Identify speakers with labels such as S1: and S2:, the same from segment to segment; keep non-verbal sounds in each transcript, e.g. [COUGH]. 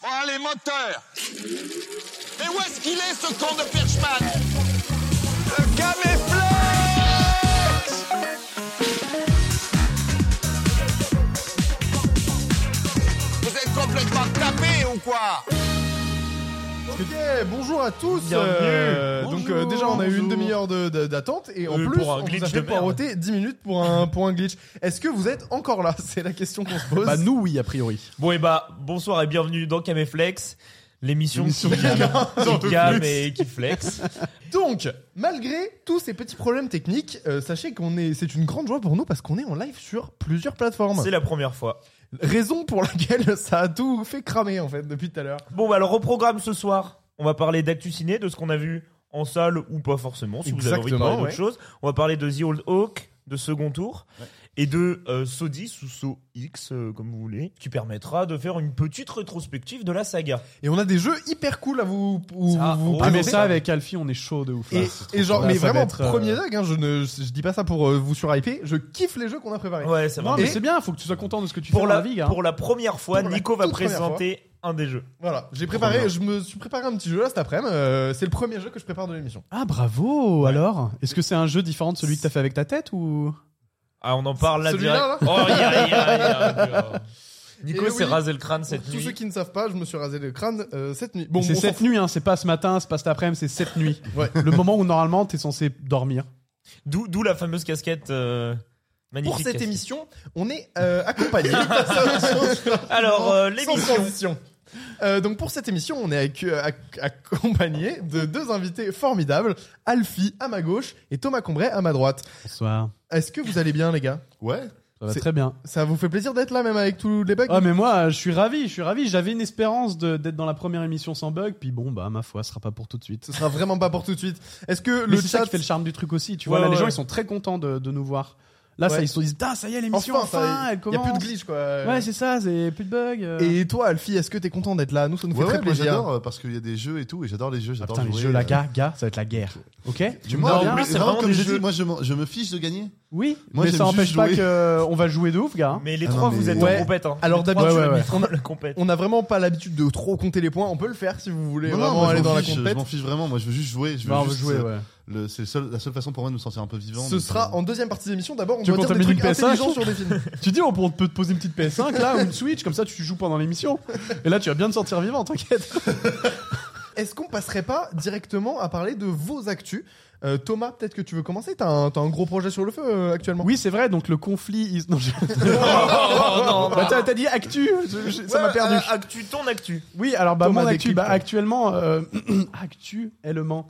S1: Prends les moteurs Mais où est-ce qu'il est, ce con de Perchman Le caméflex Vous êtes complètement tapés ou quoi
S2: Ok, bonjour à tous.
S3: Bienvenue.
S2: donc
S3: Bonjour.
S2: euh, déjà on a eu une
S3: Bonjour.
S2: demi-heure de- de- d'attente et en
S3: Euh,
S2: plus
S3: pour un
S2: on vous
S3: glitch
S2: a fait
S3: de merde.
S2: poireauter 10 minutes pour un pour un glitch. Est-ce que vous êtes encore là [LAUGHS] C'est la question qu'on se pose.
S4: Bah nous oui a priori.
S3: Bon et bah bonsoir et bienvenue dans Caméflex, l'émission qui gamme,
S2: J'en
S3: qui
S2: peux
S3: gamme
S2: plus.
S3: et qui flex.
S2: Donc malgré tous ces petits problèmes techniques, euh, sachez qu'on est c'est une grande joie pour nous parce qu'on est en live sur plusieurs plateformes.
S3: C'est la première fois.
S2: Raison pour laquelle [LAUGHS] ça a tout fait cramer en fait depuis tout à l'heure.
S3: Bon bah alors au programme ce soir, on va parler d'actu ciné, de ce qu'on a vu en salle ou pas forcément, si vous avez envie de
S2: Exactement,
S3: parler d'autre
S2: ouais.
S3: chose. On va parler de The Old Hawk, de second tour, et de euh, Sodis ou So X, euh, comme vous voulez, qui permettra de faire une petite rétrospective de la saga.
S2: Et on a des jeux hyper cool à vous vous,
S3: Ah,
S2: vous
S3: oh,
S4: Ah mais
S2: présenter.
S4: ça avec Alfie on est chaud de ouf. là.
S3: Ah,
S2: Et,
S4: C'est trop
S2: et genre,
S4: cool. Là,
S2: mais
S4: ça va
S2: vraiment,
S4: être, euh,
S2: premier dog, hein, je ne je, je dis pas ça pour euh, vous surhyper, je kiffe les jeux qu'on a préparés.
S3: Ouais, ça
S4: Non
S3: va.
S4: mais
S2: Et-
S4: c'est bien, faut que tu sois content de ce que tu fais
S3: Pour
S4: dans la,
S3: la,
S4: vie. hein. gars.
S3: pour la première fois,
S2: hein. Pour la
S3: Nico va
S2: toute première
S3: présenter un des jeux.
S2: Voilà, j'ai préparé,
S3: bien.
S2: je me suis préparé un petit jeu là cet après-midi, euh, c'est le premier jeu que je prépare de l'émission.
S4: Ah bravo alors. Est-ce que c'est un jeu différent de celui que t'as fait avec ta tête ou
S3: Ah, on en parle là
S2: Celui-là,
S3: direct. Oh, y a, y a, y [LAUGHS] a, y a.
S2: Et
S3: Nico s'est
S2: oui,
S3: rasé le crâne cette
S2: Pour tous
S3: nuit.
S2: ceux qui ne savent pas, je me suis rasé le crâne euh, cette nuit. Bon,
S4: C'est
S2: on
S4: cette
S2: s'en fout.
S4: nuit, hein, c'est pas ce matin, c'est pas cet après-midi, c'est cette nuit.
S2: [LAUGHS] Ouais.
S4: Le moment où normalement t'es censé dormir.
S3: D'où, d'où la fameuse casquette euh, magnifique.
S2: Pour cette
S3: casquette.
S2: émission, on est euh,
S3: [LAUGHS]
S2: accompagné.
S3: Alors, euh,
S2: Sans
S3: l'émission.
S2: transition. Euh, donc pour cette émission, on est accu- ac- accompagné de deux invités formidables, Alfie à ma gauche et Thomas Combray à ma droite.
S4: Bonsoir.
S2: Est-ce que vous allez bien les gars
S5: Ouais.
S4: Ça va
S2: C'est-
S4: très bien.
S2: Ça vous fait plaisir d'être là même avec tous les bugs
S4: Ah mais moi je suis ravi, je suis ravi. J'avais une espérance de- d'être dans la première émission sans bug, puis bon bah ma foi, ce sera pas pour tout de suite.
S2: Ce sera vraiment pas pour tout de suite. Est-ce que
S4: Mais
S2: le
S4: c'est ça
S2: chat
S4: qui fait le charme du truc aussi, tu
S3: Ouais,
S4: vois. Là,
S3: ouais.
S4: les gens ils sont très contents de, de nous voir. Là, ça,
S2: Ouais.
S4: ils se disent, ah, ça y est, l'émission,
S2: enfin,
S4: enfin,
S2: ça,
S4: elle
S2: y a
S4: commence.
S2: plus de glitch quoi.
S4: Ouais, c'est ça, c'est plus de bugs. euh.
S2: Et toi Alfie, est-ce que t'es content d'être là Nous ça nous
S5: Ouais,
S2: fait
S5: ouais,
S2: très
S5: moi
S2: plaisir.
S5: j'adore euh, parce qu'il y a des jeux et tout, et j'adore les jeux,
S4: Ah,
S5: j'adore
S4: putain, les
S5: jouer,
S4: jeux, la
S5: euh.
S4: gars, gars, ça va être la guerre. Ok Tu me
S5: Moi,
S4: parles
S3: en
S4: bien
S3: plus, c'est vraiment
S5: comme
S3: des
S5: je
S3: jeux-
S5: dis, moi je, m'en- je me fiche de gagner.
S4: Oui,
S5: Moi,
S4: mais
S5: j'aime
S4: ça empêche
S5: juste
S4: pas
S5: jouer.
S4: que on va jouer de ouf, gars.
S3: Mais les
S5: Ah non,
S3: trois,
S5: mais-
S3: vous êtes
S2: Ouais.
S3: en compète. Hein.
S2: Alors,
S3: Les
S2: d'habitude,
S3: trois, tu
S2: ouais,
S3: l'as
S2: ouais,
S3: mis dans la [LAUGHS] compète. Euh,
S2: On n'a vraiment pas l'habitude de trop compter les points. On peut le faire si vous voulez
S5: Non, non,
S2: vraiment
S5: moi, je
S2: aller
S5: m'en
S2: dans la
S5: fiche, Je m'en
S2: compète.
S5: fiche vraiment, moi je veux juste jouer. Je veux
S4: Bah, on veut
S5: juste,
S4: jouer,
S5: euh,
S4: ouais.
S5: le- C'est le seul- la seule façon pour moi de me sentir un peu vivant.
S2: Ce
S5: donc,
S2: sera
S5: euh,
S2: en deuxième partie de l'émission. D'abord, on
S4: Tu
S2: doit
S4: veux
S2: dire
S4: qu'on
S2: des
S4: termine
S2: trucs
S4: une PS5?
S2: intelligents sur des films. [LAUGHS]
S4: Tu dis, on peut te poser une petite PS5 là, ou une Switch, comme ça tu joues pendant l'émission. Et là, tu vas bien te sortir vivant, t'inquiète.
S2: Est-ce qu'on passerait pas directement à parler de vos actus Euh, Thomas, peut-être que tu veux commencer. T'as un, t'as un gros projet sur le feu euh, actuellement.
S4: Oui, c'est vrai, donc le conflit. is- Non, je- Bah, t'as t'as dit actu, je- je- ça
S3: Ouais,
S4: m'a perdu.
S3: euh, actu, ton actu.
S4: Oui, alors bah,
S2: Thomas
S4: mon actu,
S2: décrypte.
S4: bah, actuellement, euh, [CLEARS THROAT] actuellement.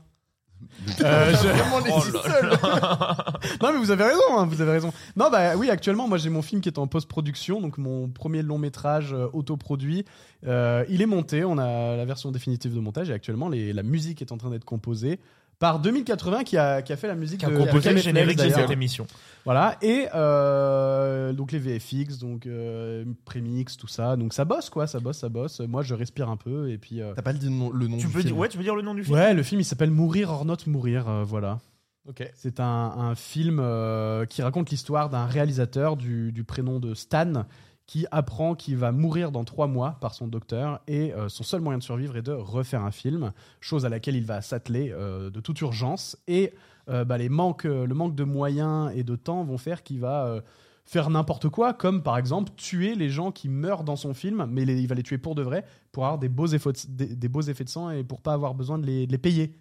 S2: Vraiment les
S3: Oh là
S2: seuls.
S4: Non mais vous avez raison, hein, vous avez raison. Non bah oui, actuellement moi j'ai mon film qui est en post-production, donc mon premier long métrage euh, autoproduit. Euh, il est monté, on a la version définitive de montage et actuellement les- la musique est en train d'être composée par 2080 qui a, qui a fait la musique
S3: Qui a
S4: de
S3: composé le
S4: Camille
S3: générique de
S4: Flores,
S3: cette
S4: d'ailleurs.
S3: émission.
S4: Voilà et euh, donc les VFX, donc euh, prémix, tout ça. Donc ça bosse quoi, ça bosse, ça bosse. Moi je respire un peu et puis. euh,
S2: T'as pas dit le nom, le nom
S3: Tu
S2: du
S3: peux, dire,
S2: film.
S3: ouais, tu peux dire le nom du film
S4: Ouais, le film il s'appelle Mourir hors note mourir, euh, voilà.
S2: Ok.
S4: C'est un, un film euh, qui raconte l'histoire d'un réalisateur du, du prénom de Stan qui apprend qu'il va mourir dans trois mois par son docteur et euh, son seul moyen de survivre est de refaire un film, chose à laquelle il va s'atteler euh, de toute urgence et euh, bah, les manques, euh, le manque de moyens et de temps vont faire qu'il va euh, faire n'importe quoi, comme par exemple tuer les gens qui meurent dans son film, mais les- il va les tuer pour de vrai pour avoir des beaux effets de, des, des beaux effets de sang et pour pas avoir besoin de les, de les payer.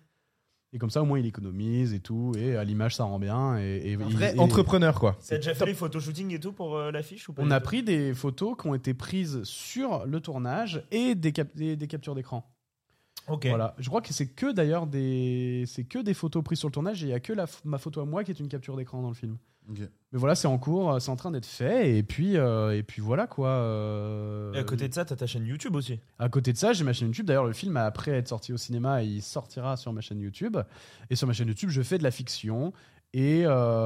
S4: Et comme ça, au moins, il économise et tout, et à l'image, ça rend bien. Et, et-
S2: Un
S4: il-
S2: vrai
S4: et-
S2: entrepreneur quoi.
S3: T'as déjà fait les photoshootings et tout pour euh, l'affiche ou pas
S4: On
S3: du
S4: a
S3: tout
S4: pris des photos qui ont été prises sur le tournage et des, cap- des- des captures d'écran.
S3: Ok.
S4: Voilà. Je crois que c'est que d'ailleurs des, c'est que des photos prises sur le tournage et il y a que la f- ma photo à moi qui est une capture d'écran dans le film.
S5: ok.
S4: Mais voilà, c'est en cours, euh, c'est en train d'être fait, et puis, euh, et puis voilà quoi. euh,
S3: Et à côté de ça, t'as ta chaîne YouTube aussi.
S4: À côté de ça, j'ai ma chaîne YouTube. D'ailleurs, le film, après être sorti au cinéma, il sortira sur ma chaîne YouTube. Et sur ma chaîne YouTube, je fais de la fiction. Et,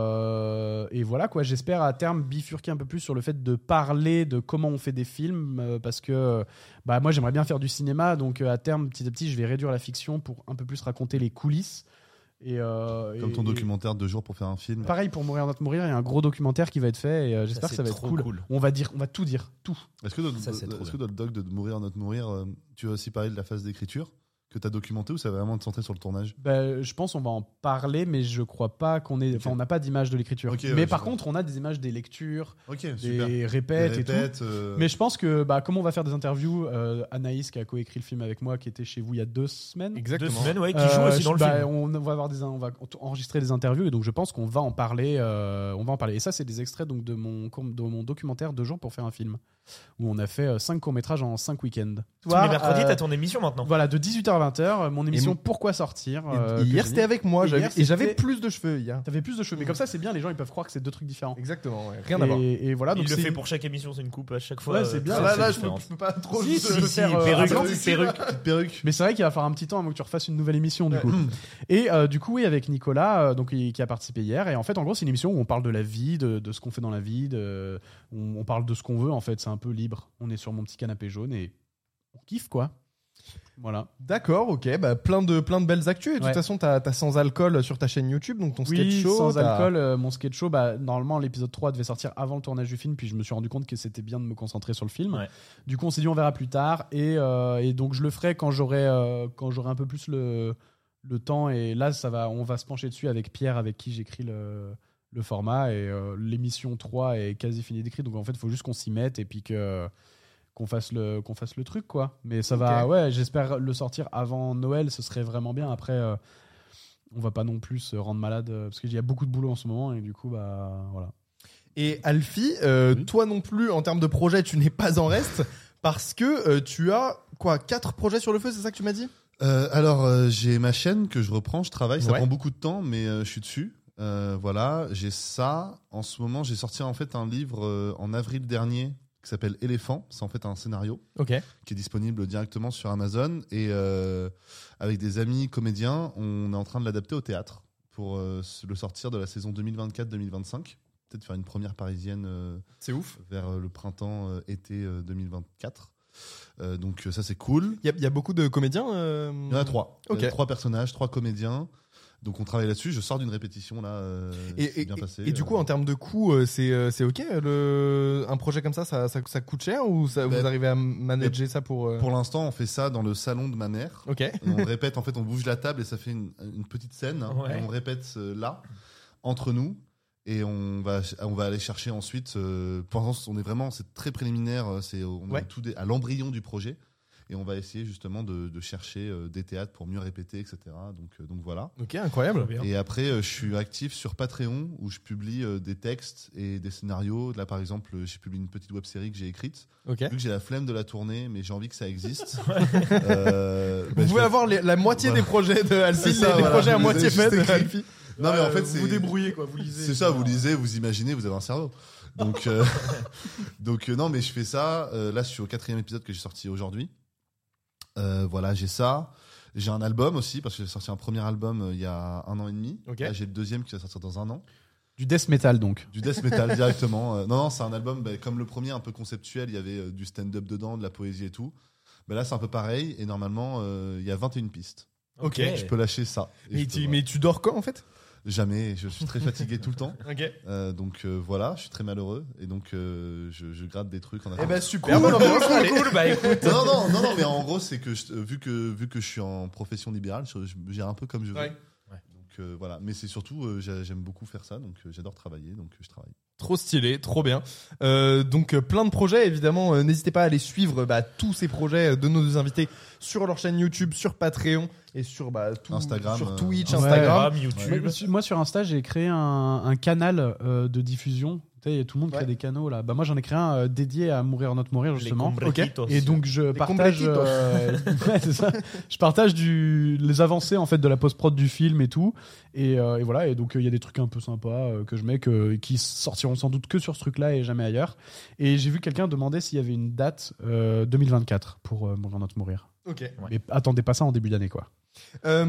S4: euh, et voilà quoi, j'espère à terme bifurquer un peu plus sur le fait de parler de comment on fait des films, euh, parce que bah, moi j'aimerais bien faire du cinéma, donc euh, à terme petit à petit je vais réduire la fiction pour un peu plus raconter les coulisses. Et, euh,
S5: Comme
S4: et-
S5: ton
S4: et-
S5: documentaire de deux jours pour faire un film.
S4: Pareil pour Mourir notre mourir, il y a un gros documentaire qui va être fait et euh, j'espère que ça va être cool. On va dire, on va tout dire, tout.
S5: Est-ce que, dans-
S6: Ça, c'est trop
S5: est-ce que dans le doc de Mourir notre mourir, euh, tu as aussi parlé de la phase d'écriture que tu as documenté ou ça va vraiment te centrer sur le tournage
S4: Bah, je pense on va en parler, mais je crois pas qu'on ait. Enfin,
S5: Ok.
S4: on n'a pas d'image de l'écriture.
S5: Ok, ouais,
S4: mais
S5: je
S4: par
S5: vois.
S4: contre, on a des images des lectures,
S5: Ok,
S4: des
S5: Des
S4: répètes, et tout.
S5: répètes, euh,
S4: Mais je pense que, bah, comme on va faire des interviews, euh, Anaïs qui a coécrit le film avec moi, qui était chez vous il y a deux semaines.
S3: Deux
S2: Exactement.
S3: semaines, ouais, qui joue
S4: Euh,
S3: aussi
S4: je-
S3: dans le
S4: bah,
S3: film.
S4: On va avoir des, on va enregistrer des interviews et donc je pense qu'on va en parler. euh, on va en parler. Et ça, c'est des extraits donc de mon court- de mon documentaire deux jours pour faire un film où on a fait euh, cinq courts métrages en cinq week-ends.
S3: Tous les mercredis,
S4: Euh,
S3: t'as ton émission maintenant.
S4: Voilà, de 18h à 20h, mon émission
S2: Et-
S4: Pourquoi sortir
S2: Et-
S4: euh, que
S2: hier,
S4: j'ai
S2: c'était
S4: mis.
S2: avec moi.
S4: Et
S2: j'avais-
S4: hier,
S2: Et j'avais
S4: c'était-
S2: plus de cheveux hier.
S4: T'avais plus de cheveux, mais comme ça, c'est bien, les gens ils peuvent croire que c'est deux trucs différents.
S2: Exactement. ouais. Rien
S4: et,
S2: à voir.
S4: et voilà, Ah, donc
S3: Il le
S4: c'est-
S3: fait pour chaque émission, c'est une coupe à chaque fois.
S4: Ouais, c'est
S3: euh,
S4: bien.
S3: très-
S4: Là,
S3: très
S4: là,
S3: différente.
S2: peux pas trop.
S4: Si,
S2: je-
S4: si,
S2: je-
S4: si, faire, euh,
S3: perruque,
S4: Atlantis.
S3: perruque.
S5: Petite perruque.
S4: Mais c'est vrai qu'il va falloir un petit temps avant que tu refasses une nouvelle émission du coup. Et euh, du coup, oui, avec Nicolas, euh, donc il- qui a participé hier. Et en fait, en gros, c'est une émission où on parle de la vie, de, de ce qu'on fait dans la vie, de- on, on parle de ce qu'on veut. En fait, c'est un peu libre. On est sur mon petit canapé jaune et on kiffe quoi. Voilà.
S2: D'accord, ok, bah, plein de plein de belles actus. Et de
S4: Ouais.
S2: toute façon, t'as t'as sans alcool sur ta chaîne YouTube, donc ton sketch show.
S4: sans
S2: t'as-
S4: alcool, euh, mon sketch show, bah, normalement l'épisode 3 devait sortir avant le tournage du film, puis je me suis rendu compte que c'était bien de me concentrer sur le film.
S3: Ouais.
S4: Du coup, on s'est dit on verra plus tard, et, euh, et donc je le ferai quand j'aurai euh, quand j'aurai un peu plus le, le temps, et là ça va, on va se pencher dessus avec Pierre, avec qui j'écris le, le format, et euh, l'émission 3 est quasi finie d'écrire, donc en fait il faut juste qu'on s'y mette, et puis que qu'on fasse le qu'on fasse le truc quoi mais ça va
S2: Ok.
S4: ouais j'espère le sortir avant Noël ce serait vraiment bien après euh, on va pas non plus se rendre malade euh, parce qu'il y a beaucoup de boulot en ce moment et du coup bah voilà
S2: Et Alfie, euh, toi non plus, en termes de projet, tu n'es pas en reste parce que euh, tu as quoi quatre projets sur le feu, c'est ça que tu m'as dit
S5: Euh, alors, euh, j'ai ma chaîne que je reprends, je travaille, ça
S2: Ouais.
S5: prend beaucoup de temps, mais euh, je suis dessus. Euh, voilà, j'ai ça. En ce moment, j'ai sorti en fait un livre euh, en avril dernier qui s'appelle Éléphant. C'est en fait un scénario
S2: Ok.
S5: qui est disponible directement sur Amazon. Et euh, avec des amis comédiens, on est en train de l'adapter au théâtre pour euh, le sortir de la saison 2024-2025. Peut-être faire une première parisienne euh,
S2: C'est ouf.
S5: vers euh, le printemps-été 2024. Euh, donc euh, ça, c'est cool.
S2: Il y, a- il y a beaucoup de comédiens. euh,
S5: Il y en a trois.
S2: Ok.
S5: Il y a trois personnages, trois comédiens. Donc on travaille là-dessus. Je sors d'une répétition là. euh,
S2: Et,
S5: c'est
S2: et-
S5: bien passé.
S2: et du coup,
S5: Euh,
S2: en termes de coût, euh, c'est euh, c'est ok. Le... Un projet comme ça, ça, ça, ça coûte cher ou ça,
S5: Ben,
S2: vous arrivez à manager ça pour. euh,
S5: bah, pour l'instant, on fait ça dans le salon de ma mère.
S2: Ok.
S5: Et on répète, en fait, on bouge la table et ça fait une, une petite scène. hein.
S3: Ouais.
S5: Et on répète euh, là, entre nous. Et on va, on va aller chercher ensuite. euh, pour l'instant, on est vraiment, c'est très préliminaire. euh, C'est on est
S2: Ouais.
S5: tout dé- à l'embryon du projet. Et on va essayer justement de, de chercher euh, des théâtres pour mieux répéter, etc. Donc, euh, donc voilà.
S2: Ok, incroyable.
S5: Et après, euh, je suis actif sur Patreon où je publie euh, des textes et des scénarios. Là, par exemple, euh, j'ai publié une petite web série que j'ai écrite.
S2: Ok.
S5: Vu que j'ai la flemme de la tournée, mais j'ai envie que ça existe. euh, bah,
S2: vous
S5: je
S2: pouvez
S5: vais-
S2: avoir les- la moitié
S5: Voilà.
S2: des projets de Alfie,
S5: C'est ça,
S2: les- les
S5: voilà,
S2: projets à
S5: vous
S2: moitié
S5: avez juste
S2: faits de
S5: écrit.
S2: Alfie.
S5: Non, mais en fait, c'est.
S4: quoi vous lisez
S5: C'est ça, vous lisez, vous imaginez, vous avez un cerveau. Donc, euh, [LAUGHS] donc euh, non, mais je fais ça. Euh, là, je suis au quatrième épisode que j'ai sorti aujourd'hui. Euh, voilà, j'ai ça. J'ai un album aussi, parce que j'ai sorti un premier album euh, il y a un an et demi.
S2: Ok.
S5: Là, j'ai le deuxième qui va sortir dans un an.
S4: du death metal donc
S5: Du death metal directement. Euh, non, non, c'est un album bah, comme le premier, un peu conceptuel. Il y avait euh, du stand-up dedans, de la poésie et tout. Bah, là, c'est un peu pareil. Et normalement, euh, il y a 21 pistes.
S2: Ok.
S5: Je peux lâcher ça.
S2: Eh.
S5: Et
S2: Mais
S5: je peux,
S2: tu,
S5: voilà.
S2: mais tu dors quand en fait Eh
S5: Jamais. Je suis très fatigué tout le temps.
S2: Ok.
S5: Euh, donc euh, voilà, je suis très malheureux. Et donc, euh, je, je gratte des trucs en
S2: Eh
S5: attendant.
S2: ben super.
S3: Cool,
S2: bonne
S5: [LAUGHS]
S2: ambiance,
S3: cool,
S2: allez.
S3: cool, bah écoute.
S5: non, non, non, non, mais en gros, c'est que, je- euh, vu que vu que je suis en profession libérale, je, je me gère un peu comme je veux.
S2: Ouais.
S3: Ouais.
S5: Donc euh, voilà, mais c'est surtout, euh, j'a- j'aime beaucoup faire ça, donc euh, j'adore travailler, donc euh, je travaille.
S2: Trop stylé, trop bien. Euh, donc euh, plein de projets, évidemment. euh, N'hésitez pas à aller suivre bah, tous ces projets euh, de nos deux invités sur leur chaîne YouTube, sur Patreon et sur bah, tout-
S5: Instagram,
S2: sur
S5: euh,
S2: Twitch,
S4: ouais.
S2: Instagram.
S3: Instagram, YouTube.
S4: moi, moi, sur Insta j'ai créé un, un canal euh, de diffusion Tu sais, tout le monde crée
S2: Ouais.
S4: des canaux là bah moi j'en ai créé un euh, dédié à mourir notre mourir justement
S3: Les Combriquitos.
S4: et donc je partage
S2: completitos. [LAUGHS]
S4: euh, ouais, c'est ça. je partage du les avancées en fait de la post prod du film et tout et, euh, et voilà et donc euh, il y a des trucs un peu sympas euh, que je mets que, qui sortiront sans doute que sur ce truc là et jamais ailleurs et j'ai vu quelqu'un demander s'il y avait une date euh, 2024 pour euh, mourir notre mourir
S2: Ok.
S3: Ouais.
S4: mais attendez pas ça en début d'année quoi
S2: Euh,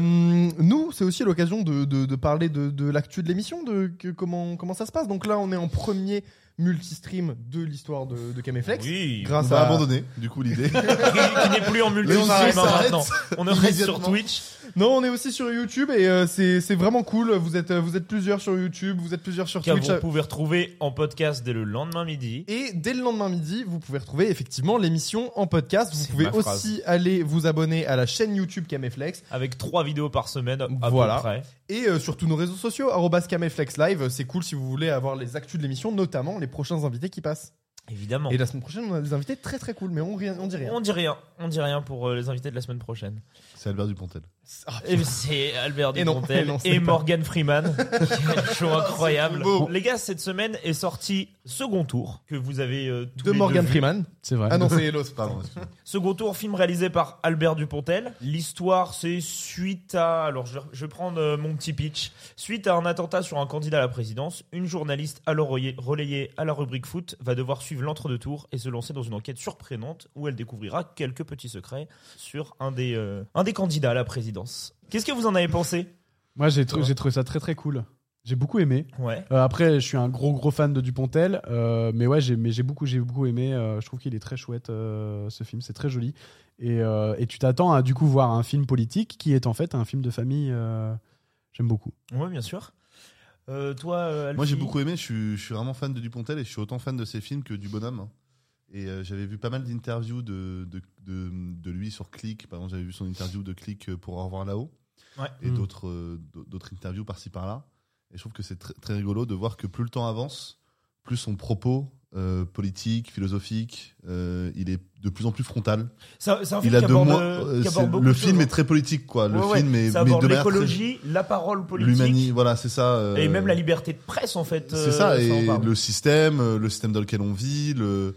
S2: nous, c'est aussi l'occasion de, de- de parler de, de l'actu de l'émission, de que- comment, comment ça se passe. Donc là, on est en premier multistream de l'histoire de, de Caméflex.
S3: Oui.
S2: [LAUGHS]
S5: On
S2: Grâce
S5: va
S2: à
S5: abandonner, du coup,
S3: qui,
S5: l'idée. [LAUGHS]
S3: qui n'est plus en multi
S5: Les gens
S3: maintenant.
S5: s'arrêtent
S3: On reste sur
S5: immédiatement.
S3: Twitch.
S2: Non, on est aussi sur YouTube et euh, c'est c'est vraiment cool. Vous êtes, euh, vous êtes plusieurs sur YouTube, vous êtes plusieurs sur
S3: que
S2: Twitch.
S3: vous pouvez retrouver en podcast dès le lendemain midi.
S2: Et dès le lendemain midi, vous pouvez retrouver effectivement l'émission en podcast. Vous
S3: C'est
S2: pouvez
S3: ma phrase.
S2: aussi aller vous abonner à la chaîne YouTube Caméflex
S3: Avec trois vidéos par semaine, à
S2: Voilà.
S3: peu près.
S2: et euh, sur tous nos réseaux sociaux, arrobas Caméflex Live. C'est cool si vous voulez avoir les actus de l'émission, notamment les prochains invités qui passent.
S3: Évidemment.
S2: Et la semaine prochaine, on a des invités très très cool, mais on, ri- on dit rien.
S3: On dit rien. On dit rien pour euh, les invités de la semaine prochaine.
S5: C'est Albert Dupontel.
S2: Ah,
S3: Et C'est Albert
S2: Et non, et
S3: Dupontel
S2: non,
S3: et,
S2: c'est pas-
S3: Morgan Freeman. Quel show incroyable.
S5: trop beau.
S3: Les gars, cette semaine est sorti Second Tour, que vous avez euh, tous
S2: de
S3: les
S2: Morgan
S3: deux vu.
S2: Freeman.
S4: C'est vrai.
S2: Ah non, c'est Elos.
S5: Pardon, excuse-moi.
S3: Second Tour, film réalisé par Albert Dupontel. L'histoire, c'est suite à... Alors, je, je vais prendre euh, mon petit pitch. Suite à un attentat sur un candidat à la présidence, une journaliste alors relayée- relayée à la rubrique foot va devoir suivre l'entre-deux tours et se lancer dans une enquête surprenante où elle découvrira quelques petits secrets sur un des, euh, un des candidats à la présidence. Qu'est-ce que vous en avez pensé
S4: [LAUGHS] Moi, j'ai trou- j'ai trouvé ça très très cool. J'ai beaucoup aimé.
S3: Ouais.
S4: Euh, après, je suis un gros gros fan de Dupontel, euh, mais ouais, j'ai mais j'ai beaucoup j'ai beaucoup aimé. euh, je trouve qu'il est très chouette euh, ce film, c'est très joli. Et, euh, et tu t'attends à du coup voir un film politique qui est en fait un film de famille. euh, J'aime beaucoup.
S3: Ouais, bien sûr. Euh, toi, euh,
S5: Moi j'ai
S3: Alfie
S5: beaucoup aimé, je suis, je suis vraiment fan de Dupontel et je suis autant fan de ses films que du bonhomme. hein. Et euh, j'avais vu pas mal d'interviews de, de, de, de lui sur Click. Par exemple, j'avais vu son interview de Click euh, pour Au revoir là-haut.
S3: Ouais.
S5: Et
S2: Hmm.
S4: Mm.
S5: d'autres euh, d'au- d'autres interviews par-ci par-là. Et je trouve que c'est très, très rigolo de voir que plus le temps avance, plus son propos euh, politique, philosophique, euh, il est de plus en plus frontal.
S3: C'est c'est un film
S5: Il a
S3: qui
S5: deux
S3: aborde,
S5: mois.
S3: euh,
S5: euh,
S3: qui
S5: c'est-
S3: aborde beaucoup
S5: le
S3: de
S5: film
S3: choses, hein.
S5: est très politique, quoi. Le
S3: Ouais, ouais,
S5: film est,
S3: ça
S5: mais
S3: aborde
S5: de manière très-
S3: l'écologie, la parole
S5: l'humani-
S3: politique
S5: Voilà, c'est ça. euh,
S3: et même la liberté de presse en fait. euh,
S5: C'est ça,
S3: en
S5: et
S3: parle.
S5: le système, euh, le système dans lequel on vit, le,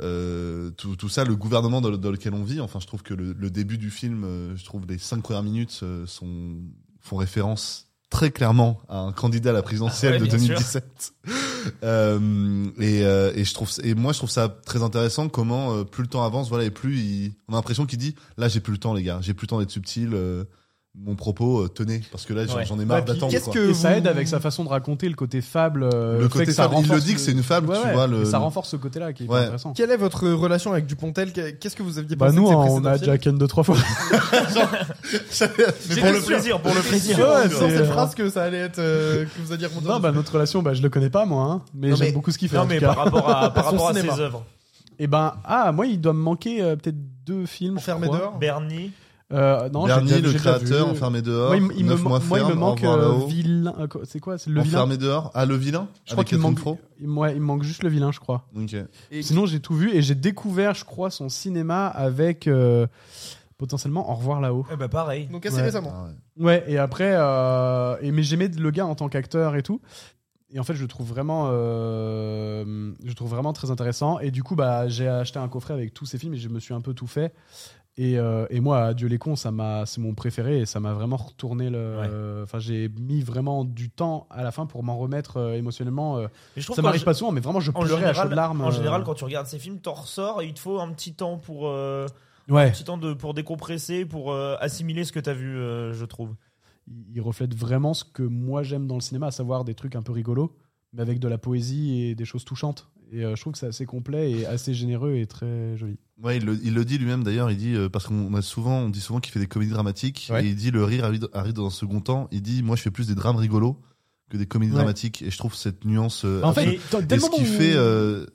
S5: euh, tout, tout ça, le gouvernement dans, le- dans lequel on vit. Enfin, je trouve que le, le début du film, euh, je trouve les cinq premières minutes euh, sont, font référence très clairement à un candidat à la présidentielle
S3: Ah ouais,
S5: de
S3: bien sûr.
S5: 2017. Euh, et, euh, et je trouve, et moi, je trouve ça très intéressant comment euh, plus le temps avance, voilà, et plus il- on a l'impression qu'il dit, là, j'ai plus le temps, les gars, j'ai plus le temps d'être subtil. euh, mon propos, euh, tenez, parce que là, j'en
S3: Ouais.
S5: j'en ai marre
S4: Ouais, puis
S5: d'attendre.
S2: Qu'est-ce
S5: quoi
S2: que
S4: Et ça
S2: vous-
S4: aide avec sa façon de raconter le côté fable. euh,
S5: Le
S4: fait
S5: côté
S4: que ça
S5: fable, il le
S4: renforce
S5: dit que c'est une fable,
S4: Ouais,
S5: tu
S4: ouais,
S5: vois.
S4: mais
S5: Le...
S4: Ça renforce ce côté-là qui est
S5: Ouais.
S4: intéressant.
S2: Quelle est votre relation avec Dupontel Qu'est-ce que vous aviez
S4: Bah
S2: pensé
S4: nous,
S2: de ses
S4: on
S2: précédents
S4: a
S2: films
S4: déjà ken deux
S2: [LAUGHS]
S4: trois fois.
S3: Mais
S5: [LAUGHS]
S2: J'étais
S3: pour le
S2: sûr.
S3: plaisir, pour le
S2: J'étais
S3: plaisir.
S2: sûr, dans
S4: Ouais, c'est-
S2: cette phrase que ça allait être euh, que vous alliez remonter.
S4: non, bah notre relation, bah je le connais pas moi, hein, mais
S2: Non,
S4: j'aime
S2: mais-
S4: beaucoup ce qu'il fait.
S3: Non
S4: en
S3: mais
S4: tout cas.
S3: par rapport à par
S2: Son
S3: rapport à ses
S2: cinéma.
S3: œuvres.
S4: Et ben ah moi, il doit me manquer euh, peut-être deux films. je
S2: Enfermé
S4: crois.
S2: dehors.
S3: Bernie,
S4: Euh, non, j'ai
S5: Bernie,
S4: déjà-
S5: le
S4: j'ai déjà vu.
S5: créateur, enfermé dehors.
S4: Moi, il, me- il me,
S5: Neuf mois
S4: man- moi, il me
S5: ferme,
S4: manque
S5: Au revoir
S4: euh,
S5: là-haut.
S4: vilain. euh, quoi- C'est quoi c'est Le vilain
S5: Enfermé dehors. Ah, le vilain
S4: Je crois
S5: Avec
S4: qu'il me manque.
S5: Catherine Fro
S4: il- ouais, il me manque juste le vilain, je crois.
S5: Ok.
S2: Et-
S4: Sinon, j'ai tout vu et j'ai découvert, je crois, son cinéma avec euh, potentiellement Au revoir là-haut.
S3: eh ben pareil.
S2: Donc assez
S4: Ouais.
S2: récemment.
S5: Ah ouais.
S4: Ouais, et après, euh, et, mais j'aimais le gars en tant qu'acteur et tout. Et en fait, je le trouve vraiment, euh, je le trouve vraiment très intéressant. Et du coup, bah, j'ai acheté un coffret avec tous ces films et je me suis un peu tout fait. Et, euh, et moi, Dieu les cons, ça m'a, c'est mon préféré et ça m'a vraiment retourné le. Enfin, j'ai mis vraiment du temps à la fin pour m'en remettre euh, émotionnellement. euh.
S3: Mais je trouve
S4: ça
S3: qu'en
S4: m'arrive
S3: gé-
S4: pas souvent, mais vraiment, je
S3: en
S4: pleurais
S3: général,
S4: à chaud de larmes.
S3: en
S4: euh.
S3: général, quand tu regardes ces films, t'en ressors et il te faut un petit temps pour euh, un
S4: ouais,
S3: petit temps de pour décompresser, pour euh, assimiler ce que t'as vu, euh, je trouve.
S4: il reflète vraiment ce que moi j'aime dans le cinéma, à savoir des trucs un peu rigolos, mais avec de la poésie et des choses touchantes. Et euh, je trouve que c'est assez complet et assez généreux et très joli.
S5: Ouais, il le, il le dit lui-même d'ailleurs. Il dit euh, parce qu'on a souvent, on dit souvent qu'il fait des comédies dramatiques.
S2: Ouais.
S5: Et il dit le rire arrive, arrive dans un second temps. Il dit moi, je fais plus des drames rigolos que des comédies
S4: Ouais.
S5: dramatiques. Et je trouve cette nuance. euh,
S4: En fait,
S5: absolue.
S4: t'as- dès
S5: et
S4: le
S5: ce
S4: moment où,
S5: qu'il fait, euh,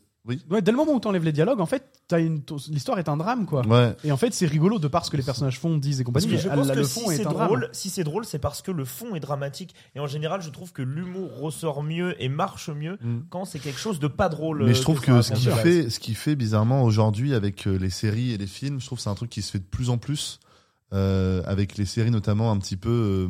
S4: ouais, dès le moment où t'enlèves les dialogues, en fait, t'as une ton- l'histoire est un drame quoi.
S5: ouais.
S4: Et en fait, c'est rigolo de par ce que les personnages font, disent et compagnie.
S3: Mais je
S4: mais
S3: pense
S4: la-
S3: que
S4: le
S3: si
S4: fond est,
S3: c'est
S4: un
S3: drôle,
S4: drame.
S3: si c'est drôle, c'est parce que le fond est dramatique. Et en général, je trouve que l'humour ressort mieux et marche mieux
S5: Mm.
S3: quand c'est quelque chose de pas drôle.
S5: Mais
S3: euh,
S5: je trouve
S3: ça
S5: que ce
S3: raconte.
S5: qu'il
S4: raconte.
S5: fait, ce qu'il fait bizarrement aujourd'hui avec euh, les séries et les films, je trouve que c'est un truc qui se fait de plus en plus euh, avec les séries notamment un petit peu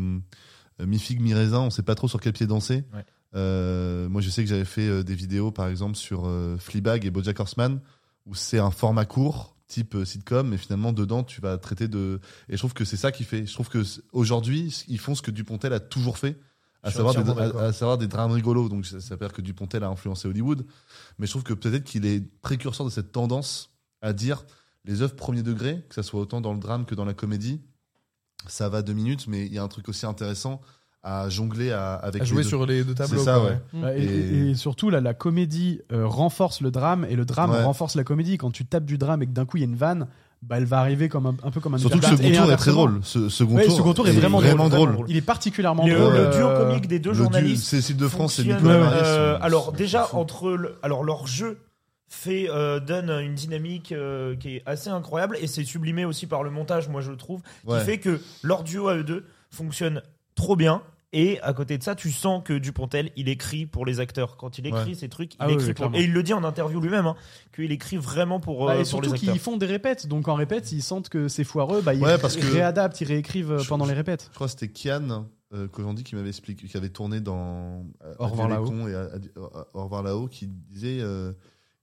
S5: euh, mi figue mi raisin, on sait pas trop sur quel pied danser.
S3: Ouais.
S5: Euh, moi, je sais que j'avais fait euh, des vidéos par exemple sur euh, Fleabag et BoJack Horseman où c'est un format court type euh, sitcom, mais finalement dedans tu vas traiter de et je trouve que c'est ça qui fait. Je trouve que c- aujourd'hui c- ils font ce que Dupontel a toujours fait. À
S3: Je suis
S5: savoir, des,
S3: entièrement
S5: à-
S3: d'accord.
S5: à savoir des drames rigolos, donc ça, ça veut dire que Dupontel a influencé Hollywood, mais je trouve que peut-être qu'il est précurseur de cette tendance à dire les œuvres premier degré, que ça soit autant dans le drame que dans la comédie, ça va deux minutes, mais il y a un truc aussi intéressant à jongler à- avec
S2: À jouer
S5: les deux.
S2: sur les deux tableaux.
S5: ça,
S2: quoi,
S5: ouais.
S2: Mm.
S4: Ouais, Et,
S5: Et-
S4: et surtout, là, la comédie euh, renforce le drame et le drame
S5: Ouais.
S4: renforce la comédie. Quand tu tapes du drame et que d'un coup il y a une vanne, bah, elle va arriver comme un, un peu comme un
S5: Surtout que ce
S4: Underdog
S5: second
S4: et
S5: tour est très
S4: inversement.
S5: drôle. Ce second
S4: Ouais,
S5: tour,
S4: second tour est vraiment
S5: drôle.
S3: drôle.
S4: Il est particulièrement
S3: Le,
S4: drôle.
S3: le duo
S4: euh,
S3: comique des deux
S5: Le duo-
S3: journalistes.
S5: Cécile de France et
S3: fonctionne,
S5: Nicolas
S4: Ouais,
S5: Marius
S3: euh,
S5: sont-
S3: alors
S5: sont-
S3: déjà
S5: sont-
S3: entre le- alors leur jeu fait euh, donne une dynamique euh, qui est assez incroyable et c'est sublimé aussi par le montage moi je trouve
S5: Ouais.
S3: qui fait que leur duo à eux deux fonctionne trop bien et à côté de ça tu sens que Dupontel il écrit pour les acteurs quand il écrit ces trucs il
S4: Ah oui,
S3: écrit
S4: oui,
S3: pour-
S4: clairement.
S3: et il le dit en interview lui-même hein, qu'il écrit vraiment pour, euh,
S4: Bah, et
S3: pour
S4: surtout
S3: les acteurs
S4: qu'ils font des répètes, donc en répète, ils sentent que c'est foireux, bah, ils
S5: Ouais, parce que-
S4: réadaptent, ils réécrivent euh,
S5: Je-
S4: pendant
S5: je-
S4: les répètes.
S5: Je crois que c'était Kian euh, Kojandi qui m'avait expliqué, qui avait tourné dans euh,
S4: Au revoir
S5: Adieu les cons et à- Adieu- euh, Au revoir là-haut, qui disait euh,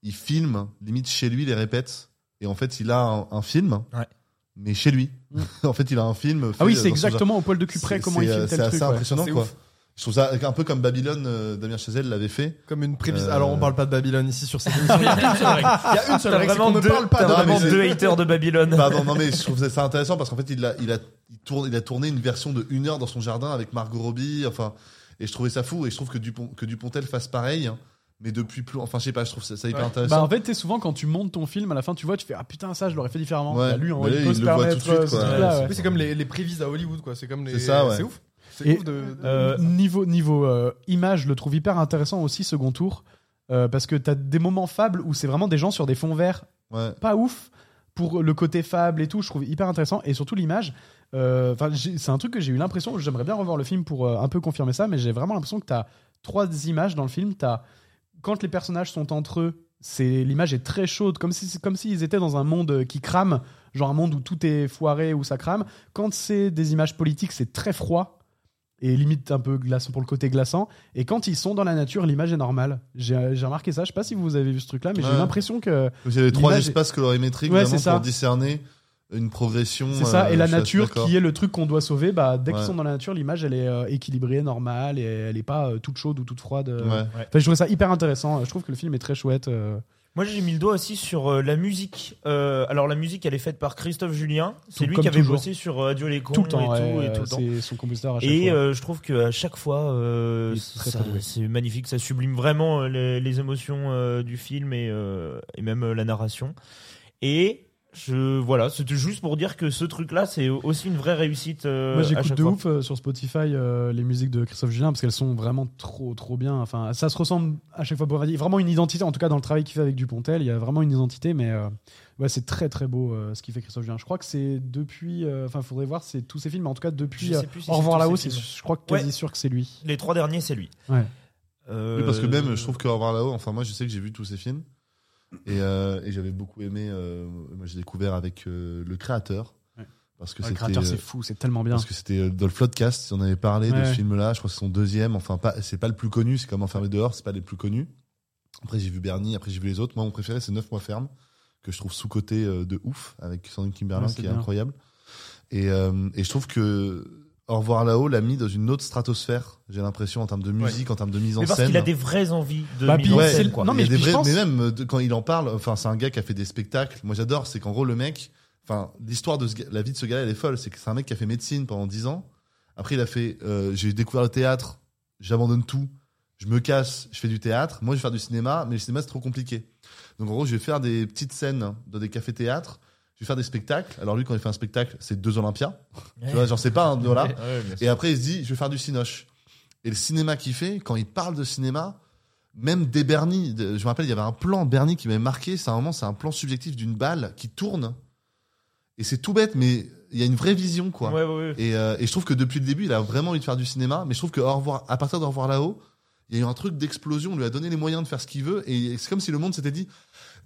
S5: il filme limite chez lui les répètes et en fait il a un, un film,
S3: Ouais.
S5: mais chez lui.
S4: Mm.
S5: [LAUGHS] en fait, il a un film. fait,
S4: Ah oui,
S5: euh,
S4: c'est
S5: dans son jardin.
S4: exactement au poil de cul près
S5: C'est-
S4: comment ils
S5: c'est, euh,
S4: filment tel
S5: C'est
S4: truc.
S5: assez
S4: ouais.
S5: impressionnant
S2: C'est
S5: quoi.
S2: ouf.
S5: Je trouve ça un peu comme Babylone, euh, Damien Chazelle l'avait fait.
S2: Comme une prévision.
S5: Euh,
S2: Alors on parle pas de Babylone ici sur cette émission. [LAUGHS] Il y a une seule règle. Il y a une seule
S3: T'as
S2: règle, c'est qu'on
S3: vraiment
S2: ne
S3: deux-
S2: parle pas
S5: t'as
S2: de
S3: t'as
S5: vraiment
S3: vraiment
S5: mais-
S2: Babylone. [LAUGHS]
S3: deux haters de Babylone
S5: Pardon, Bah, non mais je trouve ça intéressant parce qu'en fait il a, il a, il tourne, il a tourné une version de une heure dans son jardin avec Margot Robbie, enfin, et je trouvais ça fou et je trouve que Dupont, que Dupontel fasse pareil, hein, mais depuis plus, enfin je sais pas, je trouve ça, ça hyper
S3: Ouais.
S4: Bah, en
S5: intéressant.
S4: fait, t'es souvent quand tu montes ton film, à la fin, tu vois, tu fais Ah putain, ça, je l'aurais fait différemment.
S5: Ouais.
S4: Bah, lui, en
S5: Bah,
S4: il
S5: lui,
S4: peut
S5: il
S4: se
S5: le voit tout
S4: permettre,
S5: de suite,
S4: euh, ce
S5: quoi.
S4: truc-là,
S5: Ouais,
S4: ouais.
S2: Oui, c'est comme les, les prévises à Hollywood, quoi. C'est comme les.
S5: C'est ça, ouais.
S2: C'est ouf. C'est
S4: Et-
S2: ouf de. de-
S3: Euh,
S4: Niveau, niveau euh, image, je le trouve hyper intéressant aussi, second tour, euh, parce que t'as des moments fables où c'est vraiment des gens sur des fonds verts
S5: Ouais.
S4: pas ouf pour le côté fable et tout, je trouve hyper intéressant et surtout l'image. euh, Enfin, j'ai- c'est un truc que j'ai eu l'impression. J'aimerais bien revoir le film pour euh, un peu confirmer ça, mais j'ai vraiment l'impression que t'as trois images dans le film. T'as quand les personnages sont entre eux, c'est l'image est très chaude, comme si c'est comme s'ils étaient dans un monde euh, qui crame, genre un monde où tout est foiré où ça crame. Quand c'est des images politiques, c'est très froid et limite un peu glaçant pour le côté glaçant. Et quand ils sont dans la nature, l'image est normale. J'ai j'ai remarqué ça. Je sais pas si vous avez vu ce truc-là, mais j'ai
S5: Ouais.
S4: eu l'impression que
S5: Vous avez trois
S4: L'image est-
S5: espaces colorimétriques
S4: Ouais,
S5: vraiment
S4: c'est ça.
S5: pour discerner une progression.
S4: C'est ça,
S5: euh,
S4: et la
S5: je suis
S4: nature
S5: assez d'accord.
S4: qui est le truc qu'on doit sauver, bah, dès qu'ils
S5: Ouais.
S4: sont dans la nature, l'image elle est euh, équilibrée, normale, et elle est pas euh, toute chaude ou toute froide. euh.
S5: Ouais.
S4: Enfin, je trouvais ça hyper intéressant, euh, je trouve que le film est très chouette. euh.
S3: Moi, j'ai mis le doigt aussi sur euh, la musique. Euh, alors, la musique, elle est faite par Christophe Julien. C'est
S4: Tout-
S3: lui
S4: comme
S3: qui avait
S4: toujours.
S3: bossé sur euh, Adieu les cons
S4: tout le temps,
S3: et tout,
S4: ouais,
S3: et tout
S4: euh,
S3: le temps.
S4: c'est son compositeur à chaque
S3: Et
S4: fois.
S3: euh, je trouve qu'à chaque fois, euh,
S4: Il est très,
S3: ça-
S4: très doué.
S3: c'est magnifique. Ça sublime vraiment euh, les, les émotions euh, du film et, euh, et même euh, la narration. Et je voilà, c'était juste pour dire que ce truc-là, c'est aussi une vraie réussite. euh,
S4: Moi
S3: à
S4: j'écoute
S3: chaque
S4: de
S3: fois.
S4: ouf euh, sur Spotify euh, les musiques de Christophe Julien parce qu'elles sont vraiment trop trop bien. Enfin, ça se ressemble à chaque fois pour il y a vraiment une identité. En tout cas dans le travail qu'il fait avec Dupontel, il y a vraiment une identité. Mais euh, ouais, c'est très très beau euh, ce qu'il fait Christophe Julien. Je crois que c'est depuis. euh, Enfin, faudrait voir c'est tous ses films. Mais en tout cas depuis.
S3: Je
S4: euh,
S3: sais plus si
S4: Au
S3: c'est
S4: revoir
S3: tous
S4: là-haut,
S3: ses
S4: c'est-
S3: films.
S4: je crois que quasi
S3: Ouais.
S4: sûr que c'est lui.
S3: Les trois derniers, c'est lui.
S4: Ouais.
S3: Euh,
S5: Oui, parce que même, je
S4: euh,
S5: trouve que Au revoir là-haut, enfin, moi, je sais que j'ai vu tous ces films. Et, euh, et j'avais beaucoup aimé, euh, moi, j'ai découvert avec euh, le créateur.
S4: Ouais.
S5: Parce que
S4: Ah, le
S5: c'était. euh,
S4: créateur, c'est fou, c'est tellement bien.
S5: Parce que c'était euh, dans le Floodcast, on avait parlé de
S4: Ouais.
S5: ce film-là, je crois que c'est son deuxième, enfin, pas, c'est pas le plus connu, c'est comme Enfermé dehors, c'est pas les plus connus. Après, j'ai vu Bernie, après, j'ai vu les autres. Moi, mon préféré, c'est 9 mois ferme, que je trouve sous-côté euh, de ouf, avec Sandrine Kimberlin,
S4: Ouais, c'est
S5: qui est
S4: bien.
S5: incroyable. Et, euh, et je trouve que Au revoir là-haut l'a mis dans une autre stratosphère, j'ai l'impression, en termes de musique, en termes de mise en
S3: Mais parce
S5: scène.
S3: qu'il a des vraies envies de
S4: Bah,
S3: mise
S4: puis
S3: en
S5: ouais,
S3: scène,
S4: c'est-
S3: quoi.
S4: non,
S5: Il y a
S4: mais
S5: des
S4: je
S5: vrais-
S4: pense-
S5: mais même euh, de- quand il en parle, enfin, c'est un gars qui a fait des spectacles. Moi, j'adore, c'est qu'en gros, le mec, enfin, l'histoire de ce gars- la vie de ce gars, elle est folle. C'est que c'est un mec qui a fait médecine pendant 10 ans. Après, il a fait, euh, j'ai découvert le théâtre, j'abandonne tout, je me casse, je fais du théâtre. Moi, je vais faire du cinéma, mais le cinéma, c'est trop compliqué. Donc, en gros, je vais faire des petites scènes dans des cafés-théâtres, je vais faire des spectacles. Alors, lui, quand il fait un spectacle, c'est deux Olympias. Tu vois, genre, c'est pas un dollar.
S3: Ouais, bien sûr.
S5: Et après, il se dit, je vais faire du cinoche. Et le cinéma qu'il fait, quand il parle de cinéma, même des Bernie, de- je me rappelle, il y avait un plan Bernie qui m'avait marqué. C'est un moment, c'est un plan subjectif d'une balle qui tourne. Et c'est tout bête, mais il y a une vraie vision, quoi.
S3: Ouais, ouais, ouais.
S5: Et, euh, et je trouve que depuis le début, il a vraiment envie de faire du cinéma. Mais je trouve que au revoir, à partir d'au revoir là-haut, il y a eu un truc d'explosion. On lui a donné les moyens de faire ce qu'il veut. Et c'est comme si le monde s'était dit,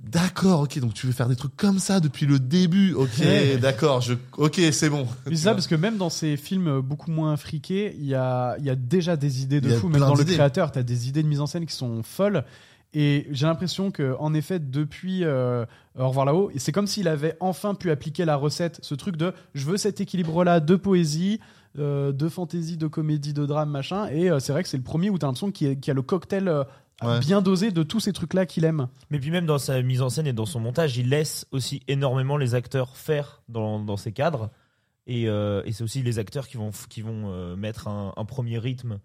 S5: d'accord, ok, donc tu veux faire des trucs comme ça depuis le début. Ok,
S4: Ouais.
S5: d'accord, je, ok, c'est bon.
S4: Mais c'est ça, parce que même dans ces films beaucoup moins friqués, il y a, il y a déjà des idées de
S5: Il y a
S4: fou. Même
S5: plein
S4: dans le
S5: d'idées.
S4: créateur, tu as des idées de mise en scène qui sont folles. Et j'ai l'impression que, en effet, depuis euh, Au revoir là-haut, c'est comme s'il avait enfin pu appliquer la recette, ce truc de je veux cet équilibre-là de poésie, euh, de fantaisie, de comédie, de drame, machin. Et euh, c'est vrai que c'est le premier où tu as l'impression qu'il y a- qu'il y a le cocktail euh,
S5: Ouais.
S4: bien dosé de tous ces trucs-là qu'il aime.
S3: Mais puis même dans sa mise en scène et dans son montage, il laisse aussi énormément les acteurs faire dans, dans ces cadres. Et, euh, et c'est aussi les acteurs qui vont, qui vont euh, mettre un, un premier rythme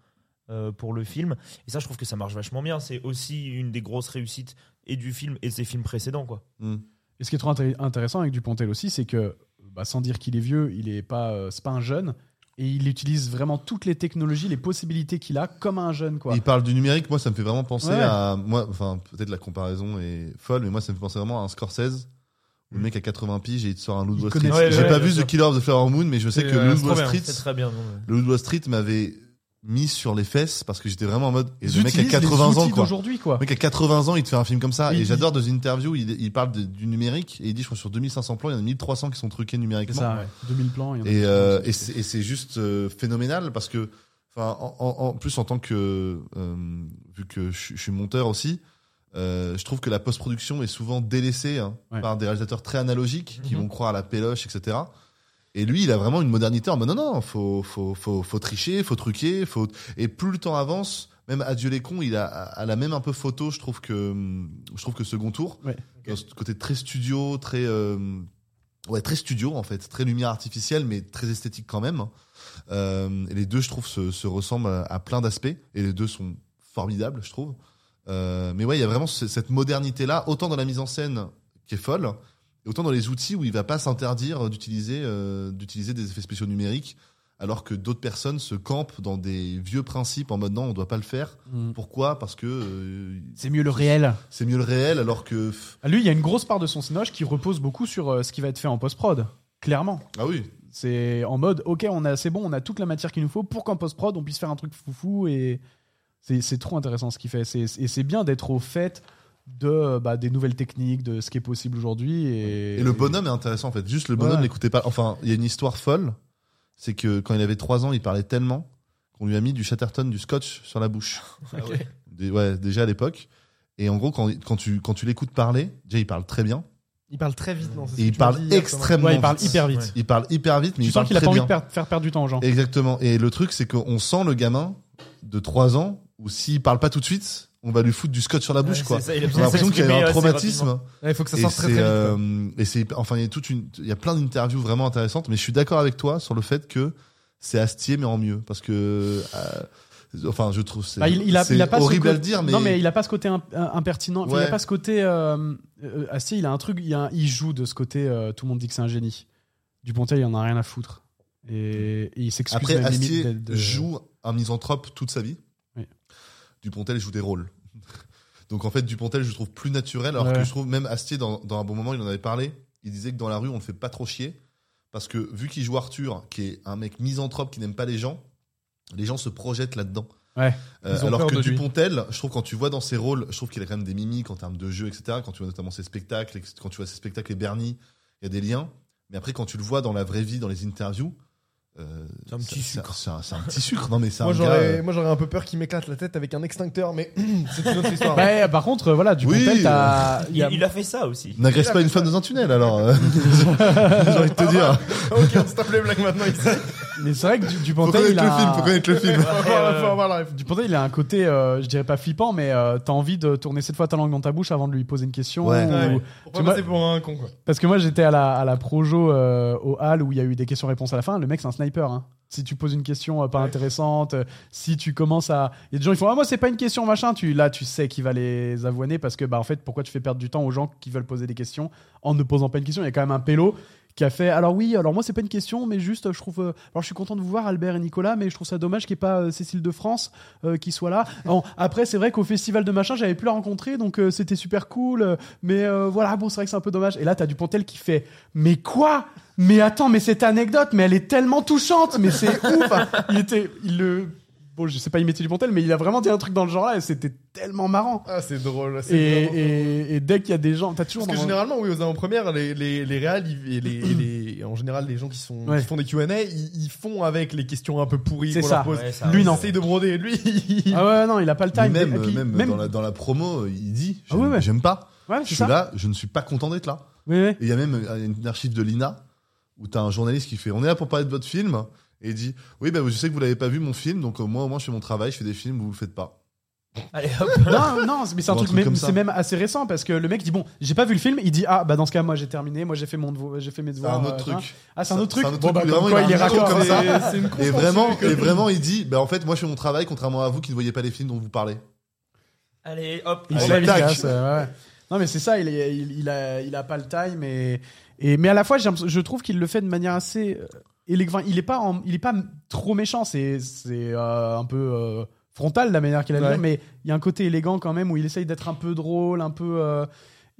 S3: euh, pour le film. Et ça, je trouve que ça marche vachement bien. C'est aussi une des grosses réussites et du film et de ses films précédents. quoi.
S5: Hmm.
S4: Et ce qui est trop inté- intéressant avec Dupontel aussi, c'est que, bah, sans dire qu'il est vieux, il est pas, euh, c'est pas un jeune. Et il utilise vraiment toutes les technologies, les possibilités qu'il a, comme un jeune, quoi.
S5: Il parle du numérique, moi ça me fait vraiment penser
S4: Ouais.
S5: à. Moi, enfin, peut-être la comparaison est folle, mais moi ça me fait penser vraiment à un Scorsese. où Le mec à 80 piges et il te sort un Loup
S4: Mm.
S5: de
S4: Il
S5: Wall Street.
S4: connaît-
S3: Ouais,
S5: J'ai
S3: ouais,
S5: pas
S3: bien
S5: vu
S3: sûr.
S5: The Killer of the Flower Moon, mais je sais
S2: C'est,
S5: que
S2: euh,
S5: le Loup
S2: c'est
S5: de
S2: trop
S5: Wall
S2: bien,
S5: Street,
S3: C'est très bien. non, ouais.
S5: le Loup de Wall Street m'avait mis sur les fesses parce que j'étais vraiment en mode. Et
S4: Ils
S5: le mec à
S4: utilisent les
S5: 80 ans,
S4: outils
S5: quoi.
S4: d'aujourd'hui, quoi.
S5: Le mec à 80 ans, il te fait un film comme ça.
S4: Oui,
S5: et
S4: il-
S5: j'adore dans une interview, il, il parle de- du numérique et il dit, je crois, sur 2500 plans, il y en a 1300 qui sont truqués
S4: C'est
S5: numériquement.
S4: ça, ouais. 2000 plans. il y en a hein,
S5: Et,
S4: qui
S5: euh,
S4: sont-
S5: et c'est et c'est juste euh, phénoménal parce que, enfin, en, en- en plus en tant que, euh, vu que je, suis- je suis monteur aussi, euh, je trouve que la post-production est souvent délaissée hein,
S4: Ouais.
S5: par des réalisateurs très analogiques qui
S3: Mhm.
S5: vont croire à la péloche, etc. Et lui, il a vraiment une modernité en mode non, non, faut, faut, faut, faut tricher, faut truquer, faut. Et plus le temps avance, même Adieu les cons, il a, a la même un peu photo, je trouve que, hum, je trouve que second tour.
S4: Ouais.
S5: Dans ce côté très studio, très, euh, ouais, très studio en fait, très lumière artificielle, mais très esthétique quand même. hein. Euh, et les deux, je trouve, se, se ressemblent à, à plein d'aspects. Et les deux sont formidables, je trouve. Euh, mais ouais, il y a vraiment ce- cette modernité-là, autant dans la mise en scène qui est folle, et autant dans les outils où il va pas s'interdire d'utiliser euh, d'utiliser des effets spéciaux numériques, alors que d'autres personnes se campent dans des vieux principes en mode non, on doit pas le faire.
S4: Mm.
S5: Pourquoi Parce que euh,
S4: C'est mieux le réel.
S5: c'est mieux le réel, alors que pff,
S4: Ah, Lui, il y a une grosse part de son cinoche qui repose beaucoup sur euh, ce qui va être fait en post-prod. Clairement.
S5: ah oui,
S4: C'est en mode, ok, on a, c'est bon, on a toute la matière qu'il nous faut pour qu'en post-prod, on puisse faire un truc foufou et c'est, c'est trop intéressant ce qu'il fait. C'est, et c'est bien d'être au fait de, euh, bah, des nouvelles techniques, de ce qui est possible aujourd'hui. Et,
S5: Et le bonhomme est intéressant en fait. Juste le bonhomme
S4: Ouais.
S5: n'écoutait pas. Enfin, il y a une histoire folle. C'est que quand il avait 3 ans, il parlait tellement qu'on lui a mis du Chatterton, du scotch sur la bouche.
S3: [LAUGHS] Ah ouais.
S5: Des- ouais, déjà à l'époque. Et en gros, quand, quand tu, quand tu l'écoutes parler, déjà il parle très bien.
S2: Il parle très vite, non c'est ce
S5: Et
S2: que
S5: il
S2: tu m'as
S5: parle
S2: dit hier,
S5: extrêmement
S4: Ouais, il parle
S5: vite.
S4: hyper vite.
S3: Ouais.
S5: Il parle hyper vite, mais
S4: Tu
S5: il
S4: sens
S5: parle
S4: qu'il a
S5: très
S4: pas envie
S5: bien.
S4: de per- faire perdre du temps aux gens.
S5: Exactement. Et le truc, c'est qu'on sent le gamin de 3 ans où s'il parle pas tout de suite, on va lui foutre du scotch sur la bouche,
S3: Ouais,
S5: quoi.
S3: c'est ça, il a
S5: J'ai
S3: besoin de
S5: l'impression qu'il y a
S3: s'exprimer
S5: eu un
S3: assez
S5: traumatisme.
S3: rapidement.
S2: Thomas. Ouais, Il faut que ça
S5: Et
S2: sorte très
S5: c'est,
S2: très vite. quoi.
S5: euh, et c'est- enfin, il y a toute une, il y a plein d'interviews vraiment intéressantes, mais je suis d'accord avec toi sur le fait que c'est Astier mais en mieux, parce que, euh, enfin, je trouve c'est,
S4: Bah, il, il a,
S5: c'est
S4: il a pas ce
S5: horrible à
S4: côté-
S5: le dire, mais,
S4: non mais il a pas ce côté imp- euh, impertinent. Enfin, Il a
S5: Ouais.
S4: pas ce côté. Euh, euh, ah si, il a un truc. Il, y a un- il joue de ce côté. euh, tout le monde dit que c'est un génie. Dupontel, il en a rien à foutre. Et, et il s'excuse.
S5: après
S4: même limite
S5: Astier
S4: d'être de-
S5: joue un misanthrope toute sa vie.
S4: Oui.
S5: Dupontel joue des rôles. [LAUGHS] Donc en fait, Dupontel, je le trouve plus naturel, alors
S4: Ouais.
S5: que je trouve même Astier, dans, dans un bon moment, il en avait parlé. Il disait que dans la rue, on le fait pas trop chier, parce que vu qu'il joue Arthur, qui est un mec misanthrope qui n'aime pas les gens, les gens se projettent là-dedans.
S4: Ouais.
S5: Euh,
S2: Ils ont
S5: alors
S2: peur
S5: que
S2: de lui.
S5: Dupontel, je trouve quand tu vois dans ses rôles, je trouve qu'il a quand même des mimiques en termes de jeu, etc. Quand tu vois notamment ses spectacles, et que- quand tu vois ses spectacles et Bernie, il y a des liens. Mais après, quand tu le vois dans la vraie vie, dans les interviews, euh,
S3: C'est un petit sucre.
S5: C'est un, c'est un petit sucre. Non mais c'est un
S2: Moi
S5: gars,
S2: j'aurais,
S5: euh,
S2: moi j'aurais un peu peur qu'il m'éclate la tête avec un extincteur, mais [CLEARS THROAT] c'est une autre histoire.
S4: Ouais, par contre, euh, voilà, Dupontel,
S5: Oui.
S4: t'as- il
S3: Il,
S4: y a-
S3: il a fait ça aussi.
S5: N'agresse pas une femme dans un tunnel,
S4: [LAUGHS]
S5: alors. euh, J'ai envie de te dire.
S2: [LAUGHS] ok, on se tape les blagues maintenant. [LAUGHS] ici.
S4: mais c'est vrai que Du-
S5: Faut
S4: Dupontel,
S5: connaître
S4: il
S5: le film. Faut
S4: a.
S5: connaître le film.
S2: Faut avoir la- faut avoir la ref.
S4: Dupontel, il a un côté, euh, je dirais pas flippant, mais euh, t'as envie de tourner cette fois ta langue dans ta bouche avant de lui poser une question.
S5: Ouais.
S4: ou-
S2: Ouais.
S4: Tu
S2: Pour pas
S4: vois-
S2: passer pour un con quoi.
S4: Parce que moi, j'étais à la, à la Projo euh, au Hall où il y a eu des questions-réponses à la fin. Le mec, c'est un sniper. hein. Si tu poses une question euh, pas intéressante, euh, si tu commences à. Il y a des gens qui font Ah, moi, c'est pas une question, machin. Tu, là, tu sais qu'il va les avoiner parce que, bah, en fait, pourquoi tu fais perdre du temps aux gens qui veulent poser des questions en ne posant pas une question Il y a quand même un pélo qui a fait Alors, oui, alors moi, c'est pas une question, mais juste, euh, je trouve. euh, alors, je suis content de vous voir, Albert et Nicolas, mais je trouve ça dommage qu'il n'y ait pas euh, Cécile de France euh, qui soit là. En- après, c'est vrai qu'au festival de machin, j'avais pu la rencontrer, donc euh, c'était super cool. euh, mais euh, voilà, bon, c'est vrai que c'est un peu dommage. Et là, t'as Dupontel qui fait Mais quoi Mais attends, mais cette anecdote, mais elle est tellement touchante, mais
S5: [LAUGHS]
S4: c'est ouf Enfin, Il était. Il le. Bon, je sais pas imiter Dupontel, mais il a vraiment dit un truc dans le genre là, et c'était tellement marrant.
S2: Ah, c'est drôle.
S4: Et,
S2: C'est vraiment-
S4: et, et dès qu'il y a des gens, t'as toujours.
S2: Parce que
S4: dans-
S2: généralement, oui, aux avant-premières, les, les, les réals ils- et, les, et les- et en général, les gens qui, sont,
S4: Ouais.
S2: qui font des Q&A, ils, ils font avec les questions un peu pourries
S4: C'est
S2: qu'on
S4: ça.
S2: leur pose.
S3: Ouais, ça
S4: Lui,
S2: il
S4: non.
S2: essaye de broder. Lui, [LAUGHS] il...
S4: Ah ouais, non, il a pas le
S5: Mais
S4: time.
S5: même,
S4: Et puis,
S5: même, Dans, la, dans la promo, euh, il dit
S4: Ah
S5: j'aime
S4: ouais, ouais.
S5: j'aime pas.
S4: Ouais,
S5: Je
S4: c'est
S5: suis
S4: ça.
S5: là, je ne suis pas content d'être là.
S4: Oui,
S5: [LAUGHS]
S4: oui.
S5: Et il y a même euh, une archive de l'INA où t'as un journaliste qui fait On est là pour parler de votre film. Et il dit Oui, bah, je sais que vous l'avez pas vu mon film, donc euh, moi au moins je fais mon travail, je fais des films, vous le faites pas.
S3: Allez, hop.
S4: Non, non, mais c'est un
S5: Ou un
S4: truc,
S5: truc
S4: même,
S5: comme ça.
S4: c'est même assez récent parce que le mec dit bon, j'ai pas vu le film, il dit ah bah dans ce cas moi j'ai terminé, moi j'ai fait mon devoir, j'ai fait mes
S5: C'est
S4: devoirs.
S5: un
S4: euh,
S5: autre
S4: hein.
S5: truc.
S4: Ah c'est un autre
S5: C'est
S4: truc.
S5: un autre
S4: bon
S5: truc
S4: bah comme
S5: où il est vraiment,
S4: quoi il
S5: il
S4: est
S5: a un truc
S4: raccord
S5: comme ça.
S4: C'est- c'est une con-
S5: Et vraiment, et vraiment, il dit bah, En fait, moi je fais mon travail, contrairement à vous qui ne voyez pas les films dont vous parlez.
S3: Allez, hop.
S4: Il
S5: Allez,
S4: se la
S5: tac.
S4: casse, euh, ouais. Non, mais c'est ça, il, est- il, il a, il a pas le time. Et, et, mais à la fois, j'ai l'impression- je trouve qu'il le fait de manière assez. euh, élé- enfin, il est pas, en- il est pas m- trop méchant, c'est c'est, euh, un peu euh, frontal la manière qu'il a de
S2: Ouais.
S4: dire, mais il y a un côté élégant quand même où il essaye d'être un peu drôle, un peu. euh,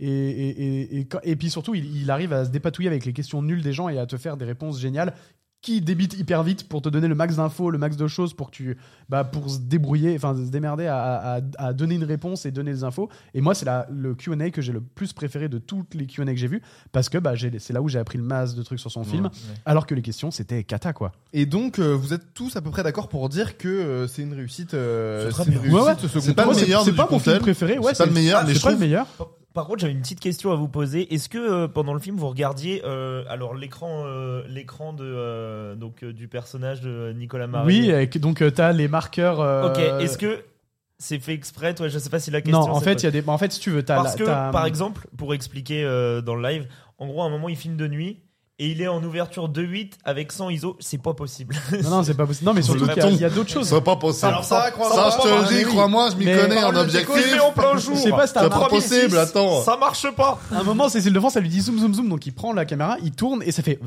S4: et, et, et, et quand- et puis surtout, il, il arrive à se dépatouiller avec les questions nulles des gens et à te faire des réponses géniales qui débitent hyper vite pour te donner le max d'infos, le max de choses pour que tu, bah, pour se débrouiller, enfin se démerder à, à- à donner une réponse et donner des infos. Et moi, c'est la- le Q&A que j'ai le plus préféré de toutes les Q&A que j'ai vu parce que bah, j'ai- c'est là où j'ai appris le masse de trucs sur son film, alors que les questions c'était cata quoi.
S2: Et donc, euh, vous êtes tous à peu près d'accord pour dire que euh, c'est une réussite. euh,
S3: C'est très
S2: c'est une
S3: bien.
S2: réussite
S4: Ouais, ouais.
S2: ce second
S5: C'est pas
S2: tour.
S5: le
S4: Moi, c'est-
S5: meilleur
S4: c'est
S5: de
S4: pas mon film
S5: Dupontel.
S4: préféré, ouais,
S5: c'est pas le meilleur, mais
S4: c'est
S5: je
S4: pas le
S5: trouve.
S4: meilleur.
S3: Par- Par contre, j'avais une petite question à vous poser. Est-ce que euh, pendant le film, vous regardiez euh, alors l'écran, euh, l'écran de euh, donc euh, du personnage de Nicolas Marie
S4: Oui, avec- donc euh, t'as les marqueurs. euh,
S3: Ok. Est-ce que c'est fait exprès Toi, je sais pas si la question.
S4: non, en
S3: c'est
S4: fait,
S3: pas-
S4: il y a des. En fait, si tu veux, t'as.
S3: Parce
S4: la-
S3: que,
S4: t'as-
S3: par exemple, pour expliquer euh, dans le live, en gros, à un moment, il filme de nuit et il est en ouverture 2.8 avec 100 ISO. C'est pas
S5: [LAUGHS]
S3: possible.
S4: Non, non, c'est pas possible. Non, mais
S5: C'est
S4: surtout
S5: le
S4: qu'il y a-
S5: ton.
S4: il y a, d'autres choses.
S5: C'est pas possible.
S2: Alors ça,
S5: Ça,
S2: crois-moi,
S5: je te le dis,
S2: oui.
S5: crois-moi, je m'y
S4: Mais-
S5: connais en
S2: Parle de
S5: objectif.
S3: Mais en plein jour.
S4: Je sais pas si t'as
S5: C'est pas
S4: remarqué.
S5: possible, attends.
S3: Ça marche pas.
S4: À un moment, Cécile Defense, elle lui dit zoom, zoom, zoom. Donc il prend la caméra, il tourne et ça fait.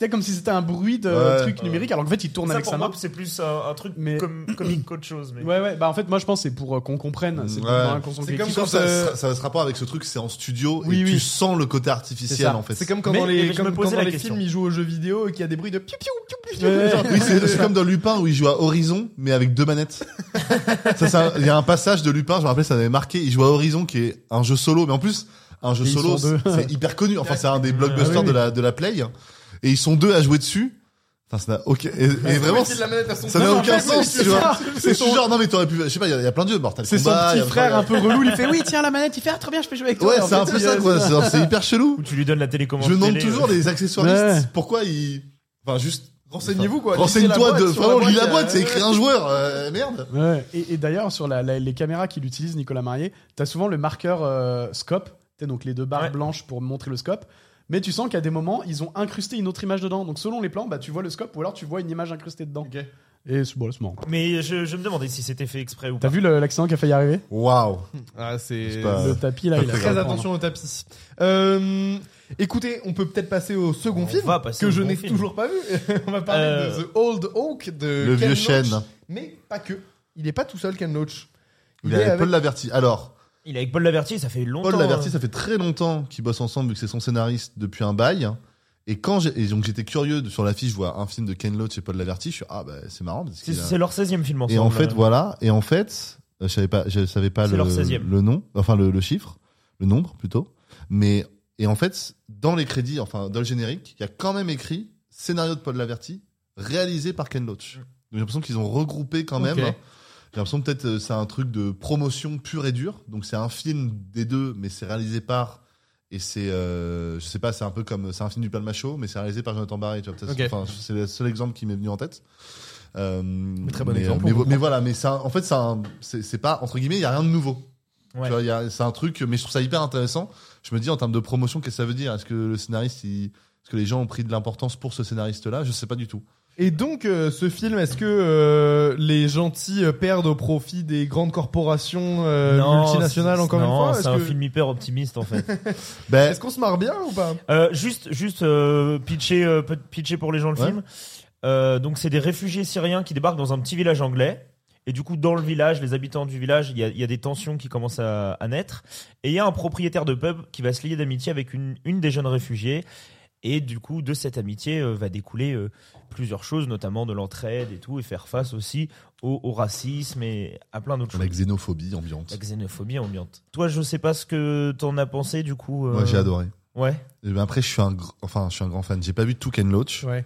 S4: C'est comme si c'était un bruit de
S5: Ouais.
S4: truc numérique, alors qu'en fait, il tourne
S3: Ça,
S4: avec
S3: pour
S4: sa
S3: moi,
S4: main.
S3: c'est plus euh, un truc
S4: Mais-
S3: comme, comique qu'autre chose. Mais...
S4: Ouais, ouais, bah en fait, moi je pense que c'est pour euh, qu'on comprenne. C'est pour
S5: Mm, Ouais.
S4: un consent
S2: C'est
S5: Je
S4: collectif.
S2: comme
S5: pense que ça,
S2: euh,
S5: ça- ça a ce rapport avec ce truc, c'est en studio
S4: Oui,
S5: et
S4: oui.
S5: tu sens le côté
S4: C'est
S5: artificiel
S4: ça.
S5: en fait.
S2: C'est comme quand
S3: Mais-
S2: dans les,
S3: mais je me
S2: comme, quand
S3: posais
S2: dans
S3: la
S2: les
S3: question.
S2: films, ils jouent aux jeux vidéo et qu'il y a des bruits de piou piou piou piou.
S4: Ouais.
S2: Genre,
S5: Oui,
S2: [LAUGHS]
S5: c'est c'est comme dans Lupin où il joue à Horizon mais avec
S4: [LAUGHS]
S5: deux manettes. ça, ça- il y a un passage de Lupin, je me rappelle, ça m'avait marqué. Il joue à Horizon qui est un jeu solo, mais en plus un jeu
S4: Et ils
S5: solo,
S4: sont deux.
S5: c'est hyper connu. Enfin, c'est un des blockbusters
S4: Ah oui,
S5: de la de la play, et ils sont deux à jouer dessus. Enfin, ça n'a aucun. Et, et vraiment,
S2: c'est la manette à son
S5: ça n'a
S2: Non,
S5: aucun
S2: mais oui,
S5: sens.
S2: c'est
S5: Tu vois.
S4: ça.
S5: C'est ce genre, non mais t'aurais pu. Je sais pas, il y, a- il y a plein de jeux Mortal
S4: C'est son
S5: Kombat, il
S4: petit
S5: y a plein
S4: frère un
S5: de-
S4: peu relou, il fait oui, tiens la manette, il fait ah, très bien, je peux jouer avec toi.
S5: Ouais,
S4: Et en
S5: c'est un
S4: fait,
S5: peu
S4: il-
S5: ça quoi. C'est- C'est hyper chelou.
S3: Ou tu lui donnes la télécommande.
S5: Je me demande
S3: télé,
S5: toujours
S3: euh,
S5: des accessoiristes.
S4: Ouais.
S5: Pourquoi ils. Enfin, juste.
S2: Renseignez-vous, quoi. Lisez la
S5: Renseigne-toi
S2: boîte
S5: de.
S2: sur la
S5: Vraiment, lis la
S2: boîte,
S5: boîte,
S2: euh,
S5: c'est écrit un joueur. euh, merde.
S4: Ouais. Et, et d'ailleurs, sur la- la- les caméras qu'il utilise, Nicolas Marié, t'as souvent le marqueur euh, scope, t'as donc les deux barres
S3: Ouais.
S4: blanches pour montrer le scope. Mais tu sens qu'à des moments, ils ont incrusté une autre image dedans. Donc selon les plans, bah, tu vois le scope ou alors tu vois une image incrustée dedans.
S2: Ok.
S4: Et c'est bon, c'est marrant.
S3: Mais je, je me demandais si c'était fait exprès ou pas.
S4: T'as vu le- l'accident qui a failli arriver
S5: Waouh.
S2: Ah, c'est.
S5: C'est pas-
S4: Le tapis là, il a
S5: Euh, Très
S4: failli
S2: Très
S4: prendre.
S2: attention au tapis. Euh, écoutez, on peut peut-être passer au second
S3: On
S2: film
S3: va passer
S2: que
S3: au
S2: je
S3: bon
S2: n'ai
S3: film.
S2: toujours pas vu. [LAUGHS] on va parler
S3: Euh,
S2: de The Old Oak de Ken
S5: Le vieux
S2: Loach.
S5: chêne.
S2: mais pas que. Il n'est pas tout seul, Ken Loach.
S5: Il
S2: est
S5: a
S2: avec-
S5: Paul Laverty. Alors,
S3: Il est avec Paul Laverty, ça fait longtemps.
S5: Paul Laverty,
S3: hein.
S5: ça fait très longtemps qu'ils bossent ensemble vu que c'est son scénariste depuis un bail. Et quand j'ai. et donc, j'étais curieux. de- Sur l'affiche, je vois un film de Ken Loach et Paul Laverty. Je suis. Ah, bah, c'est marrant. Parce
S3: C'est
S5: qu'il a-
S3: c'est leur 16e film ensemble.
S5: Et en fait,
S3: euh.
S5: voilà. Et en fait, euh, je savais pas, je savais pas
S3: C'est
S5: le,
S3: leur 16e.
S5: le nom, enfin le, le chiffre, le nombre plutôt. Mais et en fait, dans les crédits, enfin dans le générique, il y a quand même écrit scénario de Paul Laverty, réalisé par Ken Loach. Donc j'ai l'impression qu'ils ont regroupé quand même.
S2: Ok.
S5: J'ai l'impression peut-être euh, c'est un truc de promotion pure et dure. Donc c'est un film des deux, mais c'est réalisé par et c'est euh, je sais pas, c'est un peu comme c'est un film du Palma Show, mais c'est réalisé par Jonathan Barré. Tu vois, peut-être.
S2: Ok.
S5: Enfin, c'est le seul exemple qui m'est venu en tête. Euh, mais
S2: très bon
S5: mais,
S2: exemple,
S5: Mais,
S2: on comprend.
S5: mais voilà, mais ça, en fait, c'est un- c'est c'est pas entre guillemets, il y a rien de nouveau. Tu
S3: Ouais.
S5: vois, il y a- C'est un truc, mais je trouve ça hyper intéressant. Je me dis en termes de promotion, qu'est-ce que ça veut dire Est-ce que le scénariste, il- est-ce que les gens ont pris de l'importance pour ce scénariste-là Je sais pas du tout.
S2: Et donc, euh, ce film, est-ce que euh, les gentils euh, perdent au profit des grandes corporations euh,
S3: Non,
S2: multinationales
S3: c'est-
S2: encore
S3: non,
S2: une fois
S3: C'est
S2: Est-ce
S3: un
S2: que-
S3: film hyper optimiste en fait.
S5: Ben,
S2: Est-ce qu'on se marre bien ou pas
S3: Euh, juste, juste euh, pitcher, euh, peut- pitcher pour les gens le
S5: Ouais.
S3: film. Euh, donc, c'est des réfugiés syriens qui débarquent dans un petit village anglais. Et du coup, dans le village, les habitants du village, il y a, il y a des tensions qui commencent à, à naître. Et il y a un propriétaire de pub qui va se lier d'amitié avec une, une des jeunes réfugiées. Et du coup, de cette amitié euh, va découler euh, plusieurs choses, notamment de l'entraide et tout, et faire face aussi au, au racisme et à plein d'autres
S5: la
S3: choses.
S5: xénophobie ambiante.
S3: La xénophobie ambiante. Toi, je sais pas ce que t'en as pensé, du coup. euh,
S5: Moi, j'ai adoré.
S3: Ouais.
S5: Et ben après, je suis un, gr- enfin, je suis un grand fan. J'ai pas vu tout Ken Loach.
S2: Ouais.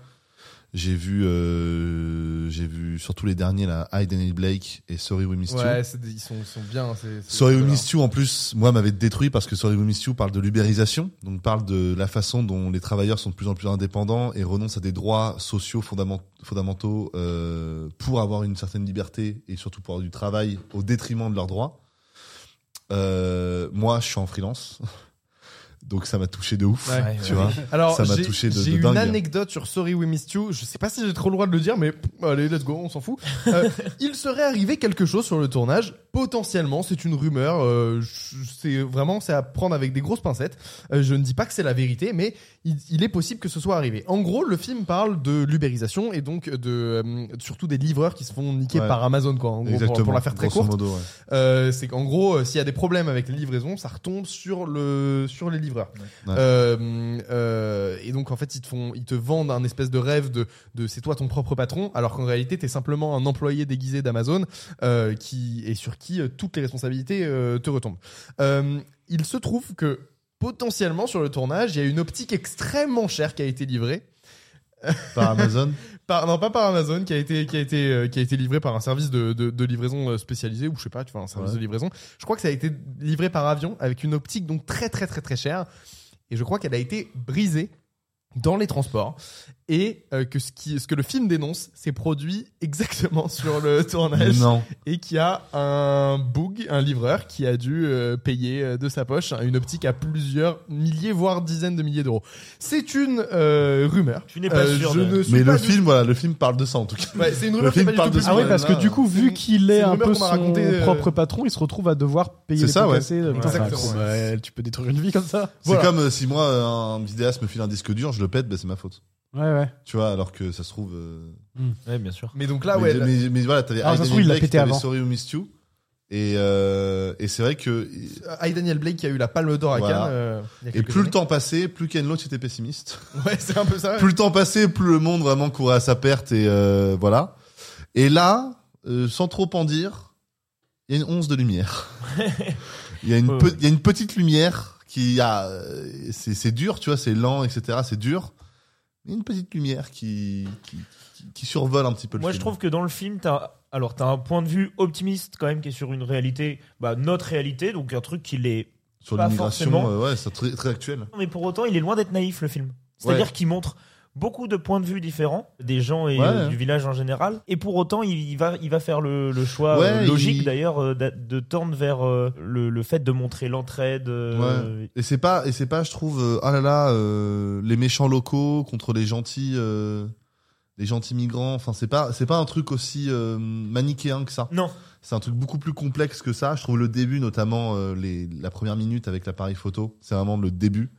S5: J'ai vu, euh, j'ai vu surtout les derniers là, Hide and Eat Blake et Sorry We Missed You.
S2: Ouais, c'est des- ils, sont, ils sont bien. c'est- c'est-
S5: Sorry We
S2: voilà.
S5: Missed You, en plus, moi, m'avait détruit parce que Sorry We Missed You parle de l'ubérisation, donc parle de la façon dont les travailleurs sont de plus en plus indépendants et renoncent à des droits sociaux fondamen- fondamentaux euh, pour avoir une certaine liberté et surtout pour avoir du travail au détriment de leurs droits. Euh, moi, je suis en freelance. [LAUGHS] Donc ça m'a touché de ouf,
S3: Ouais.
S5: tu
S3: Ouais,
S5: vois.
S2: [LAUGHS] Alors,
S5: Ça m'a
S2: j'ai-
S5: touché de-
S2: J'ai
S5: de
S2: une
S5: dingue.
S2: anecdote sur Sorry We Missed You. Je sais pas si j'ai trop le droit de le dire, mais pff, allez, let's go, on s'en fout.
S5: [LAUGHS]
S2: Euh, il serait arrivé quelque chose sur le tournage. Potentiellement, c'est une rumeur. euh, je- c'est vraiment, c'est à prendre avec des grosses pincettes. Euh, je ne dis pas que c'est la vérité, mais il, il est possible que ce soit arrivé. En gros, le film parle de l'ubérisation et donc de euh, surtout des livreurs qui se font niquer
S5: Ouais.
S2: par Amazon, quoi. En gros, pour, pour la faire très
S5: grosso
S2: courte.
S5: modo, ouais.
S2: Euh, c'est qu'en gros, euh, s'il y a des problèmes avec les livraisons, ça retombe sur le sur les livreurs.
S5: Ouais.
S2: Euh, euh, et donc en fait, ils te font, ils te vendent un espèce de rêve de de c'est toi ton propre patron, alors qu'en réalité, t'es simplement un employé déguisé d'Amazon euh, qui et sur qui euh, toutes les responsabilités euh, te retombent. Euh, il se trouve que potentiellement sur le tournage, il y a une optique extrêmement chère qui a été livrée [LAUGHS]
S5: Par Amazon.
S2: par, non pas par Amazon qui a été qui a été euh, qui a été livré par un service de, de, de livraison euh, spécialisé ou je sais pas tu vois un service
S5: Ouais.
S2: de livraison je crois que ça a été livré par avion avec une optique donc très très très très chère et je crois qu'elle a été brisée dans les transports et euh, que ce qui ce que le film dénonce s'est produit exactement [LAUGHS] sur le tournage
S5: non.
S2: et qu'il y a un bug un livreur qui a dû euh, payer euh, de sa poche une optique à plusieurs milliers voire dizaines de milliers d'euros c'est une euh, rumeur
S3: Tu n'es pas
S2: Euh,
S3: sûr
S2: je
S3: de-
S2: ne suis
S5: Mais
S2: pas
S5: le
S2: du
S5: film, voilà, le film parle de ça en tout cas.
S2: Ouais, c'est une
S5: Le
S2: rumeur qui
S5: film
S2: est pas
S5: parle
S2: du tout plus
S5: de ça.
S4: Ah ouais,
S5: Ouais,
S4: parce
S5: là,
S4: que du coup,
S2: c'est
S4: vu
S2: une-
S4: qu'il
S2: c'est
S4: est
S2: une
S4: un
S2: rumeur
S4: peu
S2: qu'on m'a
S4: son
S2: racontée, euh,
S4: propre patron, il se retrouve à devoir payer
S5: C'est
S4: les
S5: ça,
S4: pots
S5: ouais.
S4: cassés. Putain, c'est
S2: Exactement.
S4: incroyable. Tu peux détruire une vie comme ça
S2: Voilà.
S5: C'est comme euh, si moi, euh, un vidéaste me file un disque dur, je le pète, bah, c'est ma faute.
S4: Ouais, ouais.
S5: Tu vois, alors que ça se trouve. euh,
S3: Ouais, bien sûr.
S2: Mais donc là,
S5: mais,
S2: ouais. là-
S5: mais, mais voilà, t'avais
S4: Ah, ça se
S5: Hide and
S4: trouve, il l'a
S5: Blake,
S4: pété
S5: t'avais
S4: avant.
S5: Sorry We Missed You. Et, euh, et c'est vrai que.
S2: euh, I, Daniel Blake qui a eu la palme d'or à
S5: Voilà.
S2: Cannes. euh, il y a
S5: Et
S2: quelques
S5: plus le
S2: années.
S5: temps passait, plus Ken Loach était pessimiste.
S2: Ouais, c'est un peu ça.
S5: [LAUGHS] Plus le temps passait, plus le monde vraiment courait à sa perte et euh, voilà. Et là, euh, sans trop en dire, il y a une once de
S3: [LAUGHS]
S5: lumière. il, y a une
S3: Ouais,
S5: pe-
S3: ouais.
S5: il y a une petite lumière qui a, euh, c'est c'est dur, tu vois, c'est lent, etc. C'est dur. Il y a une petite lumière qui qui, qui- qui survole un petit peu le
S3: Moi, je
S5: film.
S3: trouve que dans le film, t'as alors t'as un point de vue optimiste quand même qui est sur une réalité, bah notre réalité, donc un truc qui l'est.
S5: sur
S3: pas
S5: l'immigration,
S3: forcément.
S5: euh, ouais, c'est très, très actuel.
S3: Mais pour autant, il est loin d'être naïf le film. C'est-à-dire qu'il montre beaucoup de points de vue différents des gens et
S5: Ouais.
S3: euh, du village en général. Et pour autant, il, il va il va faire le, le choix
S5: Ouais,
S3: euh, logique
S5: il-
S3: d'ailleurs euh, d'a- de tendre vers euh, le, le fait de montrer l'entraide. euh,
S5: Et c'est pas, et c'est pas, je trouve, euh, ah là là, euh, les méchants locaux contre les gentils, euh, les gentils migrants. Enfin, c'est pas, c'est pas un truc aussi euh, manichéen que ça.
S3: Non.
S5: C'est un truc beaucoup plus complexe que ça. Je trouve le début, notamment euh, les, la première minute avec l'appareil photo, c'est vraiment le début.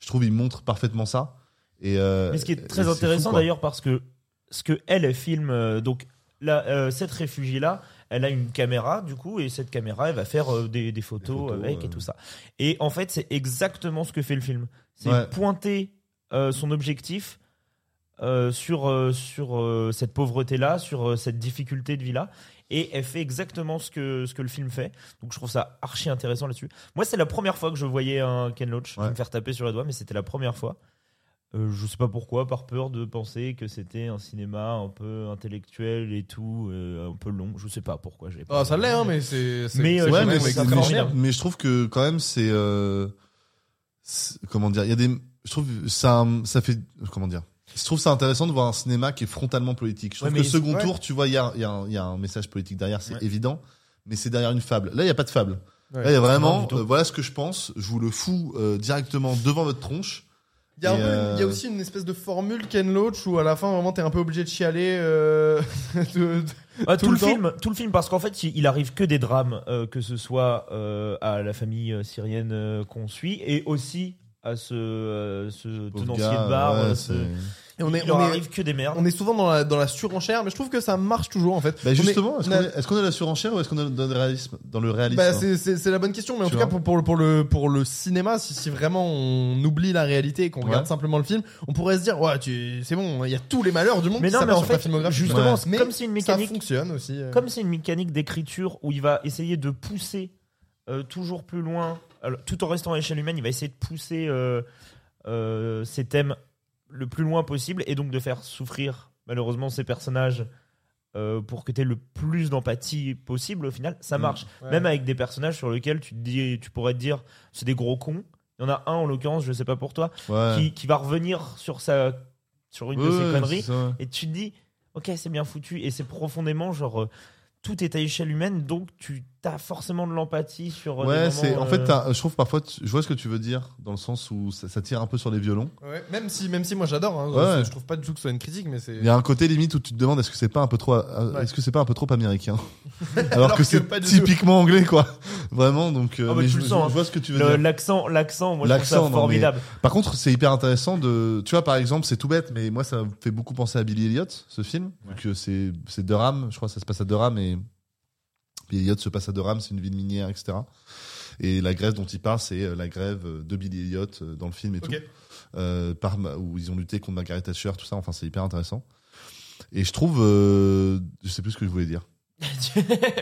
S5: Je trouve il montre parfaitement ça. Et euh,
S3: Mais ce qui
S5: et
S3: est très
S5: c'est
S3: intéressant
S5: fou, quoi.
S3: d'ailleurs parce que ce que elle elle filme, euh, donc là, euh, cette réfugiée là, elle a une caméra du coup et cette caméra elle va faire euh, des, des photos,
S5: Des photos,
S3: avec
S5: euh.
S3: et tout ça. Et en fait c'est exactement ce que fait le film, c'est
S5: Ouais.
S3: pointer euh, son objectif. euh, sur euh, sur euh, cette pauvreté là sur euh, cette difficulté de vie là et elle fait exactement ce que ce que le film fait donc je trouve ça archi intéressant là-dessus moi c'est la première fois que je voyais un Ken Loach Je vais
S5: Ouais.
S3: me faire taper sur les doigts mais c'était la première fois euh, je sais pas pourquoi, par peur de penser que c'était un cinéma un peu intellectuel et tout, euh, un peu long. Je sais pas pourquoi j'ai.
S2: Ah, ça l'est, hein, mais c'est. c'est-
S3: Mais, euh,
S2: c'est
S5: Ouais,
S2: quand
S3: j'aime
S5: mais,
S2: même
S3: beaucoup,
S5: c'est-
S3: ça
S5: mais
S2: extrêmement
S5: je-
S3: formidable.
S5: mais je trouve que quand même c'est euh, c'est- comment dire, il y a des, je trouve ça, ça fait comment dire. Je trouve ça intéressant de voir un cinéma qui est frontalement politique. Je trouve
S3: Ouais,
S5: que
S3: mais-
S5: second
S2: ouais.
S5: tour, tu vois, il y a, il y a un- il y a un message politique derrière, c'est
S2: Ouais.
S5: évident, mais c'est derrière une fable. Là, il y a pas de fable.
S2: Ouais.
S5: Là, il y a
S3: Non, du
S5: vraiment,
S3: tout.
S5: euh, voilà ce que je pense. Je vous le fous euh, directement devant votre tronche.
S2: Il y, a un
S5: Et,
S2: peu une- il y a
S5: euh,
S2: aussi une espèce de formule Ken Loach où à la fin, vraiment, t'es un peu obligé de chialer. euh, [LAUGHS] de- de-
S3: Ah,
S2: hein. tout
S3: tout, le
S2: le temps.
S3: film, tout le film, parce qu'en fait, il il arrive que des drames, euh, que ce soit euh, à la famille euh, syrienne euh, qu'on suit, et aussi à ce, euh, ce
S5: Pauvre
S3: tenancier
S5: gars,
S3: de bar.
S5: ouais,
S3: euh,
S5: c'est-
S3: ce-
S2: Et on est,
S3: Il
S2: on
S3: leur
S2: est-
S3: arrive que des merdes.
S2: on est souvent dans la, dans la surenchère, mais je trouve que ça marche toujours en fait. On
S5: Bah,
S2: est-
S5: justement, est-ce
S2: on a-
S5: qu'on est, est-ce qu'on est dans la surenchère ou est-ce qu'on est dans le réalisme, dans le réalisme
S2: Bah,
S5: hein
S2: c'est- c'est c'est la bonne question, mais en
S5: Tu
S2: tout cas
S5: vois.
S2: pour, pour, le- pour, le, pour le cinéma, si, si vraiment on oublie la réalité et qu'on regarde
S5: Ouais.
S2: simplement le film, on pourrait se dire ouais tu- c'est bon, il y a tous les malheurs du monde
S3: Mais
S2: qui
S3: non, mais
S2: s'abattent
S3: en
S2: sur ta
S3: fait,
S2: filmographie.
S3: justement,
S2: Ouais.
S3: c'est-
S2: mais
S3: comme c'est une
S2: ça
S3: mécanique
S2: fonctionne aussi. euh.
S3: comme c'est une mécanique d'écriture où il va essayer de pousser euh, toujours plus loin, alors, tout en restant à l'échelle humaine, il va essayer de pousser euh, euh, ses thèmes le plus loin possible et donc de faire souffrir malheureusement ses personnages euh, pour que tu aies le plus d'empathie possible au final, ça
S5: Mm.
S3: marche.
S2: Ouais.
S3: Même avec des personnages sur lesquels tu, te dis, tu pourrais te dire c'est des gros cons. Il y en a un en l'occurrence, je sais pas pour toi,
S5: Ouais.
S3: qui, qui va revenir sur, sa, sur une de
S5: Ouais,
S3: ses
S5: ouais,
S3: conneries
S5: c'est ça, ouais.
S3: et tu te dis ok c'est bien foutu et c'est profondément genre euh, tout est à échelle humaine, donc tu as forcément de l'empathie sur. euh, des
S5: Ouais,
S3: moments,
S5: c'est en
S3: euh,
S5: fait, t'as- je trouve parfois, tu- je vois ce que tu veux dire dans le sens où ça, ça tire un peu sur les violons.
S2: Ouais, même, si, même si moi j'adore, hein,
S5: Ouais.
S2: je- je trouve pas du tout que ce soit une critique, mais c'est.
S5: Il y a un côté limite où tu te demandes est-ce que c'est pas un peu trop, euh,
S2: Ouais.
S5: est-ce que c'est pas un peu trop américain, alors,
S2: Alors
S5: que,
S2: que
S5: c'est
S2: pas du tout.
S5: typiquement anglais quoi, vraiment. Donc, euh,
S3: Ah, bah,
S5: mais
S3: tu
S5: je,
S3: le
S5: je-
S3: sens,
S5: je
S3: hein.
S5: vois ce que tu veux
S3: le-
S5: dire.
S3: L'accent, l'accent, moi je trouve ça
S5: L'accent, non, mais-
S3: formidable. [LAUGHS]
S5: Par contre, c'est hyper intéressant de. Tu vois, par exemple, c'est tout bête, mais moi, ça me fait beaucoup penser à Billy Elliot, ce film. vu que c'est c'est Durham, je crois que ça se passe à Durham et. Billy Elliot se passe à Durham, c'est une ville minière, etc. Et la grève dont il parle, c'est euh, la grève euh, de Billy Elliot euh, dans le film et
S2: Ok.
S5: tout. Euh, par, ma- où ils ont lutté contre Margaret Thatcher, tout ça. Enfin, c'est hyper intéressant. Et je trouve. euh, je sais plus ce que je voulais dire.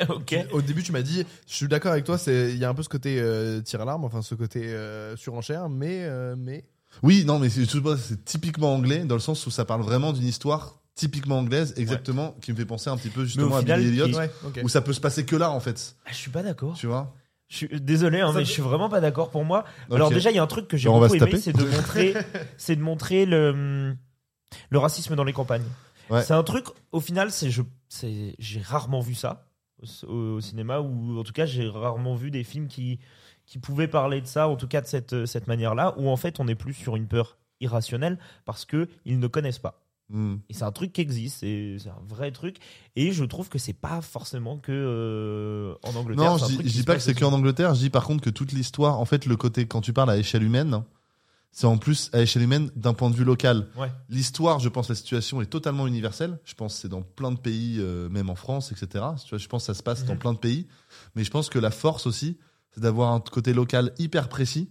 S3: ok. Ah,
S2: Tu- Au début, tu m'as dit, je suis d'accord avec toi, c'est- il y a un peu ce côté euh, tir à l'arme, enfin ce côté euh, surenchère, mais. euh, mais...
S5: Oui, non, mais c'est je sais pas, c'est typiquement anglais, dans le sens où ça parle vraiment d'une histoire typiquement anglaise, exactement, qui me fait penser un petit peu justement à
S3: final,
S5: Billy Elliot.
S3: qui-
S2: Ouais, ok.
S5: où ça peut se passer que là en fait
S3: Ah, je suis pas d'accord.
S5: tu vois
S3: Je suis désolé, hein,
S2: Ça
S3: mais
S2: peut-
S3: je suis vraiment pas d'accord pour moi. Alors
S5: Ok.
S3: déjà, il y a un truc que j'ai
S5: Alors, on va
S3: beaucoup
S5: se
S3: aimé,
S5: taper.
S3: c'est de
S5: [LAUGHS]
S3: montrer, c'est de montrer le le racisme dans les campagnes.
S5: Ouais.
S3: C'est un truc. Au final, c'est je, c'est j'ai rarement vu ça au, au cinéma ou en tout cas j'ai rarement vu des films qui qui pouvaient parler de ça, en tout cas de cette cette manière-là, où en fait on est plus sur une peur irrationnelle parce que ils ne connaissent pas.
S5: Hmm.
S3: Et c'est un truc qui existe, et c'est un vrai truc. Et je trouve que c'est pas forcément que euh, en Angleterre.
S5: non
S3: c'est
S5: je
S3: un
S5: dis,
S3: truc
S5: je
S3: qui
S5: dis
S3: se
S5: pas que
S3: passe
S5: c'est
S3: aussi.
S5: qu'en Angleterre je dis par contre que toute l'histoire en fait le côté quand tu parles à échelle humaine c'est en plus à échelle humaine d'un point de vue local
S3: Ouais.
S5: l'histoire je pense la situation est totalement universelle je pense que c'est dans plein de pays euh, même en France etc tu vois, je pense que ça se passe dans
S3: Mhm.
S5: plein de pays mais je pense que la force aussi c'est d'avoir un côté local hyper précis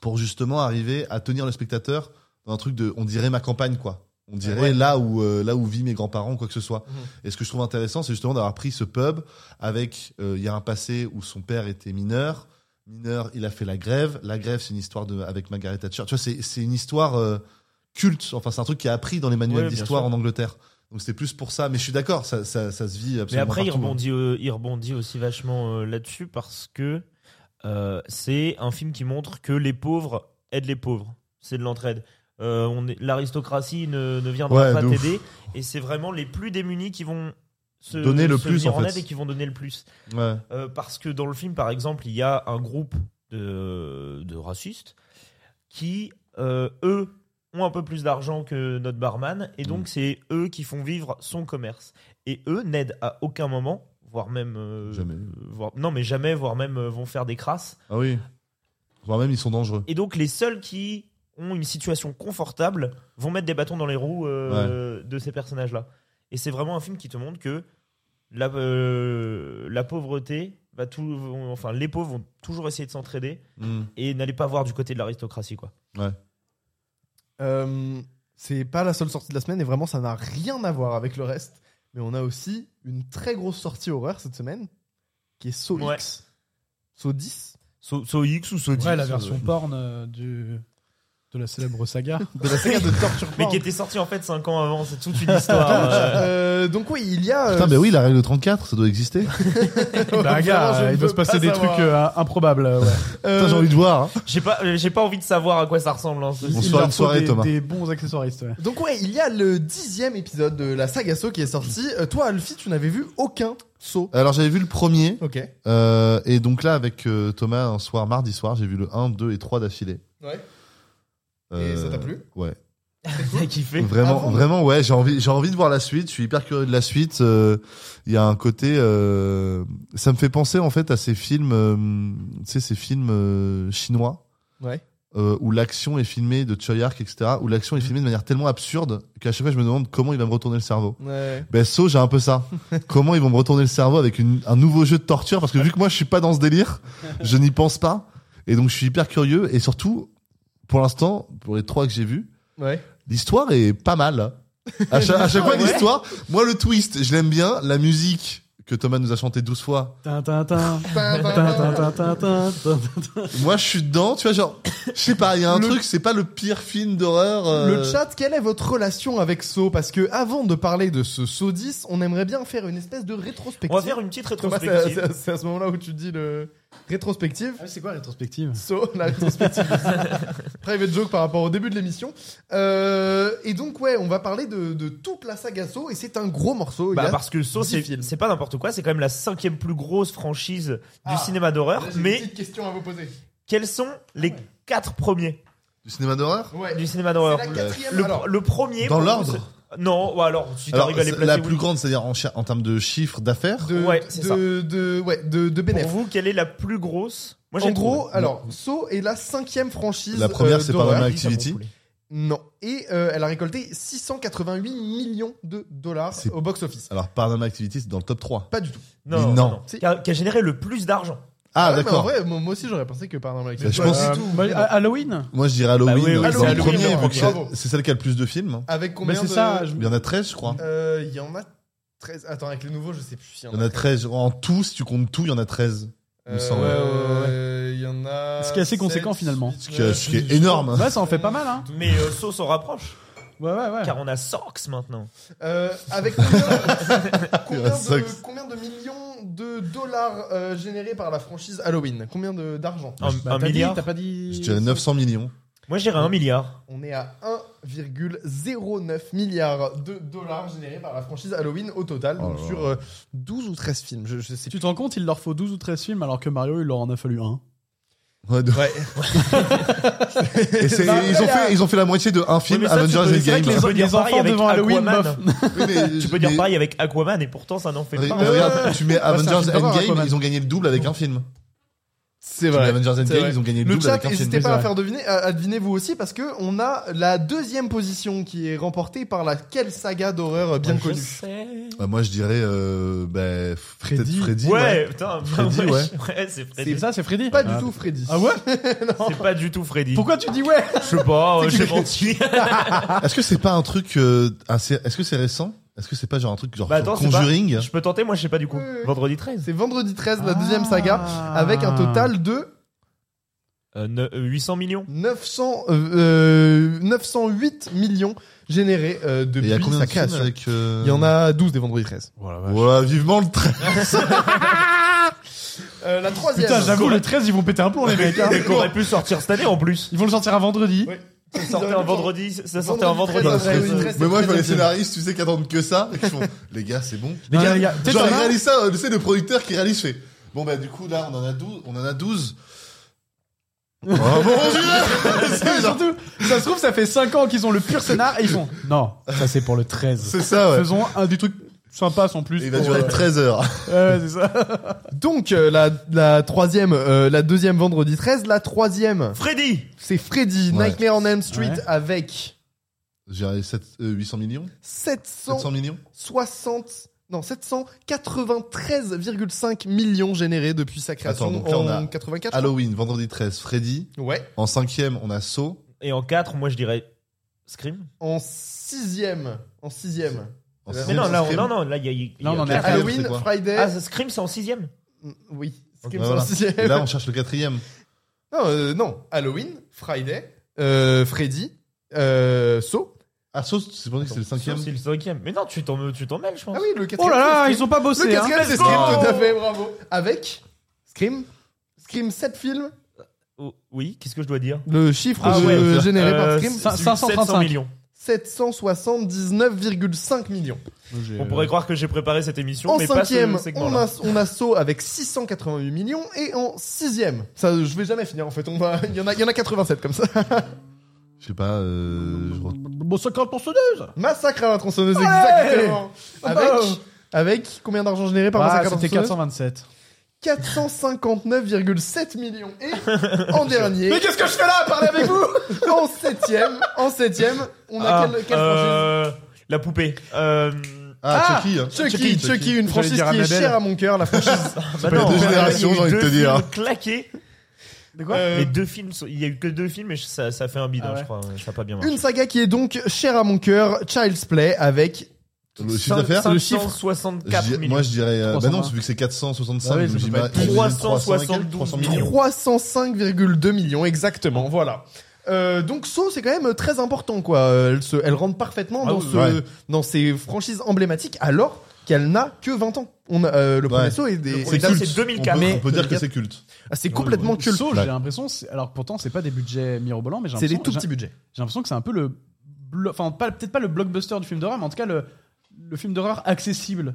S5: pour justement arriver à tenir le spectateur dans un truc de on dirait ma campagne quoi on dirait
S3: Ouais.
S5: là où euh, là où vivent mes grands-parents quoi que ce soit
S2: Mhm.
S5: et ce que je trouve intéressant c'est justement d'avoir pris ce pub avec euh, il y a un passé où son père était mineur mineur il a fait la grève la grève c'est une histoire de avec Margaret Thatcher tu vois c'est c'est une histoire euh, culte enfin c'est un truc qui a appris dans les manuels
S3: Ouais, bien
S5: d'histoire
S3: sûr.
S5: en Angleterre donc c'était plus pour ça mais je suis d'accord ça, ça ça se vit absolument
S3: Mais après, il
S5: partout. hein.
S3: rebondit, euh, il rebondit aussi vachement euh, là-dessus parce que euh, c'est un film qui montre que les pauvres aident les pauvres. C'est de l'entraide. Euh, on est- L'aristocratie ne, ne viendra
S5: Ouais,
S3: pas
S5: de ouf.
S3: t'aider. Et c'est vraiment les plus démunis qui vont se
S5: Donner le
S3: se
S5: plus,
S3: venir
S5: en
S3: en
S5: fait.
S3: aide et qui vont donner le plus.
S5: ouais
S3: Euh, parce que dans le film, par exemple, il y a un groupe de, de racistes qui, euh, eux, ont un peu plus d'argent que notre barman, et donc
S5: Mm.
S3: c'est eux qui font vivre son commerce. Et eux n'aident à aucun moment, voire même... euh,
S5: Jamais.
S3: euh, voire- non, mais jamais, voire même euh, vont faire des crasses.
S5: ah oui voire même ils sont dangereux
S3: Et donc les seuls qui ont une situation confortable vont mettre des bâtons dans les roues euh, de ces personnages-là. Et c'est vraiment un film qui te montre que la, euh, la pauvreté va tout, vont- enfin les pauvres vont toujours essayer de s'entraider
S5: Hmm.
S3: et n'allez pas voir du côté de l'aristocratie quoi.
S2: Euh, c'est pas la seule sortie de la semaine et vraiment ça n'a rien à voir avec le reste. Mais on a aussi une très grosse sortie horreur cette semaine qui est Saw
S3: Ouais.
S2: X. Saw 10
S3: So, X ou So
S4: Ouais, la version porn euh, du, de la
S2: [LAUGHS]
S4: célèbre saga.
S2: de la
S3: [LAUGHS]
S2: saga de Torture
S3: mais
S2: Porn.
S3: qui était sorti en fait 5 ans avant, c'est toute une [LAUGHS] histoire. euh.
S2: Euh, donc oui, il y a. euh,
S5: Putain, ben oui, la règle 34, ça doit exister. [LAUGHS]
S2: [LAUGHS]
S4: Bah, gars,
S2: vraiment, je
S4: il
S2: ne
S4: doit
S2: veux
S4: se passer
S2: pas
S4: des
S2: savoir.
S4: trucs euh, improbables. [LAUGHS] euh, ouais.
S2: Euh,
S5: Putain, j'ai envie de voir. hein.
S3: J'ai pas euh, j'ai pas envie de savoir à quoi ça ressemble hein, ce-
S4: Il
S5: Bonsoir,
S4: leur
S5: une
S4: faut
S5: soirée,
S4: des,
S5: Thomas.
S4: Des bons accessoiristes. ouais.
S2: Donc ouais, il y a le dixième épisode de la saga Saw qui est sorti. Euh, toi, Alfie, tu n'avais vu aucun Saw.
S5: Alors, j'avais vu le premier,
S2: Ok.
S5: euh, et donc là, avec euh, Thomas, un soir, mardi soir, j'ai vu le 1, 2 et 3 d'affilée.
S2: Ouais.
S5: Euh,
S2: Et ça t'a plu [LAUGHS]
S5: Ouais.
S3: T'as kiffé
S5: Vraiment,
S2: avant-
S5: vraiment, ouais, j'ai envie, j'ai envie de voir la suite, je suis hyper curieux de la suite. euh, Il y a un côté. euh, ça me fait penser, en fait, à ces films, euh, tu sais, ces films euh, chinois.
S2: Ouais.
S5: euh, où l'action est filmée de Choyark, etc., où
S2: Mm.
S5: l'action est filmée de manière tellement absurde qu'à chaque fois je me demande comment il va me retourner le cerveau.
S2: Ouais.
S5: Ben, So, j'ai un
S2: [LAUGHS]
S5: peu ça. Comment ils vont me retourner le cerveau avec une- un nouveau jeu de torture Parce que vu que moi, je suis pas dans ce délire, je n'y pense pas. Et donc, je suis hyper curieux. Et surtout, pour l'instant, pour les trois que j'ai vus,
S2: Ouais.
S5: l'histoire est pas mal. À chaque, à
S2: [LAUGHS]
S5: chaque fois, l'histoire. Moi, le twist, je l'aime bien. La musique que Thomas nous a chanté 12 fois.
S4: [LAUGHS] Tin,
S2: [LAUGHS]
S4: tin, tin. Ah Tin, tin, tin, tin, tin, tin.
S5: Moi, je suis dedans. Tu vois, genre, je sais pas, il y a un
S2: Le-
S5: truc, c'est pas le pire film d'horreur. euh,
S2: Le chat, quelle est votre relation avec Saw Parce que avant de parler de ce Saw 10, on aimerait bien faire une espèce de rétrospective.
S3: On va faire une petite
S2: Thomas, c'est à-
S3: rétrospective.
S2: c'est à, c'est à ce moment-là où tu dis le. Rétrospective.
S4: c'est quoi rétrospective
S2: So, [LAUGHS] la rétrospective. Private joke par rapport au début de l'émission. Euh, et donc, ouais, on va parler de, de toute la saga So, et c'est un gros morceau.
S3: Bah,
S2: gars.
S3: parce que Saw,
S2: dix
S3: c'est
S2: films.
S3: c'est pas n'importe quoi, c'est quand même la cinquième plus grosse franchise du
S2: Ah.
S3: cinéma d'horreur.
S2: Là, j'ai Ah
S3: Mais
S2: une petite question à vous poser.
S3: quels sont les quatre premiers
S5: Du cinéma d'horreur
S2: Ouais.
S3: du cinéma
S2: C'est
S3: d'horreur
S2: la quatrième.
S3: Oh, le,
S2: alors,
S3: le premier.
S5: Dans
S3: pour
S5: l'ordre
S3: vous, c'est- Non, ou alors si
S5: Alors,
S3: t'arrives à les
S5: c'est
S3: placer.
S5: la
S3: oui.
S5: plus grande, c'est-à-dire en, cha- en termes de chiffres d'affaires
S2: de,
S3: ouais, c'est ça.
S2: de, de, ouais, de, de
S3: Pour
S2: bénéf.
S3: vous, quelle est la plus grosse Moi, j'ai
S2: En gros,
S3: trouvé.
S2: alors, So est la cinquième franchise.
S5: La première,
S2: euh,
S5: c'est
S2: d'horreur.
S5: Paranormal
S3: Oui, ça m'en
S5: Activity.
S3: fout,
S2: Non. Et euh, elle a récolté 688 millions de dollars
S5: C'est-
S2: au box-office.
S5: Alors, Paranormal Activity, c'est dans le top 3.
S2: Pas du tout.
S3: Non,
S5: Mais
S3: non,
S5: non.
S3: non.
S2: C'est-
S3: Qui, a, qui a généré le plus d'argent.
S5: Ah,
S2: Ouais, mais en
S5: d'accord.
S2: vrai, moi moi aussi, j'aurais pensé que Paranormal
S5: Bah, je
S2: Activity-
S5: pense-
S2: Euh,
S5: c'est tout.
S2: bah,
S4: Bah, Halloween
S5: Moi, je dirais Halloween.
S3: Bah oui, oui,
S5: euh,
S3: c'est
S5: dans le
S2: Halloween,
S5: premier,
S2: bravo.
S5: vu que c'est- c'est celle qui a le plus de films. hein.
S2: Avec combien
S4: Mais Bah, c'est
S2: de...
S4: ça, je-
S5: Il y en a 13, je crois.
S2: Euh, Il y en a 13. Attends, avec les nouveaux, je sais plus. s'il
S5: Il y en a 13. En tout, si tu comptes tout, il y en a 13. il me semble.
S2: Euh, Il y en a.
S4: Ce qui est assez conséquent, finalement.
S5: Ce qui est- ce qui est énorme.
S4: Ouais, ça en fait pas mal, hein
S3: Mais euh, Saw s'en rapproche,
S4: Ouais, ouais, ouais.
S3: car on a Sorks maintenant.
S2: Euh, avec combien,
S5: [LAUGHS]
S2: combien
S5: Il y en a
S2: de,
S5: cinq.
S2: combien de millions de dollars euh, générés par la franchise Halloween Combien de- d'argent
S3: Un,
S4: Bah,
S3: un
S4: t'as dit-
S3: milliard.
S4: T'as pas dit.
S5: Je dirais 900 millions.
S3: Moi, j'irais un milliard.
S2: On est à 1,09 milliard de dollars générés par la franchise Halloween au total, donc
S5: Oh là
S2: sur euh, 12 ou 13 films. Je, je sais plus.
S4: Tu te rends compte, il leur faut 12 ou 13 films alors que Mario, il leur en a fallu un.
S5: Ouais, de-
S2: Ouais.
S5: [LAUGHS] Et c'est-
S2: Bah,
S5: ils, ont
S2: là,
S5: fait, ils ont fait la moitié de un film
S3: mais ça,
S5: Avengers
S3: tu peux- c'est vrai
S5: Endgame.
S3: que les-
S5: Oui, [LAUGHS]
S3: peut dire pareil avec Aquaman.
S5: mais-
S3: Tu peux dire
S5: mais-
S3: pareil avec Aquaman, et pourtant, ça n'en fait
S5: mais
S3: pas.
S5: Regarde, tu mets Avengers
S4: film d'horreur,
S5: Endgame,
S4: Aquaman.
S5: ils ont gagné le double avec un film.
S2: C'est
S5: Tu mets Avengers
S2: C'est vrai.
S5: Endgame, ils ont gagné le
S2: Le
S5: double
S2: chat,
S5: avec un film.
S2: n'hésitez pas à
S4: Ouais.
S2: faire deviner, à, à deviner vous aussi, parce que on a la deuxième position qui est remportée par laquelle saga d'horreur euh, bien
S3: Je
S2: connue
S3: sais.
S5: Bah, moi, je dirais euh, bah, f-
S4: Freddy.
S5: peut-être Freddy. ouais.
S3: Ouais, putain, [LAUGHS]
S5: Freddy,
S3: ouais,
S5: ouais.
S3: ouais, c'est Freddy.
S4: C'est ça, c'est Freddy
S2: Pas du
S4: Ah.
S2: tout Freddy.
S4: Ah ouais
S3: C'est pas du tout Freddy.
S4: Pourquoi tu dis ouais
S3: Je sais pas, euh,
S2: C'est que-
S3: j'ai menti.
S5: Est-ce que c'est pas un truc euh, assez. Est-ce que c'est récent Est-ce que c'est pas genre un truc genre
S3: Bah, attends, c'est pas-
S2: hein.
S5: Conjuring
S3: Je peux tenter, moi, je sais pas du coup.
S2: Oui, oui, oui.
S3: Vendredi 13.
S2: C'est vendredi 13, la deuxième
S5: Ah.
S2: saga, avec un total de
S3: Euh, ne- euh, 800 millions.
S2: 900, euh, euh, 908 millions générés euh,
S5: Et il y
S2: depuis
S5: a combien
S2: sa
S5: de films
S2: création.
S5: avec. euh,
S2: Il y en a 12 des vendredis 13.
S5: Ouais, vivement le train.
S2: Euh, la troisième.
S4: Putain, j'avoue, le 13, ils vont péter un plomb, les mecs. hein.
S3: Et qu'on aurait pu sortir cette année en plus.
S4: Ils vont le sortir un vendredi.
S2: Ouais.
S3: Ça sortait un vendredi, ça sortait un
S2: Vendredi
S3: vendredi.
S2: 13, vendredi 13.
S5: Mais moi, je vois les
S2: Treizième.
S5: scénaristes, tu sais, qui attendent que ça. Et qui font, [LAUGHS] les gars, c'est bon.
S4: Les gars, les gars, tu sais,
S5: Genre,
S4: t'en
S5: il
S4: as-
S5: réalise ça, euh, tu sais, le producteur qui réalise fait. Bon, bah, du coup, là, on en a 12. On en a 12. Oh mon dieu!
S4: [LAUGHS] Ouais,
S5: C'est genre-
S4: surtout, ça se trouve, ça fait 5 ans qu'ils ont le pur scénar et ils font. Non, ça c'est pour le 13.
S5: C'est ça, ouais.
S4: Faisons un des trucs sympas en plus.
S5: Et il va
S4: pour,
S5: durer
S4: euh,
S5: 13 heures. [LAUGHS]
S4: ouais, c'est ça.
S2: Donc euh, la, la troisième, euh, la deuxième vendredi 13, la troisième,
S3: Freddy
S2: c'est Freddy
S5: Ouais.
S2: Nightmare on Elm Street
S4: Ouais.
S2: avec
S5: J'ai 800 millions?
S2: 700
S5: 700 millions?
S2: 60 non 793,5 millions générés depuis sa création
S5: Attends, donc là,
S2: en
S5: on a
S2: 84.
S5: Halloween, vendredi 13, Freddy.
S2: Ouais.
S5: En cinquième, on a Saw.
S3: Et en 4, moi je dirais Scream.
S2: En sixième, en sixième.
S5: En
S2: Mais
S3: Mais
S5: sixième,
S3: non,
S5: c'est
S3: là, on,
S5: Scream.
S3: non, non, là, il y a- il y a.
S4: Là, on en est à
S3: quatre.
S5: quatrième, c'est
S2: Halloween,
S5: quoi
S2: Friday.
S3: Ah, ça- Scream, c'est en 6ème
S2: Mm, oui. Ce qui
S5: Ok,
S2: me
S5: bah
S2: semble
S5: voilà.
S2: sixième.
S5: Et là, on cherche le quatrième.
S2: Non, euh, non. Halloween, Friday, euh, Freddy, euh, So.
S5: Ah, Saw, c'est pour dire que c'est le cinquième.
S3: C'est le 5ème. Mais non, tu t'en tu t'en mêles, je pense.
S2: Ah oui, le quatrième.
S4: Oh là là,
S2: c'est
S4: ils ont pas
S2: Scream.
S4: bossé.
S2: Le
S4: Hein.
S2: quatrième, c'est
S3: Let's
S2: Scream,
S3: go
S2: tout à fait, bravo. Avec Scream, Scream 7 films.
S3: Oh, oui, qu'est-ce que je dois dire
S2: Le chiffre
S4: Ah
S2: de-
S5: ouais.
S2: généré
S3: Euh,
S2: par Scream,
S4: ça-
S3: c'est-
S4: 535.
S3: 700 millions.
S2: 779,5 millions.
S3: On pourrait croire que j'ai préparé cette émission,
S2: En
S3: mais pas
S2: cinquième,
S3: ce segment
S2: on
S3: là.
S2: a, on a Saut avec 688 millions. Et en sixième, ça, je vais jamais finir en fait. On va, il y en a, il y en a 87 comme ça. [LAUGHS]
S5: Je sais pas, euh, je re-
S4: Bon, 50 ponceuse.
S2: Massacre à la tronçonneuse, exactement. Avec,
S4: Oh.
S2: avec combien d'argent généré par
S4: Ah,
S2: Massacre à la
S4: c'était
S2: tronçonneuse
S4: 427.
S2: 459,7 millions.
S4: [LAUGHS]
S2: Et en dernier,
S4: qu'est-ce que je fais là Parlez avec vous
S2: [LAUGHS] en septième, en septième, on a
S3: Ah,
S2: quelle, quelle
S3: euh, La poupée. Euh,
S5: Ah,
S4: Ah,
S5: Chucky, hein.
S2: franchise Chucky,
S5: Chucky,
S2: Chucky,
S5: Chucky.
S2: une franchise qui
S4: J'allais
S2: est
S4: dire Annabelle.
S2: chère à mon cœur, la
S4: [LAUGHS]
S2: franchise.
S3: bah
S5: pas les deux
S3: euh,
S5: générations,
S3: il y a
S5: j'ai envie de
S3: eu
S5: te
S3: deux
S5: dire,
S3: films
S5: hein.
S3: claqués.
S4: De quoi
S2: Euh,
S3: Les deux films, sont- il y a eu que deux films, et ça, ça fait un bidon,
S4: Ah ouais.
S3: je crois. hein, Ça a pas bien marché.
S2: Une saga qui est donc chère à mon cœur, Child's Play, avec
S5: Le chiffre d'affaires?
S2: le chiffre.
S3: 564
S5: Je dis-
S3: millions.
S5: Moi, je dirais. euh, bah
S4: 320.
S5: non, vu que c'est 465,
S4: Bah oui,
S5: donc
S4: ça peut
S5: j'imagine-
S4: pas être-
S5: j'imagine
S3: 372
S5: 300 et quelques, 300 millions.
S2: 305,2 millions exactement, voilà. Euh, donc So c'est quand même très important quoi. Euh, Elle, se, elle rentre parfaitement
S3: Ah
S2: dans,
S3: oui,
S2: ce,
S5: ouais.
S2: dans ces franchises emblématiques alors qu'elle n'a que 20 ans. On a, euh, le premier
S5: Ouais.
S2: So est des,
S3: premier
S2: est
S3: So,
S2: daté-
S3: c'est
S5: On peut-
S3: 2004.
S5: On peut dire que c'est culte.
S2: Ah, c'est complètement que le
S4: Saut, j'ai l'impression. c'est- Alors pourtant, c'est pas des budgets mirobolants, mais j'ai
S2: C'est des
S4: l'impression-
S2: tout
S4: j'ai-
S2: petits budgets.
S4: J'ai l'impression que c'est un peu le. blo- Enfin, pas- peut-être pas le blockbuster du film d'horreur, mais en tout cas, le, le film d'horreur accessible.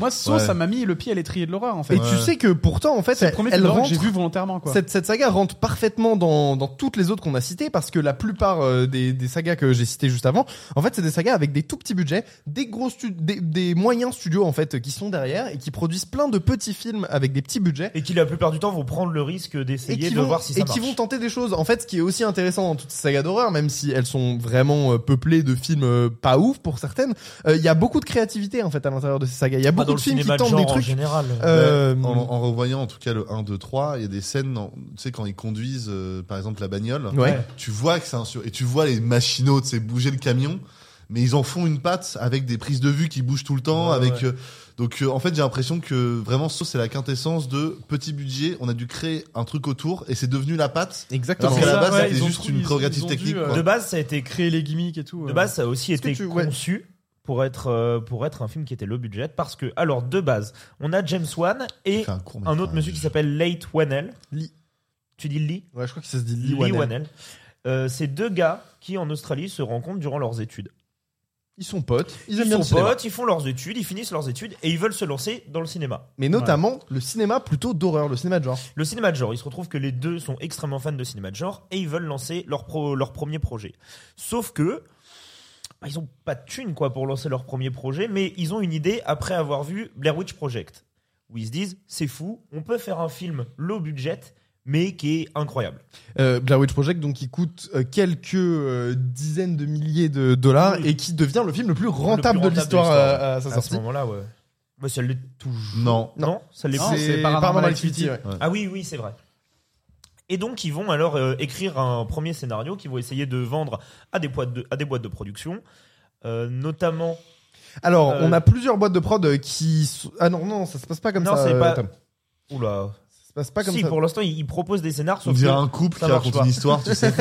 S4: Moi, Saw,
S5: Ouais.
S4: ça m'a mis le pied à l'étrier de l'horreur, en fait.
S2: Et
S5: Ouais.
S2: tu sais que pourtant, en fait,
S4: C'est le
S2: elle,
S4: premier
S2: elle
S4: film d'horreur que
S2: rentre
S4: j'ai vu volontairement, quoi.
S2: Cette, cette saga rentre parfaitement dans, dans toutes les autres qu'on a citées parce que la plupart euh, des, des sagas que j'ai citées juste avant, en fait, c'est des sagas avec des tout petits budgets, des gros stu- des, des moyens studios en fait qui sont derrière et qui produisent plein de petits films avec des petits budgets
S3: Et qui la plupart du temps vont prendre le risque
S2: et
S3: d'essayer
S2: qui
S3: de
S2: vont
S3: voir si ça
S2: et
S3: marche.
S2: qui vont tenter des choses. En fait, ce qui est aussi intéressant dans toutes ces sagas d'horreur, même si elles sont vraiment euh, peuplées de films euh, pas ouf pour certaines, euh, il y a beaucoup de créativité en fait à l'intérieur de ces sagas. Il y a
S3: Pas
S2: beaucoup
S3: dans
S2: de
S3: le
S2: films qui
S3: cinéma de
S2: tentent des
S3: genre en
S2: trucs.
S3: général.
S2: euh,
S5: en,
S4: Mm.
S5: en revoyant en tout cas le 1, 2, 3, il y a des scènes, en- tu sais, quand ils conduisent euh, par exemple la bagnole,
S2: ouais.
S5: tu vois que c'est un sur... et tu vois les machinaux, tu sais, bouger le camion, mais ils en font une patte avec des prises de vue qui bougent tout le temps,
S3: Ouais,
S5: avec
S3: ouais.
S5: euh, donc euh, en fait j'ai l'impression que vraiment ça c'est la quintessence de petit budget, on a dû créer un truc autour et c'est devenu la patte.
S2: Exactement.
S5: Alors
S4: c'est
S5: qu'à la
S4: ça,
S5: base
S4: ouais, ils
S5: c'était
S4: ont
S5: juste
S4: trou-
S5: une
S4: ils-
S5: prérogative
S4: ils ont dû,
S5: technique.
S4: euh,
S5: quoi.
S3: De base, ça a été créé.
S4: Créer les gimmicks et tout.
S3: De
S4: euh.
S3: base, ça a aussi
S2: Est-ce
S3: été
S2: que tu- ouais.
S3: conçu pour être euh, pour être un film qui était le budget parce que alors de base, on a James Wan et
S5: Enfin, court
S3: un
S5: métrage.
S3: autre monsieur qui s'appelle Late Wanell.
S2: euh, Lee.
S3: Tu dis Lee
S2: Ouais, je crois que ça se dit
S3: Lee
S2: Lee Wanell.
S3: Wanell. Euh, ces deux gars qui en Australie se rencontrent durant leurs études.
S2: Ils sont potes. Ils
S3: Ils,
S2: aiment bien le
S3: sont
S2: cinéma.
S3: potes, ils font leurs études, ils finissent leurs études et ils veulent se lancer dans le cinéma.
S2: Mais notamment le cinéma plutôt d'horreur, le cinéma de genre.
S3: Le cinéma de genre, il se retrouve que les deux sont extrêmement fans de cinéma de genre et ils veulent lancer leur, pro- leur premier projet. Sauf que bah, ils ont pas de thunes quoi pour lancer leur premier projet, mais ils ont une idée après avoir vu Blair Witch Project où ils se disent c'est fou, on peut faire un film low budget mais qui est incroyable.
S2: Euh, Blair Witch Project, donc, qui coûte euh, quelques euh, dizaines de milliers de dollars
S3: Oui.
S2: et qui devient le film le plus
S3: plus
S2: rentable
S3: rentable
S2: de
S3: de
S2: l'histoire euh, à,
S3: l'histoire,
S2: à sa
S3: À ce
S2: sortie.
S3: moment-là, ouais. Bah, ça l'est toujours.
S5: Non.
S3: Non, ça l'est
S4: Non,
S3: plus.
S4: c'est Paranormal Activity,
S2: ouais.
S3: Ah oui, oui, c'est vrai. Et donc, ils vont alors euh, écrire un premier scénario qu'ils vont essayer de vendre à des boîtes de, à des boîtes de production, euh, notamment.
S2: Alors,
S3: Euh,
S2: on a plusieurs boîtes de prod euh, qui. sont- Ah non, non, ça se passe pas comme
S3: Non,
S2: ça.
S3: c'est
S2: euh,
S3: pas-
S2: Tom.
S3: Oula.
S2: Ça se passe pas comme
S3: si,
S2: ça.
S3: pour l'instant, ils, ils proposent des scénars,
S5: On
S3: sauf
S5: dirait
S3: que-
S5: un couple
S3: ça
S5: qui
S3: marche
S5: raconte
S3: pas.
S5: une histoire, tu sais.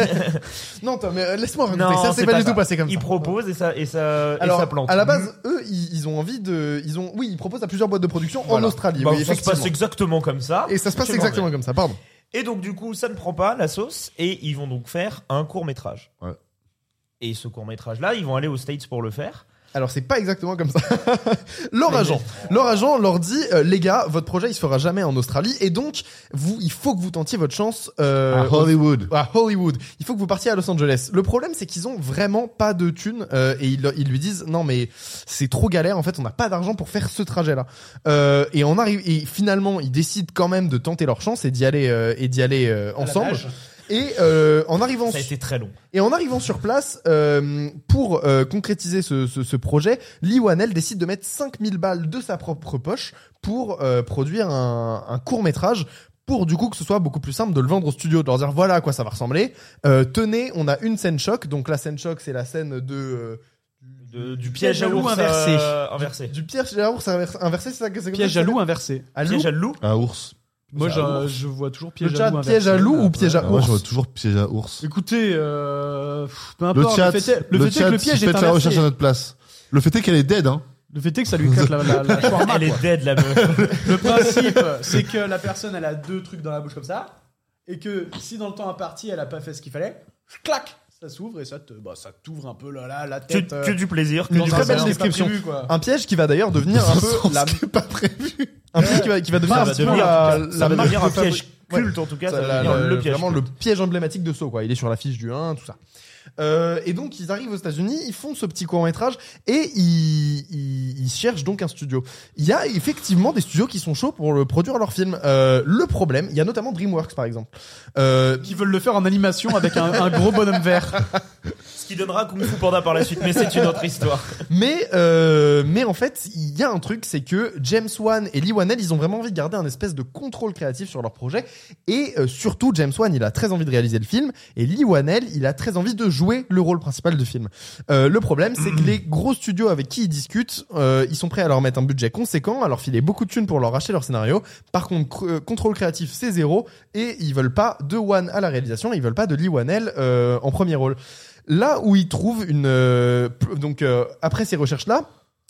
S2: Non, Tom, mais, euh, laisse-moi raconter.
S3: Non,
S2: ça, c'est
S3: c'est
S2: pas,
S3: pas
S2: du
S3: ça.
S2: tout passé comme
S3: ils
S2: ça.
S3: proposent et ça, et ça, et
S2: Alors,
S3: ça plante.
S2: à la base, eux, ils, ils ont envie de, ils ont, oui, ils proposent à plusieurs boîtes de production
S5: Voilà.
S2: en Australie.
S3: Bah,
S2: oui,
S3: ça se
S2: effectivement.
S3: passe exactement comme ça.
S2: Et ça se passe
S3: C'est
S2: exactement
S3: mortel.
S2: comme ça. Pardon.
S3: Et donc, du coup, ça ne prend pas la sauce et ils vont donc faire un court métrage.
S5: Ouais.
S3: Et ce court métrage-là, ils vont aller aux States pour le faire.
S2: Alors c'est pas exactement comme ça. [LAUGHS] leur agent, leur agent leur dit euh, les gars, votre projet il se fera jamais en Australie et donc vous, il faut que vous tentiez votre chance euh,
S5: À Hollywood.
S2: à Hollywood. Il faut que vous partiez à Los Angeles. Le problème c'est qu'ils ont vraiment pas de thunes euh, et ils, ils lui disent non mais c'est trop galère en fait on n'a pas d'argent pour faire ce trajet là. Euh, et on arrive et finalement ils décident quand même de tenter leur chance et d'y aller euh, et d'y aller euh, ensemble. Et euh, en arrivant
S3: Ça a été très long.
S2: et en arrivant sur place, euh, pour euh, concrétiser ce, ce- ce projet, Lee Wanell décide de mettre 5000 balles de sa propre poche pour euh, produire un, un court métrage pour du coup que ce soit beaucoup plus simple de le vendre au studio, de leur dire voilà à quoi ça va ressembler. Euh, tenez, on a une scène choc. Donc la scène choc, c'est la scène de... euh,
S3: De- du piège à
S2: loup
S3: ours
S2: inversé.
S3: euh, inversé.
S2: Du piège à ours inversé, inversé, c'est ça que c'est comme
S4: Piège
S2: ça
S4: à
S2: que
S4: loup inversé.
S2: ça s'appelle
S3: Piège
S2: À
S3: à loup.
S5: À ours.
S4: Moi,
S3: Piège à
S4: je,
S3: ours.
S4: je vois toujours
S2: loup.
S4: piège
S2: Le
S4: à
S2: chat,
S4: loup.
S2: piège à
S4: inversé.
S2: loup ou piège à
S5: Ah, Moi
S2: ours
S5: je vois toujours piège à ours.
S4: Écoutez, euh, pff, peu importe.
S5: chat,
S4: le fait, est, le fait est que le
S5: chat,
S4: piège est
S5: faites la recherche
S4: inversé.
S5: à notre place. Le fait est qu'elle est dead, hein.
S4: Le fait est que ça lui claque la, la, la shawarma,
S3: Elle
S4: quoi.
S2: [LAUGHS]
S3: est dead la meuf.
S4: Le principe, c'est que la personne, elle a deux trucs dans la bouche comme ça, et que si dans le temps imparti, elle a pas fait ce qu'il fallait, clac, ça s'ouvre et ça te, bah, ça t'ouvre un peu là, là, la
S3: que,
S4: tête. euh,
S3: que du plaisir. Que
S2: Euh, Une
S3: du
S2: très
S3: plaisir.
S2: belle description.
S4: quoi.
S2: Un piège qui va d'ailleurs devenir
S5: [LAUGHS]
S2: un peu la...
S5: pas prévu.
S2: Un piège qui va, qui va devenir,
S4: Ça
S2: un
S4: va
S2: petit peu
S4: devenir-
S2: la,
S3: Ah, Ça
S2: la
S3: va
S2: marque
S3: devenir un
S2: de fabri-
S3: piège
S2: Ouais.
S3: culte en tout cas.
S2: Ça,
S3: Ça, va
S2: la-
S3: devenir
S2: la-
S3: le piège.
S2: vraiment le
S3: culte.
S2: piège emblématique de Saw quoi il est sur la fiche du 1 tout ça Euh, et donc ils arrivent aux États-Unis, ils font ce petit court métrage et ils, ils- ils cherchent donc un studio. Il y a effectivement des studios qui sont chauds pour le produire leur film. Euh, le problème, il y a notamment DreamWorks par exemple. Euh,
S4: Qui veulent le faire en animation avec un, un gros bonhomme vert.
S3: Ce qui donnera Kung Fu Panda par la suite, mais c'est une autre histoire.
S2: mais euh, mais en fait, il y a un truc, c'est que James Wan et Lee Wanell, ils ont vraiment envie de garder un espèce de contrôle créatif sur leur projet et euh, surtout James Wan, il a très envie de réaliser le film et Lee Wanell, il a très envie de jouer le rôle principal du film. Euh, le problème, c'est
S3: [CLEARS THROAT]
S2: que les gros studios avec qui ils discutent, euh, ils sont prêts à leur mettre un budget conséquent, à leur filer beaucoup de thunes pour leur racheter leur scénario. Par contre, cr- euh, contrôle créatif, c'est zéro et ils veulent pas de Wan à la réalisation, ils veulent pas de Lee Wanell euh, en premier rôle. Là où ils trouvent une euh, pl- donc euh, après ces recherches là.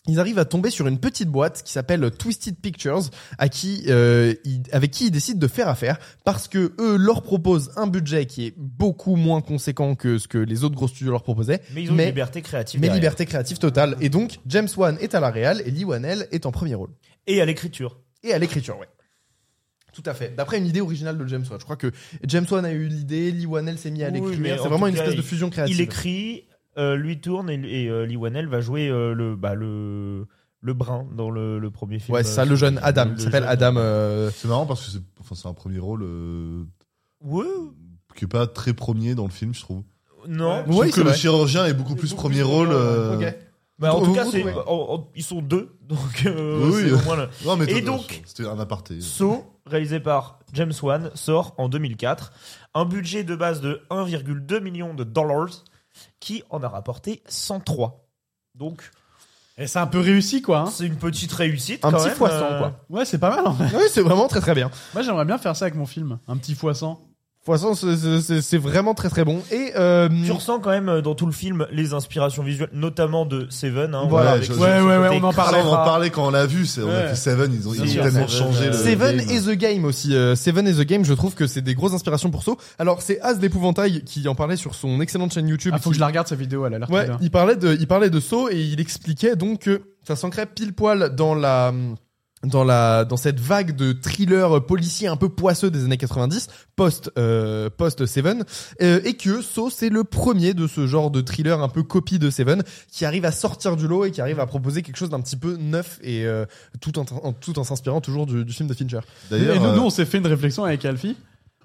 S2: ils arrivent à tomber sur une petite boîte qui s'appelle Twisted Pictures, à qui, euh, ils- avec qui ils décident de faire affaire, parce que eux leur proposent un budget qui est beaucoup moins conséquent que ce que les autres gros studios leur proposaient,
S3: [LAUGHS] Mais ils ont une
S2: mais,
S3: liberté créative.
S2: mais
S3: derrière.
S2: liberté créative totale. Et donc, James Wan est à la réal et Lee Wanell est en premier rôle.
S3: Et à l'écriture.
S2: Et à l'écriture, ouais. Tout à fait. D'après une idée originale de James Wan. Je crois que James Wan a eu l'idée, Lee Wanell s'est mis à
S3: Oui,
S2: l'écrire.
S3: mais en
S2: c'est vraiment
S3: tout
S2: une
S3: cas,
S2: espèce de
S3: il-
S2: fusion créative.
S3: Il écrit, euh, lui tourne et, et euh, Lee Wanell va jouer euh, le, bah, le, le brun dans le, le premier film.
S2: Ouais, c'est ça, le jeune Adam. Il s'appelle
S3: jeune-
S2: Adam. euh,
S5: C'est marrant parce que c'est enfin, c'est un premier rôle euh,
S3: Ouais,
S5: qui est pas très premier dans le film, je trouve.
S3: non.
S5: Je trouve
S2: Oui,
S5: que
S2: c'est
S5: le
S2: vrai.
S5: chirurgien est beaucoup plus
S3: beaucoup
S5: premier
S3: plus,
S5: rôle.
S3: euh,
S5: euh,
S2: ok.
S3: Bah, en
S2: Vous-
S3: tout cas,
S2: vous
S3: c'est-
S2: trouvez
S3: en- en- ils sont deux, donc euh,
S5: Oui,
S3: c'est
S5: oui.
S3: au moins le-
S5: Non, mais
S3: Et
S5: toi,
S3: donc-
S5: c'était un aparté.
S3: Saw, réalisé par James Wan, sort en 2004. Un budget de base de 1,2 million de dollars qui en a rapporté 103. Donc,
S4: Et c'est un peu réussi, quoi. hein.
S3: c'est une petite réussite.
S2: Un
S3: quand
S2: petit
S3: même,
S2: poisson,
S3: euh,
S2: quoi.
S4: Ouais, c'est pas mal, en fait.
S2: Oui, c'est vraiment très très bien.
S4: Moi, j'aimerais bien faire ça avec mon film. Un petit foissan.
S2: Poisson, c'est- c'est c'est- c'est vraiment très très bon. Et euh,
S4: Mm.
S3: Tu ressens quand même euh, dans tout le film les inspirations visuelles, notamment de Seven. hein, on
S2: Voilà,
S3: a
S5: je-
S3: ce
S5: ouais,
S3: côté
S4: ouais, ouais, on en
S3: crade.
S5: Ça, on en
S4: parlera.
S5: parlait quand on l'a vu. c'est- On a
S4: Ouais.
S5: vu Seven, ils ont, ils
S3: Bien
S5: ont
S3: sûr,
S5: tellement
S3: Seven,
S5: changé
S3: euh,
S5: le.
S2: Seven
S5: game.
S2: et The Game aussi. euh, Seven et The Game, je trouve que c'est des grosses inspirations pour Saw. Alors c'est As d'épouvantail qui en parlait sur son excellente chaîne YouTube.
S4: Ah,
S2: qui-
S4: faut que je la regarde, sa vidéo, elle a l'air très
S2: Ouais,
S4: bien.
S2: il parlait de, il parlait de Saw et il expliquait donc que ça s'ancrait pile poil dans la, dans la, dans cette vague de thrillers policiers un peu poisseux des années 90, post, euh, post Seven, euh, et que Saw c'est le premier de ce genre de thriller un peu copie de Seven qui arrive à sortir du lot et qui arrive à proposer quelque chose d'un petit peu neuf et euh, tout en, en- tout en s'inspirant toujours du, du film de Fincher.
S5: D'ailleurs,
S4: Et nous,
S5: euh,
S4: nous, on s'est fait une réflexion avec Alfie.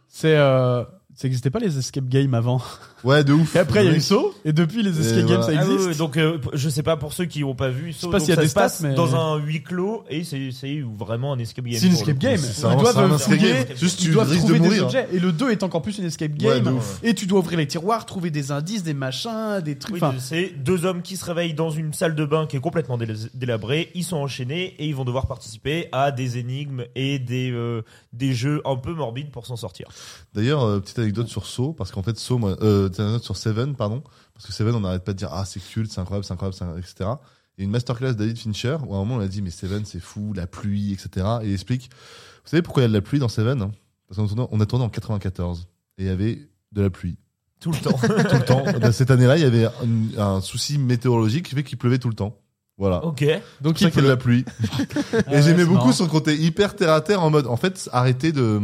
S4: C'est. Euh... Ça n'existait pas les escape games avant.
S5: ouais, de ouf.
S4: Et après, il y a eu Saw, et depuis, les escape
S5: Et
S4: games,
S5: voilà.
S3: Ah
S4: ça existe.
S3: oui, oui, donc, euh, p- je sais pas pour ceux qui n'ont pas vu, Saw,
S4: pas
S3: donc
S4: s'il y a
S3: ça
S4: des
S3: se passe
S4: stats, mais-
S3: dans un huis clos et c'est c'est vraiment un escape game.
S4: C'est une
S3: pour le
S4: escape
S3: coup.
S4: game.
S5: C'est
S4: Ils
S5: vraiment- c'est
S4: doivent
S5: un escape
S4: fouiller,
S5: game. Juste,
S4: ils
S5: tu
S4: doivent
S5: risques de
S4: trouver des
S5: mourir.
S4: objets. Et le 2 est encore plus une escape
S5: Ouais,
S4: game.
S5: de ouf.
S4: et tu dois ouvrir les tiroirs, trouver des indices, des machins, des trucs.
S3: Oui,
S4: Enfin,
S3: c'est deux hommes qui se réveillent dans une salle de bain qui est complètement déla- délabrée. Ils sont enchaînés et ils vont devoir participer à des énigmes et des, euh, des jeux un peu morbides pour s'en sortir.
S5: D'ailleurs, euh, petite anecdote sur Saw, parce qu'en fait, Saw, moi, euh, petite anecdote sur Seven, pardon, parce que Seven, on n'arrête pas de dire ah c'est culte, c'est incroyable, c'est incroyable, c'est incroyable, etc. Et une masterclass de David Fincher où à un moment on a dit mais Seven c'est fou, la pluie, etc. Et il explique, vous savez pourquoi il y a de la pluie dans Seven hein Parce qu'on tournait- on a tourné en 94 et il y avait de la pluie
S3: Tout le temps.
S5: [LAUGHS] tout le temps. Dans Cette année-là, il y avait un, un souci météorologique qui fait qu'il pleuvait tout le temps. Voilà.
S3: ok.
S5: Donc
S2: il
S5: il fait de la pluie.
S4: [LAUGHS]
S2: Ah
S5: Et
S4: ouais,
S5: j'aimais
S4: c'est
S5: beaucoup
S4: marrant.
S5: son côté hyper terre à terre en mode en fait arrêtez de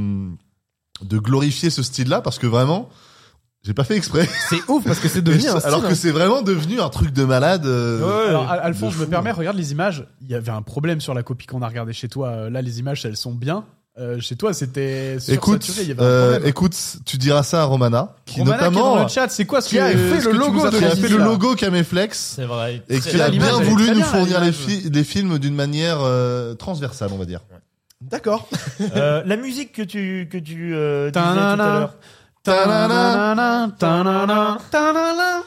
S5: de glorifier ce style-là parce que vraiment j'ai pas fait exprès.
S2: C'est ouf parce que c'est [LAUGHS] devenu un style,
S5: [LAUGHS] alors
S2: hein.
S5: que c'est vraiment devenu un truc de malade. euh,
S3: ah,
S4: alors, Al-
S5: de
S4: Alphonse, je me
S5: fou.
S4: permets, regarde les images. Il y avait un problème sur la copie qu'on a regardée chez toi. Euh, Là, les images, elles sont bien. Euh, chez toi, c'était
S5: Écoute,
S4: sursaturé, il y avait un
S5: euh,
S4: problème.
S5: écoute, tu diras ça à Romana, qui
S4: Romana est dans
S5: notamment
S4: le chat, c'est quoi ce
S2: qui a
S4: que-
S2: fait
S4: ce
S2: le
S4: que tu
S2: logo
S4: nous as
S2: de
S5: qui a fait
S4: transmis,
S5: le
S4: là
S5: logo Caméflex
S3: c'est vrai.
S5: et
S3: Très
S5: qui a
S4: bien,
S5: bien
S4: l'image, elle est
S5: voulu
S4: très
S5: nous
S4: bien,
S5: fournir les,
S4: l'image.
S5: fi- les films d'une manière euh, transversale, on va dire.
S2: D'accord.
S3: Euh, la musique que tu, que tu euh, disais tout à
S4: Ta-na-na.
S3: l'heure.
S4: Ta-na-na-na, ta-na-na, ta-na-na,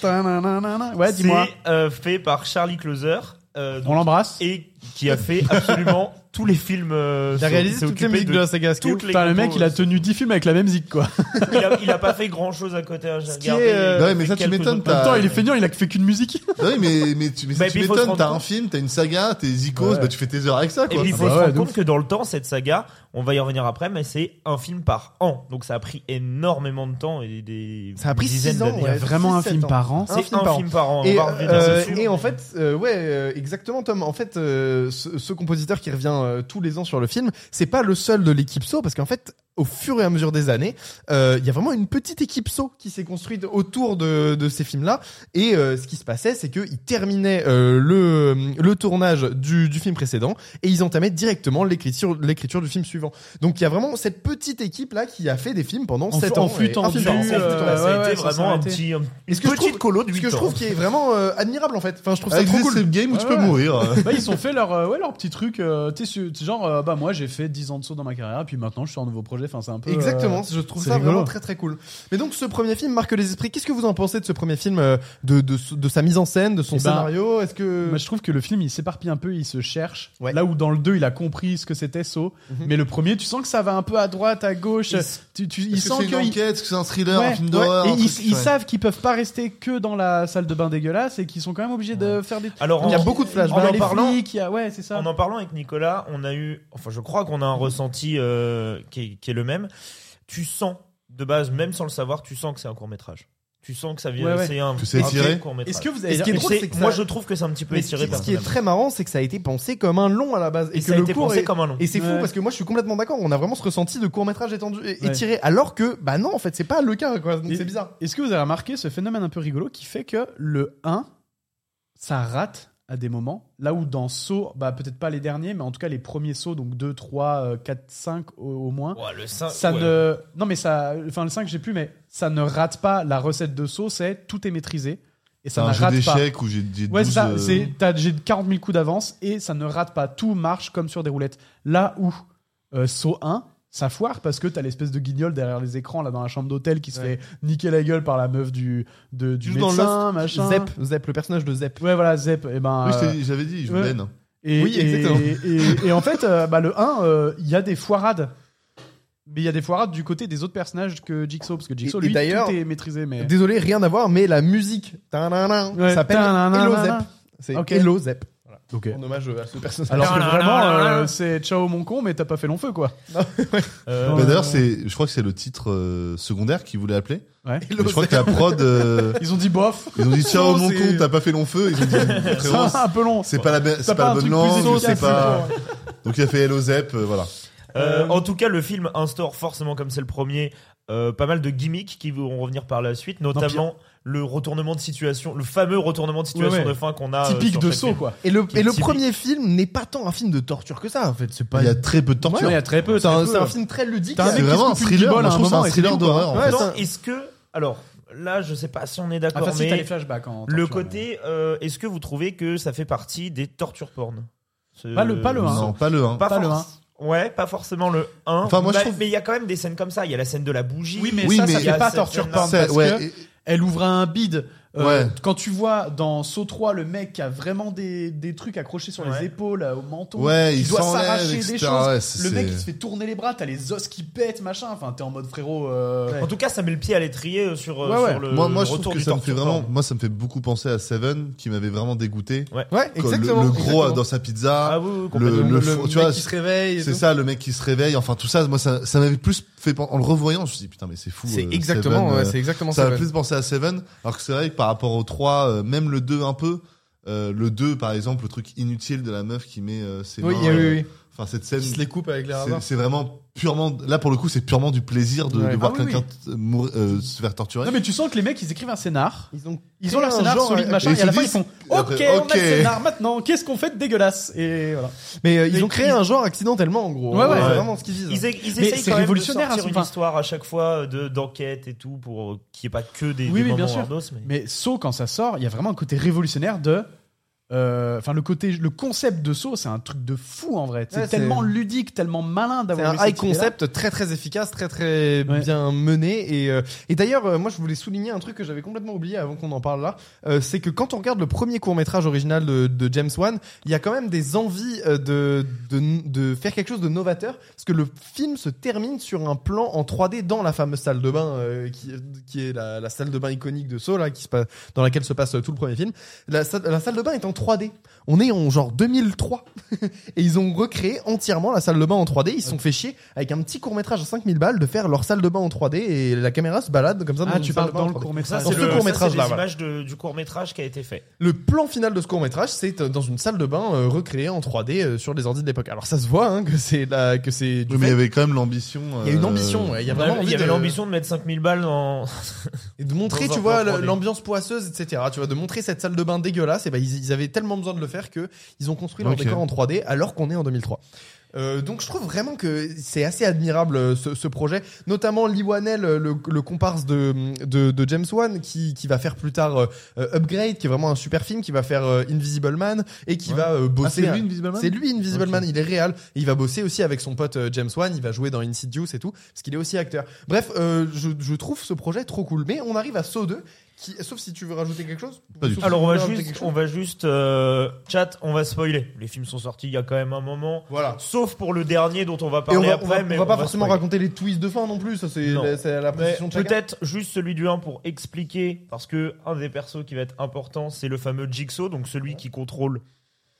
S4: ta-na-na-na. Ouais, dis-moi.
S3: C'est euh, fait par Charlie Closer. euh, donc,
S4: On l'embrasse.
S3: et qui a fait absolument [LAUGHS] tous les films. euh,
S2: Il a réalisé
S3: s'est
S2: toutes les
S3: occupé
S2: musiques de,
S3: de
S2: la saga. ce qui est
S3: toutes
S2: ouf.
S3: les
S4: Putain, le mec,
S3: compos. euh,
S4: il a tenu 10 films avec la même zik, quoi.
S3: il, a, il a pas fait grand chose à côté. hein, j'ai
S2: qui est,
S3: regardé,
S2: euh,
S3: il a
S5: Ouais, mais
S3: fait
S5: ça, tu
S3: quelques
S5: m'étonnes,
S3: autres
S5: t'as-
S4: En même temps, il est feignant, il a fait qu'une musique.
S5: Ah Oui, mais, mais tu, mais ça,
S3: Bah, et
S5: tu
S3: puis, il faut se
S5: m'étonnes,
S3: rendre
S5: t'as un
S3: compte.
S5: film, t'as une saga, t'es icônes,
S4: Ouais.
S5: bah tu fais tes heures avec ça,
S3: Et
S5: quoi.
S3: puis il
S4: Ah
S3: faut
S4: bah
S3: se
S4: ouais,
S3: rendre
S4: de
S3: compte
S4: ouf.
S3: que dans le temps, cette saga, on va y revenir après, mais c'est un film par an. Donc ça a pris énormément de temps et des
S2: Ça a pris
S3: dizaines
S2: six ans,
S3: d'années.
S2: ouais.
S4: Vraiment un
S2: Six,
S4: film
S2: sept ans.
S4: par an. [LAUGHS]
S2: un
S3: C'est un
S2: film par an.
S3: film par an.
S2: Et,
S3: on va revenir
S2: euh,
S3: dessus.
S2: et en fait, euh, ouais, euh, exactement, Tom. En fait, euh, ce, ce compositeur qui revient euh, tous les ans sur le film, c'est pas le seul de l'équipe So, parce qu'en fait, au fur et à mesure des années, euh, il y a vraiment une petite équipe So qui s'est construite autour de, de ces films-là. Et euh, ce qui se passait, c'est qu'ils terminaient euh, le, le tournage du, du film précédent et ils entamaient directement l'écriture l'écriture du film suivant. Donc il y a vraiment cette petite équipe-là qui a fait des films pendant
S4: En-
S2: 7
S4: en
S2: ans.
S4: flux
S2: et un film
S4: tendu,
S2: par an.
S4: en
S3: Enfin,
S4: flux,
S3: ça,
S4: euh,
S3: ça a
S4: ouais,
S3: été
S4: ouais, ça
S3: vraiment un
S4: s'est
S3: petit, un-
S2: Et
S3: une
S2: ce que je
S3: petite
S2: trouve-
S3: colo de
S2: Ce
S3: 8
S2: que je
S3: ans.
S2: trouve qui est vraiment euh, admirable en fait. Enfin, je trouve ça
S5: Avec
S2: trop
S5: des
S2: cool.
S5: escape games où
S4: Ouais,
S5: tu peux
S4: ouais.
S5: mourir.
S4: Bah, ils ont fait leur, euh, ouais, leur petit truc, euh, t'es su- t'es genre, euh, bah moi j'ai fait 10 ans de saut dans ma carrière, puis maintenant je suis en nouveau projet, Enfin, c'est un peu. euh,
S2: Exactement, je trouve
S4: c'est
S2: ça
S4: rigolo.
S2: vraiment très très cool. Mais donc ce premier film marque les esprits. Qu'est-ce que vous en pensez de ce premier film, euh, de, de, de sa mise en scène, de son
S4: Eh ben,
S2: scénario Est-ce que
S4: Moi, je trouve que le film, il s'éparpille un peu, il se cherche.
S2: Ouais.
S4: Là où dans le 2, il a compris ce que c'était So. Mais le premier, tu sens que ça va un peu à droite, à gauche. Tu, tu, il
S5: Est-ce que
S4: sent
S5: c'est une
S4: que. il-
S5: enquête, est-ce que c'est un thriller,
S4: Ouais,
S5: un film
S4: ouais.
S5: d'horreur.
S4: Et
S5: un
S4: ils,
S5: truc,
S4: ils
S5: ouais.
S4: savent qu'ils peuvent pas rester que dans la salle de bain dégueulasse et qu'ils sont quand même obligés de faire des.
S3: Alors,
S2: il y a
S3: en-
S2: beaucoup de flashbacks
S3: en
S4: Il y a
S3: en
S4: les
S3: parlant,
S4: flics, il y a- ouais, c'est ça.
S3: En en parlant avec Nicolas, on a eu, enfin je crois qu'on a un ressenti euh, qui, est, qui est le même. Tu sens, de base, même sans le savoir, tu sens que c'est un court métrage. Tu sens que ça vient,
S4: Ouais, ouais.
S3: c'est un,
S5: Que c'est
S3: un
S5: étiré.
S3: court
S4: Est-ce
S3: métrage.
S4: que vous
S2: Et
S4: avez.
S2: ce qui est drôle, c'est que
S3: moi
S2: ça-
S3: je trouve que c'est un petit peu
S2: Mais ce,
S3: étiré.
S2: qui, ce qui est
S3: personnellement.
S2: très marrant, c'est que ça a été pensé comme un long à la base, et,
S3: et
S2: que
S3: ça a
S2: le
S3: été
S2: court
S3: pensé
S2: est-
S3: comme un long.
S2: Et c'est fou
S4: Ouais.
S2: parce que moi je suis complètement d'accord. On a vraiment ce ressenti de court métrage étendu, é-
S4: Ouais.
S2: étiré, alors que bah non, en fait c'est pas le cas. quoi. Donc
S4: Et-
S2: c'est bizarre.
S4: Est-ce que vous avez remarqué ce phénomène un peu rigolo qui fait que le 1, ça rate à des moments, là où dans Saut, bah peut-être pas les derniers, mais en tout cas les premiers sauts, donc 2, 3, euh, 4, 5 au, au moins,
S3: Ouais, le sein-
S4: ça
S3: ouais.
S4: ne. Non, mais ça. Enfin, le 5, j'ai plus, mais ça ne rate pas la recette de Saut, c'est tout est maîtrisé et
S5: C'est
S4: ça
S5: un
S4: ne
S5: jeu
S4: rate pas.
S5: d'échecs où j'ai j'ai
S4: Ouais, c'est
S5: 12,
S4: ça.
S5: euh,
S4: c'est- t'as- J'ai 40 000 coups d'avance et ça ne rate pas. Tout marche comme sur des roulettes. Là où euh, Saut 1, ça foire parce que t'as l'espèce de guignol derrière les écrans, là, dans la chambre d'hôtel qui se
S2: Ouais.
S4: fait niquer la gueule par la meuf du, de, du
S2: Juste dans
S4: médecin,
S2: Lost,
S4: machin.
S2: Zep, Zep, le personnage de Zep.
S4: Ouais, voilà, Zep. Et ben,
S5: Oui, je
S4: euh,
S5: t'ai- j'avais dit, je
S4: ouais.
S5: l'aime.
S4: et,
S2: Oui,
S4: et-
S2: exactement.
S4: Et, et en fait, euh, bah, le 1, euh, il y a des foirades. Mais il y a des foirades du côté des autres personnages que Jigsaw, parce que Jigsaw,
S2: Et- et
S4: lui,
S2: d'ailleurs-
S4: tout est maîtrisé. Mais...
S2: Désolé, rien à voir, mais la musique tadadadin,
S4: Ouais.
S2: s'appelle
S4: Tadadadin.
S2: Hello Zep. C'est
S4: Ok.
S2: Hello Zep.
S4: Ok.
S2: En hommage à ce personnage.
S4: Alors que
S3: Tadadadin.
S4: vraiment, euh, c'est ciao mon con, mais t'as pas fait long feu, quoi.
S3: Euh,
S5: Bah, D'ailleurs, c'est, je crois que c'est le titre euh, secondaire qu'ils voulaient appeler.
S4: Ouais.
S5: Mais je crois que la prod, euh,
S4: Ils ont dit bof.
S5: ils ont
S4: [LAUGHS]
S5: dit ciao
S4: Oh,
S5: mon
S4: c'est-
S5: con, t'as pas fait long
S4: [LAUGHS]
S5: feu. Ils ont dit
S4: C'est
S5: frérot,
S4: un peu long.
S5: c'est pas la, be-
S4: T'as
S5: c'est pas la
S4: un
S5: bonne
S4: truc plus
S5: langue,
S4: efficace,
S5: c'est pas.
S4: c'est tout.
S5: Donc il a fait Hello Zep, euh, voilà.
S3: Euh, en tout cas, le film instaure forcément, comme c'est le premier, euh, pas mal de gimmicks qui vont revenir par la suite, notamment le retournement de situation, le fameux retournement de situation
S4: Ouais, ouais.
S3: de fin qu'on a. euh,
S4: Typique
S3: sur
S4: de
S3: chaque
S4: saut,
S3: film.
S4: quoi.
S2: Et le,
S3: Qui est
S2: et le
S3: typique.
S2: premier film n'est pas tant un film de torture que ça, en fait. C'est pas.
S5: Il y a très peu de torture.
S4: Ouais, il y a très peu.
S2: C'est
S4: très
S2: un,
S4: peu.
S2: c'est un film très ludique.
S4: T'as un
S5: c'est
S4: mec qui
S5: vraiment un
S4: se coupe une
S5: thriller.
S4: bibole
S5: Moi,
S2: hein,
S4: à
S5: je
S4: un
S5: trouve que c'est
S4: moment
S5: un
S4: et c'est
S5: thriller
S4: tout,
S5: d'horreur.
S2: quoi. Ouais,
S5: en fait.
S3: Non,
S2: ça-
S3: est-ce que. Alors, là, je sais pas si on est
S4: Ah,
S3: d'accord,
S4: facile, t'as
S3: mais
S4: les flashbacks en
S3: le
S4: torture, mais-
S3: côté, euh, est-ce que vous trouvez que ça fait partie des tortures porn Ce-
S4: Pas le- pas le un.
S5: Non, pas le hein. 1.
S3: Pas,
S4: Pas le
S3: forc- Ouais, pas forcément le 1.
S5: Enfin, moi, je
S3: Bah,
S5: trouve-
S3: Mais il y a quand même des scènes comme ça. Il y a la scène de la bougie.
S4: Oui, mais
S5: Oui,
S4: ça,
S5: mais-
S4: ça
S5: Il y a
S4: fait pas
S3: cette
S4: torture
S3: scène-là.
S4: porn.
S5: C'est-
S4: Parce
S5: ouais,
S4: que
S5: et-
S4: elle ouvre un bide. Euh,
S5: Ouais.
S4: Quand tu vois dans Saut 3 le mec qui a vraiment des, des trucs accrochés sur
S3: Ouais.
S4: les épaules, euh, au menton,
S5: Ouais,
S4: qui
S5: il
S4: doit
S5: s'enlève,
S4: s'arracher
S5: etc.
S4: des
S5: Ouais,
S4: choses,
S5: c'est-
S4: le mec
S5: c'est-
S4: qui se fait tourner les bras, t'as les os qui pètent, machin. Enfin, t'es en mode frérot. euh,
S3: En tout cas, ça met le pied à l'étrier euh, sur, euh,
S4: Ouais, ouais.
S3: sur le,
S5: Moi, moi
S3: le
S5: je trouve
S3: retour
S5: que
S3: du
S5: ça me fait
S3: torture
S5: vraiment.
S3: porn.
S5: Moi, ça me fait beaucoup penser à Seven, qui m'avait vraiment dégoûté.
S2: Ouais,
S5: Quand le-
S2: exactement.
S5: Le gros
S2: exactement.
S5: dans sa pizza.
S3: Ah oui, oui,
S5: le,
S3: complètement.
S5: le
S2: Le
S5: fond,
S2: mec
S5: tu vois,
S2: qui se réveille. et
S5: c'est
S2: tout.
S5: ça, le mec qui se réveille. Enfin, tout ça, moi, ça, ça m'avait plus fait pen- en le revoyant. Je me suis dit, putain, mais c'est fou.
S2: C'est
S5: euh,
S2: exactement,
S5: Seven,
S2: ouais,
S5: euh,
S2: c'est exactement
S5: ça
S2: ça.
S5: m'a plus pensé à Seven. Alors que c'est vrai que par rapport au 3, euh, même le 2 un peu. euh, le 2, par exemple, le truc inutile de la meuf qui met euh, ses
S2: Oui,
S5: mains.
S2: oui,
S5: euh,
S2: oui, oui.
S5: Enfin, cette scène.
S2: Il se les coupe avec les
S5: c'est-
S2: ravards.
S5: C'est vraiment purement. Là, pour le coup, c'est purement du plaisir de, de
S2: Ouais.
S5: voir
S4: Ah oui,
S5: quelqu'un t- mourir, euh, se faire torturer.
S4: Non, mais tu sens que les mecs ils écrivent un scénar.
S2: Ils ont,
S4: Ils ont leur scénar
S2: euh,
S4: solide, machin,
S5: et
S4: et à la
S5: ils
S4: fin
S5: se
S4: ils font
S5: disent-
S4: Ok,
S5: après,
S4: on a le
S5: ok.
S4: scénar maintenant, qu'est-ce qu'on fait de dégueulasse Et voilà.
S2: Mais euh, ils
S3: Mais
S2: ont créé
S3: ils-
S2: un genre accidentellement, en gros.
S4: Ouais,
S2: hein.
S4: ouais.
S2: C'est vraiment ce qu'ils disent.
S3: Ils, e- ils
S4: Mais
S3: essayent
S4: c'est
S3: quand même de
S4: révolutionnaire,
S3: sortir
S4: à ce-
S3: une
S4: enfin-
S3: histoire à chaque fois euh, de d'enquête et tout pour euh, qu'il n'y ait pas que des, des
S4: Oui, oui,
S3: moments
S4: bien sûr.
S3: Windows, mais-
S4: Mais Saw, quand ça sort, il y a vraiment un côté révolutionnaire de. euh, Enfin, le côté, le concept de Saw, c'est un truc de fou en vrai. C'est
S2: Ouais, c'est-
S4: tellement ludique, tellement malin
S2: C'est
S4: d'avoir
S2: un
S4: eu
S2: high
S4: cette idée-là.
S2: concept très très efficace, très très
S4: Ouais.
S2: bien mené. Et, euh, et d'ailleurs, euh, moi je voulais souligner un truc que j'avais complètement oublié avant qu'on en parle là. Euh, c'est que quand on regarde le premier court métrage original de, de James Wan, il y a quand même des envies euh, de, de, de faire quelque chose de novateur. Parce que le film se termine sur un plan en 3D dans la fameuse salle de bain euh, qui, qui est la, la salle de bain iconique de Saw, là, qui se passe, dans laquelle se passe euh, tout le premier film. La, salle- la salle de bain est en 3D. On est en genre 2003. [LAUGHS] Et ils ont recréé entièrement la salle de bain en 3D. Ils se sont fait chier avec un petit court métrage à 5000 balles de faire leur salle de bain en 3D et la caméra se balade comme ça dans
S4: Ah,
S2: une
S4: tu
S2: salle
S4: parles
S2: de bain
S4: dans
S2: en
S4: le
S2: 3D.
S4: court
S3: Ça,
S4: métrage.
S2: Dans
S3: Ah, c'est
S2: ce
S3: le,
S2: court-métrage-là,
S3: ça, c'est des
S2: voilà.
S3: images de- du court métrage qui a été fait.
S2: Le plan final de ce court métrage, c'est euh, dans une salle de bain euh, recréée en 3D euh, sur les ordi de l'époque. Alors ça se voit hein, que c'est là que c'est. du
S5: Oui, mais il y
S2: fait.
S5: avait quand même l'ambition.
S2: Il y a une
S5: euh,
S2: ambition. ouais, Il y a
S3: On
S2: vraiment
S3: avait- Il
S2: envie
S3: y avait
S2: de-
S3: l'ambition de mettre 5000 balles dans.
S2: et de montrer,
S3: Dans
S2: tu
S3: un
S2: vois,
S3: plan 3D.
S2: l'ambiance poisseuse, etc. Tu vois, de montrer cette salle de bain dégueulasse. Et ben ils, ils avaient tellement besoin de le faire que ils ont construit leur
S5: Ok.
S2: décor en 3D alors qu'on est en 2003. Euh, donc je trouve vraiment que c'est assez admirable euh, ce, ce projet, notamment Lee Wanell, euh, le, le comparse de, de, de James Wan, qui, qui va faire plus tard euh, euh, Upgrade, qui est vraiment un super film, qui va faire euh, Invisible Man et qui
S5: Ouais.
S2: va
S5: Ah,
S2: euh, bosser.
S5: c'est
S2: un-
S5: lui, Invisible Man
S2: c'est lui Invisible
S5: Ok.
S2: Man, il est réel. Il va bosser aussi avec son pote euh, James Wan, il va jouer dans Insidious et tout, parce qu'il est aussi acteur. Bref, euh, je, je trouve ce projet trop cool. Mais on arrive à Saw 2, qui, sauf si tu veux rajouter quelque chose.
S5: Pas du
S2: Sauf
S5: tout.
S2: si
S3: Alors
S2: tu
S3: on
S2: veux
S3: va
S2: rajouter quelque
S3: juste,
S2: chose.
S3: on va juste euh, chat, on va spoiler. Les films sont sortis il y a quand même un moment.
S2: Voilà.
S3: Sauf pour le dernier dont on va
S2: Et on
S3: parler
S2: va, on va-
S3: après, mais
S2: on va pas forcément
S3: forcément raconter.
S2: raconter les twists de fin non plus, ça c'est
S3: Non.
S2: la, c'est la
S3: Mais
S2: position de chacun.
S3: Peut-être juste celui du 1 pour expliquer, parce que un des persos qui va être important, c'est le fameux Jigsaw, donc celui qui contrôle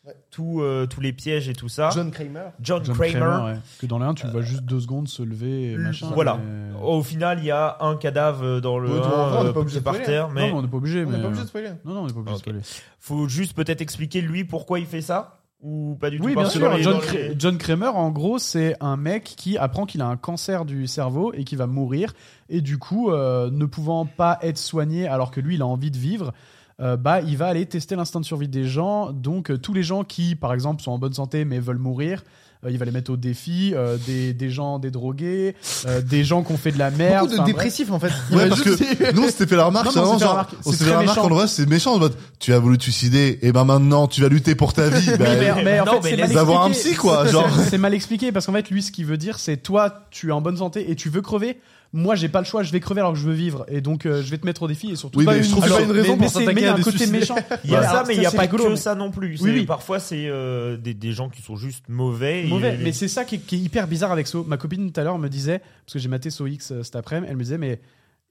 S2: Ouais.
S3: tout, euh, tous les pièges et tout ça.
S2: John
S3: John,
S2: Kramer.
S4: John
S3: Kramer.
S4: Kramer. ouais. Que dans le 1, tu le vois juste deux secondes se lever et
S3: le-
S4: machin. euh,
S3: voilà. Oh,
S4: mais-
S3: Au final, il y a un cadavre euh, dans le
S2: Ouais,
S3: 1
S2: toi, enfin, on n'est
S3: euh,
S2: pas obligé
S3: qui est
S2: de
S3: par
S2: spoiler.
S3: terre, mais
S4: Non, mais on n'est pas obligé.
S2: On
S4: mais- euh,
S2: n'est pas obligé de spoiler.
S4: Non, non, on n'est pas obligé
S3: Ok.
S4: de spoiler.
S3: faut juste peut-être expliquer lui pourquoi il fait ça ou pas du tout.
S4: Oui, bien
S3: parce que dans
S4: sûr.
S3: les-
S4: John,
S3: dans les-
S4: Cra- John Kramer, en gros, c'est un mec qui apprend qu'il a un cancer du cerveau et qui va mourir. Et du coup, euh, ne pouvant pas être soigné alors que lui, il a envie de vivre, euh, bah, il va aller tester l'instinct de survie des gens. Donc, euh, tous les gens qui, par exemple, sont en bonne santé mais veulent mourir, euh, il va les mettre au défi. euh, des, des gens, des drogués, euh, des gens qui ont fait de la merde.
S2: Beaucoup de
S4: enfin, bref.
S2: dépressifs en fait. Il
S5: Ouais,
S2: va
S5: parce
S2: juste-
S5: que [LAUGHS] nous, on s'était fait la remarque,
S4: Non,
S5: c'est
S4: mais on s'est
S5: vraiment
S4: fait la
S5: genre,
S4: remarque. C'est
S5: on s'est fait la
S4: très
S5: remarque
S4: méchant.
S5: en vrai, c'est méchant en mode, tu as voulu te suicider, et ben maintenant, tu vas lutter pour ta vie. Bah,
S4: Oui, [LAUGHS] mais, mais en
S3: Non,
S4: fait,
S3: mais
S4: c'est
S3: les-
S4: mal
S5: d'avoir un
S4: expliqué.
S5: psy, quoi,
S4: C'est-
S5: genre.
S4: [LAUGHS] C'est mal expliqué parce qu'en fait, lui, ce qu'il veut dire, c'est toi, tu es en bonne santé et tu veux crever. Moi, j'ai pas le choix, je vais crever alors que je veux vivre. Et donc, euh, je vais te mettre au défi et surtout
S5: Oui,
S4: pas
S5: mais je
S4: une-
S5: trouve que
S4: alors,
S5: c'est pas une
S4: mais-
S5: raison pour
S4: mais c'est-
S2: s'attaquer
S4: mais il y
S2: à
S4: a un
S2: des
S4: côté
S2: suicidés. [LAUGHS]
S4: méchant.
S3: Il y a
S4: Voilà.
S3: ça, mais il n'y a
S4: c'est
S3: pas
S4: rigolo,
S3: que
S4: mais-
S3: ça non plus.
S4: Oui,
S3: C'est-
S4: oui.
S3: Parfois, c'est euh, des, des gens qui sont juste mauvais. et-
S4: mauvais. Mais c'est ça qui est, qui est hyper bizarre avec So. Ma copine tout à l'heure me disait, parce que j'ai maté So X euh, cet après-midi, elle me disait, mais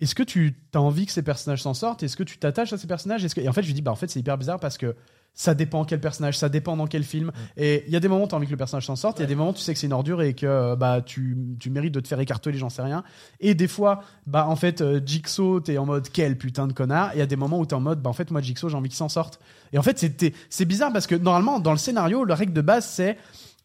S4: est-ce que tu as envie que ces personnages s'en sortent Est-ce que tu t'attaches à ces personnages Est-ce que... Et en fait, je lui dis, bah en fait, c'est hyper bizarre parce que ça dépend quel personnage, ça dépend dans quel film. Et il y a des moments où tu as envie que le personnage s'en sorte, il y a des moments où tu sais que c'est une ordure et que euh, bah, tu, tu mérites de te faire écarteler, j'en sais rien. Et des fois, bah en fait, euh, Jigsaw, t'es en mode quel putain de connard. Et il y a des moments où t'es en mode, bah en fait, moi, Jigsaw, j'ai envie qu'il s'en sorte. Et en fait, c'était- c'est bizarre parce que normalement, dans le scénario, la règle de base, c'est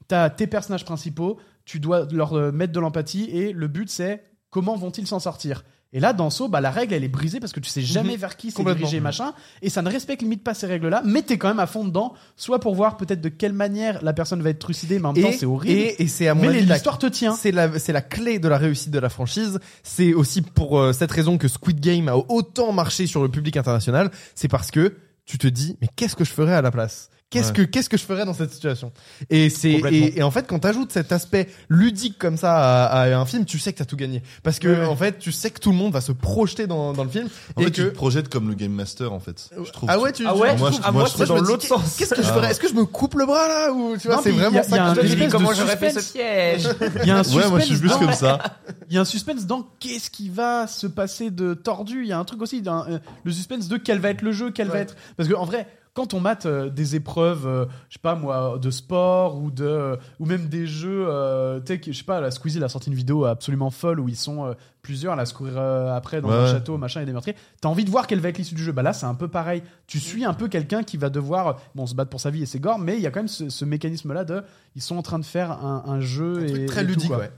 S4: t'as tes personnages principaux, tu dois leur euh, mettre de l'empathie et le but c'est comment vont-ils s'en sortir. Et là, dans Saw, bah, la règle elle est brisée parce que tu sais jamais vers qui c'est
S2: Mhm. Complètement.
S4: dirigé machin, et ça ne respecte limite pas ces règles-là, mais t'es quand même à fond dedans, soit pour voir peut-être de quelle manière la personne va être trucidée, mais en même temps c'est horrible.
S2: Et, et c'est à mon
S4: mais
S2: avis la-
S4: l'histoire te tient.
S2: C'est la, c'est la clé de la réussite de la franchise. C'est aussi pour euh, cette raison que Squid Game a autant marché sur le public international. C'est parce que tu te dis, mais qu'est-ce que je ferais à la place Qu'est-ce
S3: Ouais.
S2: que qu'est-ce que je ferais dans cette situation Et c'est
S3: Complètement.
S2: et, et en fait quand t'ajoutes cet aspect ludique comme ça à, à un film, tu sais que t'as tout gagné parce que
S4: Ouais.
S2: en fait tu sais que tout le monde va se projeter dans, dans le film
S5: En
S2: et
S5: fait,
S2: que
S5: tu te projettes comme le Game Master, en fait. Je trouve.
S2: ah ouais tu
S3: Ah
S2: tu-
S3: ouais,
S5: Moi, je-
S3: ah,
S5: moi,
S3: moi,
S5: je-
S3: c'est
S5: moi,
S3: dans
S5: je me
S3: l'autre sens.
S2: Qu'est-ce que je
S5: Ah
S2: ferais
S5: ouais.
S2: Est-ce que je me coupe le bras là ou tu vois
S4: Non,
S2: c'est
S4: mais il y a-
S2: vraiment
S4: il y a
S2: ça
S4: un
S2: que je-
S4: espèce de suspense.
S3: piège.
S4: Il y a un
S5: Ouais, moi, je suis
S4: suspense
S5: plus
S4: dans-
S5: comme ça.
S4: [LAUGHS] Il y a un suspense dans qu'est-ce qui va se passer de tordu. Il y a un truc aussi, d'un- euh, le suspense de quel va être le jeu, quel va
S2: Ouais.
S4: être. Parce que en vrai, quand on mate euh, des épreuves, euh, je sais pas moi, de sport ou de euh, ou même des jeux, euh, tu sais, que- je sais pas, la Squeezie elle a sorti une vidéo absolument folle où ils sont euh, plusieurs à la se courir euh, après dans
S5: Ouais,
S4: un
S5: ouais.
S4: château, machin, et des meurtriers. T'as envie de voir quelle va être l'issue du jeu. Bah là, c'est un peu pareil. Tu suis un peu quelqu'un qui va devoir, euh, bon, se battre pour sa vie et ses gore, mais il y a quand même ce, ce mécanisme-là de, ils sont en train de faire un, un jeu
S2: Un
S4: et
S2: truc
S4: et
S2: très
S4: tout,
S2: ludique
S4: quoi.
S2: ouais.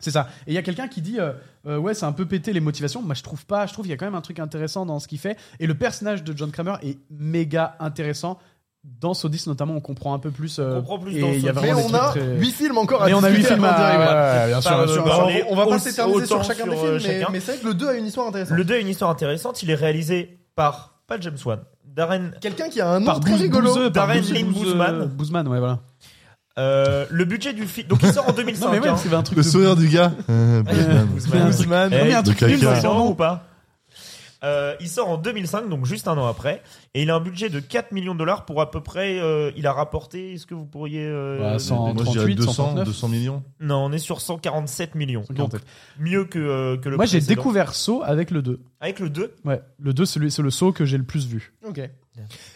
S4: C'est ça. Et il y a quelqu'un qui dit euh, euh, ouais, c'est un peu pété les motivations. Moi, je trouve pas. Je trouve qu'il y a quand même un truc intéressant dans ce qu'il fait. Et le personnage de John Kramer est méga intéressant. Dans Sodis notamment, on comprend un peu plus. euh,
S3: On comprend plus
S4: et
S3: dans
S4: il y
S3: Saw
S4: a
S3: 10.
S2: Mais
S4: vraiment des
S2: on
S4: trucs
S2: a
S4: très-
S2: huit films encore à
S4: Mais on a
S2: discuter
S4: huit films
S2: avant
S4: à-
S2: d'y arriver.
S4: ouais, ouais, ouais, bien
S3: Par-
S4: sûr, bien sûr.
S3: par-
S2: Alors,
S3: les-
S2: on va pas
S3: aussi-
S2: s'éterniser sur
S3: autant
S2: chacun des
S3: sur,
S2: films,
S3: euh,
S2: mais,
S3: chacun.
S2: mais c'est vrai que le 2 a une histoire intéressante.
S3: Le 2 est une histoire intéressante. Il est réalisé par pas James Wan, Darren.
S2: Quelqu'un qui a un nom
S4: Par
S2: très
S4: Bouz-
S2: rigolo.
S4: Bouzeux, par
S3: Darren
S4: Bouzeux,
S3: Lynn
S4: Bouzeux,
S3: Bouzman.
S4: Bouzman, ouais, voilà.
S3: euh, le budget du film. Donc il sort en 2005.
S4: Non, mais ouais,
S3: hein.
S4: parce qu'il y avait un truc.
S5: Le
S4: de-
S5: sourire du gars. Euh, Batman.
S3: Bouzman.
S2: Bouzman.
S4: Non, mais il y a un
S5: de
S4: truc
S5: caca.
S4: nul dans son
S3: Sans
S4: nom.
S3: ou pas Euh, il sort en 2005, donc juste un an après, et il a un budget de 4 millions de dollars pour à peu près. euh, il a rapporté. Est-ce que vous pourriez euh,
S4: Bah, sans-
S5: Moi, je
S4: 38,
S5: dirais 200,
S4: 139.
S5: 200 millions.
S3: Non, on est sur 147 millions. Donc,
S4: 147.
S3: mieux que, euh, que le.
S4: Moi, j'ai
S3: précédent.
S4: découvert Saw avec le 2.
S3: avec le 2.
S4: Ouais, le 2, c'est le, c'est le Saw que j'ai le plus vu.
S2: Ok.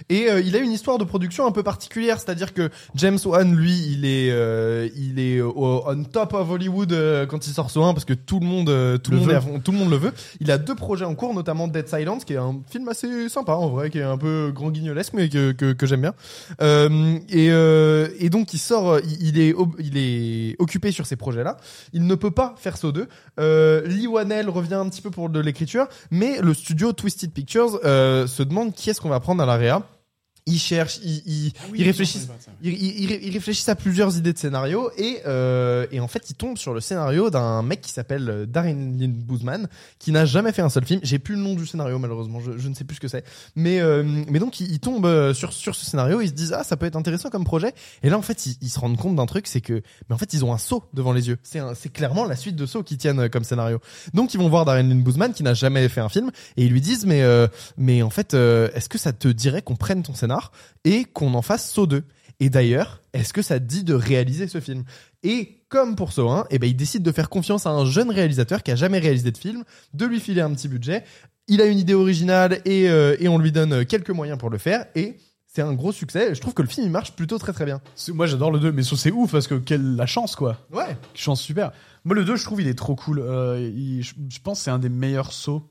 S2: Et euh, il a une histoire de production un peu particulière, c'est-à-dire que James Wan, lui, il est, euh, il est euh, au- on top of Hollywood euh, quand il sort Saw 1 parce que tout le monde, euh, tout le,
S4: Le
S2: monde,
S4: veut.
S2: est à fond- tout le monde le veut. Il a deux projets en cours, notamment Dead Silence, qui est un film assez sympa en vrai, qui est un peu grand guignolesque, mais que, que, que j'aime bien. Euh, et, euh, et donc il sort, euh, il, il est, ob- il est occupé sur ces projets-là. Il ne peut pas faire Saw 2. Euh, Lee Wanell revient un petit peu pour de l'écriture, mais le studio Twisted Pictures euh, se demande qui est-ce qu'on va prendre à l'AREA. ils cherchent, ils, ils- ils réfléchissent. Ils, ils- ils- ils réfléchissent à plusieurs idées de scénario et, euh, et en fait ils tombent sur le scénario d'un mec qui s'appelle euh, Darren Lynn Boozman qui n'a jamais fait un seul film. J'ai plus le nom du scénario malheureusement, je, je ne sais plus ce que c'est. Mais, euh, mais donc ils, ils tombent euh, sur, sur ce scénario, ils se disent ah ça peut être intéressant comme projet. Et là en fait ils, ils se rendent compte d'un truc, c'est que mais en fait ils ont un saut devant les yeux. C'est un- c'est clairement la suite de saut qui tiennent euh, comme scénario. Donc ils vont voir Darren Lynn Boozman qui n'a jamais fait un film et ils lui disent mais euh, mais en fait euh, est-ce que ça te dirait qu'on prenne ton scénar et qu'on en fasse Saut 2 et d'ailleurs, est-ce que ça te dit de réaliser ce film Et comme pour Saw 1, eh ben, il décide de faire confiance à un jeune réalisateur qui a jamais réalisé de film, de lui filer un petit budget. Il a une idée originale et, euh, et on lui donne quelques moyens pour le faire. Et c'est un gros succès. Je trouve que le film il marche plutôt très très bien.
S4: C'est- Moi j'adore le 2, mais c'est ouf parce que quelle la chance quoi.
S2: Ouais.
S4: Chance super. Moi le 2 je trouve il est trop cool. Euh, il- je, je pense que c'est un des meilleurs sauts.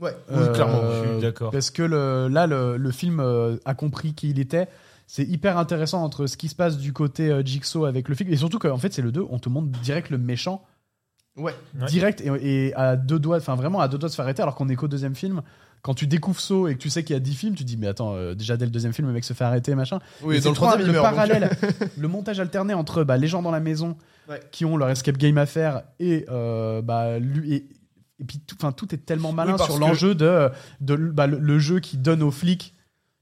S2: Ouais.
S4: Euh,
S3: clairement, je suis d'accord.
S4: Parce que le, là le, le film euh, a compris qui il était. C'est hyper intéressant entre ce qui se passe du côté euh, Jigsaw avec le film et surtout qu'en fait c'est le 2, on te montre direct le méchant.
S2: Ouais.
S3: Ouais.
S4: direct et, et à deux doigts, enfin vraiment à deux doigts de se faire arrêter alors qu'on est qu'au deuxième film. Quand tu découvres Saw et que tu sais qu'il y a 10 films, tu te dis mais attends, euh, déjà dès le deuxième film, le mec se fait arrêter, machin.
S2: Oui,
S4: Et
S2: dans
S4: c'est
S2: le
S4: trop-
S2: troisième, il
S4: le
S2: meurt, donc.
S4: parallèle, le montage alterné entre bah, les gens dans la maison
S2: Ouais.
S4: qui ont leur escape game à faire et euh, bah, lui et, et puis tout, enfin tout est tellement malin
S3: Oui, parce
S4: sur
S3: que-
S4: l'enjeu de, de bah, le, le jeu qui donne aux flics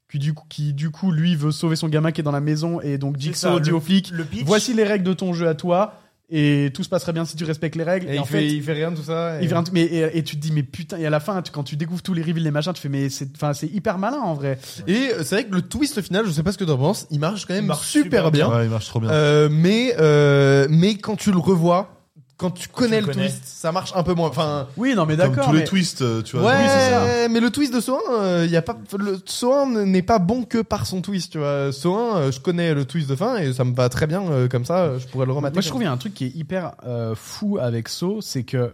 S4: qui du coup qui du coup lui veut sauver son gamin qui est dans la maison et donc
S3: C'est
S4: Jigsaw
S3: ça,
S4: dit
S3: le-
S4: aux flics
S3: Le pitch.
S4: voici les règles de ton jeu à toi et tout se passerait bien si tu respectes les règles
S2: Et,
S4: et,
S2: il,
S4: en
S2: fait,
S4: fait
S2: il fait rien de tout ça. et-
S4: il fait un truc- mais, et, et tu te dis, mais putain, et à la fin, tu- quand tu découvres tous les reveals, les machins, tu fais, mais c'est enfin, c'est hyper malin en vrai.
S2: Et euh, c'est vrai que le twist final, je sais pas ce que t'en penses, il marche quand même
S3: Il marche
S2: super
S3: super
S2: bien.
S5: Ouais, il marche trop bien.
S2: Euh, mais euh, mais quand tu le revois, quand tu connais le
S3: connais.
S2: twist, ça marche un peu moins. Enfin,
S4: Oui, non, mais
S5: Comme
S4: d'accord.
S5: tous
S4: mais-
S5: les twists, euh, tu vois.
S2: ouais,
S5: Oui, c'est ça.
S2: mais le twist de Soin, euh, y a pas le Soin n'est pas bon que par son twist, tu vois. Soin, euh, je connais le twist de fin et ça me va très bien euh, comme ça, euh, je pourrais le remater.
S4: Moi, je trouve qu'il y a un truc qui est hyper euh, fou avec So, c'est que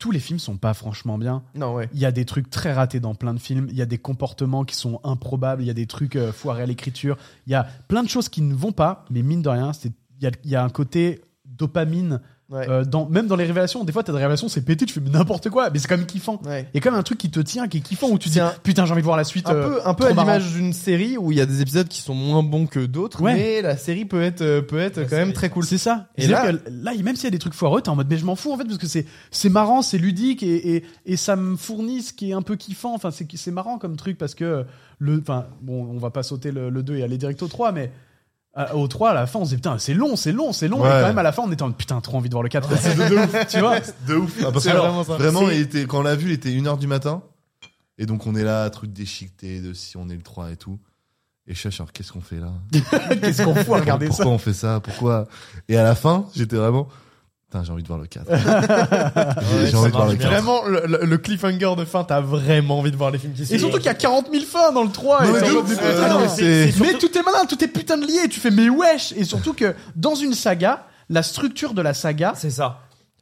S4: tous les films sont pas franchement bien.
S2: non ouais.
S4: Il y a des trucs très ratés dans plein de films. Il y a des comportements qui sont improbables. Il y a des trucs euh, foirés à l'écriture. Il y a plein de choses qui ne vont pas, mais mine de rien, c'est- il y a, il y a un côté dopamine.
S2: Ouais.
S4: euh, dans, même dans les révélations, des fois, t'as des révélations, c'est pété, tu fais mais n'importe quoi, mais c'est quand même kiffant.
S2: Ouais.
S4: Il y a quand même un truc qui te tient, qui est kiffant, où tu te
S2: C'est
S4: dis
S2: un-
S4: putain, j'ai envie de voir la suite.
S2: Un
S4: euh,
S2: peu, un peu
S4: trop
S2: à
S4: marrant.
S2: l'image d'une série où il y a des épisodes qui sont moins bons que d'autres,
S4: Ouais.
S2: mais la série peut être euh, peut être
S3: La
S2: quand même
S3: série.
S2: très cool.
S4: C'est ça.
S2: Et
S4: Et là,
S2: là-
S4: là, et même s'il y a des trucs foireux, t'es en mode mais je m'en fous en fait parce que c'est c'est marrant, c'est ludique et, et, et ça me fournit ce qui est un peu kiffant. Enfin, c'est c'est marrant comme truc parce que le, enfin bon, on va pas sauter le, 2 et aller direct au 3, mais à- au 3 à la fin on se dit putain c'est long, c'est long, c'est long
S5: Ouais.
S4: et quand même à la fin on était en mode putain trop envie de voir le 4.
S5: C'est de, de ouf.
S4: tu vois
S5: De ouf. Ah, parce
S2: C'est
S5: que alors,
S2: vraiment ça.
S5: Vraiment,
S2: C'est-
S5: il était, quand on l'a vu, il était 1h du matin. Et donc, on est là, truc déchiqueté de si on est le 3 et tout. Et je suis là, genre, qu'est-ce qu'on fait là
S4: Qu'est-ce qu'on fout à regarder
S5: Pourquoi
S4: ça
S5: on fait ça Pourquoi Et à la fin, j'étais vraiment. Putain, j'ai envie de voir le 4. J'ai- j'ai
S3: ça
S5: envie de voir le
S3: marche bien.
S5: 4.
S2: Vraiment le, le- le cliffhanger de fin, t'as vraiment envie de voir les films qui
S4: Et surtout qu'il y a 40 000 fins dans le 3
S5: Non,
S4: et
S5: mais
S4: t'es en
S5: de
S4: mode,
S5: ouf,
S4: mais
S5: euh,
S4: putain,
S5: non,
S4: mais-
S5: mais c'est-
S4: Mais tout est malin, tout est putain de lié. Tu fais mais wesh et surtout que dans une saga, la structure de la saga,
S3: C'est ça.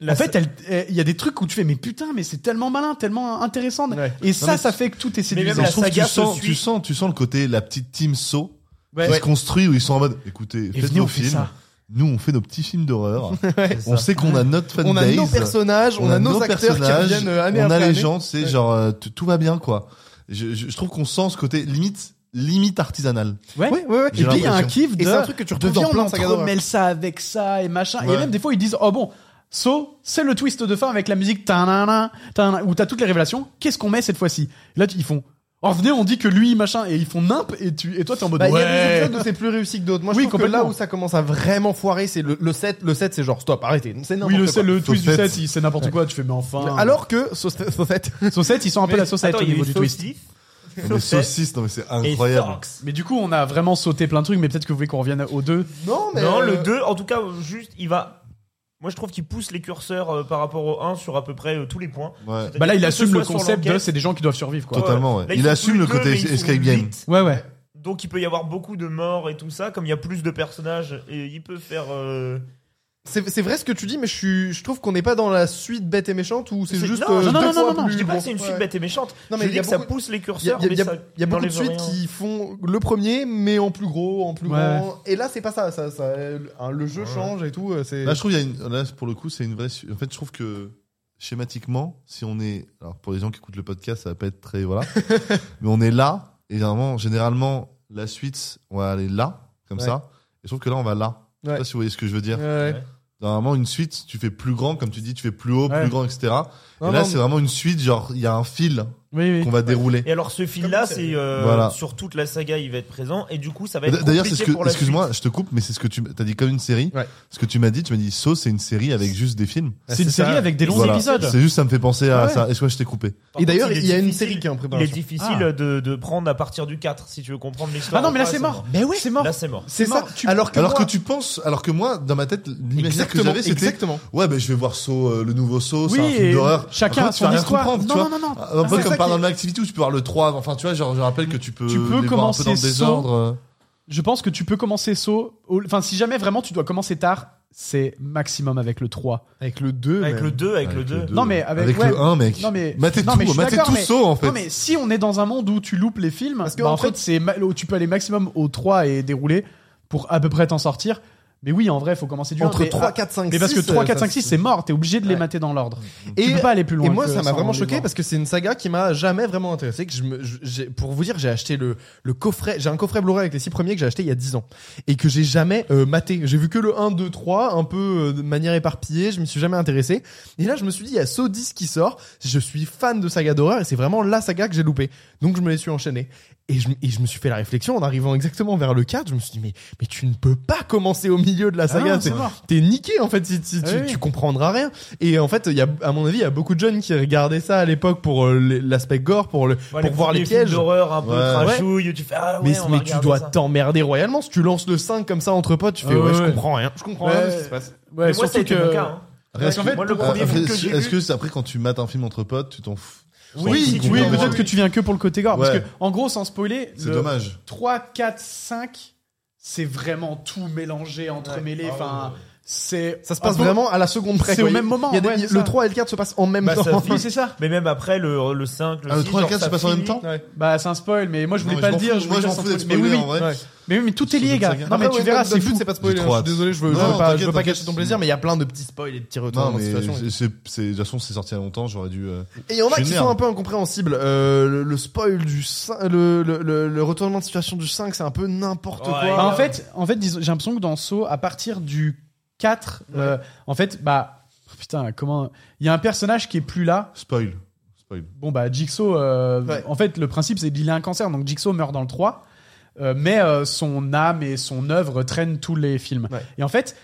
S4: en fait, elle- euh, il y a des trucs où tu fais mais putain, mais c'est tellement malin, tellement intéressant.
S2: Ouais.
S4: Et ça,
S5: mais
S4: ça fait que tout est
S3: mais
S5: Mais
S3: même
S4: séduisant.
S5: je
S3: la
S5: trouve que tu
S3: saga se
S5: sens,
S3: suit.
S5: tu, sens, tu sens le côté, la petite team saut
S2: Ouais.
S5: qui se construit où ils sont en mode écoutez,
S4: Et
S5: faites
S4: venez,
S5: nos
S4: on fait
S5: films.
S4: ça.
S5: Nous, on fait nos petits films d'horreur. on sait qu'on a notre fanbase.
S2: on a nos personnages, on, a, nos, acteurs qui
S5: personnages,
S2: reviennent euh, année
S5: on a
S2: après
S5: les
S2: année.
S5: gens, c'est
S2: Ouais.
S5: genre euh, tout tout va bien quoi. Je, je, je trouve qu'on sent ce côté limite limite artisanal.
S4: Ouais.
S2: Ouais, ouais, ouais.
S4: Et puis il y a un
S5: l'impression.
S4: kiff de.
S2: Et c'est un truc que tu retrouves
S4: deviens,
S2: dans plein
S4: on
S2: de sagas d'horreur.
S4: entremêle ça avec ça et machin. Et
S5: Ouais.
S4: même des fois ils disent oh bon, so c'est le twist de fin avec la musique tanana, tanana, où t'as toutes les révélations. Qu'est-ce qu'on met cette fois-ci Là tu- ils font oh venez on dit que lui machin et ils font nimp et tu et toi t'es en mode
S2: Bah, Il y a des
S4: ouais.
S2: épisodes où c'est plus réussi que d'autres. Moi,
S4: Oui,
S2: je trouve que là
S4: complètement.
S2: où ça commence à vraiment foirer, c'est le, le 7. Le 7, c'est genre, stop, arrêtez. C'est n'importe
S4: Oui le,
S2: quoi.
S4: c'est le twist du
S5: Saucette.
S4: 7 il- c'est n'importe quoi. Tu fais mais enfin.
S2: Alors que, Saucette- Saucette,
S4: Saucette, ils sont un peu la saucette
S3: Attends,
S4: au
S3: il y a
S4: niveau
S3: eu
S4: du twist.
S3: Saucif [LAUGHS]
S5: Non, Mais saucisse, non mais c'est
S3: et
S5: incroyable.
S3: Fox.
S4: Mais du coup, on a vraiment sauté plein de trucs, mais peut-être que vous voulez qu'on revienne aux deux.
S2: non, mais.
S3: Non,
S2: euh,
S3: le 2, en tout cas, juste, il va. Moi, je trouve qu'il pousse les curseurs euh, par rapport au 1 sur à peu près euh, tous les points.
S5: Ouais.
S4: Bah là, il
S3: Que ce
S4: assume le
S3: soit sur
S4: concept de
S3: l'enquête,
S4: c'est des gens qui doivent survivre, quoi.
S5: Totalement, ouais.
S3: Là,
S5: Il
S3: ils sont
S5: assume
S3: plus
S5: le
S3: deux,
S5: côté
S3: mais ils sont
S5: escape game.
S3: huit.
S4: Ouais, ouais.
S3: Donc, il peut y avoir beaucoup de morts et tout ça. Comme il y a plus de personnages, et il peut faire. euh,
S2: C'est c'est vrai ce que tu dis, mais je, suis, je trouve qu'on n'est pas dans la suite bête et méchante où c'est
S3: C'est-
S2: juste.
S3: non,
S2: euh,
S4: non,
S2: deux
S4: non,
S2: fois
S4: non, non,
S2: plus
S3: Je dis pas
S2: bon.
S3: que c'est une suite
S2: Ouais.
S3: bête et méchante.
S2: Non, mais
S3: je
S2: il
S3: dis
S2: y a
S3: que ça
S2: beaucoup-
S3: pousse les
S2: Il y a,
S3: curseurs.
S2: il y a-
S3: mais
S2: il y a-
S3: ça
S2: il y a beaucoup de
S3: n'enlève
S2: suites
S3: rien.
S2: qui font le premier, mais en plus gros, en plus
S4: Ouais.
S2: grand. Et là, c'est pas ça. ça, ça- hein, le jeu change et tout. euh, C'est.
S5: Là je trouve il y a une là pour le coup, c'est une vraie su- en fait je trouve que schématiquement, si on est
S2: [LAUGHS]
S5: alors pour les gens qui écoutent le podcast, ça va pas être très voilà. mais on est là et vraiment généralement la suite, on va aller là, comme
S2: Ouais.
S5: ça. Et je trouve que là, on va là. Je
S2: Ouais.
S5: sais pas si vous voyez ce que je veux dire.
S2: Ouais.
S3: Ouais.
S5: Normalement, une suite, tu fais plus grand, comme tu dis, tu fais plus haut,
S4: Ouais.
S5: plus grand, etc.
S2: Non,
S5: et là,
S2: non,
S5: c'est vraiment une suite, genre, il y a un fil
S4: Oui,
S5: qu'on va dérouler.
S3: Et alors ce fil-là, c'est euh,
S5: Voilà.
S3: sur toute la saga, il va être présent et du coup, ça va être
S5: D'ailleurs, c'est ce
S3: compliqué
S5: que,
S3: pour la
S5: excuse-moi, je te coupe, mais c'est ce que tu as dit comme une série.
S2: Ouais.
S5: Ce que tu m'as dit, tu m'as dit, So, c'est une série avec juste des films.
S4: C'est une
S2: ça.
S4: série avec des longs
S5: Voilà.
S4: épisodes.
S5: C'est juste, ça me fait penser à
S4: Ouais.
S5: ça. Et je je t'ai coupé.
S3: Par
S2: Et
S3: contre,
S2: d'ailleurs,
S3: est
S2: il y a une
S3: difficile-
S2: série qui est en
S3: Il est
S2: préparation. Ah.
S3: difficile de, de prendre à partir du 4 si tu veux comprendre l'histoire.
S4: Ah non, mais là,
S3: Ouais,
S4: c'est mort. Mais oui, c'est mort.
S3: Là, c'est mort.
S2: C'est
S4: C'est
S2: ça.
S4: mort, tu-
S2: Alors que
S5: alors
S2: moi-
S5: que tu penses, alors que moi, dans ma tête, l'imaginaire que
S2: exactement,
S5: j'avais, c'était,
S2: exactement.
S5: ouais, ben, je vais voir So, euh, le nouveau So, c'est un
S4: Oui,
S5: film
S4: et
S5: d'horreur.
S4: chacun
S5: Par
S4: a
S5: contre, tu vas
S4: son
S5: rien
S4: histoire.
S5: comprendre, tu
S4: Non,
S5: vois. Ah,
S4: non, non, non.
S5: Un peu
S2: c'est
S5: comme
S2: ça qui
S5: par
S2: est-
S5: dans l'activité où tu peux avoir le 3, enfin, tu vois, genre, je rappelle que tu peux,
S4: Tu peux
S5: les voir un peu
S4: commencer
S5: dans le
S4: So.
S5: désordre. euh.
S4: Je pense que tu peux commencer So. au- Enfin, si jamais vraiment tu dois commencer tard, c'est maximum avec le 3.
S2: Avec le 2.
S3: Avec le 2, avec, le 2.
S4: Non, mais avec-
S5: avec
S4: ouais.
S5: le 1, mec.
S4: Non, mais-
S5: Matez
S4: non,
S5: Bah, tout,
S4: mais je suis
S5: matez
S4: d'accord,
S5: tout
S4: mais-
S5: So, en fait.
S4: Non, mais si on est dans un monde où tu loupes les films,
S2: Parce que
S4: bah, en
S2: entre-
S4: fait, c'est ma- où tu peux aller maximum au 3 et dérouler pour à peu près t'en sortir. Mais oui, en vrai, faut commencer du 1,
S2: Entre
S4: mais-
S2: 3, 4, 5, 6.
S4: Mais parce que
S2: euh,
S4: 3, 4, 5, 6, c'est mort. T'es obligé de les
S2: Ouais.
S4: mater dans l'ordre.
S2: Et,
S4: tu peux pas aller plus loin.
S2: et moi,
S4: que
S2: ça m'a vraiment
S4: avant de les
S2: choqué
S4: voir.
S2: parce que c'est une saga qui m'a jamais vraiment intéressé. Que je me, je- j'ai- pour vous dire, j'ai acheté le, le coffret, j'ai un coffret Blu-ray avec les six premiers que j'ai acheté il y a 10 ans et que j'ai jamais euh, maté. J'ai vu que le 1, 2, 3, un peu euh, de manière éparpillée, je m'y suis jamais intéressé. Et là, je me suis dit, il y a So 10 qui sort. Je suis fan de saga d'horreur et c'est vraiment la saga que j'ai loupée. Donc, je me les suis enchaînés. Et je, et je me suis fait la réflexion en arrivant exactement vers le 4. Je me suis dit, mais, mais tu ne peux pas commencer au milieu de la
S4: Ah non,
S2: saga.
S4: c'est
S2: t'es-
S4: mort.
S2: t'es niqué en fait si, si
S4: Ah
S2: tu,
S4: oui.
S2: tu comprendras rien et en fait il y a à mon avis il y a beaucoup de jeunes qui regardaient ça à l'époque pour euh, les- l'aspect gore pour le
S3: Ouais,
S2: pour voir les
S3: premiers films
S2: pièges
S3: d'horreur un peu
S5: Ouais.
S3: trashouille, tu fais ah ouais,
S2: mais,
S3: on va
S2: mais tu
S3: regarder
S2: dois
S3: ça.
S2: t'emmerder royalement si tu lances le 5 comme ça entre potes tu fais
S4: Ah
S2: ouais,
S4: ouais,
S2: je
S4: ouais.
S2: comprends rien je comprends
S4: Ouais.
S2: rien de ce qui se passe
S3: Mais
S4: Ouais,
S3: moi,
S4: surtout
S3: ça a été
S4: que-
S3: mon cas. hein.
S5: Reste-
S3: qu'en fait, moi, le
S5: euh,
S3: premier film que
S5: est-ce-
S3: j'ai
S5: Est-ce
S3: vu-
S5: que c'est après quand tu mates un film entre potes, tu t'en fous
S2: Oui,
S5: tu
S4: Oui,
S5: comprends
S4: oui,
S5: moins.
S4: peut-être que tu viens que pour le côté gore. Parce
S5: Ouais.
S4: que, en gros, sans spoiler,
S5: C'est
S4: le
S5: dommage.
S4: 3, 4, 5, c'est vraiment tout mélangé, entremêlé. Enfin, c'est. Ah
S2: ça se passe
S4: un peu-
S2: vraiment à la seconde près
S4: C'est
S2: quoi.
S4: au même moment,
S2: Il y a des-
S4: ouais, c'est
S2: le
S4: ça.
S2: 3 et le 4 se passent en même [LAUGHS]
S3: Bah, ça
S2: temps
S3: finit.
S4: Oui, c'est ça.
S3: Mais même après le, le 5, le
S5: Ah, le
S3: 6,
S5: 3 et le 4
S3: genre,
S5: se
S3: ça
S5: passent en même
S3: finit.
S5: temps
S4: Bah, c'est un spoil, mais moi je voulais
S5: Non, mais
S4: pas
S5: je
S4: le
S5: m'en
S4: dire.
S5: fous.
S4: je
S5: Moi,
S4: voulais
S5: je m'en
S4: dire
S5: fous
S4: sans
S5: d'être
S4: spoiler, Mais
S5: spoilé
S4: oui,
S5: en
S4: oui.
S5: vrai.
S2: Ouais.
S4: Mais oui, mais tout est
S5: Surtout
S4: lié,
S5: que ça
S4: gars.
S5: gagne.
S4: Non, mais
S2: Après, hein.
S4: tu
S2: Ah ouais,
S4: verras,
S2: Don't-
S4: c'est
S2: Don't Shoot,
S4: fou.
S2: c'est pas spoiler.
S5: J'ai
S2: hein,
S5: trop
S2: Je suis
S5: hâte.
S2: désolé, je veux, je
S5: Non,
S2: veux pas, je veux
S5: t'inquiète,
S2: pas cacher
S5: t'inquiète.
S2: ton plaisir, mais il y a plein de petits spoils et de petits retours
S5: Non,
S2: dans la
S5: mais
S2: situation.
S5: c'est- c'est- c'est- de toute façon, c'est sorti il y a longtemps, j'aurais dû. euh,
S2: Et il y en a
S5: Je
S2: qui
S5: suis
S2: sont
S5: merde.
S2: un peu incompréhensibles. Euh, le, le spoil du cin- le, le, le, le retournement de situation du 5, c'est un peu n'importe
S3: Ouais.
S2: quoi.
S4: Bah, en fait, en fait disons- j'ai l'impression que dans Saw, à partir du 4, euh, en fait, bah. Putain, comment. Il y a un personnage qui est plus là.
S5: Spoil. Spoil.
S4: Bon, bah, Jigsaw. euh,
S2: Ouais.
S4: En fait, le principe, c'est qu'il a un cancer, donc Jigsaw meurt dans le 3. euh, mais euh, son âme et son œuvre traînent tous les films.
S2: Ouais.
S4: Et en fait,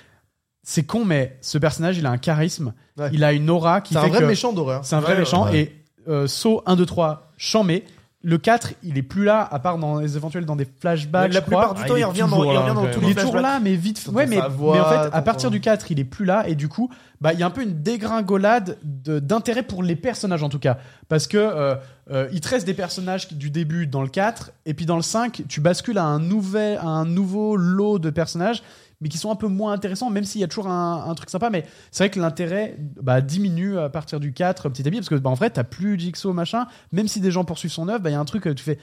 S4: c'est con, mais ce personnage, il a un charisme,
S2: Ouais.
S4: il a une aura qui
S2: c'est un
S4: fait
S2: vrai
S4: que
S2: méchant d'horreur.
S4: c'est un vrai
S3: Ouais,
S4: méchant.
S5: ouais.
S4: Et euh, Saw 1, 2, 3, chamé. Le 4, il est plus là, à part dans les éventuels dans des
S3: Mais
S4: flashbacks.
S3: La
S4: je crois.
S3: plupart du
S2: Ah,
S3: temps,
S2: il
S3: il
S2: est
S3: revient dans
S2: toujours
S3: il
S2: là,
S3: revient
S2: quand
S3: dans
S2: même.
S3: tous
S4: Il
S3: les
S4: est toujours
S3: flashbacks.
S4: là, mais vite.
S2: T'entends
S4: Ouais, mais,
S2: sa voix,
S4: mais en fait, à
S2: t'entends-
S4: partir du 4, il est plus là, et du coup, bah, il y a un peu une dégringolade de- d'intérêt pour les personnages, en tout cas. Parce que euh, euh, il te reste des personnages qui- du début dans le 4, et puis dans le 5, tu bascules à un, nouvel, à un nouveau lot de personnages, mais qui sont un peu moins intéressants, même s'il y a toujours un, un truc sympa. Mais c'est vrai que l'intérêt bah, diminue à partir du 4, petit à petit, parce que, bah, en vrai, t'as plus Jigsaw, machin. Même si des gens poursuivent son œuvre, bah, il y a un truc, euh, tu fais.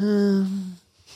S4: Hum.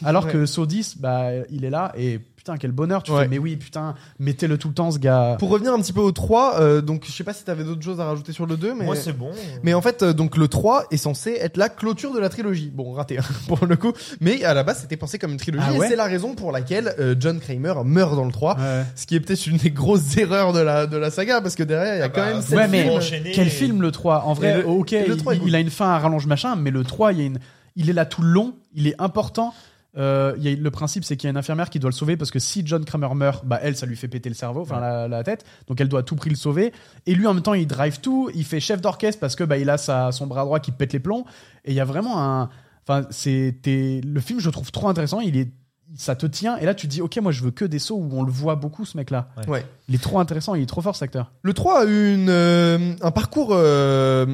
S4: Alors
S2: Ah. Ouais.
S4: que Saw 10, bah, il est là et putain, quel bonheur. Tu
S2: Ouais.
S4: fais, mais oui, putain, mettez-le tout le temps, ce gars.
S2: Pour revenir un petit peu au 3, euh, donc je sais pas si t'avais d'autres choses à rajouter sur le 2, mais.
S3: Moi, c'est bon.
S2: mais en fait, euh, donc le 3 est censé être la clôture de la trilogie. Bon, raté hein, [LAUGHS] pour le coup. Mais à la base, c'était pensé comme une trilogie.
S4: Ah
S2: et
S4: ouais
S2: c'est la raison pour laquelle euh, John Kramer meurt dans le 3.
S4: Ouais,
S2: Ce qui est peut-être une des grosses erreurs de la, de la saga, parce que derrière, il y a
S3: Ah
S2: quand
S3: bah,
S2: même
S3: ouais,
S2: sept
S4: mais
S2: films.
S3: enchaîné.
S4: quel film le 3 En
S2: Et
S4: vrai,
S2: le-
S4: ok,
S2: et le
S4: il,
S2: 3 est cool.
S4: il a une fin à rallonge machin, mais le 3, il, y a une, il est là tout le long, il est important. Euh, il y a- le principe, c'est qu'il y a une infirmière qui doit le sauver parce que si John Kramer meurt, bah elle, ça lui fait péter le cerveau, enfin la, la tête, donc elle doit à tout prix le sauver. Et lui, en même temps, il drive tout, il fait chef d'orchestre parce que bah il a sa, son bras droit qui pète les plombs. Et il y a vraiment un, enfin c'était le film, je le trouve trop intéressant. Il est, ça te tient. Et là, tu te dis, ok, moi, je veux que des sauts où on le voit beaucoup, ce mec-là.
S2: Ouais.
S4: Il est trop intéressant, il est trop fort, cet acteur.
S2: Le 3 a eu une, euh, un parcours euh,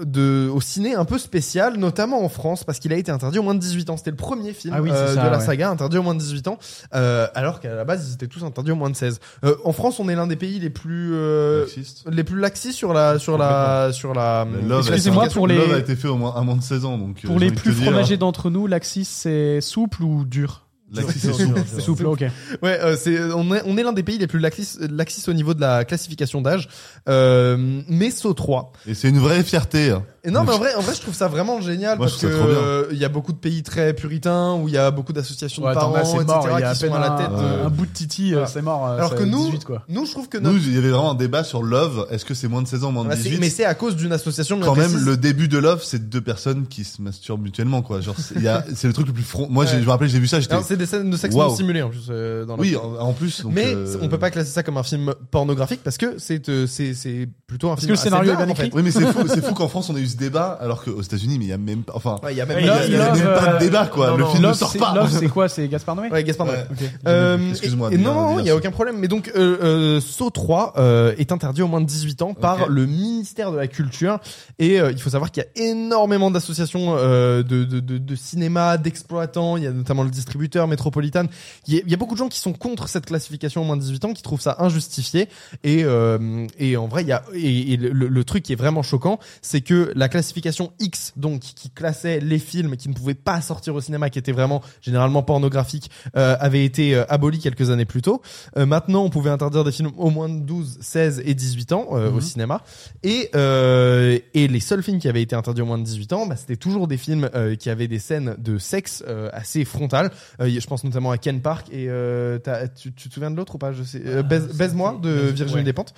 S2: de, au ciné un peu spécial, notamment en France, parce qu'il a été interdit au moins de 18 ans. C'était le premier film
S4: Ah oui, c'est
S2: euh,
S4: ça,
S2: de la
S4: ouais.
S2: saga interdit au moins de 18 ans, euh, alors qu'à la base, ils étaient tous interdits au moins de 16. Euh, en France, on est l'un des pays les plus... euh,
S5: Marxiste.
S2: les plus laxistes sur la sur la sur la
S5: Mais Love a été-
S4: excusez-moi pour les-
S5: Love a été fait au moins à moins de 16 ans. Donc, euh,
S4: Pour
S5: j'ai
S4: les
S5: envie de
S4: plus
S5: te dire,
S4: fromagés d'entre nous, l'axis, c'est souple ou dur
S5: L'axis est souple.
S4: C'est souple, ok.
S2: Ouais, euh, c'est on est on est l'un des pays les plus laxistes laxistes au niveau de la classification d'âge, euh, mais Saut 3.
S5: Et c'est une vraie fierté. hein.
S2: Et non, mais en vrai, en vrai, je trouve ça vraiment génial
S5: Moi, je
S2: parce que
S5: trouve ça trop bien.
S2: euh, il y a beaucoup de pays très puritains où il y a beaucoup d'associations
S4: Ouais,
S2: de
S4: attends,
S2: parents,
S4: là, c'est
S2: etc.,
S4: mort, il y a à
S2: qui
S4: peine
S2: sont à la
S4: un-
S2: tête.
S4: un,
S2: euh,
S4: bout de Titi, euh,
S2: voilà.
S4: c'est mort. euh,
S2: alors
S4: c'est
S2: que nous,
S4: 18, quoi.
S2: nous, je trouve que
S5: Nous,
S2: notre-
S5: il y avait vraiment un débat sur Love. Est-ce que c'est moins de 16 ans, moins de
S2: Voilà, Ah, c'est-
S5: 18
S2: mais c'est à cause d'une association. bien
S5: quand même,
S2: précise.
S5: le début de Love, c'est deux personnes qui se masturbent mutuellement, quoi. Genre, c'est il y a- c'est le truc le plus front. Moi, j'ai- je me rappelle, j'ai vu ça, j'étais.
S2: Alors, c'est des scènes de sexe
S5: Waouh.
S2: non simulé en plus. euh, dans la-
S5: Oui, en, en plus. donc,
S2: mais
S5: euh,
S2: on peut pas classer ça comme un film pornographique parce que c'est euh, c'est c'est plutôt un
S4: Parce
S2: film.
S4: que le
S2: assez
S4: scénario est
S2: dark,
S4: bien
S2: en fait.
S4: écrit.
S5: Oui, mais c'est fou, c'est fou qu'en France, on ait eu ce débat, alors qu'aux États-Unis, mais il y a même pas. Enfin,
S2: Ouais, il y a même.
S3: Ouais,
S5: il y a, il y a
S4: Love,
S5: même pas
S4: euh,
S5: de débat, quoi.
S3: non,
S5: le
S3: non.
S5: film ne
S4: Love,
S5: sort
S4: c'est-
S5: pas.
S4: Love, c'est quoi C'est Gaspard Noé
S2: Ouais, Gaspard.
S5: Ouais.
S2: Noé.
S4: Ok.
S2: Euh,
S5: Excuse-moi,
S2: et- et non,
S5: Dylan,
S2: non, il n'y a
S5: Dylan.
S2: aucun problème. Mais donc, euh, euh, Saw 3 euh, est interdit aux moins de 18 ans par
S5: Ok.
S2: le ministère de la Culture. Et euh, il faut savoir qu'il y a énormément d'associations euh, de, de, de, de cinéma, d'exploitants. Il y a notamment le distributeur Metropolitan. Il y, a, il y a beaucoup de gens qui sont contre cette classification aux moins de 18 ans, qui trouvent ça injustifié. Et, euh, et en vrai, il y a, et, et le, le truc qui est vraiment choquant, c'est que la classification X, donc qui classait les films qui ne pouvaient pas sortir au cinéma, qui étaient vraiment généralement pornographiques, euh, avait été euh, aboli quelques années plus tôt. Euh, maintenant, on pouvait interdire des films au moins de 12, 16 et 18 ans euh, au
S4: Mhm.
S2: cinéma. Et, euh, et les seuls films qui avaient été interdits au moins de 18 ans, bah, c'était toujours des films euh, qui avaient des scènes de sexe euh, assez frontales. Euh, y- je pense notamment à Ken Park et euh, t'as- tu, tu te souviens de l'autre ou pas Je sais. euh,
S3: Ah,
S2: Baise-
S3: c'était-
S2: Baise-moi de
S3: Baise-
S2: Virginie
S3: ouais.
S2: Despentes.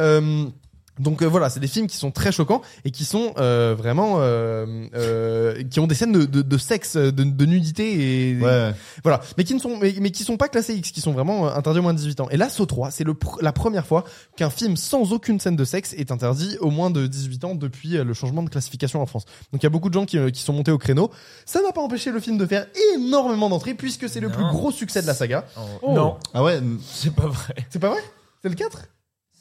S2: Euh, donc euh, voilà, c'est des films qui sont très choquants et qui sont euh, vraiment euh, euh, qui ont des scènes de, de, de sexe, de, de nudité et,
S5: Ouais.
S2: voilà, mais qui ne sont mais, mais qui sont pas classés X, qui sont vraiment euh, interdits aux moins de 18 ans. Et là, Saw 3, c'est le pr- la première fois qu'un film sans aucune scène de sexe est interdit aux moins de 18 ans depuis euh, le changement de classification en France. Donc il y a beaucoup de gens qui, euh, qui sont montés au créneau. Ça n'a pas empêché le film de faire énormément d'entrées puisque c'est le
S3: Non.
S2: plus gros succès de la saga.
S4: Oh.
S3: Non, [LAUGHS]
S5: Ah ouais. n-
S3: c'est pas vrai.
S2: C'est pas vrai C'est le 4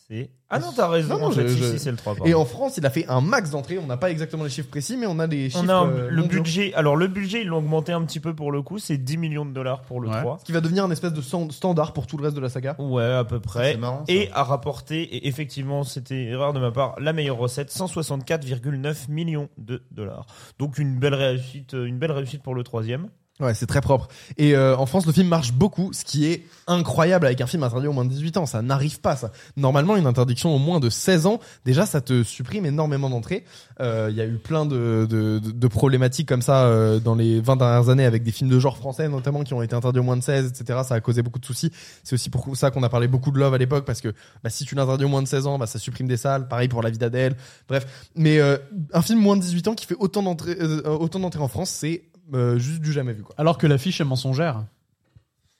S3: C'est- Ah non, t'as raison.
S2: Non, non,
S3: en fait,
S2: je-
S3: si,
S2: je-
S3: si, c'est le 3.
S2: Et
S3: pardon.
S2: en France, il a fait un max d'entrées. On n'a pas exactement les chiffres précis, mais on a des chiffres.
S3: On a un-
S2: euh,
S3: Oh le
S2: mondiaux.
S3: budget. Alors, le budget, ils l'ont augmenté un petit peu pour le coup. C'est 10 millions de dollars pour le
S4: Ouais.
S3: 3.
S2: Ce qui va devenir un espèce de stand- standard pour tout le reste de la saga.
S3: Ouais, à peu près.
S5: C'est marrant, ça.
S3: Et a rapporté, et effectivement, c'était erreur de ma part, la meilleure recette, 164,9 millions de dollars. Donc une belle réussite, euh, une belle réussite pour le troisième.
S2: Ouais, c'est très propre. Et euh, en France, le film marche beaucoup, ce qui est incroyable avec un film interdit au moins de 18 ans. Ça n'arrive pas, ça. Normalement, une interdiction au moins de 16 ans, déjà, ça te supprime énormément d'entrées. Euh, Il y a eu plein de, de, de- de problématiques comme ça euh, dans les 20 dernières années avec des films de genre français, notamment, qui ont été interdits au moins de 16, etc. Ça a causé beaucoup de soucis. C'est aussi pour ça qu'on a parlé beaucoup de Love à l'époque, parce que bah, si tu l'interdis au moins de 16 ans, bah, ça supprime des salles. Pareil pour La vie d'Adèle. Bref, mais euh, un film moins de 18 ans qui fait autant d'entrées euh, autant d'entrées en France, c'est euh, juste du jamais vu, quoi.
S4: Alors que l'affiche est mensongère.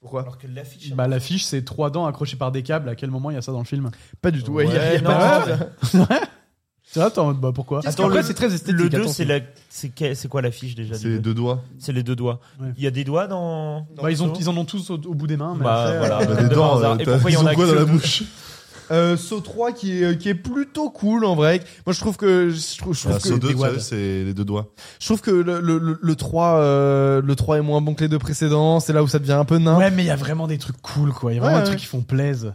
S2: Pourquoi
S3: Alors que l'affiche.
S4: Bah, l'affiche, c'est trois dents accrochées par des câbles. À quel moment il y a ça dans le film
S2: Pas du tout.
S5: Ouais,
S2: ouais, y a- y a
S3: non,
S2: pas de-
S4: C'est là, t'es en mode, bah pourquoi
S3: Qu'est-ce
S4: Parce qu'après,
S3: que-
S4: c'est très esthétique.
S3: le 2,
S4: attention.
S3: c'est la, c'est que- c'est quoi l'affiche déjà
S5: C'est
S3: du
S5: les
S3: deux
S5: deux doigts.
S3: C'est les deux doigts.
S4: Ouais.
S3: Il y a des doigts dans.
S4: Bah, ils, ont, ils en ont tous au, au bout des mains. mais
S3: Bah,
S4: après,
S3: voilà.
S4: euh,
S5: Bah,
S3: de
S5: des dents,
S3: hasard.
S5: euh,
S3: Et
S5: t'as-
S3: pourquoi il y
S5: ils
S3: en a
S5: ont quoi
S3: que
S5: dans la
S3: deux
S5: bouche
S2: Euh, Saw 3 qui est, qui est plutôt cool en vrai. Moi je trouve que je trouve, je trouve
S5: Ah,
S2: que
S5: Saut
S2: des
S5: 2,
S2: wads.
S5: c'est les deux doigts.
S2: je trouve que le, le, le- le 3 euh, le 3 est moins bon que les deux précédents, c'est là où ça devient un peu nain.
S4: Ouais, mais il y a vraiment des trucs cool, quoi. Il y a vraiment
S2: Ouais,
S4: des
S2: ouais.
S4: trucs qui font plaise.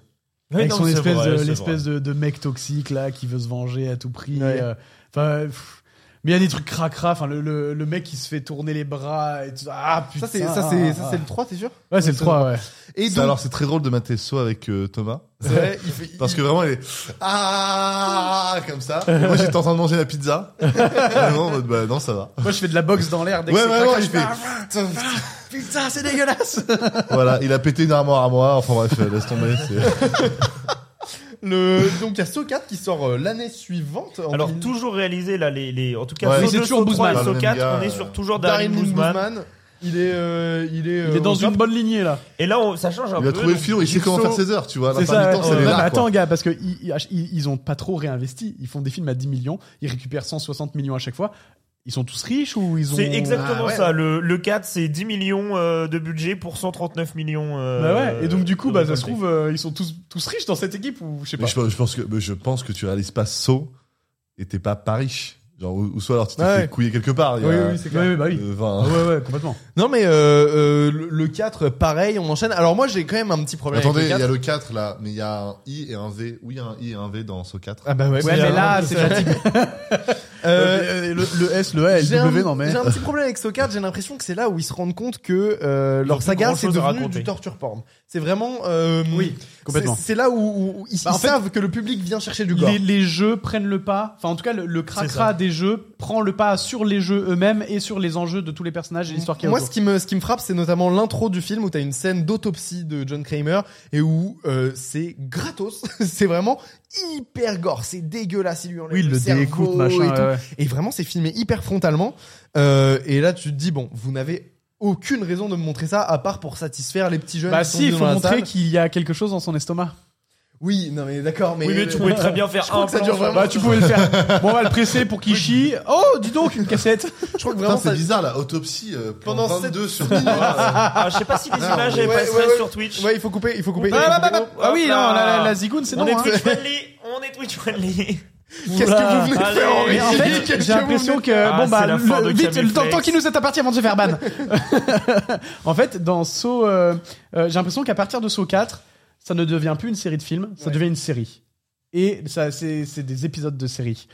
S3: Ouais,
S4: Avec
S3: non,
S4: son
S3: c'est
S4: espèce,
S3: vrai,
S4: de,
S3: c'est
S4: l'espèce de, de mec toxique, là, qui veut se venger à tout prix.
S2: Ouais.
S4: euh, Enfin. pff. mais il y a des trucs cracra, enfin le, le, le mec qui se fait tourner les bras et tout. Ah putain.
S2: Ça c'est ça c'est ça
S4: ah.
S2: c'est le 3, t'es sûr
S4: Ouais, c'est le 3, ouais.
S2: Et
S5: Ça,
S2: donc
S5: Alors, c'est très drôle de mater Saut avec euh, Thomas.
S2: c'est vrai, il fait-
S5: Parce que vraiment, elle est ah comme ça. Et moi, j'étais en train de manger la pizza. Vraiment, en mode, bah non, ça va.
S4: [LAUGHS] Moi, je fais de la boxe dans l'air dès que
S5: Ouais,
S4: c'est
S5: vraiment,
S4: cracra,
S5: il
S4: je fais,
S5: fait.
S4: ah, Putain, c'est dégueulasse.
S5: Voilà, il a pété une armoire à moi. Enfin bref, euh, laisse tomber. c'est-
S2: le donc il y a Saw 4 qui sort euh, l'année suivante en
S3: Alors
S2: 2000.
S3: toujours réalisé là les, les- en tout cas
S5: Ouais.
S3: Saw
S5: Mais
S4: c'est
S3: 2,
S4: toujours
S3: Saw 3 et
S5: Boozman.
S3: Saw
S5: Le même
S3: 4
S5: gars,
S3: on est
S5: euh,
S3: sur toujours
S2: Darren
S3: Darren
S2: Lynn
S3: Boozman
S2: Boozman, il est euh, il est
S4: Il est
S2: euh,
S4: dans
S2: au
S4: une
S2: top.
S4: bonne lignée là.
S3: et là on- ça change un
S5: Il
S3: peu
S5: a trouvé le
S3: donc
S5: fil, il sait comment
S3: Jigsaw-
S5: faire ses heures, tu vois.
S4: C'est
S5: L'intermittent,
S4: ça. ouais.
S5: c'est
S4: Non,
S5: les
S4: mais
S5: lards,
S4: attends,
S5: quoi.
S4: gars, parce que ils, ils- ils ont pas trop réinvesti. Ils font des films à 10 millions, ils récupèrent 160 millions à chaque fois. Ils sont tous riches ou ils ont
S3: C'est
S2: Ah
S3: exactement
S2: ouais.
S3: ça. Le, le 4, c'est 10 millions euh, de budget pour 139 millions. euh,
S4: Bah ouais. Et donc du coup,
S3: de
S4: bah ça se
S3: récoltés.
S4: trouve, euh, ils sont tous tous riches dans cette équipe ou je sais pas.
S5: Mais je, je pense que, mais je pense que tu réalises pas Saut et t'es pas pas riche. Genre, ou, ou soit alors tu t'es
S2: Ouais.
S5: fait couiller quelque part. Il y
S2: Oui
S5: a,
S2: oui, c'est clair.
S4: Ouais, ouais, bah oui.
S5: euh,
S4: Ah
S5: vingt-
S4: ouais, ouais, complètement.
S2: Non mais euh, euh, le, le 4 pareil, on enchaîne. Alors moi j'ai quand même un petit problème
S5: Attendez,
S2: avec
S5: il
S2: le
S5: y
S2: 4.
S5: a le 4 là, mais il y a un I et un V. Oui, il y a un I et un V dans Saut 4.
S2: Ah bah ouais,
S4: mais là,
S2: euh,
S4: c'est fatigant.
S2: [LAUGHS] euh,
S4: le, le S, le A,
S2: J'ai un,
S4: W, non mais.
S2: j'ai
S4: [LAUGHS]
S2: un petit problème avec Sokka, j'ai l'impression que c'est là où ils se rendent compte que euh,
S3: ont
S2: leur
S3: plus
S2: saga c'est
S3: grand-chose à
S2: devenu
S3: raconter.
S2: du torture porn. C'est vraiment euh,
S4: Oui, complètement.
S2: C'est c'est là où, où ils,
S4: Bah, en
S2: ils
S4: fait,
S2: savent que le public vient chercher du gore.
S4: Les, les jeux prennent le pas. Enfin, en tout cas, le, le
S3: C'est ça.
S4: cracra des jeux prend le pas sur les jeux eux-mêmes et sur les enjeux de tous les personnages et l'histoire qui est
S2: Mm. Moi,
S4: autour.
S2: ce qui me, ce qui me frappe, c'est notamment l'intro du film où t'as une scène d'autopsie de John Kramer et où euh, c'est gratos. [LAUGHS] c'est vraiment hyper gore. C'est dégueulasse. Il lui enlève
S4: Oui, le
S2: cerveau
S4: découte,
S2: et
S4: machin.
S2: tout.
S4: ouais, ouais.
S2: Et vraiment, c'est filmé hyper frontalement. Euh, et là, tu te dis, bon, vous n'avez aucune raison de me montrer ça à part pour satisfaire les petits jeunes.
S4: Bah
S2: qui sont
S4: si, il
S2: dans
S4: faut
S2: la
S4: montrer
S2: salle.
S4: qu'il y a quelque chose dans son estomac.
S2: Oui, non mais d'accord, mais.
S3: Oui, mais tu pouvais très bien
S4: [LAUGHS]
S3: faire
S2: Je crois
S3: un
S2: que ça
S3: plan
S2: dure
S3: sur-
S2: vraiment.
S4: Bah tu pouvais
S2: [LAUGHS]
S4: le faire. Bon, on va le presser pour qu'il chie. Oh, dis donc, une cassette.
S2: Je crois que
S5: Putain,
S2: vraiment
S5: c'est
S2: ça.
S5: bizarre la autopsie euh, plan
S2: Pendant
S5: 22 sur 10 euh,
S3: Ah, je sais pas si les
S5: Ah,
S3: images
S5: ouais,
S3: elles
S2: ouais,
S3: passeraient
S2: ouais.
S3: sur Twitch.
S2: Ouais, il faut couper, il faut couper. il faut
S4: Ah, bah, bah,
S2: couper.
S4: bah. Ah oui,
S3: Hop
S4: non,
S3: là.
S4: la, la, la zigoune, c'est
S3: on
S4: non.
S3: est
S4: hein.
S3: Twitch friendly, on est Twitch friendly.
S2: [LAUGHS] Qu'est-ce que vous venez
S3: Oula,
S2: faire en
S3: allez.
S4: [LAUGHS] Oh,
S3: [LAUGHS]
S4: Mais en
S2: Russie
S4: fait,
S2: Qu'est-ce que
S4: j'ai
S2: vous
S4: l'impression
S2: venez-
S4: que
S3: Ah,
S4: bon
S3: c'est
S4: bah
S3: la
S4: le-
S3: fin de
S4: vite le temps,
S3: Camuflex.
S4: tant qu'il nous est à partir avant de se faire ban. [LAUGHS] en fait, dans Saw, euh, euh, j'ai l'impression qu'à partir de Saw 4, ça ne devient plus une série de films, ça devient une série. Et ça, c'est c'est des épisodes de série.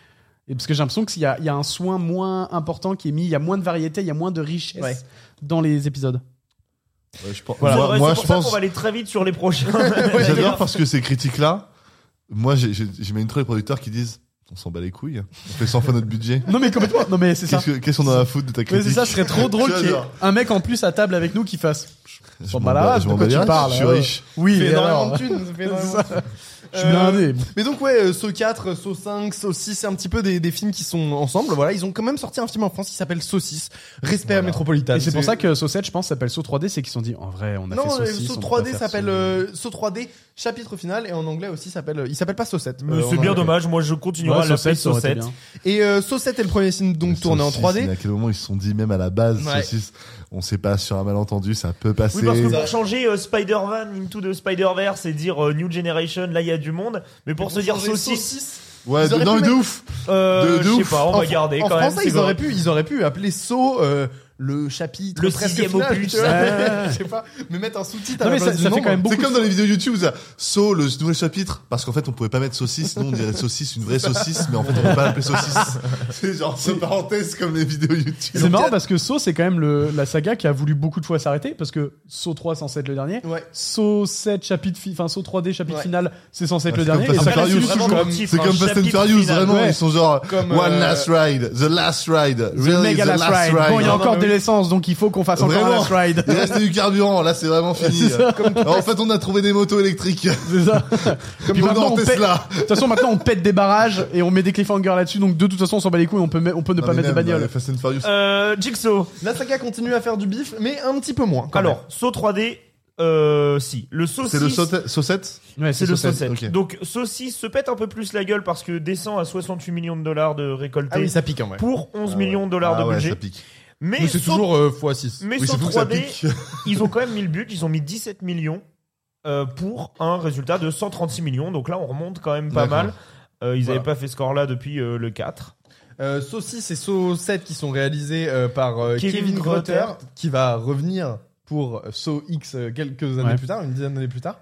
S4: Et parce que j'ai l'impression qu'il y, a- il y a un soin moins important qui est mis, il y a moins de variété, il y a moins de richesse
S2: Ouais.
S4: dans les épisodes.
S5: ouais, je pense-
S3: C'est
S5: Moi,
S3: vrai,
S5: moi,
S3: c'est
S5: je
S3: pour ça qu'on
S5: pense.
S3: va aller très vite sur les prochains.
S5: J'adore parce que ces critiques-là, moi, j'ai j'ai- j'ai mis une trop les producteurs qui disent on s'en bat les couilles, on fait 100 fois notre budget.
S4: Non mais complètement, non mais c'est ça.
S5: Qu'est-ce que- qu'est-ce qu'on a à foutre de ta
S4: Mais
S5: critique
S4: c'est ça, ce serait
S5: [LAUGHS]
S4: trop drôle qu'il y ait
S5: J'adore.
S4: un mec en plus à table avec nous qui fasse.
S5: Je
S4: s'en
S5: m'en
S2: bah
S4: bat la
S5: bats-
S4: race,
S5: je
S4: de
S5: m'en
S4: quoi
S5: bats
S4: tu
S5: la race,
S4: parles,
S5: Je suis
S2: hein
S4: ouais.
S5: riche.
S4: Oui,
S2: Fais
S4: et
S2: énormément de
S4: alors
S2: thunes, [LAUGHS] fais
S4: C'est
S2: énormément
S4: ça.
S2: de thunes.
S4: Je suis
S2: Euh,
S4: blindé.
S2: Mais donc ouais, euh, Saw 4, Saw 5, Saw 6, c'est un petit peu des, des films qui sont ensemble. Voilà, ils ont quand même sorti un film en France qui s'appelle Saw 6, Respect à Métropolitane.
S4: Et c'est pour ça que Saw 7, je pense, s'appelle Saw 3D, c'est qu'ils se sont dit, en vrai, on a
S2: non,
S4: fait Saw
S2: euh,
S4: 6.
S2: Saw
S4: on peut
S2: 3D
S4: pas faire
S2: s'appelle
S4: Saw-
S2: euh, Saw 3D chapitre final et en anglais aussi s'appelle il s'appelle pas Saw 7.
S3: [LAUGHS] Mais
S2: euh, en
S3: c'est bien
S2: anglais.
S3: dommage, moi je continuerai
S4: Ouais,
S3: à
S4: Saw
S3: l'appeler
S4: 7, ça aurait été
S3: Saucette.
S4: bien.
S2: Et euh, Saw 7 est le premier film donc tourné en
S5: Saucisse,
S2: 3D.
S5: mais À quel moment ils se sont dit, même à la base,
S2: Ouais.
S5: saucisse, on sait pas, sur un malentendu, ça peut passer.
S3: Oui, parce que pour changer euh, Spider-Man into the Spider-Verse et dire euh, New Generation, là il y a du monde. Mais pour
S2: Ils
S3: se
S2: ont
S3: dire
S2: changé
S3: saucisse,
S2: Saw 6.
S5: ouais,
S2: ils auraient
S5: de- non,
S2: pu
S5: mais de
S2: mettre-
S5: ouf!
S3: euh,
S5: de
S3: je sais
S5: ouf.
S3: pas, on
S2: en
S3: va
S2: fr-
S3: garder
S2: en
S3: quand même.
S2: français,
S3: c'est
S2: ils auraient
S3: correct.
S2: pu, ils auraient pu appeler Saw euh, le chapitre
S3: Le
S2: presque
S3: sixième
S2: final,
S3: opus. Ah.
S2: tu vois. [LAUGHS]
S4: Ouais.
S2: Je sais pas, mais mettre un sous-titre. à
S4: Non,
S2: la
S4: mais
S2: place
S4: ça,
S2: du
S4: ça fait
S2: nombre.
S4: quand même beaucoup.
S5: C'est comme dans les vidéos YouTube où ça, saut le nouvel chapitre, parce qu'en fait on pouvait pas mettre saucisse, nous on dirait saucisse, une vraie saucisse, mais en fait on peut pas
S2: [LAUGHS]
S5: l'appeler saucisse. C'est genre entre parenthèses comme les vidéos YouTube.
S4: C'est marrant parce que Saw, c'est quand même le- la saga qui a voulu beaucoup de fois s'arrêter, parce que Saw 3, censé être le dernier.
S2: Ouais.
S4: Saw 7, chapitre, fi- enfin, Saw 3D, chapitre
S2: Ouais.
S4: final, c'est censé être
S5: Ouais,
S4: le
S5: c'est
S4: dernier.
S5: comme
S4: et
S5: Fast
S4: ça
S5: and
S4: continue
S5: Furious,
S4: toujours. hein.
S5: comme-
S3: titre,
S5: C'est
S3: un
S5: comme Fast and
S3: chapitre
S5: Furious,
S3: final.
S5: vraiment,
S4: Ouais.
S5: ils sont genre
S2: Comme,
S5: One
S2: euh,
S5: Last Ride, The Last Ride, Really
S4: Mega
S5: The
S4: Last Ride. Bon, il y
S2: Non,
S4: a
S2: non,
S4: encore
S2: mais oui.
S4: de l'essence, donc il faut qu'on fasse encore un
S5: Vraiment.
S4: Last Ride. [LAUGHS]
S5: Il restait du carburant, là c'est vraiment fini. Alors, en fait on a trouvé des motos électriques.
S4: C'est ça.
S5: Comme
S4: Puis maintenant,
S5: dans
S4: on pète-
S5: Tesla.
S4: De toute façon, maintenant, on pète des barrages et on met des cliffhangers là-dessus, donc de toute façon, on s'en bat les couilles, on peut, me- on peut ne
S5: Non,
S4: pas
S5: mais
S4: mettre de
S5: même,
S4: bagnole.
S5: euh, Fast and Furious.
S3: Euh, Jigsaw.
S2: La saga continue à faire du bif, mais un petit peu moins. quand
S3: Alors, Saw 3D, euh, si. Le saucisse.
S5: C'est le saute- saucette
S4: Ouais,
S3: C'est le
S5: Saucette,
S3: saucette.
S5: ok.
S3: Donc, saucisse se pète un peu plus la gueule parce que descend à 68 millions de dollars de récoltés
S2: Ah oui, ça pique en vrai.
S3: pour 11 millions de dollars
S5: Ah
S3: de
S5: ouais,
S3: budget.
S5: ça pique.
S3: mais
S2: Mais c'est
S3: Saw-
S2: toujours euh, x6.
S3: mais
S5: Oui,
S3: Saw
S5: c'est fou que ça
S3: 3D,
S5: pique.
S3: ils ont quand même mis le but, ils ont mis 17 millions euh, pour un résultat de 136 millions. Donc là, on remonte quand même pas
S5: D'accord.
S3: mal. Euh, ils n'avaient
S2: Voilà.
S3: pas fait ce score-là depuis euh, le 4.
S2: Euh, Saw 6 et Saw 7 qui sont réalisés euh, par euh,
S3: Kevin
S2: Kevin, Grotter,
S3: Grother.
S2: qui va revenir pour Saw X euh, quelques années
S4: Ouais.
S2: plus tard, une dizaine d'années plus tard.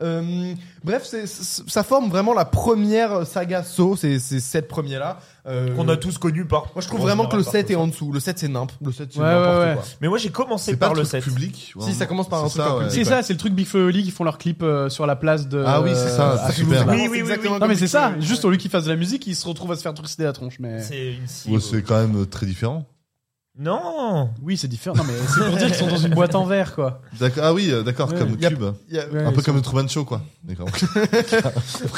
S2: Euh, bref, c'est- c'est- ça forme vraiment la première saga Saw, ces ces sept premiers-là. Euh,
S3: Qu'on a tous connu par.
S2: Moi, je trouve vraiment que le 7 est
S3: en.
S2: en dessous. Le 7, c'est nimp. Le 7, c'est
S4: Ouais,
S2: n'importe
S4: ouais, ouais.
S2: quoi.
S3: Mais moi, j'ai commencé
S5: C'est pas
S3: par
S5: le
S3: le
S5: truc
S3: 7.
S5: public ou
S2: Si, ça commence par un
S5: c'est
S2: truc
S5: ça,
S2: en
S5: ouais.
S4: C'est ça, c'est le truc Big Flo et Oli qui font leur clip euh, sur la place de.
S5: Ah oui, c'est ça,
S4: euh,
S5: c'est super.
S4: Toulouse, là.
S3: Oui,
S2: C'est exactement
S4: Non
S2: comme
S4: mais c'est
S2: tu-
S4: ça, juste au lieu qu'ils fassent de la musique, ils se retrouvent à se faire trucider la tronche. Mais
S3: C'est une cible.
S5: Ouais, c'est quand même euh, très différent.
S3: Non
S4: oui, c'est différent. Non mais c'est pour dire qu'ils sont dans une boîte en verre quoi.
S5: D'accord. Ah oui, euh, d'accord,
S4: Ouais.
S5: comme
S2: Y a-
S5: Cube.
S2: Il y a-
S4: Ouais,
S5: un peu
S4: ils
S5: comme le Truman Show, quoi. D'accord.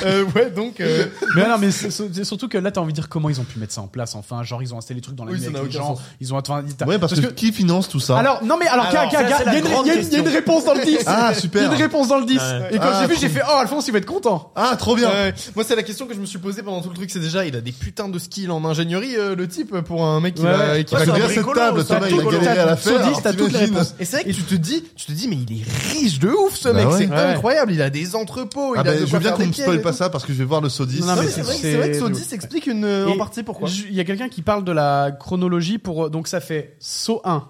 S2: Euh, ouais, donc. euh,
S4: Mais non mais [LAUGHS] c'est c'est surtout que là t'as envie de dire comment ils ont pu mettre ça en place. Enfin genre ils ont installé les trucs dans la
S2: Oui,
S4: nuit
S2: ça
S4: avec
S2: n'a
S4: les
S2: aucun
S4: gens.
S2: sens.
S4: Ils ont atteint.
S5: ouais, parce, que, qui finance tout ça
S4: Alors non mais alors,
S3: Alors,
S4: gars, gars,
S3: ça, c'est
S4: gars,
S3: la
S4: il y a une-
S3: grande
S4: il y a une- il y a une
S3: question.
S4: réponse dans le 10 Il
S5: Ah,
S4: y a
S5: super
S4: une réponse dans le 10
S3: Ouais.
S4: Et quand
S5: Ah,
S4: j'ai vu
S5: cool.
S4: j'ai fait oh Alphonse il va être content
S5: Ah, trop bien
S2: Ouais, ouais. euh, moi, c'est la question que je me suis posée pendant tout le truc. C'est déjà, il a des putains de skills en ingénierie, euh, le type, pour un mec qui
S4: Ouais, Bah,
S2: va.
S4: ouais.
S2: qui
S5: Il
S2: va
S5: a
S3: c'est un
S5: bien
S3: bricolo,
S5: cette table,
S3: ça,
S5: Thomas, il a
S3: bricolo.
S5: galéré à la
S4: Saudis,
S5: faire. alors
S4: t'as toutes les
S5: t'imagines.
S4: réponses.
S2: Et c'est vrai que tu te dis, tu te dis, mais il est riche de ouf ce
S5: Bah
S2: mec,
S5: ouais.
S2: c'est
S4: Ouais.
S2: incroyable, il a des entrepôts,
S5: Ah
S2: il a
S5: ben,
S2: de
S5: je
S2: quoi
S5: veux bien
S2: faire
S5: qu'on
S2: des
S5: me
S2: pièges
S5: spoile
S2: et
S5: pas
S2: tout.
S5: ça parce que je vais voir le Sodis.
S4: Non,
S2: Non, mais
S4: c'est-
S2: c'est vrai, que-
S4: c'est-
S2: c'est vrai que Saudi
S4: c'est-
S2: s'explique une, euh, en
S4: Et
S2: partie pourquoi.
S4: ju- Il y a quelqu'un qui parle de la chronologie pour euh, donc ça fait saut 1,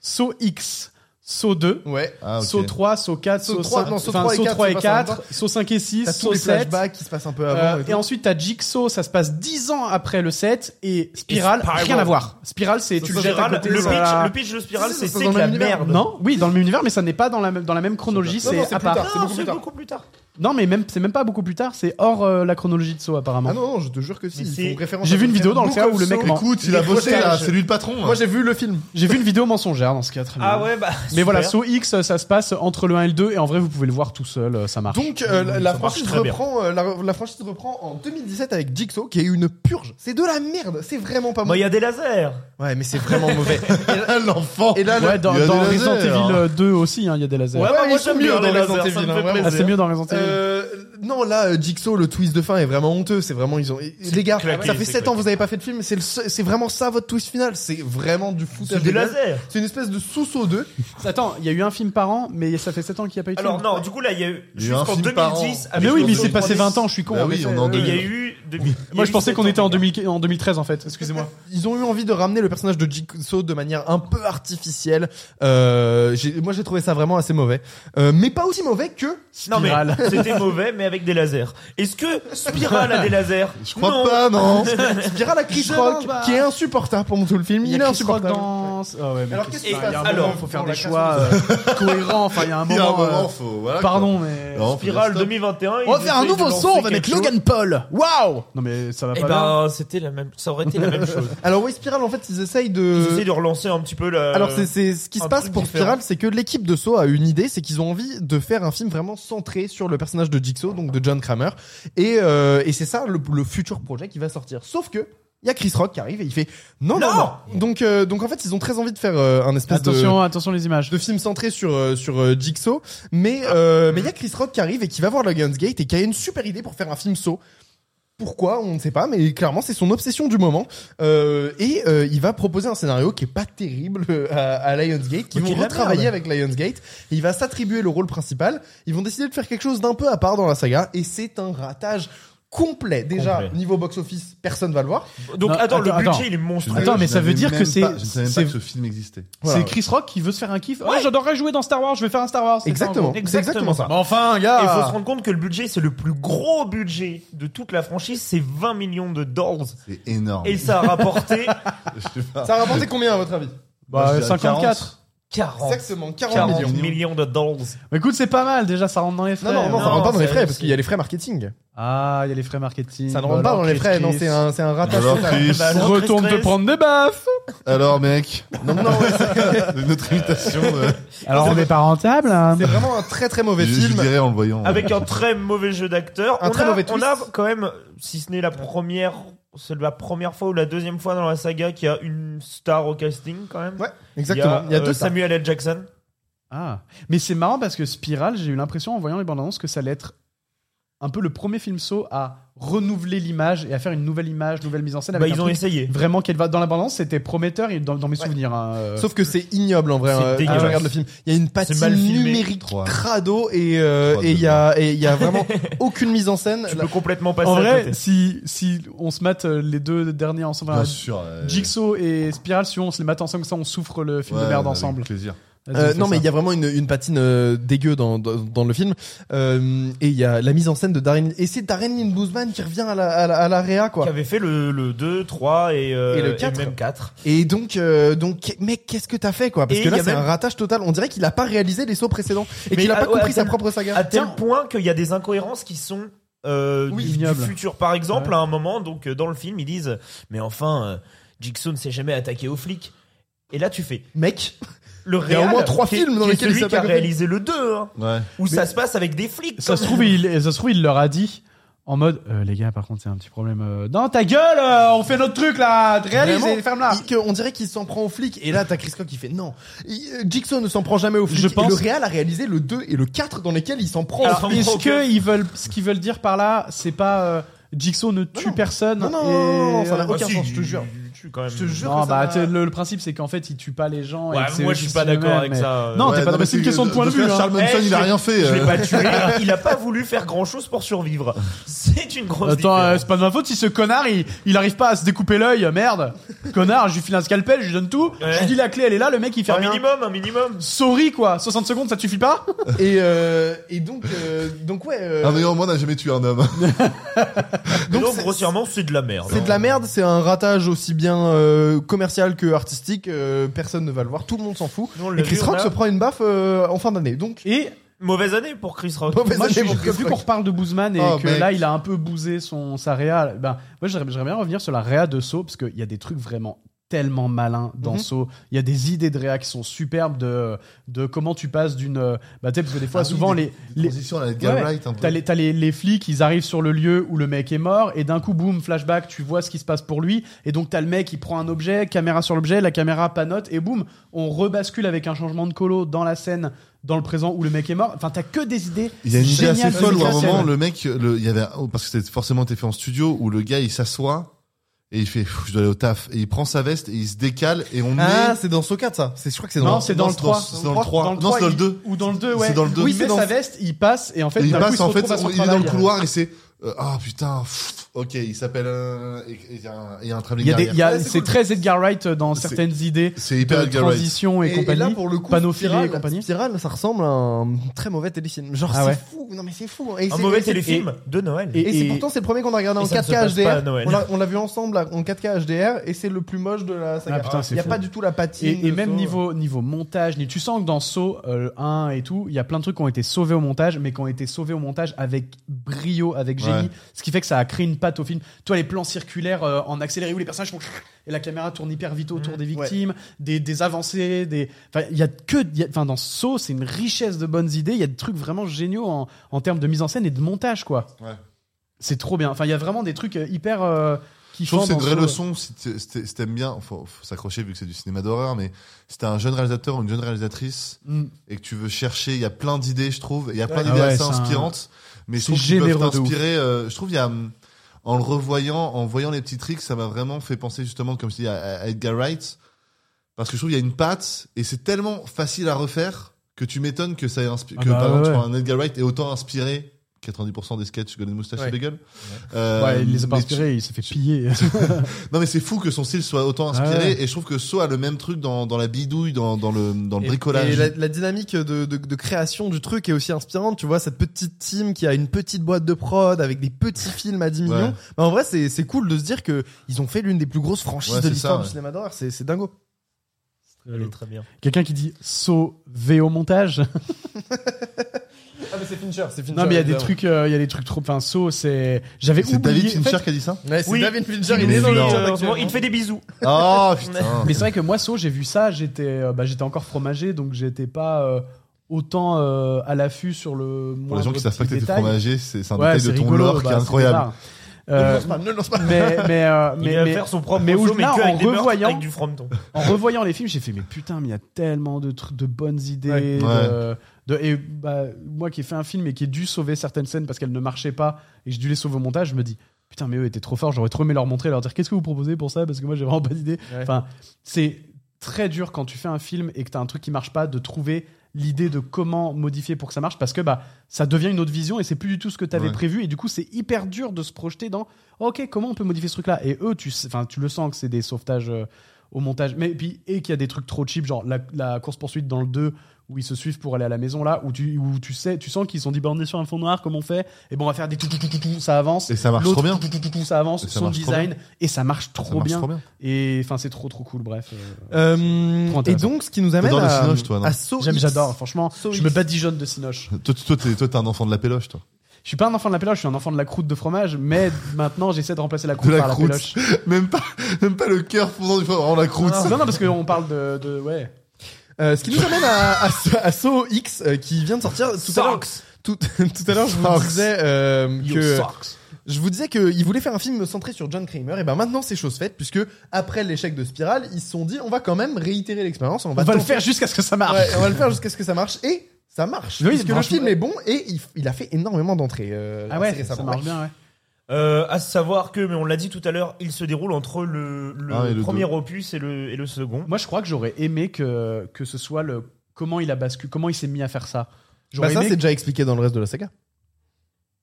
S4: saut X, saut 2,
S2: Ouais.
S5: Ah, ok.
S4: saut 3, saut 4, saut
S2: Saut trois-
S4: 5,
S2: non, saut
S4: enfin,
S2: trois et
S4: saut
S2: quatre,
S4: 3 et
S2: ça passe en même
S4: 4, saut 5 et 6,
S2: T'as tous
S4: saut
S2: les
S4: 7.
S2: flashbacks qui se passent un peu
S4: euh,
S2: avant. et
S4: et
S2: tout.
S4: ensuite t'as Jigsaw, ça se passe 10 ans après le 7 et Spiral,
S3: Spiral.
S4: rien à voir. Spiral c'est tu
S2: ça,
S4: le
S2: c'est
S4: jettes à
S3: Spiral,
S4: côté
S3: le, pitch,
S4: sur la-
S3: le pitch de Spiral,
S2: Si, si,
S3: c'est
S2: ça,
S3: c'est
S2: dans
S3: que
S2: le
S3: la
S2: même univers.
S3: merde.
S4: Non, oui, dans le même univers mais ça n'est pas dans la même dans la même chronologie,
S2: Non, non,
S4: c'est
S2: c'est
S4: à
S2: plus
S4: part.
S2: tard, c'est
S3: Non,
S2: beaucoup
S3: c'est
S2: plus tard.
S3: beaucoup plus tard.
S4: Non, mais même c'est même pas beaucoup plus tard, c'est hors euh, la chronologie de saut apparemment.
S2: Ah non, non, je te jure que si.
S3: Mais
S2: ils
S3: c'est-
S2: font référence
S4: J'ai
S2: à
S4: vu une
S2: Book
S4: vidéo
S2: of
S4: dans le
S2: Saw.
S4: cas où le
S2: Book
S4: mec
S2: of
S4: ment.
S2: Saw.
S5: Écoute, il a
S2: Les
S5: bossé
S2: recherches.
S5: là, c'est lui le patron.
S2: Moi
S5: hein.
S2: j'ai vu le film.
S4: J'ai vu une vidéo mensongère dans ce cas. très bien.
S3: Ah ouais, bah.
S4: Mais
S3: super.
S4: voilà, saut X, ça se passe entre le 1 et le 2, et en vrai, vous pouvez le voir tout seul, euh, ça marche.
S2: Donc euh, la, la
S3: Ça marche
S2: franchise
S3: très bien.
S2: reprend, euh, la, la franchise reprend en 2017 avec Jigsaw qui est une purge. C'est de la merde, c'est vraiment pas bon.
S3: Moi, Bah, il y a des lasers.
S2: Ouais, mais c'est vraiment mauvais.
S5: [LAUGHS] L'enfant.
S2: [LAUGHS] Et là, le-
S4: ouais, dans,
S5: il y a
S4: dans
S5: des
S4: Resident
S5: lasers.
S4: Evil euh, 2 aussi, hein, il y a des lasers.
S3: Ouais,
S2: bah,
S3: bah,
S2: ils
S3: moi,
S2: sont
S3: j'aime
S2: mieux
S3: bien
S2: dans
S3: les
S2: Resident
S3: lasers. Ça
S2: Evil,
S3: me
S2: hein,
S3: fait
S2: vraiment.
S4: Ah, c'est
S3: plaisir.
S4: mieux dans Resident Evil.
S2: Euh, non, là, euh, Jigsaw, le twist de fin est vraiment honteux. C'est vraiment, ils ont. et- Les gars,
S3: claqué,
S2: ça fait
S3: c'est
S2: 7 ans
S3: claqué.
S2: vous avez pas fait de film. C'est le seul- c'est vraiment ça votre twist final. C'est vraiment du
S3: C'est
S2: foutage
S3: des
S2: de gueule.
S3: lasers.
S2: C'est une espèce de sous-saut 2.
S4: Attends, il y a eu un film par an, mais ça fait 7 ans qu'il n'y a pas eu de
S3: Alors,
S4: film.
S3: non, du coup, là, il y a eu.
S5: Il y a eu un
S3: Jusqu'en
S5: film par
S3: 2010.
S5: an.
S3: avec
S4: mais oui,
S3: le
S4: mais
S3: Zoé
S4: c'est passé
S3: Prenez-
S4: 20 ans, je suis con. euh,
S5: Bah
S4: en
S5: oui,
S4: effet.
S5: on est en
S4: Ouais,
S3: Et il y a
S4: ouais.
S3: eu. de- il y a
S4: Moi,
S3: eu
S4: je pensais qu'on
S3: sept
S4: était en
S3: ans, les gars.
S4: 2000 en 2013, en fait. Excusez-moi.
S2: Ils ont eu envie de ramener le personnage de Jigsaw de manière un peu artificielle. Euh, j'ai- moi, j'ai trouvé ça vraiment assez mauvais. Euh, mais pas aussi mauvais que.
S3: Non, mais
S4: Spirale.
S3: c'était mauvais, mais avec des lasers. Est-ce que Spiral a des
S4: [LAUGHS]
S3: lasers
S5: Je crois pas, non.
S2: Spiral à Chris
S4: Je
S2: Rock,
S4: m'en bats.
S2: qui est insupportable pour tout le film. Il,
S4: y
S2: est
S4: a Chris Rock
S2: insupportable.
S4: dans- Ah ouais, mais
S2: Alors,
S4: Chris-
S2: qu'est-ce qui se
S4: enfin, il y a
S2: passe
S4: un moment,
S2: alors
S4: il faut faire
S2: Dans
S4: des
S2: la
S4: choix euh, [LAUGHS] cohérents. Enfin, il y a un
S5: Il y a un
S4: moment. euh,
S5: moment, faut. voilà, quoi.
S4: Pardon, mais.
S5: Non, faut dire
S3: Spiral
S5: stop.
S3: 2021.
S4: On va
S3: ils
S4: faire un
S3: essayent de
S4: nouveau
S3: lancer
S4: son, on va
S3: quelque
S4: mettre
S3: chose.
S4: Logan Paul. Waouh Non, mais ça va
S3: Eh
S4: pas bien.
S3: ben, c'était la même. Ça aurait été [LAUGHS] la même chose.
S2: Alors, oui, Spiral, en fait, ils essayent
S3: Ils
S2: de.
S3: essaient de relancer un petit peu la.
S2: Alors c'est c'est ce qui se
S3: un
S2: passe
S3: truc
S2: pour
S3: différent.
S2: Spiral, c'est que l'équipe de Saw a une idée, c'est qu'ils ont envie de faire un film vraiment centré sur le personnage de Jigsaw, donc de John Kramer, et, euh, et c'est ça le, le futur projet qui va sortir. Sauf que il y a Chris Rock qui arrive et il fait non non,
S3: Non
S2: non. Donc euh, donc en fait ils ont très envie de faire euh, un espèce de-
S4: Attention, attention les images.
S2: de film centré sur euh, sur euh, Jigsaw, mais euh, mais il y a Chris Rock qui arrive et qui va voir Lionsgate et qui a une super idée pour faire un film Saw. Pourquoi on ne sait pas, mais clairement c'est son obsession du moment Euh, et euh, il va proposer un scénario qui est pas terrible euh, à, à Lionsgate, qui
S4: Ok,
S2: vont
S4: la
S2: retravailler avec
S4: merde.
S2: Lionsgate. Il va s'attribuer le rôle principal. Ils vont décider de faire quelque chose d'un peu à part dans la saga et c'est un ratage complet. Déjà
S3: Complet.
S2: niveau box office, personne va le voir.
S3: Donc,
S4: Non,
S3: attends, le
S4: attends,
S3: budget,
S4: attends.
S3: il est
S5: Je
S3: monstrueux.
S5: savais-
S4: Attends, mais
S5: je
S4: ça veut
S5: savais
S4: dire
S5: même
S4: que c'est-
S5: pas- Je ne savais même pas
S4: c'est-
S5: que ce film existait.
S2: Voilà.
S4: C'est Chris Rock qui veut se faire un kiff.
S3: Ouais.
S4: Oh, j'adorerais jouer dans Star Wars, je vais faire un Star Wars. c'est ça, en
S2: Exactement,
S4: gros.
S2: c'est exactement ça.
S4: Bah, enfin,
S3: Et il faut se
S4: gars.
S3: rendre compte que le budget, c'est le plus gros budget de toute la franchise, c'est 20 millions de dollars.
S5: C'est énorme.
S3: Et ça a
S2: [LAUGHS]
S3: rapporté
S5: Je sais pas.
S2: Ça a rapporté combien à votre avis
S5: Moi,
S4: Bah,
S5: je
S4: euh,
S5: dirais
S4: 54.
S3: 40,
S2: Exactement 40,
S3: 40
S2: millions.
S3: millions. de dollars.
S4: Mais Bah, écoute, c'est pas mal déjà, ça rentre dans les
S2: Non,
S4: frais.
S2: non, non, ça
S3: Non,
S2: rentre pas dans les
S3: c'est-
S2: frais parce
S3: c'est-
S2: qu'il y a les frais marketing.
S4: Ah, il y a les frais marketing.
S2: Ça ne rentre pas dans les frais, non, c'est un, c'est un ratage.
S5: Alors,
S2: total.
S5: Chris.
S3: Bah, alors,
S4: Retourne
S3: Chris
S4: te
S3: Chris.
S4: prendre des baffes.
S5: Alors, mec.
S2: Non, non, ouais, c'est
S5: [LAUGHS] Notre imitation. euh,
S4: Alors, on est pas rentable. hein.
S2: c'est vraiment un très très
S5: je,
S2: mauvais
S5: je
S2: film.
S5: dirais en le voyant. euh,
S3: Avec un très mauvais jeu d'acteur.
S2: Un
S3: on
S2: très
S3: a,
S2: mauvais twist.
S3: On a quand même, si ce n'est la première, c'est la première fois ou la deuxième fois dans la saga qu'il y a une star au casting quand même.
S2: Ouais, exactement. Il y a,
S3: euh,
S2: deux ça.
S3: Samuel L. Jackson.
S4: Ah, mais c'est marrant parce que Spiral, j'ai eu l'impression en voyant les bandes annonces que ça allait être un peu le premier film saut à renouveler l'image et à faire une nouvelle image, nouvelle mise en scène.
S3: Bah,
S4: Avec
S3: ils
S4: un
S3: ont
S4: truc
S3: essayé.
S4: Vraiment, qu'elle va dans l'abondance, c'était prometteur et dans, dans mes
S2: Ouais.
S4: souvenirs. hein, euh.
S2: Sauf que c'est ignoble en vrai.
S3: C'est
S2: hein, quand
S3: dégueulasse.
S2: je regarde le film. Il y a une patine
S3: C'est mal filmé.
S2: numérique
S5: Trois.
S2: crado et euh,
S5: Trois,
S2: et
S5: deux,
S2: il y a et il y a
S3: [LAUGHS]
S2: vraiment aucune mise en scène.
S3: Tu
S2: La-
S3: peux complètement passer
S4: en
S3: à
S4: vrai,
S3: côté.
S4: si, si on se mate euh, les deux derniers ensemble,
S5: Bien
S4: euh,
S5: sûr. euh,
S4: Jigsaw et Spiral, si on se les mate ensemble, ça on souffre le film de
S5: ouais,
S4: merde
S5: avec
S4: ensemble.
S5: Plaisir.
S2: Euh, non mais il y a vraiment une, une patine euh, dégueu dans, dans, dans le film Euh, et il y a la mise en scène de Darren et c'est Darren Lynn Bousman qui revient à la, à la, à la réa quoi
S3: Qui avait fait le, le 2, 3 et, euh,
S2: Et le quatre.
S3: même 4.
S2: Et donc, euh, donc, mec, qu'est-ce que t'as fait, quoi Parce
S3: Et
S2: que là,
S3: il y a
S2: c'est
S3: même-
S2: un ratage total. On dirait qu'il a pas réalisé les sauts précédents et
S3: Mais
S2: qu'il a
S3: à-
S2: pas
S3: ouais,
S2: compris
S3: à
S2: sa
S3: tel-
S2: propre saga.
S3: à tel
S4: Tiens.
S3: point qu'il y a des incohérences qui sont euh,
S4: Oui,
S3: du- du,
S4: ignobles.
S3: futur. Par exemple,
S4: Ouais.
S3: à un moment, donc euh, dans le film, ils disent mais enfin, euh, Jigsaw ne s'est jamais attaqué aux flics. Et là, tu fais
S2: Mec,
S3: le
S2: Il y a
S3: réel.
S2: au moins trois
S3: qui est-
S2: films dans
S3: qui est
S2: lesquels il
S3: celui qui a
S2: s'attaque aux flics.
S3: réalisé le 2, hein,
S5: Ouais.
S3: où ça se passe avec des flics.
S4: ça
S3: quand [LAUGHS]
S4: se
S3: même.
S4: trouve, il, ça se trouve, il leur a dit en mode euh, les gars, par contre, c'est un petit problème. euh, non, ta gueule, euh, on fait notre truc là, réalise,
S2: Vraiment,
S4: et ferme-la.
S2: il- que- on dirait qu'il s'en prend aux flics. Et là, t'as Chris Rock qui fait non. Il- euh, Jigsaw ne s'en prend jamais aux flics.
S4: Je
S2: Et
S4: pense-
S2: le Real a réalisé le 2 et le 4 dans lesquels il s'en prend.
S3: Alors,
S2: aux flics.
S4: Est-ce
S3: Franco.
S4: que ils veulent, ce qu'ils veulent dire par là, c'est pas euh, Jigsaw ne tue
S2: non.
S4: personne
S2: Non, non,
S4: et-
S2: non, non, ça n'a
S3: Ah,
S2: aucun
S3: si,
S2: sens, je te
S3: il-
S2: jure.
S3: il tue quand même.
S2: Je te jure.
S4: Non,
S2: que ça
S4: bah,
S2: n'a-
S4: t'sais, le, le principe c'est qu'en fait il tue pas les gens.
S3: Ouais,
S4: et que c'est
S3: moi,
S4: eux
S3: je
S4: qui
S3: suis
S4: se
S3: pas
S4: tuent
S3: d'accord
S4: eux-mêmes,
S3: avec
S4: mais-
S3: ça. euh.
S4: Non, t'es pas-
S5: mais
S4: c'est une question de point de
S5: parce que
S4: vue, hein.
S5: Charles Manson,
S3: Eh,
S5: il a rien fait.
S3: Je l'ai
S5: euh.
S3: pas tué.
S4: [LAUGHS]
S3: Il a pas voulu faire grand chose pour survivre. [LAUGHS] C'est une grosse.
S4: Attends, euh,
S3: différence.
S4: c'est pas de ma faute si ce connard il, il arrive pas à se découper l'œil, euh, merde. Connard, je lui file un scalpel, je lui donne tout,
S3: Ouais.
S4: je lui dis la clé elle est là, le mec il fait
S3: un
S4: rien.
S3: minimum, un minimum.
S4: Sorry quoi, 60 secondes ça te suffit pas
S2: Et, euh, et donc, euh, donc ouais. euh,
S5: Ah, mais au moins, on n'a jamais tué un homme.
S3: Donc,
S2: c'est-
S3: grossièrement, c'est de la merde.
S2: C'est de la merde, c'est un ratage aussi bien euh, commercial que artistique. euh, personne ne va le voir, tout le monde s'en fout.
S3: Nous, on l'a
S2: Et Chris
S3: vu, on
S2: Rock
S3: a-
S5: [LAUGHS]
S2: se prend une baffe euh, en fin d'année. Donc
S4: Et
S3: Mauvaise année pour Chris Rock.
S2: Mauvaise
S4: Moi, je
S2: année
S4: suis-
S2: pour Chris
S4: vu
S2: Rock.
S4: qu'on reparle de Boozman et
S5: Oh,
S4: que
S5: mec.
S4: là, il a un peu bousé son, sa réa, ben, moi, j'aimerais j'aimerais bien revenir sur la réa de Saw, parce qu'il y a des trucs vraiment tellement malins dans
S2: Mhm.
S4: Saw. Il y a des idées de réa qui sont superbes de, de comment tu passes d'une. euh, Bah, tu sais, parce que des fois,
S5: Ah oui,
S4: souvent,
S5: des-
S4: les, les,
S5: Transition à la
S4: Ouais,
S5: Galright un peu.
S4: T'as les, t'as les, les flics, ils arrivent sur le lieu où le mec est mort, et d'un coup, boum, flashback, tu vois ce qui se passe pour lui, et donc t'as le mec, il prend un objet, caméra sur l'objet, la caméra panote, et boum, on rebascule avec un changement de colo dans la scène, dans le présent où le mec est mort. Enfin, t'as que des idées.
S5: Il y a une idée
S4: géniales
S5: assez folle où à un
S4: efficaces.
S5: moment, le mec, le, il y avait, oh, parce que c'était forcément été fait en studio, où le gars, il s'assoit et il fait, Pff, je dois aller au taf. Et il prend sa veste et il se décale et on
S2: Ah,
S5: est.
S2: c'est dans So 4 ça. C'est sûr que c'est dans.
S4: Non, c'est dans
S5: non,
S4: le
S5: c'est dans-
S4: 3.
S5: c'est dans le 3. Non, c'est dans le 2.
S4: Ou dans le 2,
S5: C'est
S4: ouais.
S5: dans le 2.
S4: Oui,
S5: Il
S4: c'est
S5: met
S4: sa
S5: sa
S4: veste, il passe, et en fait,
S5: et il
S4: d'un coup,
S5: passe,
S4: se
S5: en fait,
S4: retrouve à son
S5: il est dans le
S4: travail.
S5: couloir et c'est, euh, ah putain, pff, ok, il s'appelle, euh, et- et il y a un, et il y a un travelling
S4: Il y a des, il y
S5: derrière.
S4: a-
S2: Ouais, c'est
S4: c'est
S2: cool.
S4: très Edgar Wright dans
S5: C'est-
S4: certaines idées
S5: C'est
S4: de
S5: hyper Galright.
S4: transition et, compagnie.
S2: là, pour le coup,
S4: Panneau filé
S2: Spiral,
S4: et compagnie.
S2: Spiral, ça ressemble à un très mauvais téléfilm. Genre,
S4: Ah
S2: c'est
S4: ouais.
S2: fou. Non, mais c'est fou. hein. Et
S3: Un
S2: c'est-
S3: mauvais
S2: et c'est-
S3: téléfilm de Noël.
S2: Et, c'est
S4: Et-
S2: pourtant, c'est le premier qu'on a regardé
S3: et
S2: en
S3: ça ne se
S2: 4K
S3: passe pas à
S2: HDR.
S3: Noël.
S2: On l'a- On l'a vu ensemble là, en 4K HDR et c'est le plus moche de la saga.
S4: Ah, putain, c'est
S2: Il n'y a
S4: fou.
S2: pas du tout la patine.
S4: Et, et
S2: le
S4: même
S2: saut.
S4: niveau, niveau montage, ni- tu sens que dans Saw euh, 1 et tout, il y a plein de trucs qui ont été sauvés au montage, mais qui ont été sauvés au montage avec brio, avec génie.
S5: Ouais.
S4: Ce qui fait que ça a créé une patte au film. Toi, les plans circulaires euh, en accéléré où les personnages font [LAUGHS] et la caméra tourne hyper vite autour
S5: Mmh,
S4: des victimes, des, des avancées, des. Enfin, il y a que. il y a- Enfin, dans Saw, c'est une richesse de bonnes idées. Il y a des trucs vraiment géniaux en, en termes de mise en scène et de montage, quoi.
S5: Ouais.
S4: C'est trop bien. Enfin, il y a vraiment des trucs euh, hyper. Euh, qui
S5: Je trouve que c'est une
S4: euh,
S5: vraie leçon, si t'es- si t'es- si t'aimes bien, faut, faut s'accrocher vu que c'est du cinéma d'horreur, mais si t'es un jeune réalisateur ou une jeune réalisatrice
S4: Mmh.
S5: et que tu veux chercher, il y a plein d'idées, je trouve, et il y a plein
S4: Ouais.
S5: d'idées
S4: Ah ouais,
S5: assez
S4: c'est un-
S5: inspirantes, mais je
S4: c'est
S5: trouve qu'ils
S4: généreux
S5: peuvent
S4: de ouf.
S5: t'inspirer, euh, je trouve il y a, hum, en le revoyant, en voyant les petits tricks, ça m'a vraiment fait penser justement, comme je dis, à, à Edgar Wright, parce que je trouve il y a une patte, et c'est tellement facile à refaire que tu m'étonnes que ça ait inspi-
S4: Ah
S5: que
S4: bah
S5: par exemple,
S4: ouais.
S5: tu prends un Edgar Wright est autant inspiré 90% des sketchs Golden Moustache
S2: Ouais.
S5: et Bagel.
S4: Ouais, il les a pas
S5: Euh, mais tu-
S4: inspirés, il s'est fait piller.
S5: non mais c'est fou que son style soit autant inspiré
S4: Ah ouais.
S5: et je trouve que So a le même truc dans, dans la bidouille, dans, dans le dans le
S2: Et-
S5: bricolage.
S2: Et la, la dynamique de, de- de création du truc est aussi inspirante. Tu vois, cette petite team qui a une petite boîte de prod avec des petits films à 10
S5: Ouais.
S2: millions. Bah, en vrai, c'est c'est cool de se dire que ils ont fait l'une des plus grosses franchises
S5: Ouais,
S2: de
S5: c'est
S2: l'histoire
S5: ça,
S2: du
S5: ouais.
S2: cinéma d'horreur. C'est c'est dingo.
S3: Elle est très bien.
S4: Quelqu'un qui dit sauvé au
S5: [LAUGHS]
S4: montage.
S2: Ah, mais c'est Fincher.
S4: Non, mais il y a des trucs, euh, il y a des trucs trop. Enfin, saut, c'est. J'avais oublié.
S5: C'est David
S4: en fait,
S5: Fincher qui a dit ça
S2: c'est
S3: Oui.
S2: David Fincher. Il
S5: Mais
S2: est dans le
S5: non.
S2: genre
S3: Euh,
S2: d'actuel,
S3: il te fait des bisous.
S5: Oh putain.
S4: mais c'est vrai que moi, saut, j'ai vu ça. J'étais, euh, bah, j'étais encore fromager, donc j'étais pas euh, autant euh, à l'affût sur le.
S5: Pour les gens qui savent pas que t'étais fromager, c'est c'est un
S4: ouais,
S5: détail
S4: c'est
S5: de ton
S4: rigolo,
S5: lore
S4: bah,
S5: qui est
S4: c'est
S5: incroyable.
S4: marrant.
S5: [LAUGHS]
S4: Euh,
S2: non. Ne lance pas.
S4: mais mais euh,
S3: Il
S4: mais,
S3: va
S4: mais-
S3: faire son propre
S4: mais où-
S3: show, mais
S4: là,
S3: que
S4: en
S3: avec des meurtres,
S4: revoyant-
S3: avec du frometon.
S4: en revoyant les films, j'ai fait mais putain, mais il y a tellement de trucs, de bonnes idées.
S2: Ouais.
S4: de-
S5: Ouais.
S4: de- et bah, moi qui ai fait un film et qui ai dû sauver certaines scènes parce qu'elles ne marchaient pas et j'ai dû les sauver au montage, je me dis putain, mais eux étaient trop forts. J'aurais trop aimé leur montrer, leur dire qu'est-ce que vous proposez pour ça parce que moi j'ai vraiment pas d'idée.
S2: Ouais.
S4: Enfin, c'est très dur quand tu fais un film et que t'as un truc qui marche pas de trouver l'idée de comment modifier pour que ça marche parce que bah ça devient une autre vision et c'est plus du tout ce que t'avais
S5: Ouais.
S4: prévu et du coup c'est hyper dur de se projeter dans ok comment on peut modifier ce truc là et eux tu sais- enfin tu le sens que c'est des sauvetages euh, au montage mais puis et qu'il y a des trucs trop cheap genre la, course poursuite dans le 2 où ils se suivent pour aller à la maison là où tu où tu sais tu sens qu'ils se sont dit bah on est sur un fond noir comment on fait et bon on va faire des tout tout tout tout, tout, ça avance
S5: Et ça marche
S4: L'autre,
S5: trop bien.
S4: tout, tout, tout, tout, ça avance
S5: Et ça
S4: son
S5: marche trop
S4: design et ça marche trop
S5: Ça marche
S4: bien
S5: trop bien.
S4: et enfin c'est trop trop cool bref euh,
S2: Euh,
S4: Trop
S2: et
S4: intéressant.
S2: donc, ce qui nous amène
S5: T'adores le
S2: à,
S5: Cinoche, toi, non
S2: à Saw
S4: j'aime
S2: X.
S4: j'adore franchement
S2: So
S4: je
S2: X.
S4: me badigeonne de Sinoche
S5: Toi, tu- toi, t'es toi, t'es un enfant de la péloche, toi.
S4: je suis pas un enfant de la péloche je suis un enfant de la croûte de fromage mais maintenant j'essaie de remplacer la croûte
S5: De la
S4: par
S5: croûte.
S4: la péloche
S5: [LAUGHS] Même pas, même pas le cœur fondant du fromage, la croûte.
S4: non non parce qu'on parle de, de ouais
S2: Euh, ce qui nous amène à, à, à Saw X euh, qui vient de sortir tout à l'heure.
S3: Socks.
S2: Tout, [LAUGHS] tout à l'heure, je vous
S5: Socks.
S2: disais euh,
S3: Yo,
S2: que
S3: socks.
S2: je vous disais qu'ils voulaient faire un film centré sur John Kramer. Et ben maintenant, c'est chose faite puisque après l'échec de Spiral, ils se sont dit on va quand même réitérer l'expérience. On va,
S4: on va le
S2: tenter-
S4: faire jusqu'à ce que ça marche
S2: Ouais, on va le faire jusqu'à ce que ça marche et ça marche.
S4: Oui,
S2: parce que le
S4: franchement,
S2: film
S4: ouais.
S2: est bon et il, il a fait énormément d'entrées. euh,
S4: ah
S2: assez
S4: ouais ça
S2: récemment.
S4: marche bien ouais
S3: Euh, à savoir que, mais on l'a dit tout à l'heure, il se déroule entre le, le
S5: Ah, et le
S3: premier
S5: deux.
S3: opus et le, et le second.
S4: Moi, je crois que j'aurais aimé que, que ce soit le comment il a basculé, comment il s'est mis à faire ça.
S2: Bah
S4: J'aurais
S2: ça,
S4: aimé
S2: c'est déjà expliqué dans le reste de la saga.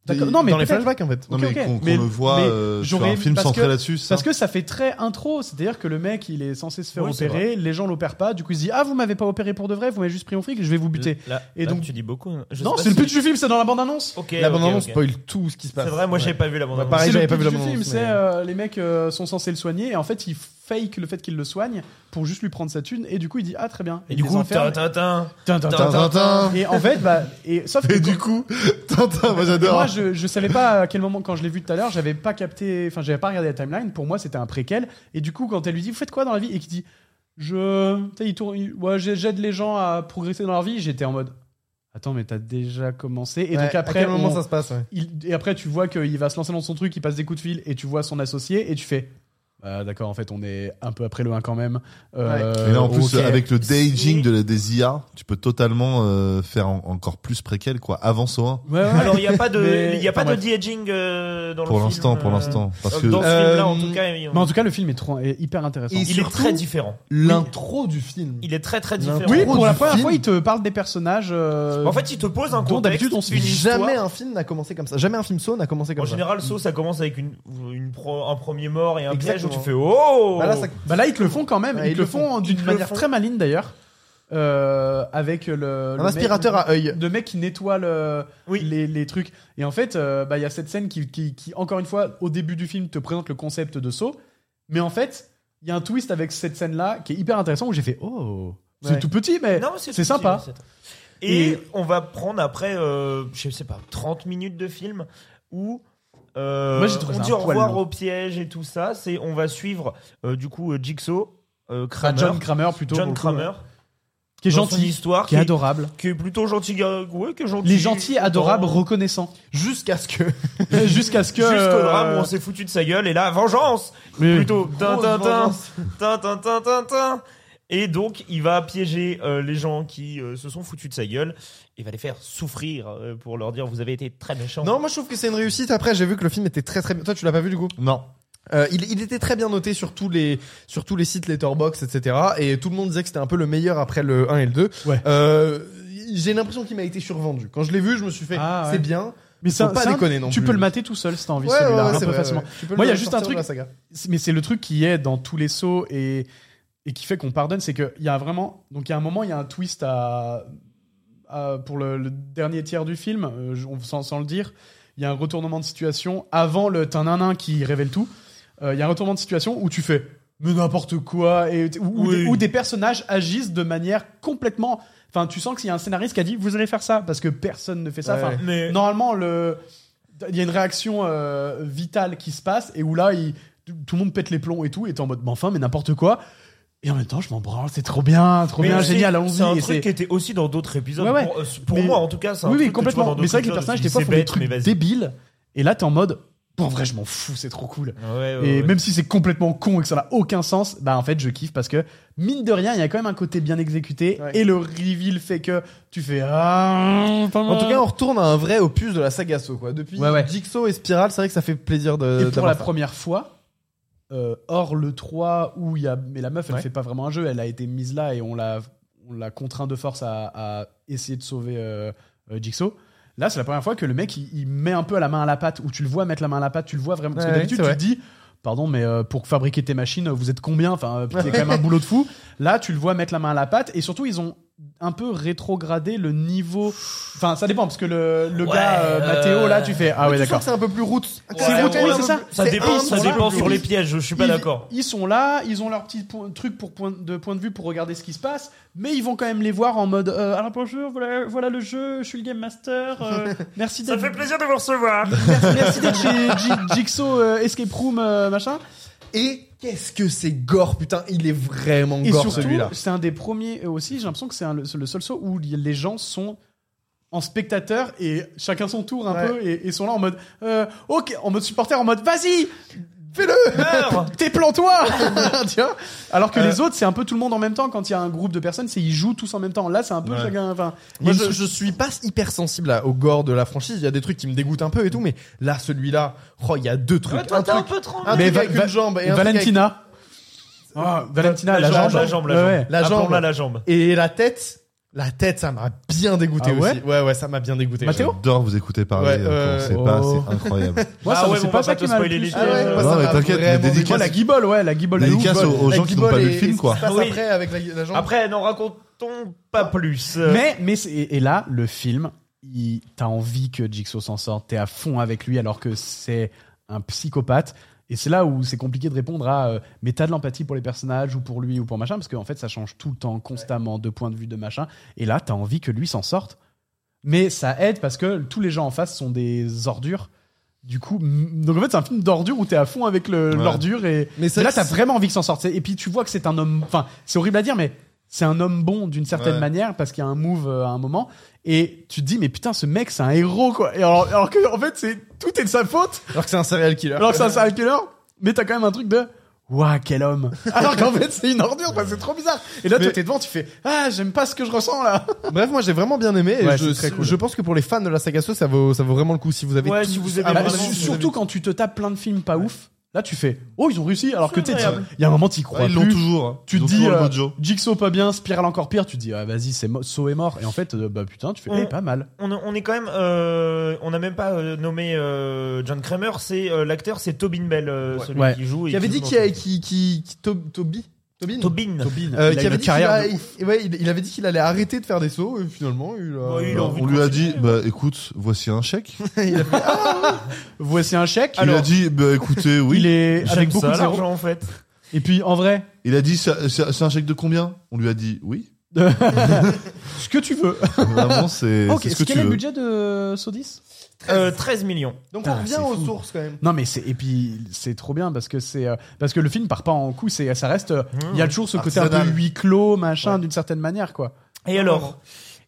S4: D'accord. Non, mais
S2: dans les
S4: peut-être.
S2: flashbacks en fait.
S5: Non,
S4: Ok,
S5: mais
S4: ok.
S5: qu'on qu'on
S4: Mais-
S5: le voit
S4: mais
S5: euh, sur
S4: j'aurais-
S5: un film
S4: parce
S5: centré
S4: que-
S5: là-dessus, c'est ça.
S4: Parce que ça fait très intro, c'est-à-dire que le mec il est censé se faire
S3: Oui, c'est
S4: opérer, les gens l'opèrent pas, du coup il se dit ah vous m'avez pas opéré pour de vrai, vous m'avez juste pris mon fric, je vais vous buter.
S3: Là-
S4: Et
S3: là,
S4: donc-
S3: tu dis beaucoup. hein. Je
S4: non,
S3: sais
S4: c'est le
S3: pas
S4: pitch du film, c'est dans la bande annonce.
S3: si- Ok,
S2: La
S3: ok,
S2: bande-annonce
S3: ok.
S2: spoil tout ce qui se passe.
S3: C'est vrai, moi
S2: Ouais.
S3: j'ai pas vu la bande annonce.
S2: pareil,
S4: c'est
S2: j'avais
S4: le
S2: pas
S4: pitch
S2: vu la
S4: du
S2: bande
S4: film,
S2: annonce,
S4: c'est
S2: mais-
S4: euh, les mecs euh, sont censés le soigner et en fait ils fake le fait qu'il le soigne pour juste lui prendre sa thune. Et du coup, il dit Ah, très bien.
S3: Et
S4: Il
S3: du
S4: les
S3: coup,
S4: enferme.
S3: tintin,
S4: Tin, tin, tin.
S5: Tintin.
S4: Et en fait, bah, et, sauf que
S5: Et du coup, [LAUGHS] Tintin, moi
S4: Et
S5: j'adore.
S4: moi, je, je savais pas à quel moment, quand je l'ai vu tout à l'heure, j'avais pas capté, enfin, j'avais pas regardé la timeline. Pour moi, c'était un préquel. Et du coup, quand elle lui dit, vous faites quoi dans la vie Et qu'il dit, je. tu sais, il tourne, il- ouais, j'ai- j'aide les gens à progresser dans leur vie. J'étais en mode, attends, mais t'as déjà commencé. Et donc
S2: à
S4: après,
S2: quel moment
S4: on-
S2: ça se passe ouais.
S4: il- et après, tu vois qu'il va se lancer dans son truc, il passe des coups de fil, et tu vois son associé, et tu fais. Ah, D'accord, en fait, on est un peu après le 1 quand même. Euh,
S5: Et là, en plus,
S4: ok.
S5: avec le daging de, la- des IA, tu peux totalement euh, faire en- encore plus préquel, quoi. Avance au 1.
S4: Ouais, ouais.
S3: Alors, il n'y a pas de,
S4: Mais-
S3: il y a pas de
S4: enfin,
S3: de euh, dans
S5: Pour
S3: le film.
S5: l'instant, pour
S3: euh,
S5: l'instant. Parce
S3: euh,
S5: que
S3: Dans ce
S2: Euh,
S3: film-là, en tout cas, il,
S4: Mais en tout cas, le film est, trop, est hyper intéressant.
S2: Et
S3: il est
S2: surtout-
S3: très différent.
S2: L'intro du film.
S3: Il est très très
S2: Non.
S3: différent.
S4: Oui,
S2: L'intro
S4: pour la
S2: du
S4: première
S2: film-
S4: fois, il te parle des personnages. euh,
S3: En fait, il te pose un
S4: dont
S3: contexte,
S4: d'habitude, on se
S3: une histoire.
S2: Jamais un film n'a commencé comme ça. Jamais un film Saw n'a commencé comme
S3: En
S2: ça.
S4: Mm.
S3: général, So, ça commence avec une, une pro- un premier mort et un piège où tu
S2: Exactement.
S3: fais Oh
S2: Bah là, ça-
S4: Bah là, ils te le font quand même.
S2: Ouais,
S4: ils,
S2: ils
S4: te le
S2: le
S4: font d'une
S3: Ils le
S4: manière
S3: font.
S4: très maligne d'ailleurs. Euh, avec le, le
S2: un aspirateur
S4: mec,
S2: à œil.
S4: de mec qui nettoie le,
S3: Oui.
S4: les, les trucs et en fait euh, bah il y a cette scène qui, qui, qui, encore une fois au début du film te présente le concept de saut mais en fait il y a un twist avec cette scène là qui est hyper intéressant où j'ai fait oh c'est
S2: Ouais.
S4: tout petit mais
S3: Non,
S4: c'est
S3: tout
S4: sympa.
S3: petit, ouais, c'est- Et,
S4: Et-
S3: on va prendre après, euh, je sais pas, 30 minutes de film où euh,
S4: Moi, j'ai trouvé
S3: on
S4: ça
S3: dit
S4: un
S3: au
S4: poil
S3: revoir
S4: long.
S3: au piège et tout ça. C'est on va suivre euh, du coup euh, Jigsaw, euh,
S4: Enfin,
S3: Kramer,
S4: Ah, John Kramer plutôt
S3: John
S4: pour le coup,
S3: Kramer,
S4: ouais. qui est
S3: dans son
S4: gentil
S3: histoire,
S4: qui
S3: qui,
S4: est
S3: est-
S4: adorable
S3: qui est plutôt gentil, gars, ouais, que gentil.
S4: les gentils adorables
S3: Dans-
S4: reconnaissants
S2: Jusqu'à
S3: [LAUGHS]
S2: ce que.
S4: [LAUGHS] jusqu'à ce que
S3: Jusqu'au
S4: euh,
S3: drame où on s'est foutu de sa gueule et là vengeance
S4: oui, oui.
S3: plutôt tin, tin, tin.
S2: vengeance.
S3: Tin, tin, tin, tin, tin. Et donc, il va piéger euh, les gens qui euh, se sont foutus de sa gueule. Il va les faire souffrir euh, pour leur dire vous avez été très méchants.
S2: Non, moi je trouve que c'est une réussite. Après, j'ai vu que le film était très très bien. Toi, tu l'as pas vu du coup
S5: Non.
S2: Euh, il, il était très bien noté sur tous les sur tous les sites Letterbox etc. Et tout le monde disait que c'était un peu le meilleur après le 1 et le 2.
S4: Ouais.
S2: Euh, j'ai l'impression qu'il m'a été survendu. Quand je l'ai vu, je me suis fait,
S4: Ah, ouais.
S2: c'est bien.
S4: Mais ça,
S2: Faut pas
S4: ça,
S2: déconner non
S4: tu
S2: plus.
S4: peux le mater tout seul si t'as envie,
S2: Ouais, ouais,
S4: celui-là,
S2: ouais,
S4: un
S2: c'est
S4: peu
S2: vrai,
S4: facilement.
S2: ouais. Tu peux le
S4: Moi, il y a juste un
S2: sortir de
S4: truc-
S2: la saga.
S4: C'est- Mais c'est le truc qui est dans tous les sauts et, et qui fait qu'on pardonne, c'est qu'il y a vraiment. Donc, il y a un moment, il y a un twist à, à- pour le, le dernier tiers du film, euh, je- on- sans, sans le dire. Il y a un retournement de situation avant le tananin qui révèle tout. Euh, Il y a un retournement de situation où tu fais mais n'importe quoi et t- où, où
S3: Oui.
S4: des, où des personnages agissent de manière complètement. Enfin, tu sens qu'il y a un scénariste qui a dit vous allez faire ça parce que personne ne fait ça.
S2: Ouais.
S4: Enfin,
S3: mais
S4: normalement le il y a une réaction euh, vitale qui se passe et où là il- tout le monde pète les plombs et tout et t'es en mode mais enfin mais n'importe quoi et en même temps je m'en branle c'est trop bien trop
S3: mais
S4: bien
S3: c'est-
S4: génial allons-y
S3: C'est un
S4: et
S3: truc
S4: c'est-
S3: qui était aussi dans d'autres épisodes.
S4: Ouais, ouais.
S3: Pour, euh, pour
S4: Mais-
S3: moi, en tout cas, c'est un
S4: oui oui
S3: truc que tu vois
S4: complètement
S3: dans
S4: mais c'est vrai que les
S3: d'autres
S4: personnages des
S3: épisodes,
S4: fois
S3: je
S4: font
S3: dis,
S4: des
S3: c'est
S4: trucs
S3: bête,
S4: débiles et là t'es en mode bon, en vrai je m'en fous c'est trop cool
S3: mais vas-y. Ouais, ouais,
S4: et
S3: ouais.
S4: même si c'est complètement con et que ça n'a aucun sens, bah en fait je kiffe parce que mine de rien il y a quand même un côté bien exécuté
S2: Ouais.
S4: et le reveal fait que tu fais ah pas
S2: En
S4: mal.
S2: tout cas, on retourne à un vrai opus de la saga Saw quoi. Depuis
S4: Ouais, ouais.
S2: Jigsaw et Spiral, c'est vrai que ça fait plaisir de.
S4: Et pour
S2: d'avoir
S4: la
S2: ça.
S4: première fois, euh, hors le 3, où il y a. Mais la meuf, elle
S2: Ouais.
S4: fait pas vraiment un jeu, elle a été mise là et on l'a, on l'a contraint de force à, à essayer de sauver euh, euh, Jigsaw. Là, c'est la première fois que le mec, il, il met un peu la main à la pâte, où tu le vois mettre la main à la pâte, tu le vois vraiment. Parce que
S2: Ouais,
S4: d'habitude,
S2: c'est
S4: tu te
S2: vrai.
S4: dis. Pardon, mais euh, pour fabriquer tes machines, vous êtes combien Enfin, euh, puis c'est quand même un boulot de
S2: [LAUGHS]
S4: fou. Là, tu le vois mettre la main à la pâte, et surtout, ils ont un peu rétrogradé le niveau. Enfin, ça dépend, parce que le, le
S3: Ouais,
S4: gars, euh, Matteo, là, tu fais Ah
S2: Mais
S4: ouais,
S2: tu
S4: d'accord.
S2: sens que c'est un peu plus roots.
S3: C'est
S2: un
S3: roots,
S2: peu
S3: oui,
S2: plus-
S4: c'est ça.
S3: ça
S2: c'est
S3: dépend,
S2: un
S3: ça
S2: peu
S3: dépend
S2: plus
S3: sur les
S2: roots.
S3: pièges. Je suis pas
S4: ils,
S3: d'accord.
S4: Ils sont là, ils ont leur petit point- truc pour point, de point de vue pour regarder ce qui se passe, mais ils vont quand même les voir en mode euh, alors bonjour, voilà, voilà le jeu, je suis le game master, euh,
S3: [LAUGHS]
S4: merci
S3: Ça
S4: d'être
S3: fait plaisir de vous recevoir.
S4: [LAUGHS] merci, merci d'être chez J- Jigsaw euh, Escape Room euh, machin.
S2: Et qu'est-ce que c'est gore, putain, il est vraiment
S4: Et
S2: gore
S4: surtout,
S2: celui-là.
S4: c'est un des premiers euh, aussi, j'ai l'impression que c'est un- le le seul saut où les gens sont en spectateur et chacun son tour un
S2: Ouais.
S4: peu et, et sont là en mode euh, ok en mode supporter en mode vas-y fais-le [LAUGHS]
S3: Meurs [LAUGHS]
S4: Déplante-toi Tu vois Alors que
S2: Euh,
S4: les autres, c'est un peu tout le monde en même temps. Quand il y a un groupe de personnes, c'est ils jouent tous en même temps. Là, c'est un peu
S5: Ouais.
S4: chacun. Enfin,
S2: Moi,
S4: il y a
S2: je,
S4: une
S2: je suis pas hyper sensible à- au gore de la franchise. Il y a des trucs qui me dégoûtent un peu et tout, mais là, celui-là, oh, il y a deux trucs.
S3: Ouais, toi,
S2: un
S3: t'es un
S2: truc,
S3: peu trop.
S2: un
S4: Mais
S2: truc
S4: va-
S2: avec
S4: va-
S2: une jambe et un truc avec-
S4: Valentina. Ah, Valentina,
S3: La,
S4: la,
S3: jambe,
S4: jambe.
S3: la jambe, la
S4: Ouais,
S3: jambe.
S4: ouais.
S2: La jambe.
S3: Appelons-la la jambe.
S2: Et la tête, la tête, ça m'a bien dégoûté
S4: Ah ouais
S2: aussi. Ouais, ouais, ça m'a bien dégoûté.
S4: Mathéo
S5: J'adore vous écouter parler.
S2: Ouais,
S5: euh,
S2: euh,
S5: quand on sait pas,
S4: oh.
S5: c'est incroyable.
S4: Moi,
S3: Ah
S4: ça,
S3: ouais,
S4: c'est
S3: mais on
S4: pas
S3: va
S4: ça
S3: pas
S4: qui
S3: te
S4: m'a le
S3: spoiler
S4: plus,
S3: les
S2: Ah ouais,
S4: euh,
S2: moi,
S5: Non,
S2: ça
S5: mais
S2: m'a
S5: t'inquiète, mais
S2: vraiment
S5: dédicace
S4: moi, la guibole, ouais, la guibole de
S5: Dédicace
S4: ouf.
S5: aux- aux
S2: Avec
S5: gens qui n'ont
S2: Guibol
S5: pas
S2: et-
S5: vu le film,
S2: et ce
S5: quoi.
S2: qui se passe
S3: Oui.
S2: Après, avec la, la jambe.
S3: Après, n'en racontons pas plus. Euh,
S4: Mais, mais c'est- et là, le film, il- t'as envie que Jigsaw s'en sorte, t'es à fond avec lui alors que c'est un psychopathe. Et c'est là où c'est compliqué de répondre à euh, mais t'as de l'empathie pour les personnages ou pour lui ou pour machin, parce qu'en fait ça change tout le temps, constamment, de point de vue, de machin. Et là, t'as envie que lui s'en sorte. Mais ça aide parce que tous les gens en face sont des ordures. Du coup, mm, donc en fait, c'est un film d'ordure où t'es à fond avec le-
S5: Ouais.
S4: l'ordure et
S2: Mais ça,
S4: mais là, t'as
S2: c'est-
S4: vraiment envie qu'il s'en sorte. Et puis tu vois que c'est un homme. Enfin, c'est horrible à dire, mais c'est un homme bon d'une certaine
S5: Ouais.
S4: manière parce qu'il y a un move euh, à un moment. Et tu te dis, mais putain, ce mec, c'est un héros, quoi. Et alors, alors que, en fait, c'est tout est de sa faute.
S2: Alors que c'est un serial killer.
S4: Alors que c'est un serial killer, hein. mais t'as quand même un truc de. Ouah, quel homme! Alors qu'en fait, c'est une ordure, quoi, c'est trop bizarre! Et là,
S2: Mais-
S4: toi, t'es devant, tu fais Ah, j'aime pas ce que je ressens là!
S2: Bref, moi j'ai vraiment bien aimé. et
S4: Ouais,
S2: je,
S4: c'est très cool.
S2: je pense que pour les fans de la saga Saw, ça vaut, ça vaut vraiment le coup si vous avez.
S3: Ouais,
S2: tout-
S3: si vous aimez
S2: à mon
S3: vraiment,
S2: avis,
S3: si vous
S2: vous avez-
S4: surtout quand tu te tapes plein de films pas ouf, là, tu fais Oh, ils ont réussi! Alors que
S3: C'est
S4: tu sais,
S3: agréable.
S4: il y a un moment, t'y crois
S5: Ouais, ils l'ont
S4: plus.
S5: toujours. hein.
S4: tu
S5: Ils
S4: te
S5: ont
S4: dis
S5: toujours le
S4: euh,
S5: mojo.
S4: Jigsaw pas bien, Spiral encore pire, tu te dis ah, vas-y c'est mo- Saw est mort et en fait euh, bah putain tu fais
S3: Ouais.
S4: eh, pas mal.
S3: on, on est quand même. euh, on n'a même pas euh, nommé euh, John Kramer. C'est euh, l'acteur, c'est Tobin Bell, euh, celui
S4: Ouais.
S3: qui joue. et
S2: Qui avait dit
S3: joue
S2: qu'il
S3: dans-
S2: a- qui qui qui Tob- Toby Tobin.
S3: Tobin.
S2: Euh,
S4: il a
S2: qui
S4: une
S2: avait dit qu'il
S4: carrière
S2: a-
S4: de
S2: il- ouais, il, il avait dit qu'il allait arrêter de faire des sauts et finalement il a.
S3: Ouais, il a
S5: Alors,
S3: envie
S5: on
S3: de
S5: lui a
S3: continuer,
S5: dit, bah écoute, voici un chèque.
S4: Voici un chèque.
S5: il a dit, bah écoutez, oui.
S4: il est
S3: J'aime
S4: avec beaucoup
S3: ça,
S4: de zéros.
S3: l'argent, en fait.
S4: Et puis en vrai
S5: Il a dit, c'est c'est- c'est un chèque de combien On lui a dit, oui.
S4: ce que tu veux.
S5: Vraiment,
S4: [LAUGHS]
S5: c'est
S4: Ok,
S5: c'est ce que
S4: quel
S5: tu
S4: est le
S5: veux.
S4: budget de Sodis
S3: Euh, 13 millions.
S2: Donc
S4: Putain,
S2: on revient
S4: Ah, c'est
S2: aux
S4: fou.
S2: sources quand même.
S4: Non mais c'est et puis c'est trop bien parce que c'est euh, parce que le film part pas en coup, c'est ça reste euh, il y a toujours ce côté un peu
S5: Mmh. Artisanal.
S4: huis clos machin d'une certaine manière quoi.
S3: Et alors,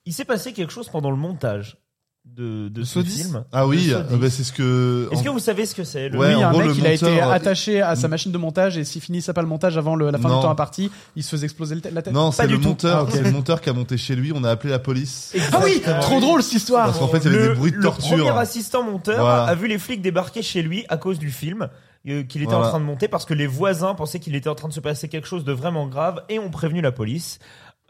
S3: il s'est passé quelque chose pendant le montage de, de ce
S2: Sodis.
S3: film.
S5: Ah oui,
S2: Le
S5: euh, bah, c'est ce que.
S3: Est-ce
S5: en-
S3: que vous savez ce que c'est le-
S5: Ouais,
S4: oui,
S5: en
S4: un
S5: gros,
S4: mec,
S5: le
S4: il a
S5: monteur,
S4: été
S5: euh,
S4: attaché à sa machine de montage et s'il finissait pas le montage avant le- la fin
S5: Non.
S4: du temps imparti, il se faisait exploser le t- la tête.
S5: Non,
S3: Pas
S5: c'est
S3: du
S5: le
S3: tout.
S5: monteur.
S4: Ah, ok.
S5: C'est le monteur qui a monté chez lui. On a appelé la police.
S4: Ah oui, trop drôle cette histoire.
S5: Parce qu'en fait, il y avait
S3: le,
S5: des bruits de
S3: le
S5: torture.
S3: premier assistant monteur
S5: Voilà.
S3: a vu les flics débarquer chez lui à cause du film euh, qu'il était en
S5: Voilà.
S3: train de monter parce que les voisins pensaient qu'il était en train de se passer quelque chose de vraiment grave et ont prévenu la police.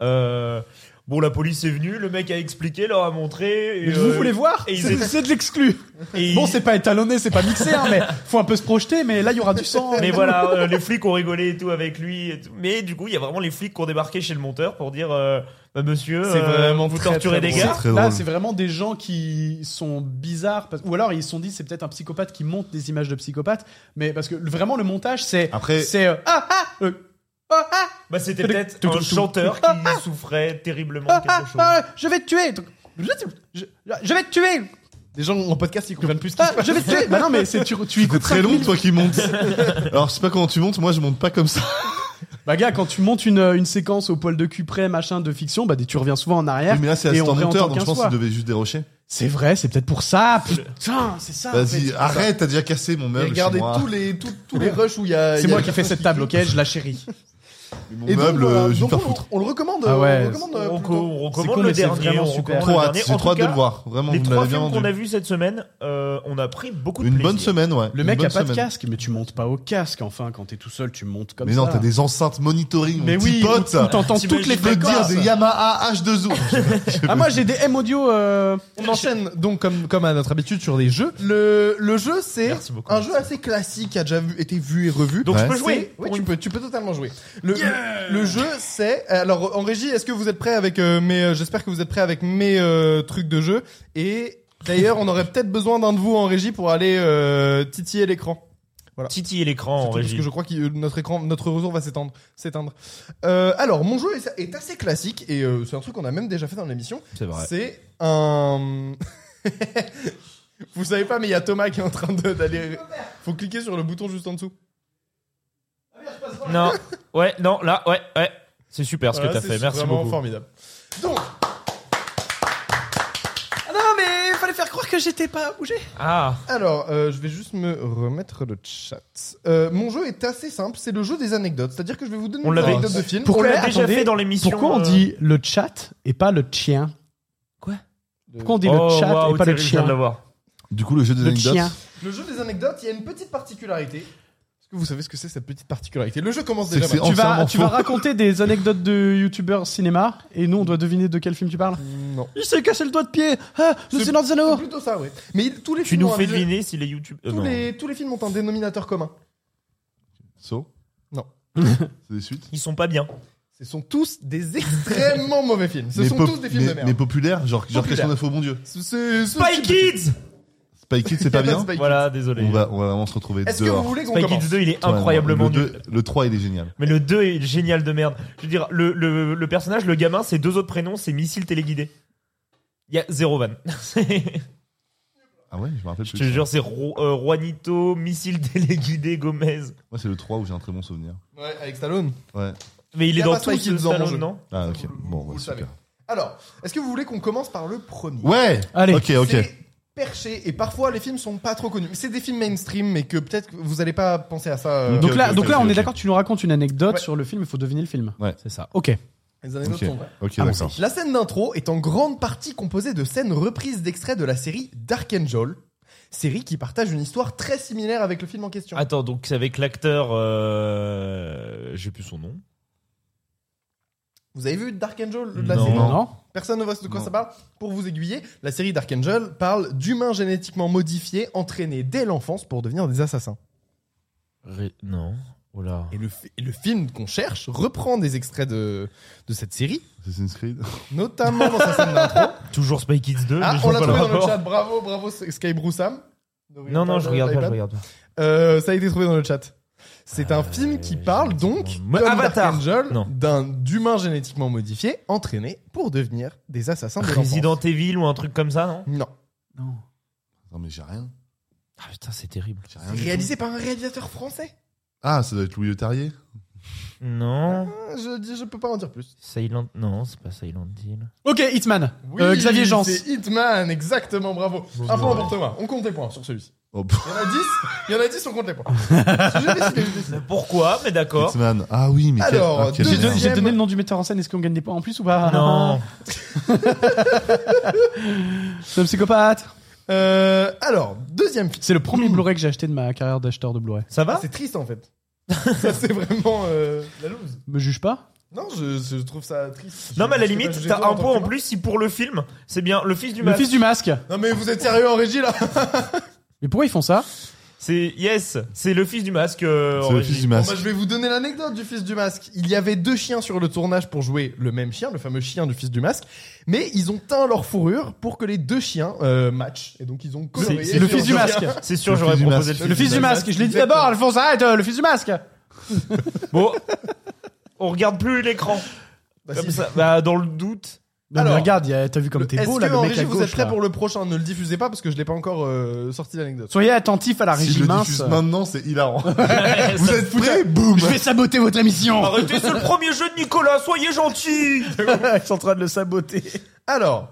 S3: Euh, bon, la police est venue, le mec a expliqué, leur a montré. et,
S4: Mais vous
S3: euh,
S4: voulez voir
S3: et ils
S4: C'est
S3: étaient-
S4: c'est de l'exclu.
S3: et
S4: Bon,
S3: ils-
S4: c'est pas étalonné, c'est pas mixé, hein, mais faut un peu se projeter. Mais là, il y aura du sang.
S3: Mais voilà, euh, les flics ont rigolé et tout avec lui. et tout. Mais du coup, il y a vraiment les flics qui ont débarqué chez le monteur pour dire euh, bah, Monsieur,
S2: C'est
S3: euh,
S2: vraiment
S3: vous
S2: très,
S3: torturez
S2: très
S3: des
S5: C'est
S3: gars.
S5: très
S4: Là,
S5: drôle.
S4: c'est vraiment des gens qui sont bizarres, parce- ou alors ils se sont dit c'est peut-être un psychopathe qui monte des images de psychopathe, mais parce que le- vraiment le montage c'est
S5: Après-
S4: c'est euh, ah ah euh, ah ah,
S3: Bah, c'était peut-être
S4: Tout, tout,
S3: un
S4: tout.
S3: chanteur
S4: [LAUGHS]
S3: qui souffrait terriblement de
S4: ah, ah,
S3: quelque chose.
S4: ah, je vais te tuer, je, je- je vais te tuer,
S2: Les gens en podcast ils comprennent plus. ce qui
S4: Ah,
S2: se passe.
S4: je vais te tuer. bah non mais c'est tu tu
S5: T'es
S4: écoutes
S5: très
S4: cinq
S5: long,
S4: minutes.
S5: toi qui montes. [LAUGHS] Alors, je sais pas comment tu montes. Moi, je monte pas comme ça.
S4: Bah gars, quand tu montes une, une séquence au poil de cul près, machin, de fiction, bah tu reviens souvent en arrière.
S5: Oui, mais là, c'est
S4: et on
S5: assistant
S4: réentend
S5: monteur, donc je
S4: 15
S5: pense
S4: fois.
S5: qu'il devait juste dérocher.
S4: C'est vrai, c'est peut-être pour ça. Putain, Ah, c'est ça. en
S5: Vas-y,
S4: fait.
S5: arrête, t'as déjà cassé mon
S2: Et
S5: meuble.
S2: regardez
S5: chez moi.
S2: tous les tous, tous les rushs où il y a. il y
S4: C'est
S2: a
S4: moi
S2: des
S4: qui ai fait
S2: personnes
S4: cette table, ok, je la chéris.
S5: Mon
S2: Et donc,
S5: meuble,
S2: voilà,
S5: euh, je vais me
S2: donc
S5: faire
S2: on-
S5: foutre.
S2: On le recommande.
S4: Ah ouais,
S2: on le recommande, euh,
S3: On, reco-
S2: plutôt.
S3: on
S4: C'est
S3: recommande
S4: con, mais
S3: le
S4: c'est
S3: dernier.
S4: vraiment
S3: on
S4: super.
S3: recommande
S5: Trop
S3: le
S5: hâte,
S3: dernier.
S5: j'ai
S3: En
S5: trop
S3: tout
S5: hâte de
S3: cas,
S5: le voir. Vraiment,
S3: Les
S5: vous me l'avez
S3: trois
S5: bien
S3: films qu'on a
S5: vendu.
S3: vus cette semaine, euh, on a pris beaucoup de
S5: Une
S3: plaisir.
S5: bonne semaine, ouais.
S4: Le
S5: Une
S4: mec
S5: bonne
S4: a pas de
S5: semaine.
S4: casque, mais tu montes pas au casque. Enfin, quand t'es tout seul, tu montes comme
S5: Mais
S4: ça.
S5: non, t'as des enceintes monitoring,
S4: Mais
S5: mon petit
S4: oui,
S5: pote.
S4: où- où t'entends toutes les
S5: Je peux te dire
S4: fréquences.
S5: des Yamaha H2O.
S4: Ah moi j'ai des M audio. euh,
S2: On enchaîne donc comme comme à notre habitude sur les jeux. Le le jeu c'est
S3: Merci beaucoup,
S2: un
S3: merci.
S2: jeu assez classique qui a déjà vu- été vu et revu.
S3: Donc je
S5: Ouais.
S3: peux
S2: C'est-
S3: jouer.
S2: ouais,
S3: pour
S2: tu
S3: une-
S2: peux, tu peux totalement jouer. Le, le, le jeu, c'est. Alors, en régie, est-ce que vous êtes prêts avec euh, mes. euh, J'espère que vous êtes prêts avec mes euh, trucs de jeu. Et d'ailleurs, on aurait peut-être besoin d'un de vous en régie pour aller euh, titiller l'écran.
S3: Titiller l'écran en
S2: Surtout Parce
S3: régie.
S2: que je crois que euh, notre écran, notre réseau va s'étendre, s'éteindre. Euh, alors, mon jeu est, est assez classique et euh, c'est un truc qu'on a même déjà fait dans l'émission.
S3: C'est vrai.
S2: C'est un. [LAUGHS] vous savez pas, mais il y a Thomas qui est en train de- d'aller. Faut cliquer sur le bouton juste en dessous.
S3: Non, ouais, non, là, ouais, ouais. C'est super ce que
S2: Voilà,
S3: t'as fait.
S2: c'est
S3: Merci
S2: vraiment
S3: beaucoup.
S2: formidable. Donc,
S4: Ah non mais fallait faire croire que j'étais pas bougé.
S3: Ah,
S2: alors, euh, je vais juste me remettre le chat. Euh, mon jeu est assez simple, c'est le jeu des anecdotes. C'est-à-dire que je vais vous donner
S3: On
S2: des
S3: l'avait-
S2: anecdotes de films.
S3: on
S4: Pourquoi-
S3: l'a déjà
S4: attendez,
S3: fait dans l'émission.
S4: Pourquoi on
S3: euh,
S4: dit le chat et pas le chien
S3: Quoi
S4: Pourquoi on dit
S3: oh,
S4: le chat
S3: waouh,
S4: et pas le
S3: Thierry, je viens
S4: chien
S3: de l'avoir.
S5: Du coup, le jeu des
S4: Le
S5: anecdotes.
S4: chien.
S2: Le jeu des anecdotes, il y a une petite particularité. Est-ce que vous savez ce que c'est cette petite particularité Le jeu commence
S5: C'est
S2: déjà
S5: que c'est
S2: mal.
S4: Tu vas,
S5: Entièrement
S4: tu vas
S5: faux.
S4: raconter des anecdotes de youtubeurs cinéma et nous on doit deviner de quel film tu parles.
S5: Mm,
S2: Non.
S4: Il s'est cassé le doigt de pied. Ah, le
S2: C'est-
S4: Seigneur des
S2: C'est
S4: Anneaux.
S2: plutôt ça, oui. Mais il- tous les
S3: Tu
S2: films
S3: nous
S2: ont un
S3: fais
S2: dé-
S3: deviner si les YouTube. euh,
S2: tous
S3: non.
S2: les, tous les films ont un dénominateur commun.
S5: So
S2: Non.
S5: C'est des suites.
S3: Ils sont pas bien.
S2: Ce sont tous des [LAUGHS] extrêmement mauvais films. Ce sont
S5: pop-
S2: tous des films
S5: mais-
S2: de merde.
S5: Mais populaires, genre, genre
S2: Populaires.
S5: question de faux bon Dieu.
S2: Ce- ce- ce type
S3: Spy
S2: de film.
S3: Kids
S5: Spy Kids, c'est pas bien.
S2: Spy Kids.
S3: Voilà, désolé.
S5: On va, on va vraiment se retrouver
S2: Est-ce que
S5: dehors.
S2: vous voulez qu'on
S3: Spy
S2: commence
S3: Kids 2, il est
S5: Totalement.
S3: incroyablement
S5: le,
S3: nul.
S5: deux- le 3, il est génial.
S3: Mais le 2 est génial de merde. Je veux dire, le, le, le personnage, le gamin, ses deux autres prénoms, c'est missile téléguidé. Il y a zéro [LAUGHS] van.
S5: Ah ouais, je me rappelle
S3: je
S5: plus.
S3: te jure, c'est Ro- euh, Juanito, missile téléguidé, Gomez.
S5: Moi, c'est le 3 où j'ai un très bon souvenir.
S2: Ouais, avec Stallone.
S5: Ouais.
S3: Mais il
S2: Y
S3: est
S2: a
S3: dans
S2: pas
S3: tout
S2: Spy
S3: ce
S2: Kids en
S3: Stallone,
S2: jeu.
S3: non
S5: Ah, ok.
S2: Vous- vous-
S5: Bon,
S2: vous
S5: ouais,
S2: le savez.
S5: super.
S2: Alors, est-ce que vous voulez qu'on commence par le premier
S5: Ouais!
S4: Allez.
S5: Ok, ok.
S2: C'est perché et parfois les films sont pas trop connus. Mais C'est des films mainstream mais que peut-être que vous allez pas penser à ça. euh,
S4: Donc
S5: Ok,
S4: là,
S5: ok,
S4: donc
S5: ok,
S4: là, on
S5: ok.
S4: est d'accord. Tu nous racontes une anecdote
S2: Ouais.
S4: sur le film. Il faut deviner le film.
S5: Ouais.
S4: C'est ça. Ok.
S2: les anecdotes
S5: Ok.
S2: sont vraies.
S5: Ok,
S4: Ah, bon,
S5: d'accord.
S2: La scène d'intro est en grande partie composée de scènes reprises d'extraits de la série Dark Angel, série qui partage une histoire très similaire avec le film en question.
S3: Attends, donc c'est avec l'acteur. euh, J'ai plus son nom.
S2: Vous avez vu Dark Angel la
S3: Non.
S2: série
S5: Non.
S2: Personne ne voit de quoi
S5: Non.
S2: ça parle Pour vous aiguiller, la série Dark Angel parle d'humains génétiquement modifiés entraînés dès l'enfance pour devenir des assassins.
S3: Ré- Non. Oh là.
S2: Et le, fi- et le film qu'on cherche reprend des extraits de, de cette série,
S5: Assassin's Creed.
S2: notamment dans sa scène
S3: [LAUGHS]
S2: d'intro.
S3: Toujours Spy Kids 2.
S2: Ah,
S3: mais je
S2: on
S3: vois
S2: l'a
S3: pas
S2: trouvé dans le
S3: rapport.
S2: chat. Bravo, bravo, Sky Broussam.
S3: Non, non, je regarde pas, je regarde pas.
S2: Euh, ça a été trouvé dans le chat. C'est un film qui
S3: j'ai
S2: parle
S3: pas
S2: donc,
S3: trop-
S2: comme
S3: Avatar.
S2: Dark Angel,
S3: Non.
S2: d'un d'humains génétiquement modifiés entraînés pour devenir des assassins de
S3: Resident
S2: l'enfance.
S3: Evil ou un truc comme ça, non
S2: Non.
S4: Non.
S5: Non, mais j'ai rien.
S3: Ah putain, c'est terrible.
S5: J'ai rien. du tout.
S2: Réalisé par un réalisateur français.
S5: Ah, ça doit être Louis Letarrier.
S2: Euh,
S3: Non.
S2: Je, dis- je peux pas en dire plus.
S3: Silent. Non, c'est pas Silent Hill.
S4: Ok, Hitman. Euh, Xavier Jans.
S2: C'est Hitman, exactement, bravo. Un point pour Thomas. On compte les points sur celui-ci.
S5: Oh, pff,
S2: Il y en a 10, il y en a 10, on compte les points.
S3: [LAUGHS]
S2: J'ai décidé, j'ai décidé.
S3: Pourquoi Mais d'accord.
S5: Hitman. Ah oui, mais quel-
S2: Alors,
S5: ah, quel
S2: deux-
S4: J'ai
S5: génial.
S4: don- j'ai
S2: Deuxième.
S4: donné le nom du metteur en scène. Est-ce qu'on gagne des points en plus ou pas
S3: Non.
S4: C'est un psychopathe.
S2: Euh, alors, deuxième film.
S4: C'est le
S5: Mmh.
S4: premier Blu-ray que j'ai acheté de ma carrière d'acheteur de Blu-ray.
S3: Ça va
S2: Ah, C'est triste en fait. ça, c'est vraiment euh, la loose.
S4: Me juge pas.
S2: Non, je, je trouve ça triste.
S3: Non, mais à la
S2: Je sais pas,
S3: limite,
S2: j'ai
S3: t'as
S2: tort
S3: un
S2: tant
S3: point
S2: que
S3: en
S2: moi.
S3: plus si pour le film, c'est bien le fils du
S4: Le
S3: mal.
S4: fils du masque.
S2: Non, mais vous êtes sérieux en régie là
S4: Mais pourquoi ils font ça
S3: C'est yes, c'est le fils du masque. euh,
S5: C'est
S3: en
S5: le
S3: régie.
S5: fils du
S2: Bon,
S5: masque.
S2: bah, je vais vous donner l'anecdote du fils du masque. Il y avait deux chiens sur le tournage pour jouer le même chien, le fameux chien du fils du masque, mais ils ont teint leur fourrure pour que les deux chiens euh, matchent. Et donc ils ont coloré.
S3: c'est
S4: Le fils du masque.
S3: C'est sûr,
S5: Le
S3: j'aurais
S5: fils du
S3: proposé
S5: masque.
S3: le
S4: Le
S3: fils.
S4: fils du masque. Je l'ai dit d'abord, Alphonse. Arrête. euh, Le fils du masque.
S3: Bon, on regarde plus l'écran
S2: Bah,
S3: comme
S2: si.
S3: ça. Bah dans le doute.
S4: Non, mais
S2: Alors,
S4: regarde, y a- t'as vu comme t'es
S2: Est-ce
S4: beau
S2: que,
S4: là, le
S2: en
S4: mec
S2: régie,
S4: à
S2: vous êtes
S4: gauche.
S2: prêts
S4: là.
S2: pour le prochain Ne le diffusez pas parce que je l'ai pas encore euh, sorti l'anecdote.
S4: Soyez attentifs à la
S5: Si
S4: régie
S5: je le
S4: mince.
S5: diffuse maintenant, c'est
S3: [LAUGHS]
S5: hilarant.
S3: Vous
S5: Vous êtes prêts Boum
S4: Je vais saboter votre émission.
S3: Arrêtez, c'est le premier jeu de Nicolas, soyez gentil.
S4: Ils sont en train de le saboter.
S2: Alors.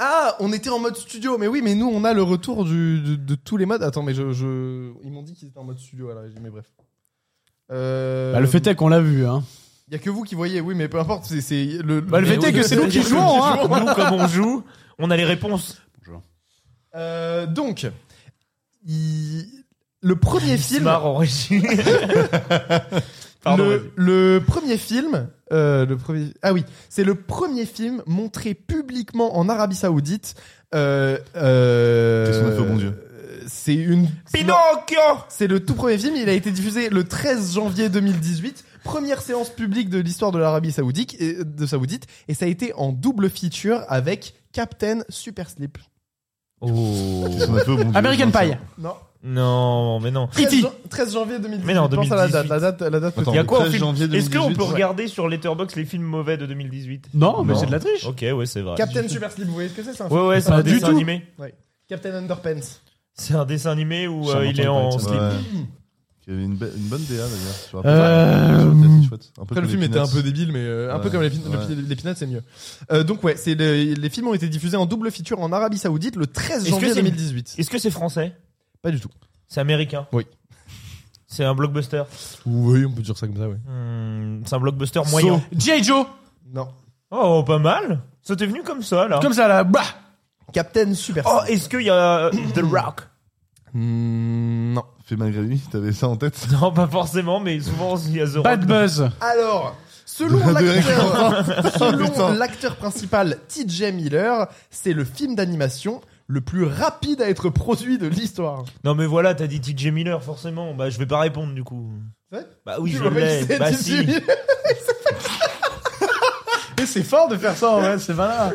S2: Ah, on était en mode studio, mais oui, mais nous on a le retour du- de, de tous les modes. Attends, mais je, je- ils m'ont dit qu'ils étaient en mode studio à la régie, mais bref. Euh,
S4: Bah, le fait est qu'on l'a vu. Hein.
S2: Il y a que vous qui voyez, oui, mais peu importe. C'est, c'est le,
S4: Bah, le fait est que c'est nous qui
S2: c'est-à-dire
S4: jouons,
S2: que
S4: hein.
S2: nous qui
S3: Nous, comme on joue, on a les réponses.
S2: Euh, donc, il- le
S4: Bah,
S2: premier
S3: C'est
S2: film,
S3: marrant, en régie. Pardon.
S2: le,
S3: vas-y.
S2: le premier film, euh, le premier, ah oui, c'est le premier film montré publiquement en Arabie Saoudite. Euh, euh,
S5: Qu'est-ce qu'on a fait au bon Dieu
S2: euh, C'est une.
S3: Pinocchio.
S2: C'est le tout premier film, il a été diffusé le 13 janvier 2018, première séance publique de l'histoire de l'Arabie Saoudite et, de Saoudite, et ça a été en double feature avec Captain Super Slip.
S5: Qu'est-ce qu'on a fait au bon Dieu
S4: American
S5: Vincent
S4: Pie.
S2: Non.
S3: Non, mais non.
S2: 13,
S4: E.T..
S2: jan- 13 janvier 2018.
S3: Mais non,
S2: Pense à la date,
S3: 2018.
S2: la date, la date.
S5: Attends,
S3: Il y a quoi en
S5: 13
S3: film
S5: janvier
S3: Est-ce qu'on
S5: 2018,
S3: peut
S5: ouais.
S3: regarder sur Letterboxd les films mauvais de 2018
S4: Non, mais
S5: Non.
S4: c'est de la triche.
S3: Ok, ouais, c'est vrai.
S2: Captain Super Slip, vous voyez ce que c'est ça
S3: Ouais, ouais, c'est
S4: Pas
S3: un
S4: du
S3: dessin
S4: tout.
S3: animé.
S2: Captain Underpants.
S3: C'est un dessin animé où
S4: J'en
S3: euh, il est en
S4: entends
S3: slip.
S5: Ouais. Il y avait une, be- une bonne DA d'ailleurs. je me rappelle.
S4: Euh,
S3: hum.
S5: C'est chouette. Un peu
S2: Après,
S5: comme
S2: le film
S5: les
S2: était un peu
S5: Peanuts.
S2: débile, mais euh, un peu
S5: Ouais,
S2: comme les, pin-
S5: ouais.
S2: le- les Peanuts, c'est mieux. Euh, donc, ouais, c'est le- les films ont été diffusés en double feature en Arabie Saoudite le 13
S3: Est-ce que
S2: janvier
S3: c'est une-
S2: 2018.
S3: Est-ce que c'est français
S2: Pas du tout.
S3: C'est américain
S2: Oui.
S3: C'est un blockbuster.
S2: Oui, on peut dire ça comme ça, oui.
S3: Hmm, c'est un blockbuster moyen.
S4: G.I. Joe.
S2: Non.
S3: Oh, pas mal. Ça t'est venu comme ça, là.
S4: Comme ça là. Bah.
S2: Captain Super
S3: Oh,
S2: Slip.
S3: est-ce qu'il y a euh, [COUGHS] The Rock
S2: Hmm, non.
S5: Fait malgré lui, t'avais ça en tête.
S3: Non, pas forcément, mais souvent il y a The Rock.
S4: Bad Buzz.
S2: Alors, selon
S5: De- de
S2: [LAUGHS] l'acteur, selon
S5: Putain.
S2: l'acteur principal TJ Miller, c'est le film d'animation le plus rapide à être produit de l'histoire.
S3: Non, mais voilà, t'as dit TJ Miller, forcément. Bah, je vais pas répondre du coup.
S2: Ouais.
S3: Bah oui,
S2: Tu
S3: je
S2: vois pas qui
S3: l'ai.
S2: c'est,
S3: Bah
S2: TJ
S3: si.
S2: Miller
S4: Et c'est fort de faire ça en vrai, c'est malin. Ouais,
S3: Non,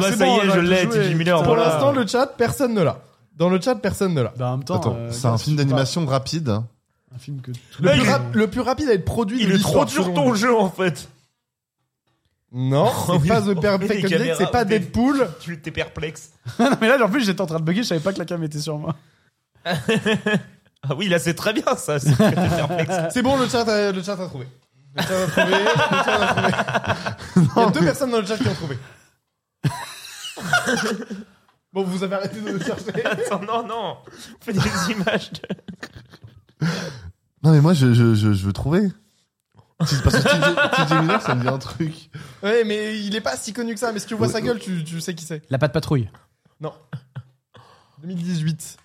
S3: bah, ça y est, je l'ai, TJ Miller.
S2: Pour
S3: voilà.
S2: l'instant, le chat, personne ne l'a. Dans le chat, personne ne l'a.
S4: Bah, en même temps,
S5: Attends,
S4: euh,
S5: c'est un
S4: Gas,
S5: film
S4: je sais pas,
S5: d'animation rapide. hein.
S4: Un film que tout
S2: Le,
S3: Là,
S4: monde-
S2: plus,
S3: il est-
S2: rap- le plus rapide à être produit de
S3: Il est trop
S2: l'histoire,
S3: dur
S2: selon
S3: ton
S2: nous.
S3: jeu en fait. [LAUGHS]
S2: Non,
S3: Oh,
S2: c'est
S3: oui,
S2: pas
S3: on
S2: The
S3: met des
S2: Perfect Object,
S3: caméras,
S2: c'est pas
S3: on fait-
S2: Deadpool.
S3: Tu t'es perplexe.
S4: non, mais là, en plus, j'étais en train de bugger, je savais pas que la cam était sur moi.
S3: Ah oui, là c'est très bien ça. c'est que t'es perplexe.
S2: C'est bon, le chat, a, le chat a trouvé. Le chat a trouvé, le chat a trouvé.
S3: [LAUGHS]
S2: Il y a deux personnes dans le chat qui ont trouvé. [LAUGHS] Bon, vous avez arrêté de le chercher.
S3: Attends, non, non. Fais des images. de-
S5: Non, mais moi, je, je, je, je veux trouver. Si c'est parce que TJ TJ Miller, ça me dit un truc.
S2: Ouais, mais il est pas si connu que ça. Mais si tu vois sa
S3: euh,
S2: gueule, tu, tu sais qui c'est.
S4: La patte patrouille.
S2: 2018.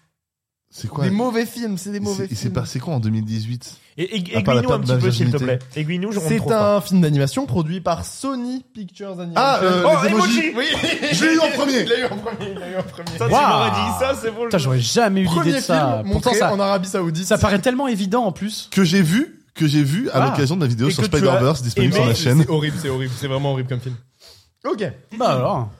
S5: C'est quoi
S2: Des mauvais films, c'est des
S5: Il
S2: mauvais
S5: s'est- Il s'est
S2: films.
S5: passé quoi en 2018
S3: Et, aig-
S5: À part la
S3: aiguille-nous un
S5: perte
S3: petit peu s'il te plaît.
S5: d'ingenuité.
S3: Aiguille-nous, je rentre
S2: C'est
S3: trop pas.
S2: un film d'animation produit par Sony Pictures Animation.
S5: Ah, euh,
S3: Oh,
S2: [LAUGHS]
S5: les emojis.
S3: emoji
S2: oui,
S5: Je l'ai eu en premier.
S2: Il l'a eu en premier. Il l'a eu en premier.
S3: Ça, tu
S4: Waouh.
S3: m'aurais dit ça, c'est bon.
S4: Putain, j'aurais jamais eu l'idée de
S2: Premier
S4: ça.
S2: film
S4: Pourtant,
S2: montré
S4: ça,
S2: en Arabie Saoudite.
S4: ça paraît tellement évident en plus.
S5: Que j'ai vu, que j'ai vu à
S4: Ah.
S5: l'occasion de la vidéo
S3: Et
S5: sur
S3: que tu as
S5: Spider-Verse disponible
S3: aimé,
S5: sur la
S2: C'est-
S5: chaîne.
S2: C'est horrible, c'est horrible, c'est vraiment horrible comme film. Ok.
S4: Bah alors.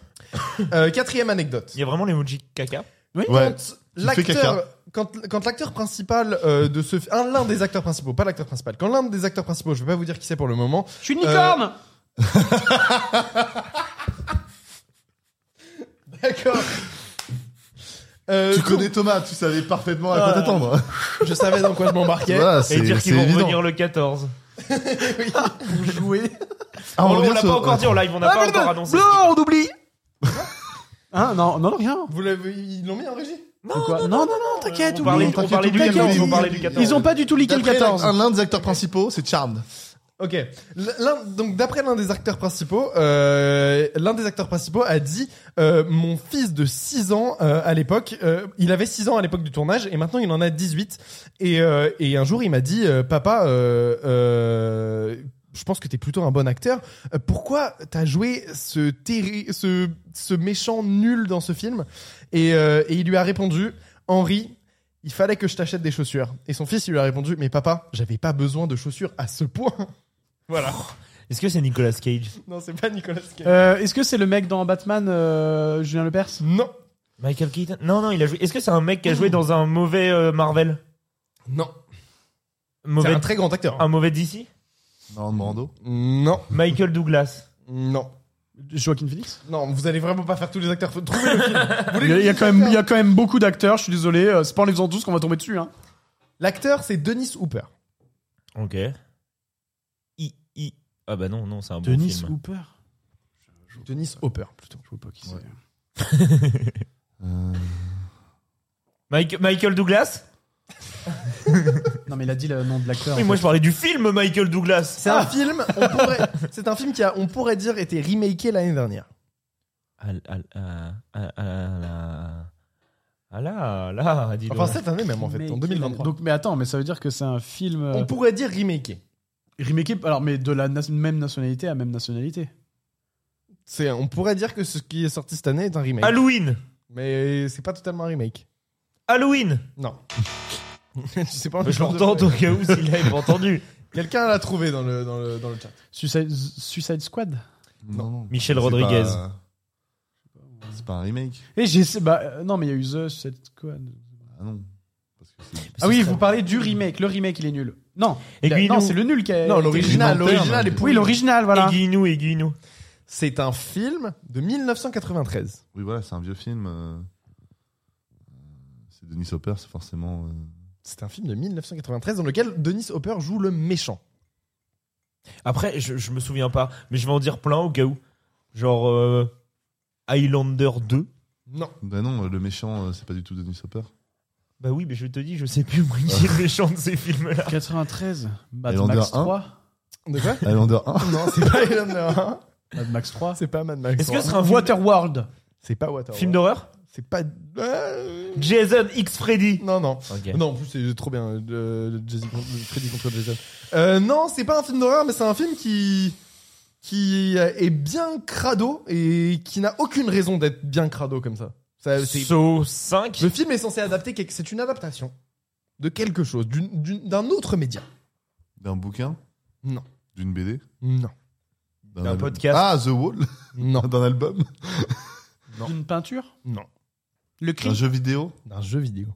S2: Euh, quatrième anecdote.
S3: Il y a vraiment l'emoji caca.
S5: Ouais.
S2: Quand
S5: Il fait caca.
S2: l'acteur, quand, quand l'acteur principal euh, de ce, fi- un l'un des acteurs principaux, pas l'acteur principal, quand l'un des acteurs principaux, je vais pas vous dire qui c'est pour le moment, [LAUGHS]
S4: Je suis une
S2: licorne.
S4: licorne
S2: d'accord. Euh,
S5: Tu
S2: donc,
S5: connais Thomas, tu savais parfaitement à quoi t'attendre.
S2: [LAUGHS] Je savais dans quoi je m'embarquais.
S5: [LAUGHS] Voilà,
S3: Ah, Et dire
S5: c'est c'est
S3: qu'ils vont
S5: évident.
S3: revenir le 14.
S2: Pour jouer.
S5: Ah,
S3: Oh, on
S5: revient
S3: l'a
S5: sur-
S3: pas encore dit en live, on n'a pas encore annoncé.
S4: Ah, Non, on oublie Hein Non, non, non, rien.
S2: Vous l'avez, ils l'ont mis en régie.
S4: C'est quoi Oh, Non, non, non, t'inquiète,
S3: On parlait-
S4: oublie.
S3: on parlait du
S4: t'inquiète,
S3: 14. On
S4: ils-
S3: parlait du
S5: ils-
S3: 14.
S4: Ils ont pas du tout leaké le
S5: D'après
S4: 14.
S5: l'un- L'un des acteurs principaux, c'est Charmed.
S2: Ok. L'un- donc d'après l'un des acteurs principaux, euh, l'un des acteurs principaux a dit euh, mon fils de 6 ans euh, à l'époque, euh, il avait 6 ans à l'époque du tournage et maintenant il en a 18 et, euh, et un jour il m'a dit euh, papa euh, euh, je pense que t'es plutôt un bon acteur. Euh, pourquoi t'as joué ce, terri- ce, ce méchant nul dans ce film et, euh, et il lui a répondu Henri, il fallait que je t'achète des chaussures. Et son fils il lui a répondu mais papa, j'avais pas besoin de chaussures à ce point.
S3: Voilà. Est-ce que c'est Nicolas Cage
S2: Non, c'est pas Nicolas Cage.
S4: Oh. Euh, Est-ce que c'est le mec dans Batman, euh, Julien Lepers
S2: Non,
S3: Michael Keaton Non, non, il a joué. Est-ce que c'est un mec qui a joué dans un mauvais euh, Marvel
S2: non. C'est
S3: mauvais...
S2: un très grand acteur.
S4: Ah.
S3: un mauvais DC
S5: Non, de Brando.
S2: Non,
S3: Michael Douglas.
S2: non,
S4: Joaquin Phoenix
S2: non. Vous allez vraiment pas faire tous les acteurs. Faut trouver le
S4: [LAUGHS]
S2: film. Vous voulez
S4: il
S2: le
S4: y, a, il y a
S2: film
S4: quand même, il y a quand même beaucoup d'acteurs, je suis désolé, euh, c'est pas en les faisant tous qu'on va tomber dessus. Hein.
S2: L'acteur, c'est Dennis Hooper.
S3: Ok. I, I... Ah bah non, non, c'est un bon film.
S4: Hooper
S2: Dennis Hooper, plutôt.
S4: Je vois pas qui
S5: Ouais.
S4: c'est.
S5: Euh,
S3: Mike- Michael Douglas
S4: Non mais il a dit le nom de l'acteur.
S3: Oui,
S4: en
S3: moi
S4: fait.
S3: je parlais du film Michael Douglas. Ah.
S2: C'est un
S4: Ah.
S2: film. On pourrait. [LAUGHS] c'est un film qui a, on pourrait dire, été remaké l'année dernière.
S3: Ah ah, ah, ah, ah, là. Ah là, là, dis donc.
S2: Enfin cette année même en fait, en
S4: Remake,
S2: 2023.
S4: Donc, mais attends, mais ça veut dire que c'est un film euh,
S2: on pourrait dire remaké.
S4: remake, alors mais de la na- même nationalité à même nationalité.
S2: C'est, on pourrait dire que ce qui est sorti cette année est un remake.
S3: Halloween
S2: Mais c'est pas totalement un remake.
S3: Halloween
S2: Non. [LAUGHS] tu sais pas.
S3: Je l'entends au cas où s'il l'avait pas [LAUGHS] entendu.
S2: Quelqu'un l'a trouvé dans le dans le dans le chat.
S4: Suicide, Suicide Squad.
S5: Non, non.
S3: Michel
S5: C'est
S3: Rodriguez.
S5: pas- C'est pas un remake.
S4: Et j'ai, bah euh, non mais il y a eu The Suicide Squad.
S5: Ah non. Parce que c'est-
S4: Ah oui, vous parlez du remake. Le remake, il est nul. Non,
S3: Et
S4: il a-
S3: Guinou.
S4: non, c'est le nul qui a.
S2: Non, l'original,
S5: Élémentaire,
S2: l'original
S5: non,
S2: est
S5: mais-
S4: Oui,
S2: pourri.
S4: l'original, voilà.
S3: Aiguille-nous, aiguille-nous.
S2: C'est un film de 1993.
S5: Oui, voilà, c'est un vieux film. euh, C'est Denis Hopper, c'est forcément. euh,
S2: C'est un film de 1993 dans lequel Dennis Hopper joue le méchant.
S3: Après, je, je me souviens pas, mais je vais en dire plein au cas où. Genre euh, Highlander 2.
S2: Non.
S5: Bah non, euh, le méchant, euh, c'est pas du tout Denis Hopper.
S3: Bah oui, mais je te dis, je sais plus moi qui est le méchant de ces films-là. [LAUGHS]
S4: 93. Mad
S5: Highlander
S4: Max
S5: 1.
S4: 3.
S2: De quoi [LAUGHS]
S5: Highlander 1.
S2: Non, c'est pas Highlander 1.
S4: Mad Max 3.
S2: C'est pas Mad Max.
S3: Est-ce que ce
S2: c'est
S3: sera un film,
S4: Waterworld.
S2: c'est pas Waterworld
S3: film d'horreur
S2: C'est pas. Euh,
S3: Jason X Freddy.
S2: Non, non. Non, en plus, c'est trop bien. euh, Jason- Freddy contre Jason. Euh, non, c'est pas un film d'horreur, mais c'est un film qui. qui euh, est bien crado et qui n'a aucune raison d'être bien crado comme ça. ça Euh, c'est-
S3: So 5
S2: Le film est censé adapter. quelque- C'est une adaptation de quelque chose, d'une- d'une- d'un autre média.
S5: D'un bouquin
S2: Non.
S5: D'une BD
S2: Non.
S3: D'un
S5: album. [LAUGHS]
S3: podcast.
S5: Ah, The Wall
S2: Non.
S5: D'un album
S4: D'une peinture
S2: Non.
S4: Le
S5: Un
S4: crime.
S5: jeu vidéo
S2: D'un jeu vidéo.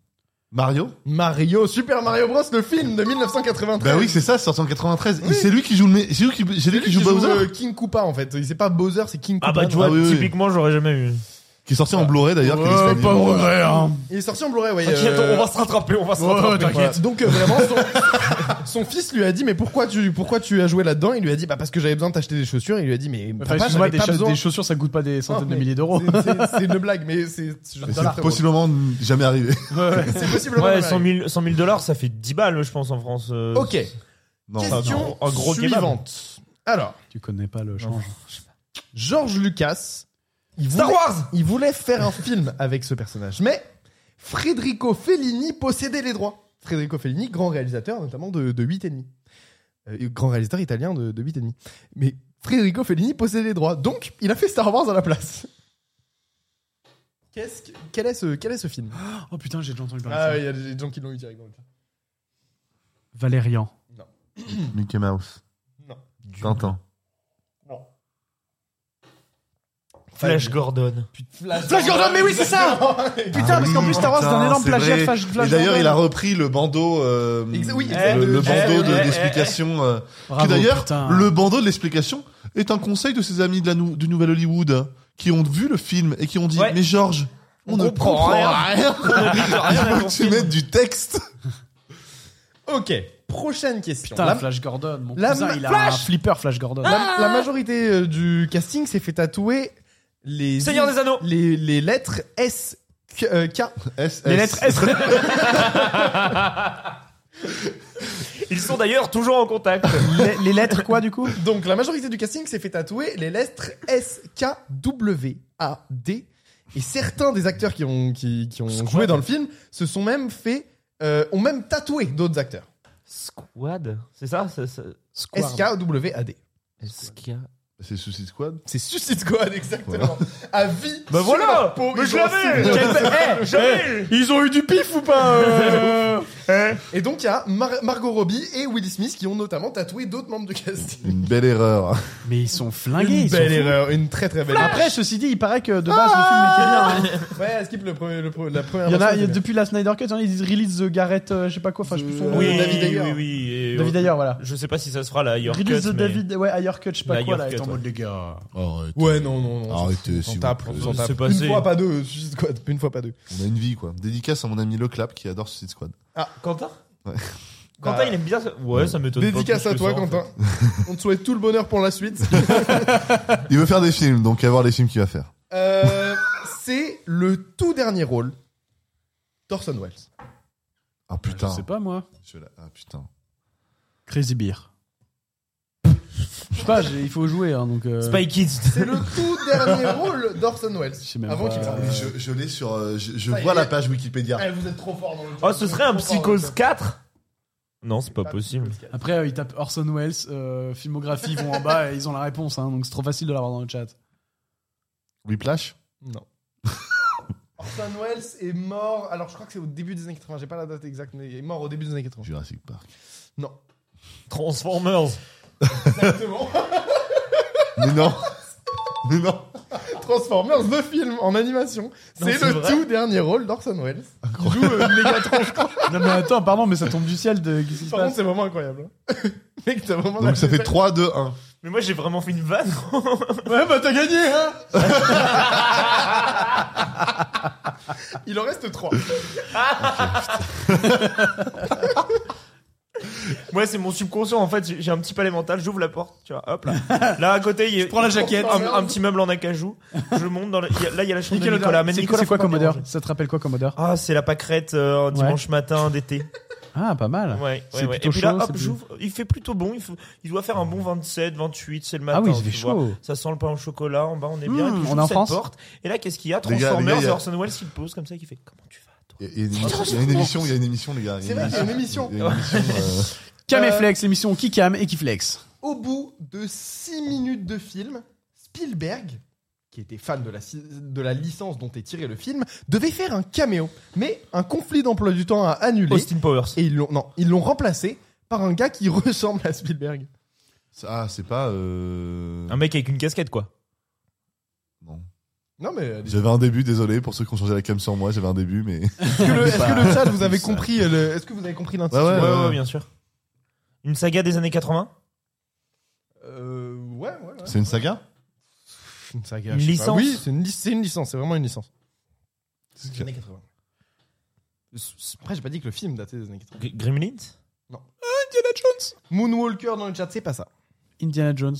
S5: Mario
S2: Mario, Super Mario Bros, le film de 1993.
S5: Bah oui, c'est ça, c'est sorti en 93.
S2: Oui.
S5: Et c'est lui qui joue le. mé- C'est lui qui, c'est lui qui joue Bowser
S2: euh, King Koopa en fait. Il c'est pas Bowser, c'est King Koopa.
S3: Ah bah tu vois,
S5: oui, oui.
S3: typiquement j'aurais jamais eu.
S5: Qui est sorti en Blu-ray d'ailleurs. qui est
S4: Ouais,
S5: disponible.
S4: Euh, pas vrai, hein.
S2: Il est sorti en Blu-ray, ouais.
S3: T'inquiète,
S2: euh,
S3: on va se rattraper, on va se
S4: Ouais,
S3: rattraper.
S4: t'inquiète.
S2: Voilà. Donc euh, vraiment, son,
S3: [LAUGHS]
S2: son fils lui a dit mais pourquoi tu pourquoi tu as joué là-dedans Il lui a dit bah parce que j'avais besoin de t'acheter des chaussures. Il lui a dit mais
S4: Enfin,
S2: papa,
S4: excuse-moi,
S2: j'avais
S4: des,
S2: pas
S4: cha-
S2: besoin.
S4: des chaussures, ça coûte pas des centaines
S2: Non,
S4: de
S2: mais
S4: milliers d'euros.
S2: c'est- c'est- C'est une blague, mais c'est je-
S5: Mais
S2: dans la-
S5: C'est possiblement jamais arrivé.
S4: Ouais.
S2: c'est possiblement. dans
S3: Ouais,
S2: la-
S3: 100 000, 100 000 dollars, ça fait 10 balles, je pense, en France. euh,
S2: Ok.
S5: Non.
S3: Qu'est-ce-
S2: Question
S3: un gros kebab.
S2: suivante. Alors,
S4: Tu connais pas le change.
S2: George Lucas, il voulait,
S3: Star Wars
S2: il voulait faire un film avec ce personnage, mais Federico Fellini possédait les droits. Federico Fellini, grand réalisateur notamment de, de 8 et demi. Euh, grand réalisateur italien de, de 8 et demi. Mais Federico Fellini possédait les droits, donc il a fait Star Wars à la place. Qu'est-ce que- quel, est ce, quel est ce film
S4: Oh putain, j'ai déjà entendu parler.
S2: Ah
S4: de
S2: oui,
S4: ça.
S2: Ah, il y a des gens qui l'ont eu direct dans le chat.
S4: Valérian.
S5: Mickey Mouse.
S2: Non.
S5: Tintin.
S2: Non.
S3: Flash Gordon.
S2: Flash Gordon, mais oui, c'est ça
S4: Putain, parce
S5: Ah
S4: qu'en plus, Star Wars, c'est un énorme plagiat de Flash
S5: Et d'ailleurs, il a repris le bandeau. euh,
S2: Exa- oui,
S5: le- le,
S2: eh, eh,
S5: bandeau de-
S3: eh, eh,
S5: d'explication. euh, qui d'ailleurs, le bandeau de l'explication est un conseil de ses amis de la nou- du Nouvel Hollywood qui ont vu le film et qui ont dit
S3: Ouais.
S5: Mais Georges, on,
S3: On
S5: ne
S3: comprend
S5: comprend
S3: rien. [LAUGHS]
S5: rien. Il
S3: Rien à
S5: faut
S3: ton
S5: que tu
S3: film.
S5: mettes du texte.
S2: Ok, prochaine question.
S4: Putain,
S2: La-
S4: Flash Gordon. Mon
S2: la-
S4: cousin, il a
S2: Flash Ah.
S4: un flipper Flash Gordon.
S2: La,
S3: Ah
S2: la majorité euh, du casting s'est fait tatouer les
S3: Seigneur des Anneaux
S2: les, les lettres S Q, euh, K
S5: S,
S4: Les
S2: [LAUGHS]
S4: lettres S.
S3: Ils sont d'ailleurs toujours en contact.
S4: les, les lettres quoi, du coup
S2: donc la majorité du casting s'est fait tatouer les lettres S K W A D et certains des acteurs qui ont qui, qui ont joué dans le film se sont même fait euh, ont même tatoué d'autres acteurs
S3: Squad C'est ça, ça, ça-
S2: S K W A D
S3: SK.
S5: C'est Suicide Squad.
S2: c'est Suicide Squad exactement à vie
S3: Bah
S2: sur la
S3: voilà
S2: peau,
S3: Mais
S2: ils
S3: je
S2: ont
S3: l'avais [LAUGHS]
S2: signé.
S3: Quelle belle- Eh, je l'avais
S4: Ils ont eu du pif ou pas
S3: euh
S2: et donc il y a Mar- Margot Robbie et Will Smith qui ont notamment tatoué d'autres membres du casting
S5: Une belle erreur.
S4: [LAUGHS] Mais ils sont flingués.
S2: Une
S4: ils sont
S2: belle
S4: fous.
S2: erreur, une très très belle erreur.
S4: Après, ceci dit, il paraît que de base, le film était bien. hein.
S2: Ouais, skip le premier, le pre- la première.
S4: Il y en a,
S2: version
S4: il y a-
S2: était bien.
S4: depuis la Snyder Cut, il y en a, ils disent release the Garrett, euh, je sais pas quoi, enfin je sais plus son nom.
S3: Oui,
S2: David
S3: oui,
S2: Ayer.
S3: oui, oui, et- euh,
S4: David Ayer, voilà.
S3: Je sais pas si ça se fera là, ailleurs.
S4: Release
S3: cut,
S4: the
S3: mais-
S4: David, ouais, Higher Cut, je sais pas
S3: La
S4: quoi,
S3: Higher
S4: là,
S3: Cut,
S4: est en
S3: ouais.
S4: mode les gars.
S2: Ouais, non, non, non.
S5: Arrêtez,
S2: on
S5: s'il vous
S2: tape,
S5: plaît.
S2: on
S3: C'est
S2: tape.
S3: passé.
S2: Une fois pas deux, Suicide Squad, une fois pas deux.
S5: On a une vie, quoi. Dédicace à mon ami Leclap qui adore Suicide Squad.
S2: Ah,
S3: eh. Quentin
S5: Ouais.
S3: Quentin,
S2: Bah,
S3: il aime bien ça. Ouais, ça m'étonne pas.
S2: dédicace
S3: plus
S2: à
S3: que
S2: toi,
S3: ça, en
S2: Quentin. [LAUGHS] On te souhaite tout le bonheur pour la suite.
S5: Il veut faire des films, donc à voir les films qu'il va faire.
S2: Euh, c'est le tout dernier rôle. Thorson Wells.
S5: Ah putain.
S4: Je sais pas, moi.
S5: Je l'ai- Ah putain.
S4: Crazy Beer. Je sais pas, j'ai- il faut jouer, hein, donc. euh,
S3: fait. Spy
S4: [LAUGHS]
S3: Kids.
S2: C'est le tout dernier rôle d'Orson Welles.
S4: Je sais même
S2: Avant
S4: pas.
S2: qu'il meure.
S4: Euh,
S5: Je, je l'ai sur. euh, je je
S2: Ah, Ça y
S5: vois
S2: est.
S5: la page Wikipédia.
S2: Eh, vous êtes trop fort dans le.
S3: Oh, ce serait un
S2: Trop fort dans le-
S3: Psychose 4 Non, c'est pas possible.
S4: Après, euh, ils tapent Orson Welles, euh, filmographie, ils vont en bas et ils ont la réponse, hein, donc c'est trop facile de l'avoir dans le chat.
S5: Whiplash
S2: Non. [LAUGHS] Orson Welles est mort. Alors, je crois que c'est au début des années 80. J'ai pas la date exacte, mais il est mort au début des années 80.
S5: Jurassic Park.
S2: Non.
S3: Transformers.
S2: Exactement.
S5: Mais
S2: [LAUGHS]
S5: non Mais non
S2: Transformers, le film en animation. C'est
S3: c'est
S2: le
S3: vrai.
S2: tout dernier rôle d'Orson Welles. Qui joue euh, Megatron, je crois.
S4: non, mais attends, pardon, mais ça tombe du ciel de. Qu'est-ce qui se
S2: Par contre,
S4: passe
S2: c'est vraiment incroyable. hein. [LAUGHS] Mec, t'as vraiment la-
S5: Donc ça fait 3, 2, 1.
S3: Mais moi, j'ai vraiment fait une vanne. [LAUGHS]
S2: Ouais, bah t'as gagné, hein [LAUGHS] Il en reste 3.
S3: Moi, c'est mon subconscient. En fait, j'ai j'ai un petit palais mental. J'ouvre la porte, tu vois. Hop là.
S4: [LAUGHS]
S3: Là, à côté, il y a
S4: Prends la jaquette.
S3: un, un petit meuble en acajou. Je monte dans le- il y a- Là, il y a la chambre de
S4: Quel
S3: Nicolas.
S4: odeur
S3: Mais
S4: C'est
S3: Nicolas,
S4: c'est quoi
S3: faut pas
S4: comme odeur
S3: déranger.
S4: Ça te rappelle quoi comme odeur
S3: Ah, c'est la pâquerette euh, un dimanche matin d'été.
S4: Ah, pas mal.
S3: Ouais,
S4: C'est
S3: ouais, ouais. Et
S4: plutôt
S3: puis là,
S4: chaud,
S3: hop,
S4: c'est plus-
S3: j'ouvre. Il fait plutôt bon. Il, faut- il doit faire un bon 27, 28, c'est le matin.
S4: Ah oui, il fait
S3: tu vois.
S4: chaud.
S3: Ça sent le pain au chocolat. En bas, on est bien.
S4: Mmh,
S3: Et puis,
S4: on est
S3: j'ouvre
S4: en
S3: cette
S4: France
S3: porte. Et là, qu'est-ce qu'il y a
S5: Les gars,
S3: Transformers
S5: les gars, il y a-
S3: et Orson Welles qui pose comme ça, qui fait Comment tu vas, toi
S5: Il y a une émission, il y a une émission, il y a une émission, les gars. Il y a
S2: C'est vrai, il y a une émission.
S5: Il y a une émission, euh,
S4: Caméflex, émission qui cam et qui flex.
S2: Au bout de 6 minutes de film, Spielberg, qui était fan de la, si- de la licence dont est tiré le film, devait faire un caméo. Mais un conflit d'emploi du temps a annulé.
S3: Austin Powers.
S2: Et ils l'ont, non, ils l'ont remplacé par un gars qui [LAUGHS] ressemble à Spielberg.
S5: Ah, c'est pas. Euh...
S3: Un mec avec une casquette, quoi.
S5: Non.
S2: Non, mais. euh, allez-y.
S5: J'avais un début, désolé pour ceux qui ont changé la cam sur moi, j'avais un début, mais.
S2: Est-ce que, le- est-ce que le chat, vous avez
S5: Ça.
S2: compris euh, le- Est-ce que vous avez compris l'intitulé
S5: Ouais,
S3: Ouais,
S5: ouais.
S3: ouais, bien sûr. Une saga des années 80
S2: Euh, ouais, ouais, ouais.
S5: [LAUGHS] C'est une saga
S2: Une saga.
S3: Une
S2: je sais
S3: licence
S2: pas. Oui, c'est une, lic- c'est une licence, c'est vraiment une licence.
S5: C'est que-
S2: Après, j'ai pas dit que le film datait des années 80.
S3: Gr- Gremlins
S2: Indiana Jones Moonwalker dans le chat, c'est pas ça.
S4: Indiana Jones.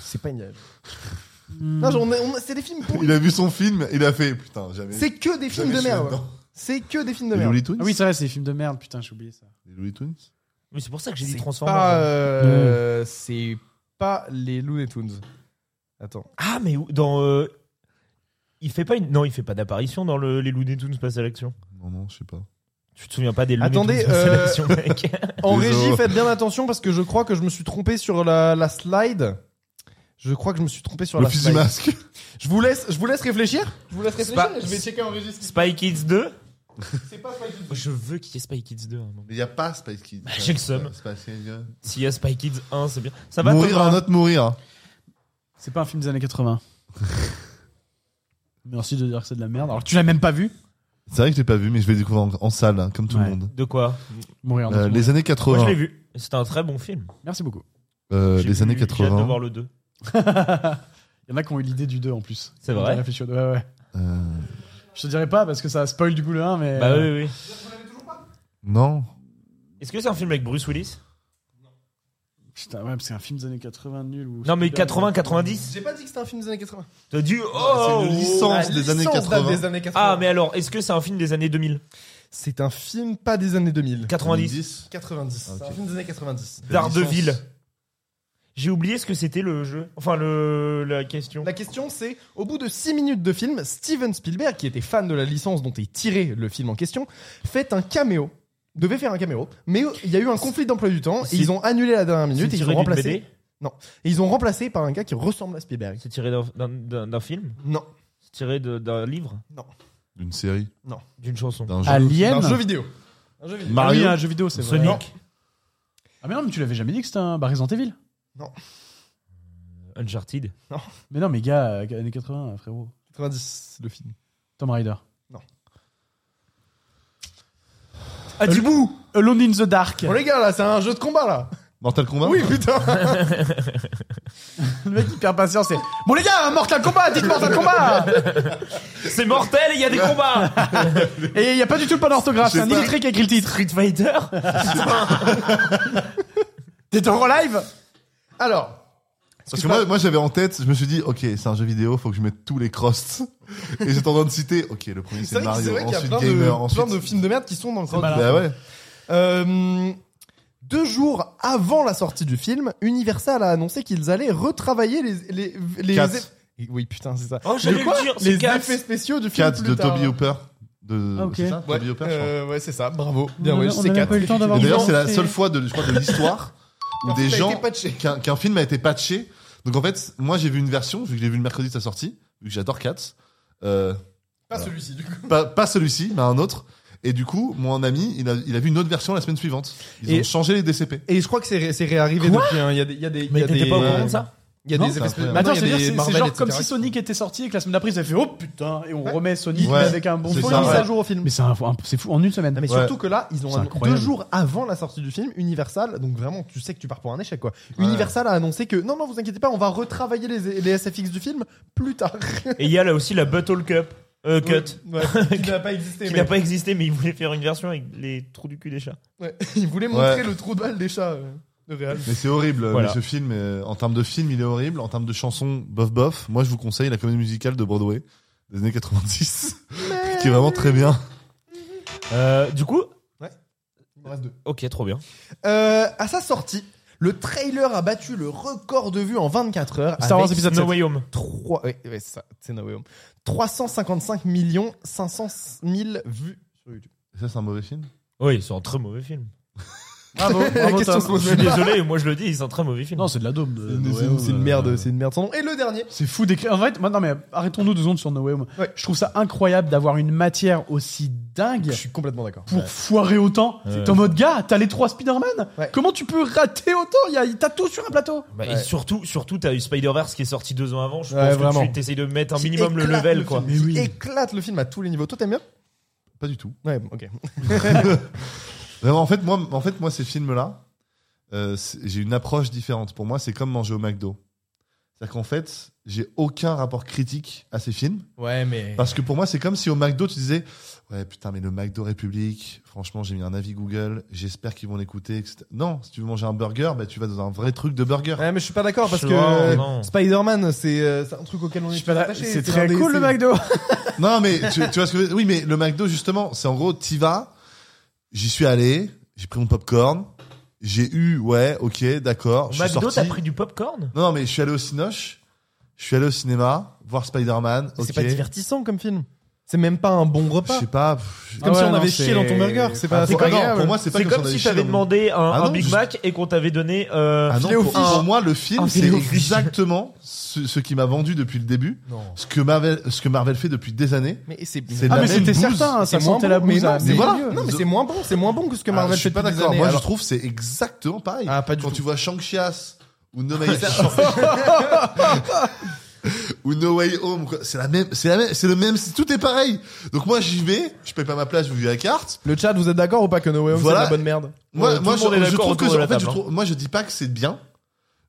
S2: C'est pas Indiana Jones. Non, genre, on est- on est- c'est des films pourris.
S5: Il a vu son film, il a fait putain, jamais.
S2: C'est que des films
S5: jamais
S2: de
S5: je suis
S2: merde.
S5: là-dedans.
S2: C'est que des films de
S5: Les
S2: merde.
S5: Looney Tunes
S4: Ah oui, c'est vrai, c'est des films de merde, putain, j'ai oublié ça.
S5: Les Looney Tunes
S3: Mais c'est pour ça que j'ai dit
S2: C'est
S3: Transformers. hein.
S2: pas,
S3: Mmh.
S2: euh, C'est pas les Looney Tunes. Attends.
S3: Ah, mais où- dans. euh, Il fait pas une... Non, il fait pas d'apparition dans le... les Looney Tunes passe à l'action.
S5: Non, non, je sais pas.
S3: Tu te souviens pas des Looney
S2: Attendez,
S3: Tunes passe à
S2: euh,
S3: l'action, mec
S2: En
S5: Désolé.
S2: régie, faites bien attention parce que je crois que je me suis trompé sur la, la slide. Je crois que je me suis trompé sur
S5: Le
S2: la
S5: fils du
S2: slide.
S5: masque
S2: Je vous laisse, je vous laisse réfléchir. Je vous laisse
S3: C'est
S2: réfléchir.
S3: pas-
S2: et Je vais checker en régie. ce qui-
S3: Spy Kids 2
S2: C'est pas Spy Kids.
S3: Je veux qu'il y ait Spy Kids 2 à un moment.
S5: Mais y a pas Space Kids.
S3: Bah, j'ai le seum.
S5: C'est pas- c'est-
S3: S'il y a Spy Kids 1, c'est bien. Ça va
S5: Mourir
S3: Thomas
S5: un autre mourir.
S4: C'est pas un film des années 80. Merci de dire que c'est de la merde. Alors que tu l'as même pas vu.
S5: C'est vrai que je l'ai pas vu, mais je vais le découvrir en, en salle, hein, comme tout
S4: Ouais.
S5: le monde.
S3: De quoi
S4: Mourir en
S5: Euh,
S4: autre monde.
S5: les années
S3: Moi,
S5: 80.
S3: je l'ai vu. C'était un très bon film.
S4: Merci beaucoup.
S5: Euh,
S3: J'ai
S5: les
S3: vu-
S5: années
S3: J'ai hâte de
S5: 80.
S3: voir le 2.
S4: Il y en a qui ont eu l'idée du 2 en plus.
S3: C'est
S4: On
S3: vrai
S4: a réfléchi au deux, ouais, ouais.
S5: Euh,
S4: Je te dirais pas parce que ça spoil du coup le 1, mais.
S3: Bah oui, oui.
S5: non.
S3: Est-ce que c'est un film avec Bruce Willis
S4: Putain, ouais, c'est un film des années 80 nul. Ou
S3: Non, mais 80-90
S2: J'ai pas dit que c'était un film des années 80.
S3: T'as dit.
S5: Ah, c'est
S3: Oh
S5: une licence.
S2: La
S5: des années
S2: licence date
S5: 80.
S2: des années 80.
S3: Ah, mais alors, est-ce que c'est un film des années 2000
S2: C'est un film pas des années 2000.
S3: 90
S2: 90.
S5: Ah, ok.
S2: C'est un film des années 90.
S3: D'Ardeville. J'ai oublié ce que c'était le jeu. Enfin, le, la question.
S2: La question c'est, au bout de 6 minutes de film, Steven Spielberg, qui était fan de la licence dont est tiré le film en question, fait un caméo. Devait faire un caméo, mais il y a eu un conflit d'emploi du temps et
S3: C'est-
S2: ils ont annulé la
S5: Bah,
S2: dernière minute
S3: C'est
S2: et ils
S3: tiré
S2: ont
S3: d'une
S2: remplacé.
S3: BD
S2: Et ils ont remplacé par un gars qui ressemble à Spielberg.
S3: C'est tiré d'un- d'un- d'un d'un film
S2: Non,
S3: C'est tiré de- d'un livre
S5: D'une série.
S3: D'une chanson
S5: D'un jeu.
S2: c'est un jeu
S4: Alien
S2: vidéo. Un jeu vidéo.
S4: Ah oui,
S5: Mario.
S4: un jeu vidéo, c'est vrai.
S3: Sonic
S4: Ah, mais non, mais tu l'avais jamais dit que c'était un. Bah, Resident Evil.
S3: Uncharted
S4: Mais non, mais gars, euh, années 80, frérot.
S2: 90, le film.
S4: Tom Rider.
S3: Ah, du bout
S4: Euh, Alone in the Dark.
S2: Bon Oh, les gars là, c'est un jeu de combat là.
S5: Mortal Kombat
S2: Oui putain.
S4: Le mec hyper patient, c'est. Bon, les gars, Mortal Kombat, dites Mortal Kombat
S3: C'est mortel, il y a des combats
S4: Et il y a pas du tout le pan d'orthographe,
S5: Je
S4: c'est
S5: sais
S4: un
S5: pas.
S4: illettré qui a écrit le titre.
S3: Street Fighter
S4: T'es en live
S2: Alors,
S5: Parce que moi, moi j'avais en tête, je me suis dit, ok, c'est un jeu vidéo, faut que je mette tous les crosts. Et j'étais en train de citer, ok, le premier
S2: c'est
S5: c'est
S2: vrai, que- c'est
S5: Mario,
S2: vrai qu'il y a
S5: ensuite
S2: plein,
S5: Gamer,
S2: de,
S5: ensuite.
S2: plein de films de merde qui sont dans le crowd.
S4: malin.
S5: Bah ouais.
S2: Euh, deux jours avant la sortie du film, Universal a annoncé qu'ils allaient retravailler les les, les-
S5: Cats.
S2: les- oui putain c'est ça.
S3: Oh, j'allais
S2: Le quoi
S3: le dire, c'est
S2: les
S3: Cats.
S2: effets spéciaux du film
S5: 4
S2: plus
S5: de
S2: tard.
S5: Toby Hooper. De,
S4: Ah, ok.
S5: C'est ça
S2: Ouais,
S5: Toby Hooper, je crois.
S2: euh, ouais, c'est ça. Bravo. Bien
S4: On
S2: ouais,
S4: a- on
S2: c'est
S4: a même
S2: 4.
S4: pas eu le temps d'avoir
S5: Et d'ailleurs,
S4: Ils ont
S5: c'est la
S4: fait-
S5: seule fois, de, je crois,
S2: [LAUGHS]
S5: de l'histoire où
S2: Un
S5: des
S2: film a
S5: gens
S2: été patché.
S5: qu'un qu'un film a été patché. Donc en fait, moi j'ai vu une version, vu que j'ai vu le mercredi de sa sortie, vu que j'adore Cats, euh,
S2: Pas Ah, celui-ci du coup.
S5: pas, pas celui-ci, mais un autre. Et du coup, mon ami, il a, il a vu une autre version la semaine suivante. Ils
S2: Et-
S5: ont changé les DCP.
S2: Et je crois que c'est ré- c'est réarrivé depuis. hein. Il y a des il y a des il y
S3: Mais
S2: a des
S3: t'étais pas au courant
S2: euh,
S3: de ça
S2: Il y a
S4: Non,
S2: des
S5: c'est
S2: effets spéciaux.
S5: incroyable.
S4: Mais attends,
S2: Non, il y a
S4: c'est-à-dire,
S2: des
S4: c'est c'est
S2: Marvel,
S4: genre
S2: etc.,
S4: comme si
S2: qui-
S4: Sonic était sorti et que la semaine d'après ils avaient fait oh putain et on remet Sonic
S5: Ouais.
S4: mais avec un bon
S5: C'est
S2: Ils font
S4: fond.
S2: une
S5: ça,
S2: mise
S5: ouais.
S2: à jour au film.
S4: Mais c'est un- un- c'est fou en une semaine.
S2: Non, mais
S5: Ouais.
S2: surtout que là, ils ont
S4: C'est
S2: annoncé deux
S4: incroyable.
S2: jours avant la sortie du film, Universal, donc vraiment, tu sais que tu pars pour un échec quoi.
S5: Ouais.
S2: Universal a annoncé que non, non, vous inquiétez pas, on va retravailler les, les SFX du film plus tard.
S3: Et il y a là aussi la Battle Cup. Euh, Cut.
S2: Ouais, qui n'a pas existé.
S3: Qui
S2: mais-
S3: n'a pas existé, mais il voulait faire une version avec les trous du cul des chats.
S2: Ouais. [LAUGHS] Ils voulaient montrer
S5: Ouais.
S2: le trou de balle des chats euh, de Real.
S5: Mais c'est horrible,
S3: Voilà.
S5: mais ce film, euh, en termes de film, il est horrible. En termes de chansons, bof bof. Moi, je vous conseille la comédie musicale de Broadway des années 90, [LAUGHS] qui est vraiment très bien.
S3: Euh, du coup,
S2: Il me reste deux.
S3: ok, trop bien.
S2: Euh, à sa sortie, le trailer a battu le record de vues en 24 heures.
S4: Star Wars
S2: avec
S4: épisode
S3: No
S4: 7.
S3: Way Home.
S2: trois- ouais, ouais, c'est ça, c'est No Way Home. 355 millions 500 000 vues sur YouTube.
S5: Et ça, c'est un mauvais film [LAUGHS]
S3: Oui, c'est un très mauvais film.
S4: [LAUGHS]
S2: [LAUGHS]
S3: Bravo, bravo,
S2: Question
S3: Tom.
S2: se pose
S3: Je suis
S2: même pas.
S3: désolé, moi je le dis, c'est un très mauvais film.
S4: Non, c'est de la daube. de-
S2: C'est
S4: No
S2: une,
S4: Way
S2: c'est une-
S4: Home,
S2: c'est une
S4: euh,
S2: merde, c'est une merde sans nom. Et le dernier,
S4: C'est fou d'écrire. En fait, moi, non mais arrêtons-nous deux secondes sur No Way Home.
S2: Ouais.
S4: Je trouve ça incroyable d'avoir une matière aussi dingue
S2: je suis complètement d'accord.
S4: pour foirer autant.
S3: Ouais.
S4: T'es en mode gars, t'as les trois Spider-Man.
S2: Ouais.
S4: Comment tu peux rater autant Il y a- T'as tout sur un plateau.
S3: Bah,
S2: Ouais.
S3: Et surtout, surtout, t'as eu Spider-Verse qui est sorti deux ans avant. Je
S2: Ouais,
S3: pense
S2: vraiment.
S3: que tu t'essayes de mettre un
S2: Qui
S3: minimum le
S2: éclate
S3: level,
S2: film,
S3: quoi.
S2: qui
S4: Mais oui.
S2: éclate le film à tous les niveaux. Toi, t'aimes bien
S5: Pas du tout.
S2: Ouais, ok.
S5: Non, en fait, moi, en fait, moi, ces films-là, euh, c'est- j'ai une approche différente. Pour moi, c'est comme manger au McDo. C'est-à-dire qu'en fait, j'ai aucun rapport critique à ces films.
S2: Ouais, mais.
S5: Parce que pour moi, c'est comme si au McDo, tu disais Ouais, putain, mais le McDo République, franchement, j'ai mis un avis Google, j'espère qu'ils vont l'écouter. etc. Non, si tu veux manger un burger, bah, tu vas dans un vrai truc de burger.
S2: Ouais, mais je suis pas d'accord parce
S3: Je
S2: que
S3: vois,
S2: euh,
S3: non.
S2: Spider-Man, c'est euh, c'est un truc auquel on est pas attaché.
S4: C'est
S2: un
S4: Ah, très
S2: des-
S4: cool le
S2: c'est-
S4: McDo.
S5: non, mais tu, tu vois ce que je veux dire Oui, mais le McDo, justement, c'est en gros, t'y vas, j'y suis allé, j'ai pris mon popcorn, j'ai eu, ouais, ok, d'accord.
S3: Au
S5: je suis
S3: McDo, t'as
S5: sorti.
S3: pris du popcorn
S5: Non, non, mais je suis allé au Cinoche, je suis allé au cinéma, voir Spider-Man.
S2: C'est
S5: ok.
S2: pas divertissant comme film. C'est même pas un bon
S5: Je
S2: repas.
S5: sais pas. pff,
S2: Comme
S4: Ah
S2: si
S4: ouais,
S2: on
S4: non,
S2: avait
S4: c'est-
S2: chié dans ton burger. C'est pas,
S5: Ah,
S2: c'est
S5: pour-
S2: pas
S5: ah non,
S2: grave.
S5: pour moi, c'est pas
S3: C'est
S5: comme,
S3: comme
S5: si on
S3: si
S5: avait
S3: t'avais demandé un,
S5: Ah
S3: un
S5: non,
S3: Big
S5: juste-
S3: Mac et qu'on t'avait donné euh,
S5: Ah non,
S2: filet au
S5: pour,
S2: fish.
S5: pour moi, le film,
S3: Un
S5: c'est
S3: filet au fish.
S5: exactement ce, ce qui m'a vendu depuis le début,
S2: Non.
S5: ce que Marvel, ce que Marvel fait depuis des années.
S2: Mais c'est
S5: C'est
S2: Ah,
S5: la
S4: Ah mais
S5: même
S4: c'était
S5: bouse.
S4: certain, ça
S2: c'est moins
S4: sentait
S2: bon,
S4: la hein.
S2: mais
S4: bouse. Ah,
S2: non,
S4: à
S2: mais
S4: mille
S5: voilà.
S4: lieues.
S2: Non, mais c'est moins bon, c'est moins bon que ce que
S5: Ah,
S2: Marvel
S5: je suis
S2: fait
S5: pas
S2: depuis des
S5: d'accord.
S2: années.
S5: Moi, je
S2: Alors-
S5: trouve c'est exactement pareil.
S2: Ah, pas du
S5: Quand
S2: tout.
S5: tu vois Shang-Chias ou No Way [LAUGHS] ou No Way Home, quoi, c'est la même, c'est la même, c'est le même, c'est- tout est pareil. Donc moi, j'y vais, je paye pas ma place, je vous la carte.
S2: Le chat, vous êtes d'accord ou pas que No Way Home,
S5: Voilà.
S2: c'est de la bonne merde
S5: Moi,
S3: Ouais, tout
S5: moi,
S3: le
S5: je,
S3: monde est
S5: je
S3: d'accord
S5: trouve que,
S3: autour de la
S5: en fait, je
S3: table,
S5: trouve- moi, je dis pas que c'est bien.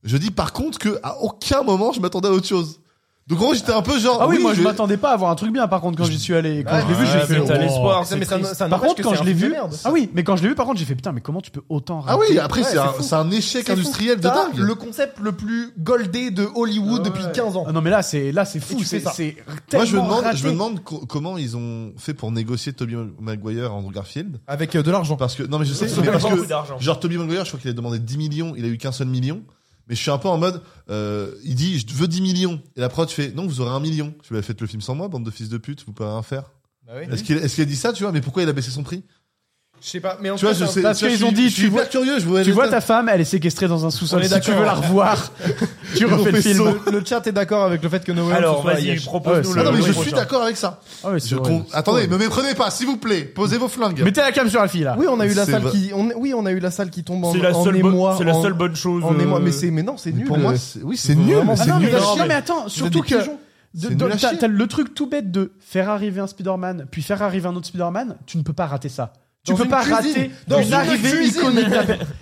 S5: Je dis par contre que à aucun moment je m'attendais à autre chose. Donc en gros, j'étais un peu genre.
S4: Ah oui, moi je
S5: vais-
S4: m'attendais pas à avoir un truc bien. Par contre, quand j'y suis allé, et quand
S2: Ouais,
S4: je l'ai vu,
S2: mais
S4: j'ai
S3: ouais,
S4: fait.
S3: mais t'as
S4: oh.
S3: l'espoir,
S2: Ça,
S3: c'est
S2: mais ça-
S3: triste.
S2: ça
S4: Par
S2: n'empêche
S4: contre,
S2: que
S4: quand
S2: c'est
S4: je
S2: un
S4: l'ai
S2: film de
S4: vu,
S2: merde.
S4: ah oui, mais quand je l'ai vu, par contre, j'ai fait putain, mais comment tu peux autant
S5: Ah
S4: rater
S5: oui, après
S2: Ouais,
S5: c'est un,
S2: c'est fou.
S5: c'est un échec
S2: C'est
S5: industriel de
S2: fou. T'as
S5: dingue.
S2: Le concept le plus goldé de Hollywood
S4: Ah ouais.
S2: depuis 15 ans.
S4: Ah non mais là c'est là c'est
S2: Et
S4: fou
S2: tu fais
S4: c'est
S2: ça.
S4: c'est
S5: Moi, je me
S4: tellement
S5: demande,
S4: raté.
S5: je me demande co- comment ils ont fait pour négocier Toby Maguire en Garfield.
S2: Avec euh, de l'argent.
S5: Parce que non, mais je sais,
S3: Ils ont
S5: mais parce
S3: beaucoup
S5: que
S3: d'argent.
S5: genre Toby Maguire, je crois qu'il a demandé 10 millions, il a eu qu'un seul million. Mais je suis un peu en mode, euh, il dit, je veux 10 millions. Et la prod fait, non, vous aurez un million. Je lui ai fait le film sans moi, bande de fils de pute, vous pouvez rien faire. Est-ce qu'il est-ce qu'il a dit ça, tu vois Mais pourquoi il a baissé son prix
S2: Je sais pas, mais en
S5: Tu vois,
S2: fait,
S5: je
S2: c'est un-
S5: sais.
S4: parce
S5: tu vois,
S4: qu'ils
S5: je
S4: ont
S5: suis-
S4: dit,
S5: je
S4: tu
S5: suis
S4: vois-
S5: hyper curieux. Je vois
S4: tu
S5: les
S4: vois
S5: stats.
S4: ta femme elle est séquestrée dans un
S2: On
S4: sous-sol
S2: est
S4: si tu
S2: d'accord.
S4: veux la revoir [LAUGHS] tu
S5: ont
S4: refais le
S5: fait
S4: film
S5: sauter.
S2: le, le chat est d'accord avec le fait que No Way Home
S3: Alors,
S2: ce soit un
S3: vas-y,
S2: gâchis.
S4: Ouais,
S3: propose-nous
S4: c'est-
S5: Ah
S3: le.
S5: non, mais
S3: le
S5: je
S3: prochain.
S5: suis d'accord avec ça.
S4: Ah ouais,
S5: Je
S4: c'est
S5: con-
S4: horrible.
S5: Attendez, ne me méprenez pas, s'il vous plaît. Posez vos flingues.
S4: mettez la cam sur la fille là
S2: Oui, on a eu la
S5: C'est
S2: salle
S5: vrai.
S2: qui, on, oui, on a eu la salle qui tombe en,
S3: C'est la,
S2: en
S3: seule bonne-
S2: émoi.
S3: c'est la
S2: en-
S3: seule bonne chose.
S2: En émoi,
S3: euh,
S2: mais c'est, mais non, c'est
S5: Mais
S2: nul.
S5: pour moi,
S2: euh,
S5: c'est- oui, c'est nul.
S2: vraiment,
S5: C'est
S4: ah non, mais,
S5: nul.
S4: la-
S3: à
S4: non,
S3: chier.
S4: mais attends, surtout
S2: des
S4: que
S2: pigeons.
S4: de-
S5: C'est
S4: de-
S5: nul à
S4: t'as
S5: chier.
S4: t'as le truc tout bête de faire arriver un Spider-Man, puis faire arriver un autre Spider-Man, tu ne peux pas rater ça. Tu
S2: Dans
S4: peux
S2: une
S4: pas
S2: cuisine.
S4: rater
S2: Dans
S4: une
S2: une
S4: arrivée
S2: cuisine.
S4: iconique.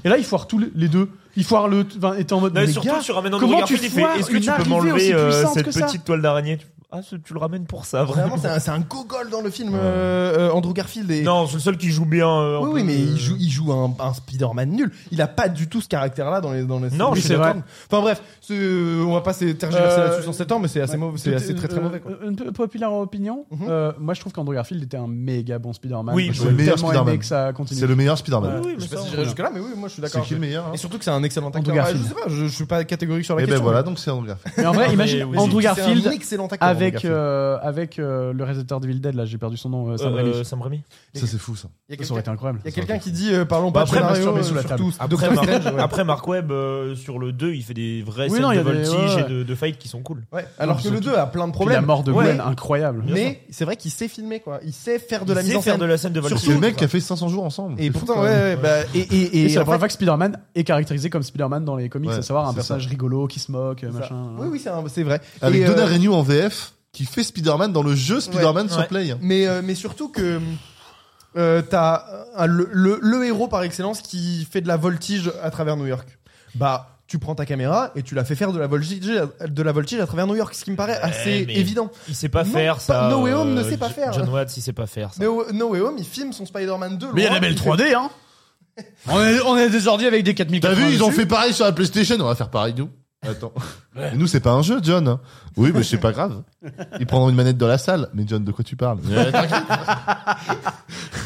S4: Et là, il foire tous les, les deux. Il foire le. Enfin, et t'es en mode.
S3: Non, et
S4: mais
S3: surtout,
S4: gars,
S3: tu ramènes Andrew
S4: comment tu
S3: Garfield, il fait
S4: foires
S3: Est-ce que
S4: une
S3: tu peux
S4: arrivée aussi
S3: m'enlever euh,
S4: puissante
S3: cette
S4: que ça
S3: petite toile d'araignée Tu- Ah, ce- tu le ramènes pour ça, vraiment.
S2: Vraiment, c'est un, c'est un gogol dans le film. euh, euh, Andrew Garfield et.
S3: Non, c'est le seul qui joue bien. euh, un
S2: Oui, oui,
S3: peu,
S2: mais
S3: euh,
S2: il joue, il joue un, un Spider-Man nul. Il a pas du tout ce caractère-là dans les, dans les.
S3: Non,
S2: Oui,
S3: je suis
S2: c'est
S3: d'accord.
S2: vrai. Enfin bref, c'est- euh, on va pas s'étergiser
S4: Euh,
S2: là-dessus sur 7 ans, mais c'est assez mauvais, c'est
S4: Tout-
S2: assez très très
S4: euh,
S2: mauvais. quoi.
S4: euh, Une peu- populaire opinion,
S2: Mhm.
S4: euh, moi je trouve qu'Andrew Garfield était un méga bon Spider-Man.
S3: Oui,
S4: j'aurais
S5: le meilleur
S4: tellement aimé
S5: Spider-Man.
S4: que ça continue.
S5: C'est le meilleur
S3: Oui,
S5: Spider-Man.
S3: oui, mais
S2: Je sais pas
S3: ça,
S2: si
S3: on-
S2: j'irai jusque là, mais oui, moi je suis
S5: C'est
S2: d'accord.
S5: qui le meilleur hein
S2: Et surtout que c'est un excellent acteur.
S4: Andrew
S2: Bah, je
S4: Garfield.
S2: sais pas, je, je suis pas catégorique sur la
S5: Et ben
S2: question.
S5: voilà, donc c'est Andrew Garfield.
S4: Mais en vrai,
S3: mais
S4: imagine
S3: oui.
S4: Andrew
S2: mais c'est un
S4: Garfield
S2: excellent acteur. Andrew
S4: avec
S2: Garfield.
S4: euh, avec euh, le réalisateur Devil Dead là, j'ai perdu son nom, euh, Sam
S3: euh,
S4: Raimi.
S3: Sam Raimi.
S5: Ça, c'est fou, ça.
S2: euh, Il y a
S4: Ça aurait été
S2: quelqu'un-
S4: incroyable.
S2: il y a quelqu'un qui dit euh, parlons
S3: Bah,
S2: pas de
S3: après,
S2: scénario,
S4: masturber
S2: euh,
S4: sous la
S2: surtout
S3: Après,
S2: Doctor
S3: Mar-
S2: Strange. ouais.
S3: Après, Mark Webb, euh, sur le 2, il fait des vraies
S4: Oui,
S3: scènes
S4: non, il y
S3: de
S4: a des-
S3: voltige
S4: ouais,
S3: et de, de fight qui sont cool.
S2: Ouais, alors que le 2 a plein de
S4: Puis la
S2: problèmes.
S4: mort de
S2: Ouais.
S4: Gwen, hein. incroyable.
S2: Mais c'est vrai qu'il sait filmer quoi. Il sait faire de la
S3: Il
S2: mise
S3: sait
S2: en
S3: faire
S2: scène.
S3: de la scène de voltige.
S5: C'est le mec qui a fait 500 jours ensemble.
S2: Et
S5: C'est fou,
S2: pourtant,
S5: quand
S2: ouais,
S5: même.
S2: ouais, bah, et, et,
S4: Et,
S2: et
S4: c'est la
S2: en fait,
S4: première fois que Spider-Man est caractérisé comme Spider-Man dans les comics,
S5: Ouais,
S4: à savoir un
S5: c'est
S4: personnage rigolo qui se moque,
S2: ça.
S4: machin. hein.
S2: Oui, oui, c'est un- c'est vrai.
S5: Avec
S2: Et,
S5: Donna
S2: euh,
S5: Renew en VF, qui fait Spider-Man dans le jeu Spider-Man
S3: Ouais.
S5: sur Play.
S2: Mais, euh, mais surtout que euh, t'as euh, le, le, le héros par excellence qui fait de la voltige à travers New York. Bah, tu prends ta caméra et tu la fais faire de la voltige, de la voltige à travers New York, ce qui me
S4: Eh,
S2: paraît assez
S3: mais-
S2: évident.
S3: Il sait pas
S2: Non,
S3: faire
S2: pas-
S3: ça.
S2: No Way Home ne
S3: euh,
S2: sait pas
S3: J-
S2: faire.
S3: John Watts, il sait pas faire ça.
S2: No, No Way Home, il filme son Spider-Man 2.
S4: Mais il y a
S2: loin,
S4: la belle
S2: il fait-
S4: 3D, hein [LAUGHS] on est, on est des ordi avec des 4000
S5: T'as vu, ils ont fait pareil sur la PlayStation, on va faire pareil nous. Attends. Mais nous, c'est pas un jeu, John. Oui, mais c'est pas grave. Ils prendront une manette dans la salle. Mais John, de quoi tu parles Ouais, t'inquiète.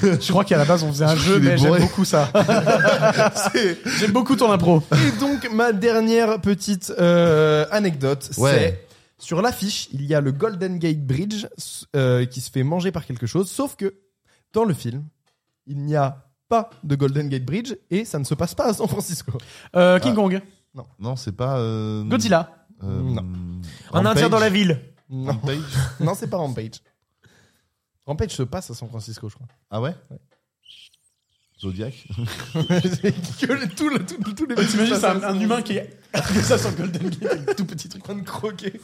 S4: Je crois qu'à la base on faisait un
S5: Je
S4: jeu,
S5: suis
S4: mais j'aime
S5: bourré.
S4: beaucoup ça.
S5: C'est-
S4: J'aime beaucoup ton impro.
S2: Et donc, ma dernière petite euh, anecdote,
S5: Ouais.
S2: c'est sur l'affiche, il y a le Golden Gate Bridge s- euh, qui se fait manger par quelque chose, sauf que dans le film, il n'y a pas de Golden Gate Bridge et ça ne se passe pas à San Francisco.
S4: Euh,
S5: Ah.
S4: King Kong,
S5: Non, c'est pas. euh,
S4: Godzilla,
S5: euh,
S2: Non.
S3: Un indien
S5: Rampage.
S3: dans la ville.
S5: [LAUGHS]
S2: Non,
S5: Rampage.
S2: non c'est pas Rampage. Rampage se passe à San Francisco, je crois.
S5: Ah ouais Zodiac [LAUGHS]
S2: C'est que tout le- tout- tous les mecs qui se
S4: Oh, t'imagines
S2: passent
S4: c'est
S2: à
S4: un,
S2: San
S4: un humain qui est comme ça sur le Golden Gate avec
S2: Francisco, tout petit truc en train de croquer.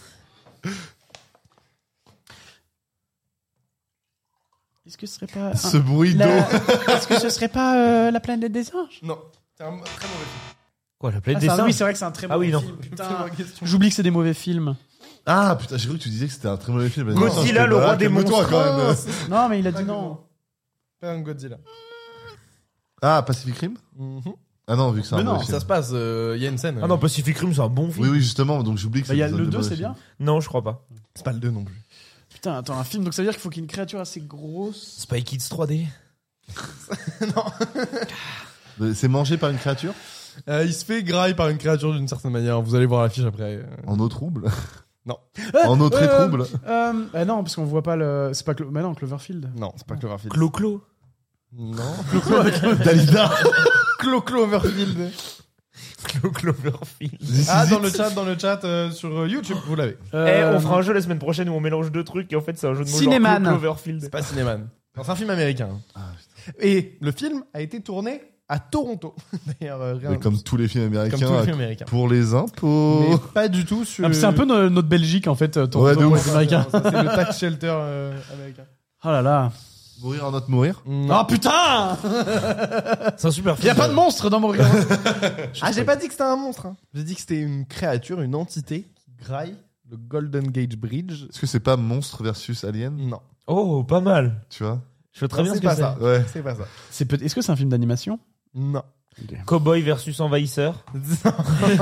S4: Est-ce que ce serait pas.
S5: Ce bruit d'eau
S4: Est-ce que ce serait pas euh, la planète des anges
S2: Non, c'est un très mauvais film.
S3: Quoi, la planète
S4: Oui, c'est vrai que [LAUGHS] c'est un très
S3: Ah
S4: mauvais
S3: oui, non.
S4: film.
S2: C'est
S4: Putain.
S2: ma question.
S4: J'oublie que c'est des mauvais films.
S5: Ah putain, j'ai cru que tu disais que c'était un très mauvais film.
S3: Godzilla,
S5: Attends, je fais,
S3: le
S5: bah,
S3: roi des
S5: calme-toi
S3: monstres.
S5: quand même.
S4: Non, mais il a dit non.
S2: Pas un Godzilla.
S5: Ah, Pacific Rim
S2: Mhm.
S5: Ah non, vu que c'est un
S2: Mais non,
S5: mauvais
S2: ça
S5: film.
S2: se passe. euh, Il y a une scène.
S3: Ah non, Pacific Rim, c'est un bon film.
S5: Oui, oui, justement, donc j'oublie que
S4: Bah, il y a
S5: des-
S4: le
S5: des
S4: 2,
S5: mauvais
S4: c'est bien.
S5: films.
S3: Non, je crois pas.
S2: c'est pas le 2 non plus.
S4: Putain, attends, un film, donc ça veut dire qu'il faut qu'il y ait une créature assez grosse.
S3: Spy Kids 3D.
S5: Euh, C'est mangé par une créature
S2: Euh, il se fait graille par une créature d'une certaine manière. Vous allez voir l'affiche après. Euh,
S5: En eau trouble
S2: Non.
S5: En eau très
S4: Euh,
S5: trouble
S4: Euh, bah non, parce qu'on voit pas le. C'est pas. Clo- Bah non, Cloverfield.
S2: Non, c'est pas Cloverfield.
S3: Clo-Clo.
S2: non. [LAUGHS]
S5: Dalida
S2: Clo Cloverfield.
S3: Clo-Cloverfield.
S2: Ah, dans le chat, dans le chat euh, sur euh, YouTube, vous l'avez.
S3: Eh,
S4: Euh,
S3: on fera un jeu la semaine prochaine où on mélange deux trucs et en fait, c'est un jeu de mots genre
S4: Cinéman.
S3: Clo- Cloverfield.
S2: C'est pas Cinéman. Non, C'est un film américain.
S5: Ah,
S2: Et le film a été tourné à Toronto. [LAUGHS] D'ailleurs, euh, rien-
S5: Mais [LAUGHS] Comme tous les films
S2: comme tous les
S5: américains,
S2: films américains.
S5: [LAUGHS] pour les
S2: Mais
S5: impôts
S2: pas du tout sur.
S4: ah, c'est un peu no- notre Belgique en fait, euh, ton
S5: Ouais,
S4: ton
S5: de
S4: point
S5: ouf.
S4: américain.
S2: Ça, C'est le tax shelter euh, américain.
S4: Oh là là.
S5: Mourir en notre mourir
S4: Oh putain
S3: C'est un super
S4: Il y a
S3: film.
S4: pas de monstre dans mon regard.
S2: Ah, j'ai pas dit que c'était un monstre. hein. J'ai dit que c'était une créature, une entité qui graille le Golden Gate Bridge.
S5: Est-ce que c'est pas monstre versus alien
S2: Non,
S3: Oh, pas mal.
S5: Tu vois
S3: Je veux très
S2: Non,
S3: bien ce
S2: c'est
S3: que
S2: pas
S3: c'est.
S2: ça.
S5: Ouais.
S2: c'est pas ça.
S4: [LAUGHS] C'est peut- Est-ce que c'est un film d'animation
S2: Non.
S3: Cowboy versus envahisseur.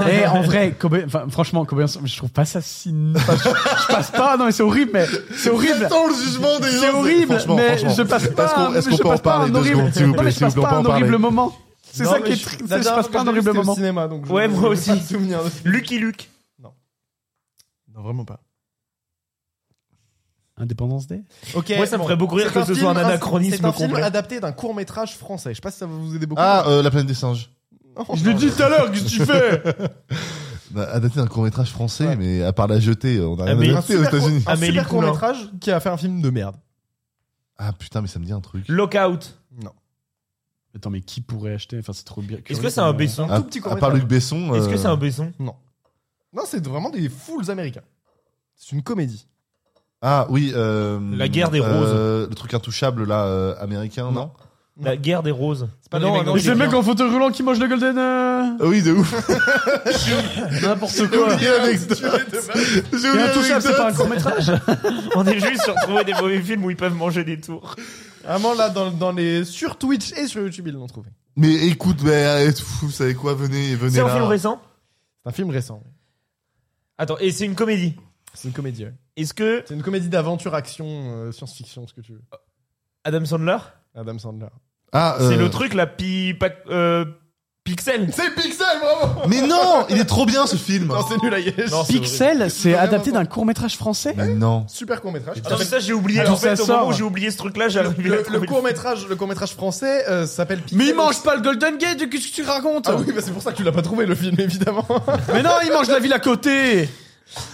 S4: Eh, en [LAUGHS] vrai, Kobe- enfin, franchement, Kobe, je trouve pas ça si. enfin, je, je passe pas, non, mais c'est horrible, mais c'est horrible.
S5: Attends le jugement des gens,
S4: C'est horrible,
S5: franchement,
S4: mais
S5: franchement.
S4: je passe pas.
S5: Est-ce qu'on- est-ce
S4: je
S5: qu'on peut en
S4: passe pas
S5: parler
S4: un
S5: deux
S4: horrible-
S5: secondes, s'il vous
S4: Non, mais
S5: plaît,
S4: je
S5: s'il vous
S4: passe
S5: plaît, on
S4: pas
S5: peut en
S4: un
S5: parler.
S4: horrible moment. C'est
S3: Non,
S4: ça
S3: mais
S4: qui est
S3: je-
S4: triste.
S2: La
S4: Je
S2: dernière
S4: passe
S2: fois
S4: pas un
S2: que j'ai vu,
S4: horrible
S2: c'était au
S4: moment.
S2: cinéma, donc je-
S3: Ouais,
S2: je
S3: moi
S2: n'ai
S3: aussi.
S2: Pas de souvenir de ce- [LAUGHS]
S3: Lucky Luke.
S2: Non, vraiment pas.
S4: Indépendance Day
S2: Ok.
S3: Moi, ça me ferait beaucoup rire
S2: C'est
S3: que
S2: un
S3: ce
S2: film
S3: soit un
S2: ins-
S3: anachronisme
S2: C'est un film
S3: complet.
S2: adapté d'un court métrage français. Je sais pas si ça va vous aider beaucoup.
S5: Ah, euh, La planète des singes.
S2: Non,
S4: Je l'ai
S2: non,
S4: dit tout à l'heure, qu'est-ce que tu fais
S5: Bah, adapté d'un court-métrage français,
S2: Ouais.
S5: mais à part la jetée, on a
S3: Ah,
S5: rien
S3: mais-
S2: Un
S5: adapté aux
S2: super,
S5: États-Unis.
S2: un
S3: Amélie
S2: super court
S3: Poulain.
S2: métrage qui a fait un film de merde.
S5: Ah putain, mais ça me dit un truc.
S3: Lockout.
S2: Non.
S4: Attends, mais qui pourrait acheter Enfin, c'est trop bien. euh,
S3: Est-ce que c'est un
S4: baisson
S3: Besson
S5: À,
S2: tout petit
S5: à part
S2: court-métrage.
S5: Luc Besson.
S3: Est-ce que
S5: euh,
S3: c'est un Besson
S2: Non, c'est vraiment des fools américains. C'est une comédie.
S5: Ah oui. euh,
S3: La guerre des
S5: euh, Le truc intouchable là, euh, américain, non,
S3: La guerre des roses. C'est
S2: Non, non,
S4: C'est
S2: c'est
S4: le mec
S2: bien.
S4: en fauteuil roulant qui mange le Golden. euh,
S5: Ah Oui, de ouf.
S4: N'importe quoi.
S5: oublié l'anecdote. J'ai oublié
S4: Intouchable, c'est pas un
S5: l'anecdote.
S4: court métrage.
S3: On est juste sur trouver des mauvais films où ils peuvent manger des tours.
S2: Vraiment là, dans, dans les sur Twitch et sur YouTube, ils l'ont trouvé.
S5: Mais écoute, mais, euh, vous savez quoi Venez, venez
S3: C'est un
S5: là.
S3: film récent
S2: C'est un film récent. oui.
S3: Attends, et c'est une comédie.
S2: C'est une comédie. ouais.
S3: Est-ce que
S2: C'est une comédie d'aventure, action, euh, science-fiction, ce que tu veux.
S3: Adam Sandler,
S2: Adam Sandler.
S5: Ah, euh,
S3: c'est le truc la pi... pa- euh, Pixel
S2: C'est Pixel, bravo.
S5: Mais non, il est trop bien ce film.
S2: Non, c'est nul à Yes.
S3: Non, c'est
S4: Pixel, c'est
S2: Rien à
S4: adapté
S2: voir.
S4: d'un court métrage français
S5: Mais non.
S2: Super court métrage.
S3: Attends, mais ça j'ai oublié.
S2: Ah,
S4: Attends,
S3: en fait,
S4: ça
S3: au moment
S4: sort.
S3: où j'ai oublié ce truc-là, j'ai arrivé à
S2: Le,
S3: trouver le-
S2: court métrage, le court métrage français euh, s'appelle Pixel.
S4: Mais il mange pas le Golden Gate, qu'est-ce que tu racontes
S2: Ah oui, bah c'est pour ça que tu l'as pas trouvé le film [LAUGHS] évidemment.
S4: Mais non, il mange la ville à côté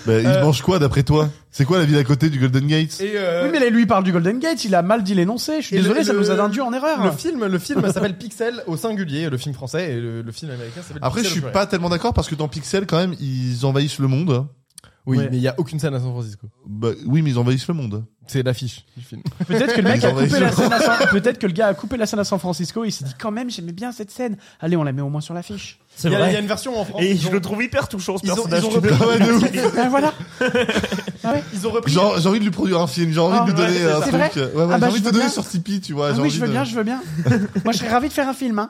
S5: Bah, il
S2: Euh,
S5: mange quoi d'après toi C'est quoi la ville à côté du Golden Gate
S2: Et euh,
S4: Oui, mais là, lui, il parle du Golden Gate, il a mal dit l'énoncé, je suis
S2: Et le-
S4: désolé, ça
S2: le-
S4: nous a induit en erreur.
S2: le film, le film [LAUGHS] s'appelle Pixel au singulier, le film français et le, le film américain s'appelle.
S5: Après, je
S2: Pixel
S5: suis
S2: au pluriel.
S5: pas tellement d'accord parce que dans Pixel, quand même, ils envahissent le monde.
S2: Oui,
S4: Ouais.
S2: mais il y a aucune scène à San Francisco.
S5: Bah, oui, mais ils envahissent le monde.
S2: C'est l'affiche du film.
S4: Peut-être que le mec
S5: Ils
S4: a
S5: ont
S4: coupé
S5: raison.
S4: la scène à San... Peut-être que le gars a coupé la scène à San Francisco, il s'est dit quand même, j'aimais bien cette scène. Allez, on la met au moins sur [LAUGHS] l'affiche.
S3: C'est
S2: Il y, a- il y a
S3: vrai.
S2: une version en France.
S3: Et
S2: ils
S3: je
S2: ont-
S3: le trouve hyper touchant ce
S2: ils ont-
S3: personnage.
S2: ils ont
S3: tu
S2: repris-
S3: vois.
S5: Ouais, de ouf.
S4: [LAUGHS] Ben voilà.
S2: Ils ont repris.
S5: J'ai j'ai envie de lui produire un film, j'ai envie
S4: Ah,
S5: de lui
S3: ouais,
S5: donner
S3: c'est
S5: un
S4: ça.
S5: truc.
S4: C'est
S5: Ouais, ouais,
S4: Ah, bah,
S5: j'ai envie
S4: je
S5: de
S4: veux
S5: donner
S4: bien.
S5: sur Tipeee, tu vois.
S4: Ah
S5: j'ai
S4: oui,
S5: envie
S4: je veux
S5: de-
S4: bien, je veux bien. [LAUGHS] moi, je serais ravi de faire un film. Hein.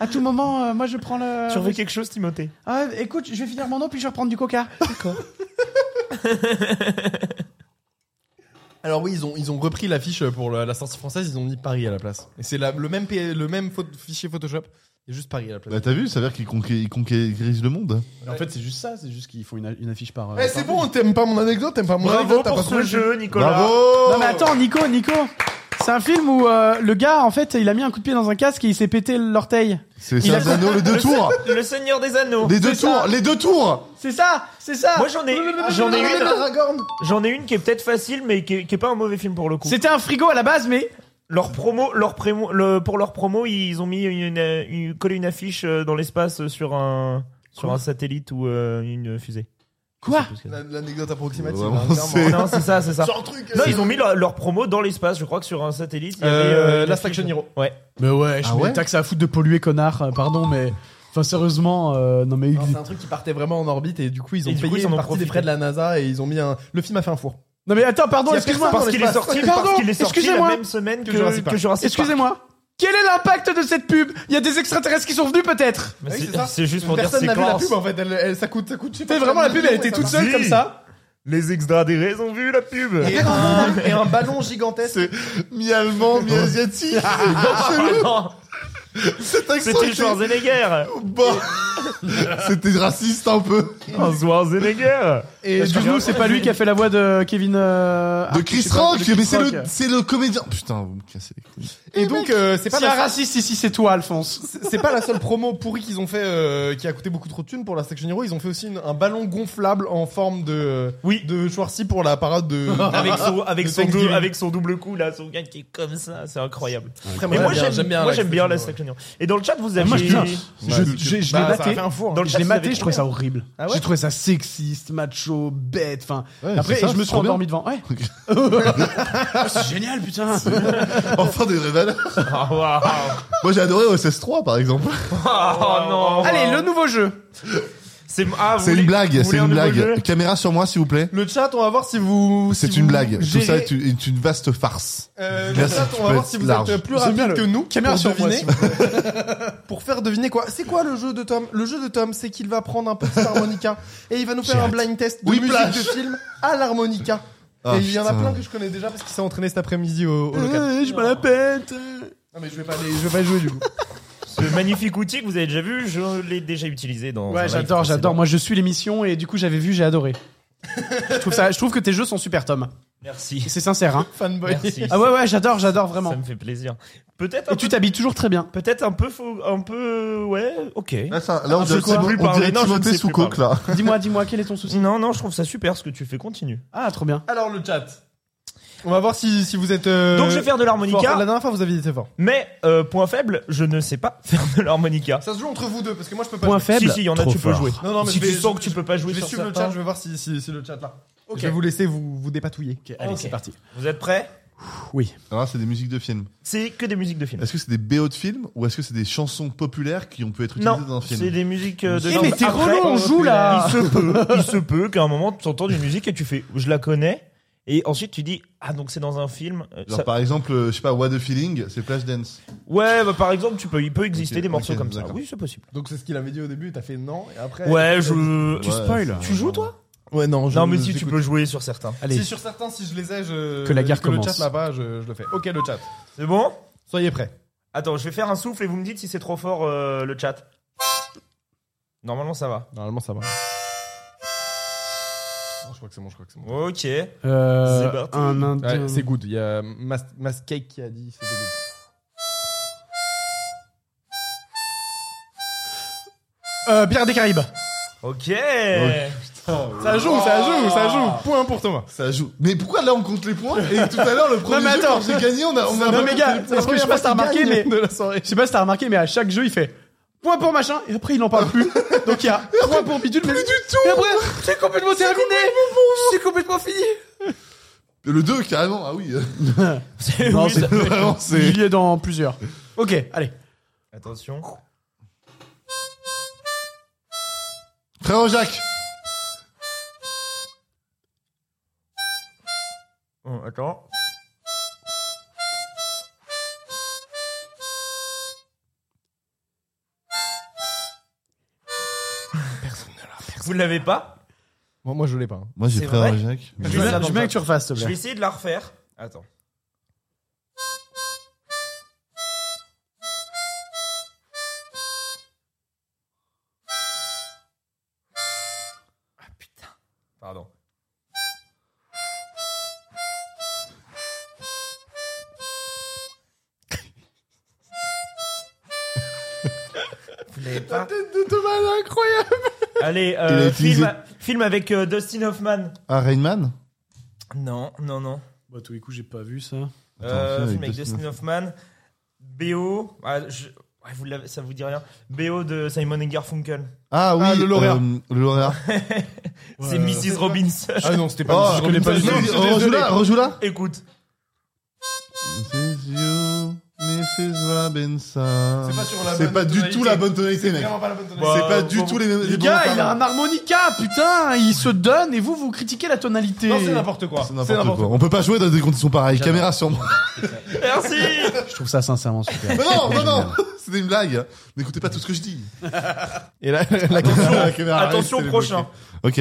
S4: À tout moment, euh, moi, je prends le.
S3: Tu revais quelque chose, Timothée
S4: Ah, écoute, je vais finir mon nom, puis je vais reprendre du coca.
S2: Alors oui, ils ont ils ont repris l'affiche pour la, la sortie française. Ils ont mis Paris à la place. Et c'est la- le même P- le même pho- fichier Photoshop. Il y a juste Paris à la place.
S5: Bah, t'as vu, ça veut dire qu'ils conqué- ils conquérissent le monde.
S4: En fait, c'est juste ça, c'est juste qu'ils font une, affiche par.
S2: Eh, c'est bon, t'aimes pas mon anecdote, t'aimes pas mon
S3: Bravo
S2: anecdote, t'as pas
S3: pour
S2: trouvé
S3: ce
S2: le film.
S3: jeu, Nicolas.
S5: Bravo
S4: Non mais attends, Nico, Nico, C'est un film où euh, le gars, en fait, il a mis un coup de pied dans un casque et il s'est pété l'orteil.
S5: C'est
S4: Il a-
S5: les anneaux, les deux tours.
S3: [LAUGHS] Le Seigneur des Anneaux.
S5: Les deux
S4: C'est ça.
S5: tours, les deux tours.
S4: C'est ça, c'est ça.
S3: Moi j'en ai, j'en ai une, j'en ai une qui est peut-être facile, mais qui est, qui est pas un mauvais film pour le coup.
S4: C'était un frigo à la base, mais
S3: Leur promo, leur prémo, le- pour leur promo, ils ont mis une, une- une- collé une affiche euh, dans l'espace euh, sur un sur un satellite ou euh, une fusée.
S4: quoi
S3: Je sais plus ce que c'est.
S2: L'anecdote approximative.
S5: Vraiment,
S2: hein, clairement.
S5: c'est-
S3: Non, c'est ça, c'est ça.
S2: Sur un truc.
S3: Non,
S2: euh,
S3: ils ont mis leur, leur promo dans l'espace, je crois que sur un satellite. Il y
S2: Euh,
S3: avait, euh, une
S2: Last
S3: affiche.
S2: Action Hero.
S3: Ouais.
S4: Mais ouais, je
S5: Ah
S4: mets
S5: ouais
S4: le taxe à foutre de polluer, connard. euh, Pardon, mais enfin sérieusement, euh, non mais
S2: Non, c'est un truc qui partait vraiment en orbite et du coup ils ont
S3: Et du
S2: payé
S3: coup, ils en
S2: une
S3: ont
S2: partie
S3: profité.
S2: des frais de la NASA et ils ont mis un. Le film a fait un four.
S4: non mais attends, pardon,
S2: Il y a
S4: excuse-moi.
S2: personne
S3: Parce qu'il est
S2: l'espace.
S3: sorti,
S4: Pardon,
S3: parce qu'il est sorti la
S4: excusez-moi.
S3: même semaine que,
S2: Que Jurassic Park.
S3: que Jurassic Park.
S4: Excusez-moi. Quel est l'impact de cette pub Il y a des extraterrestres qui sont venus peut-être.
S3: Mais
S2: Oui,
S3: c'est-
S2: c'est ça.
S3: C'est juste pour dire
S2: Personne
S3: c'est
S2: n'a vu la
S3: quand.
S2: pub en fait. Elle, elle- ça coûte, ça coûte. je sais pas,
S4: C'était vraiment la pub, elle était toute seule
S3: Si.
S4: comme ça.
S3: Les extraterrestres ont vu la pub.
S2: Et un, et un ballon gigantesque.
S5: C'est mi-allemand, mi-asiatique. C'est
S3: C'était
S5: accent
S3: Schwarzenegger.
S5: était- Bah, C'était raciste un peu.
S3: Un Schwarzenegger.
S2: Et du
S4: Excuse-nous,
S2: coup,
S4: c'est pas lui qui a fait la voix de Kevin. euh,
S3: Ah,
S5: De
S4: Hart, je
S5: Chris
S4: sais pas,
S5: Rock,
S4: de Chris
S5: mais c'est le,
S4: Rock.
S5: c'est le comédien. Putain, vous me cassez les couilles.
S2: et donc euh, c'est
S4: C'est
S2: pas
S4: pas un
S2: la,
S4: raciste ici, c'est toi, Alphonse.
S2: c'est- c'est pas la seule promo pourrie qu'ils ont fait euh, qui a coûté beaucoup trop de thunes pour la Section Hero. Ils ont fait aussi une- un ballon gonflable en forme de euh,
S3: Oui.
S2: de Schwarzy pour la parade [LAUGHS] de.
S3: Avec son, avec,
S2: Le
S3: son
S2: Thanksgiving.
S3: dou- avec son double coup là, son gars qui est comme ça, c'est incroyable.
S2: Après,
S3: Mais
S2: moi,
S3: moi
S2: j'aime
S3: j'aime
S2: bien
S3: moi
S2: la
S3: j'aime bien la
S2: Section
S3: Station Union. Et dans le chat vous avez hein.
S4: moi, je
S2: Hero.
S4: bien. Je- je- je l'ai
S2: Bah, ça a
S4: maté.
S2: fait un four.
S3: Dans le
S4: Je
S3: chat,
S4: l'ai
S3: vous
S4: maté,
S3: avez
S4: je trouvais ça
S3: combien
S4: horrible.
S2: Ah ouais
S4: J'ai trouvé ça sexiste, macho, bête, enfin.
S5: Ouais,
S4: Après,
S5: c'est ça,
S4: je me
S5: c'est
S4: suis
S5: trop bien.
S4: endormi devant. Ouais. Ah, c'est génial, putain.
S5: [LAUGHS] Enfin des révélateurs.
S3: Ah, waouh.
S5: Moi j'ai adoré OSS 3 par exemple.
S3: Ah, non.
S4: Allez, le nouveau jeu.
S3: c'est ah, vous
S5: C'est une
S3: voulez- vous
S5: blague, c'est
S3: voulez un
S5: une
S3: nouveau
S5: blague.
S3: jeu
S5: Caméra sur moi s'il vous plaît.
S2: Le chat, on va voir si vous. si
S5: C'est une
S2: vous
S5: blague. Tout
S2: gérez-
S5: ça est une est une vaste farce.
S2: Euh, le
S5: Merci,
S2: chat,
S5: tu
S2: on va
S5: peux
S2: voir
S5: être
S2: si vous
S5: large.
S2: êtes plus
S4: J'aime bien
S2: rapide
S4: le-
S2: que nous.
S4: Caméra
S2: pour
S4: sur moi,
S2: deviner. [LAUGHS] pour faire deviner quoi. C'est quoi le jeu de Tom Le jeu de Tom, c'est qu'il va prendre un petit harmonica et il va nous
S5: J'ai
S2: faire un
S5: hâte.
S2: blind test de musique
S5: Whiplash.
S2: de film à l'harmonica.
S5: Ah,
S2: et il y en a
S5: putain.
S2: plein que je connais déjà parce qu'il s'est entraîné cet après-midi au, au local.
S4: Euh, Je me la pète.
S2: Non mais je vais pas, les- je vais pas jouer du coup.
S3: Ce magnifique outil que vous avez déjà vu, je l'ai déjà utilisé dans. un
S4: Ouais,
S3: live
S4: j'adore, j'adore.
S3: précédent.
S4: Moi, je suis l'émission et du coup, j'avais vu, j'ai adoré. je trouve ça, je trouve que tes jeux sont super, Tom.
S3: Merci.
S4: C'est sincère, hein.
S2: Fanboy.
S3: Merci.
S4: Ah ouais, ouais, j'adore, j'adore vraiment.
S3: Ça me fait plaisir. Peut-être un
S4: Et tu
S3: peu,
S4: t'habilles toujours très bien.
S3: peut-être un peu faux- un peu ouais, OK.
S5: Là, ça- là, on
S3: Ah, je
S5: dirait,
S3: sais plus
S5: on
S3: parler.
S5: dirait
S3: Non, je ne
S5: Timothée
S3: sais
S5: sous
S3: plus
S5: coque là.
S4: Dis-moi, dis-moi, quel est ton souci
S3: Non non, je trouve ça super ce que tu fais, continue.
S4: Ah, trop bien.
S2: Alors le chat. On va voir si, si vous êtes. euh,
S3: Donc je vais faire de
S2: fort.
S3: l'harmonica,
S2: La dernière fois vous aviez été fort.
S3: mais euh, point faible, je ne sais pas [LAUGHS] faire de l'harmonica.
S2: Ça se joue entre vous deux parce que moi je peux pas.
S4: Point
S2: jouer.
S4: faible.
S3: Si, si, il y en a,
S4: trop
S3: tu peux
S4: fort.
S3: jouer.
S2: Non, non, mais
S3: si
S2: je vais-
S3: tu sens que
S2: je-
S3: tu peux pas jouer
S2: Je vais
S3: sur
S2: suivre le
S3: certains-
S2: chat. Je vais voir si, si, si le chat là.
S4: Ok.
S2: Je vais vous laisser vous vous dépatouiller.
S4: Allez,
S3: Ok.
S4: c'est parti.
S3: Vous êtes prêts
S4: Oui.
S5: Alors là, Ah, c'est des musiques de films.
S3: C'est que des musiques de films.
S5: Est-ce que c'est des BO de films ou est-ce que c'est des chansons populaires qui ont pu être utilisées dans
S3: Non,
S5: un
S3: c'est
S5: film
S3: des musiques euh, de
S4: Eh,
S3: films.
S4: mais t'es
S3: Après,
S4: relou, on joue, là.
S3: Il se peut, il se peut qu'à un moment tu entends une musique et tu fais je la connais et ensuite tu dis ah donc c'est dans un film. euh,
S5: Genre
S3: ça-
S5: par exemple, euh, je sais pas, What the Feeling, c'est Flash Dance.
S3: Ouais, bah, par exemple, tu peux il peut exister
S5: Ok,
S3: des morceaux
S5: ok,
S3: comme ça.
S5: d'accord.
S3: Oui, c'est possible.
S2: Donc c'est ce qu'il avait dit au début. T'as fait non et après.
S3: Ouais, je
S5: Tu spoil.
S3: Tu joues toi
S2: Ouais non.
S3: Non, mais si tu peux jouer sur certains.
S4: Allez.
S2: Si sur certains, si je les ai, je.
S4: Que la guerre
S2: Le
S4: commence.
S2: chat là-bas, je, je le fais. Ok, le chat.
S3: C'est bon
S2: Soyez prêts.
S3: Attends, je vais faire un souffle et vous me dites si c'est trop fort euh, le chat. Normalement, ça va.
S2: Normalement, ça va. Oh, je crois que c'est bon, je crois que c'est bon.
S3: Ok. C'est
S4: Euh,
S3: parti.
S4: un, un,
S2: Ouais, c'est good. Il y a Mas, Mas Cake qui a dit c'était good.
S4: Euh, Pierre des Caraïbes.
S3: Ok.
S2: Ça joue, ça joue, ça joue. Point pour Thomas.
S5: Ça joue. Mais pourquoi là on compte les points et tout à l'heure le premier
S4: mais
S5: jeu
S4: attends.
S5: quand j'ai gagné, on a on a
S4: Non
S5: pas
S4: mais
S5: compté
S4: gars,
S5: les
S4: parce
S5: points.
S4: que je sais pas si t'as remarqué, mais
S2: de la soirée.
S4: je sais pas si t'as remarqué, mais à chaque jeu il fait point pour machin et après il en parle plus. Donc il y a point pour bidule, mais Et après c'est complètement terminé, c'est complètement fini.
S5: Le 2 carrément. Ah oui.
S3: C'est-
S4: Non,
S3: oui,
S4: c'est-
S3: ça-
S5: [LAUGHS] Vraiment, c'est
S4: Il y est dans plusieurs. Ok, allez.
S3: Attention.
S5: Frère Jacques.
S3: Oh, attends. Vous l'avez pas
S2: Bon, moi, je l'ai pas. hein.
S5: Moi
S3: j'ai
S5: j'ai
S3: C'est Frère
S5: Frère
S3: vrai
S5: Jacques.
S4: Je
S3: Je vais la
S4: veux je veux bien
S3: lancer.
S4: que tu refasses, s'il te
S3: Je vais
S4: plaît.
S3: essayer de la refaire. Attends. Ah putain. Pardon. l'ai pas.
S2: tête de Thomas, elle est incroyable.
S3: Allez, euh,
S5: a utilisé-
S3: film, film avec euh, Dustin Hoffman.
S5: Ah, Rainman
S3: Non, non, non.
S4: Bah, tous les coups, j'ai pas vu ça.
S3: Euh,
S5: Attends,
S3: film avec Dustin Hoffman. BO. ah, je- ouais, vous l'avez- ça vous dit rien. BO de Simon et Garfunkel.
S5: Ah oui,
S2: Ah, le lauréat.
S5: euh, le lauréat.
S3: C'est Mrs. Robinson.
S2: Ah non, c'était
S5: Oh,
S2: pas.
S5: je connais pas
S2: Non,
S5: du tout.
S2: je suis
S5: Oh, Rejoue
S2: désolé.
S5: là, rejoue là.
S3: [LAUGHS] Écoute.
S5: This is you, Mrs. Robinson.
S2: C'est pas sur la
S5: C'est
S2: bonne
S5: pas du
S2: tonalité.
S5: tout la bonne tonalité, mec.
S2: Vraiment pas la bonne tonalité.
S5: C'est
S3: Bah,
S5: pas du
S3: bon,
S5: tout les mêmes.
S4: Le gars, il a un harmonica, putain Il se donne et vous, vous critiquez la tonalité.
S2: Non, c'est n'importe quoi.
S5: C'est n'importe quoi. On peut pas jouer dans des conditions pareilles. Caméra sur moi.
S3: Merci.
S4: Je trouve ça sincèrement super. Euh,
S5: Mais [LAUGHS] non, non, non. C'était une blague. N'écoutez pas tout ce que je dis.
S2: Et là, la
S5: [LAUGHS] La caméra arrive,
S3: Attention
S5: c'est
S3: prochain.
S5: Ok.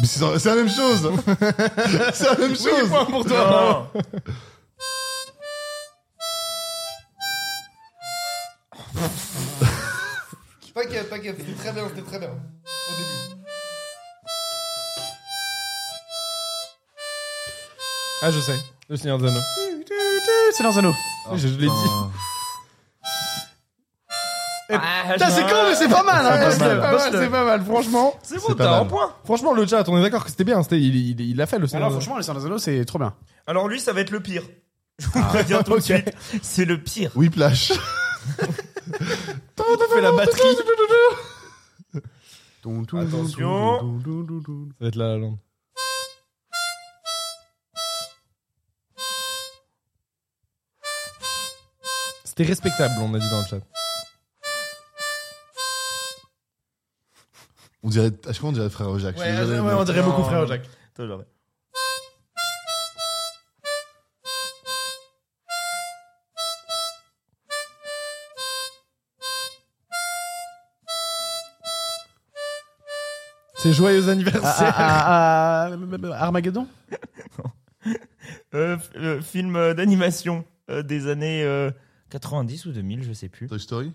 S5: Mais c'est c'est la même [LAUGHS] chose. c'est la même chose.
S2: Point pour toi.
S3: Non.
S2: T'inquiète, t'inquiète, c'était très bien, c'était très bien. Au début. Ah, je sais. Le Seigneur des Anneaux.
S4: C'est dans un eau.
S5: Ah,
S2: Je- je l'ai dit.
S5: putain.
S3: Ah,
S4: Putain,
S3: je-
S4: c'est con, mais c'est pas mal, hein,
S5: pas
S4: parce que-
S5: mal.
S4: parce que-
S2: pas mal, franchement.
S3: C'est
S5: C'est
S3: bon,
S5: pas
S3: t'as un
S5: mal.
S3: point.
S2: Franchement, le chat, on est d'accord que c'était bien. hein. c'était- Il, il, il l'a fait, le Seigneur
S4: Alors,
S2: des Anneaux.
S4: franchement, les Seigneurs des Anneaux, c'est trop bien.
S3: Alors lui, ça va être le pire. Je vous préviens tout de
S2: ok.
S3: suite. C'est le pire.
S5: Whiplash.
S2: on fait la batterie.
S3: Attention.
S2: Ça va être la lande. C'était respectable, on a dit dans le chat.
S5: On dirait, à chaque fois, on dirait frère Jacques. Je suis désolé, mais-
S3: dirait beaucoup Frère Jacques. Attends, je regarde.
S2: C'est joyeux anniversaire.
S4: Ah, ah, ah, [LAUGHS] Armageddon
S3: Euh, f- euh, film euh, d'animation euh, des années euh, 90 ou 2000, je sais plus.
S5: Toy Story.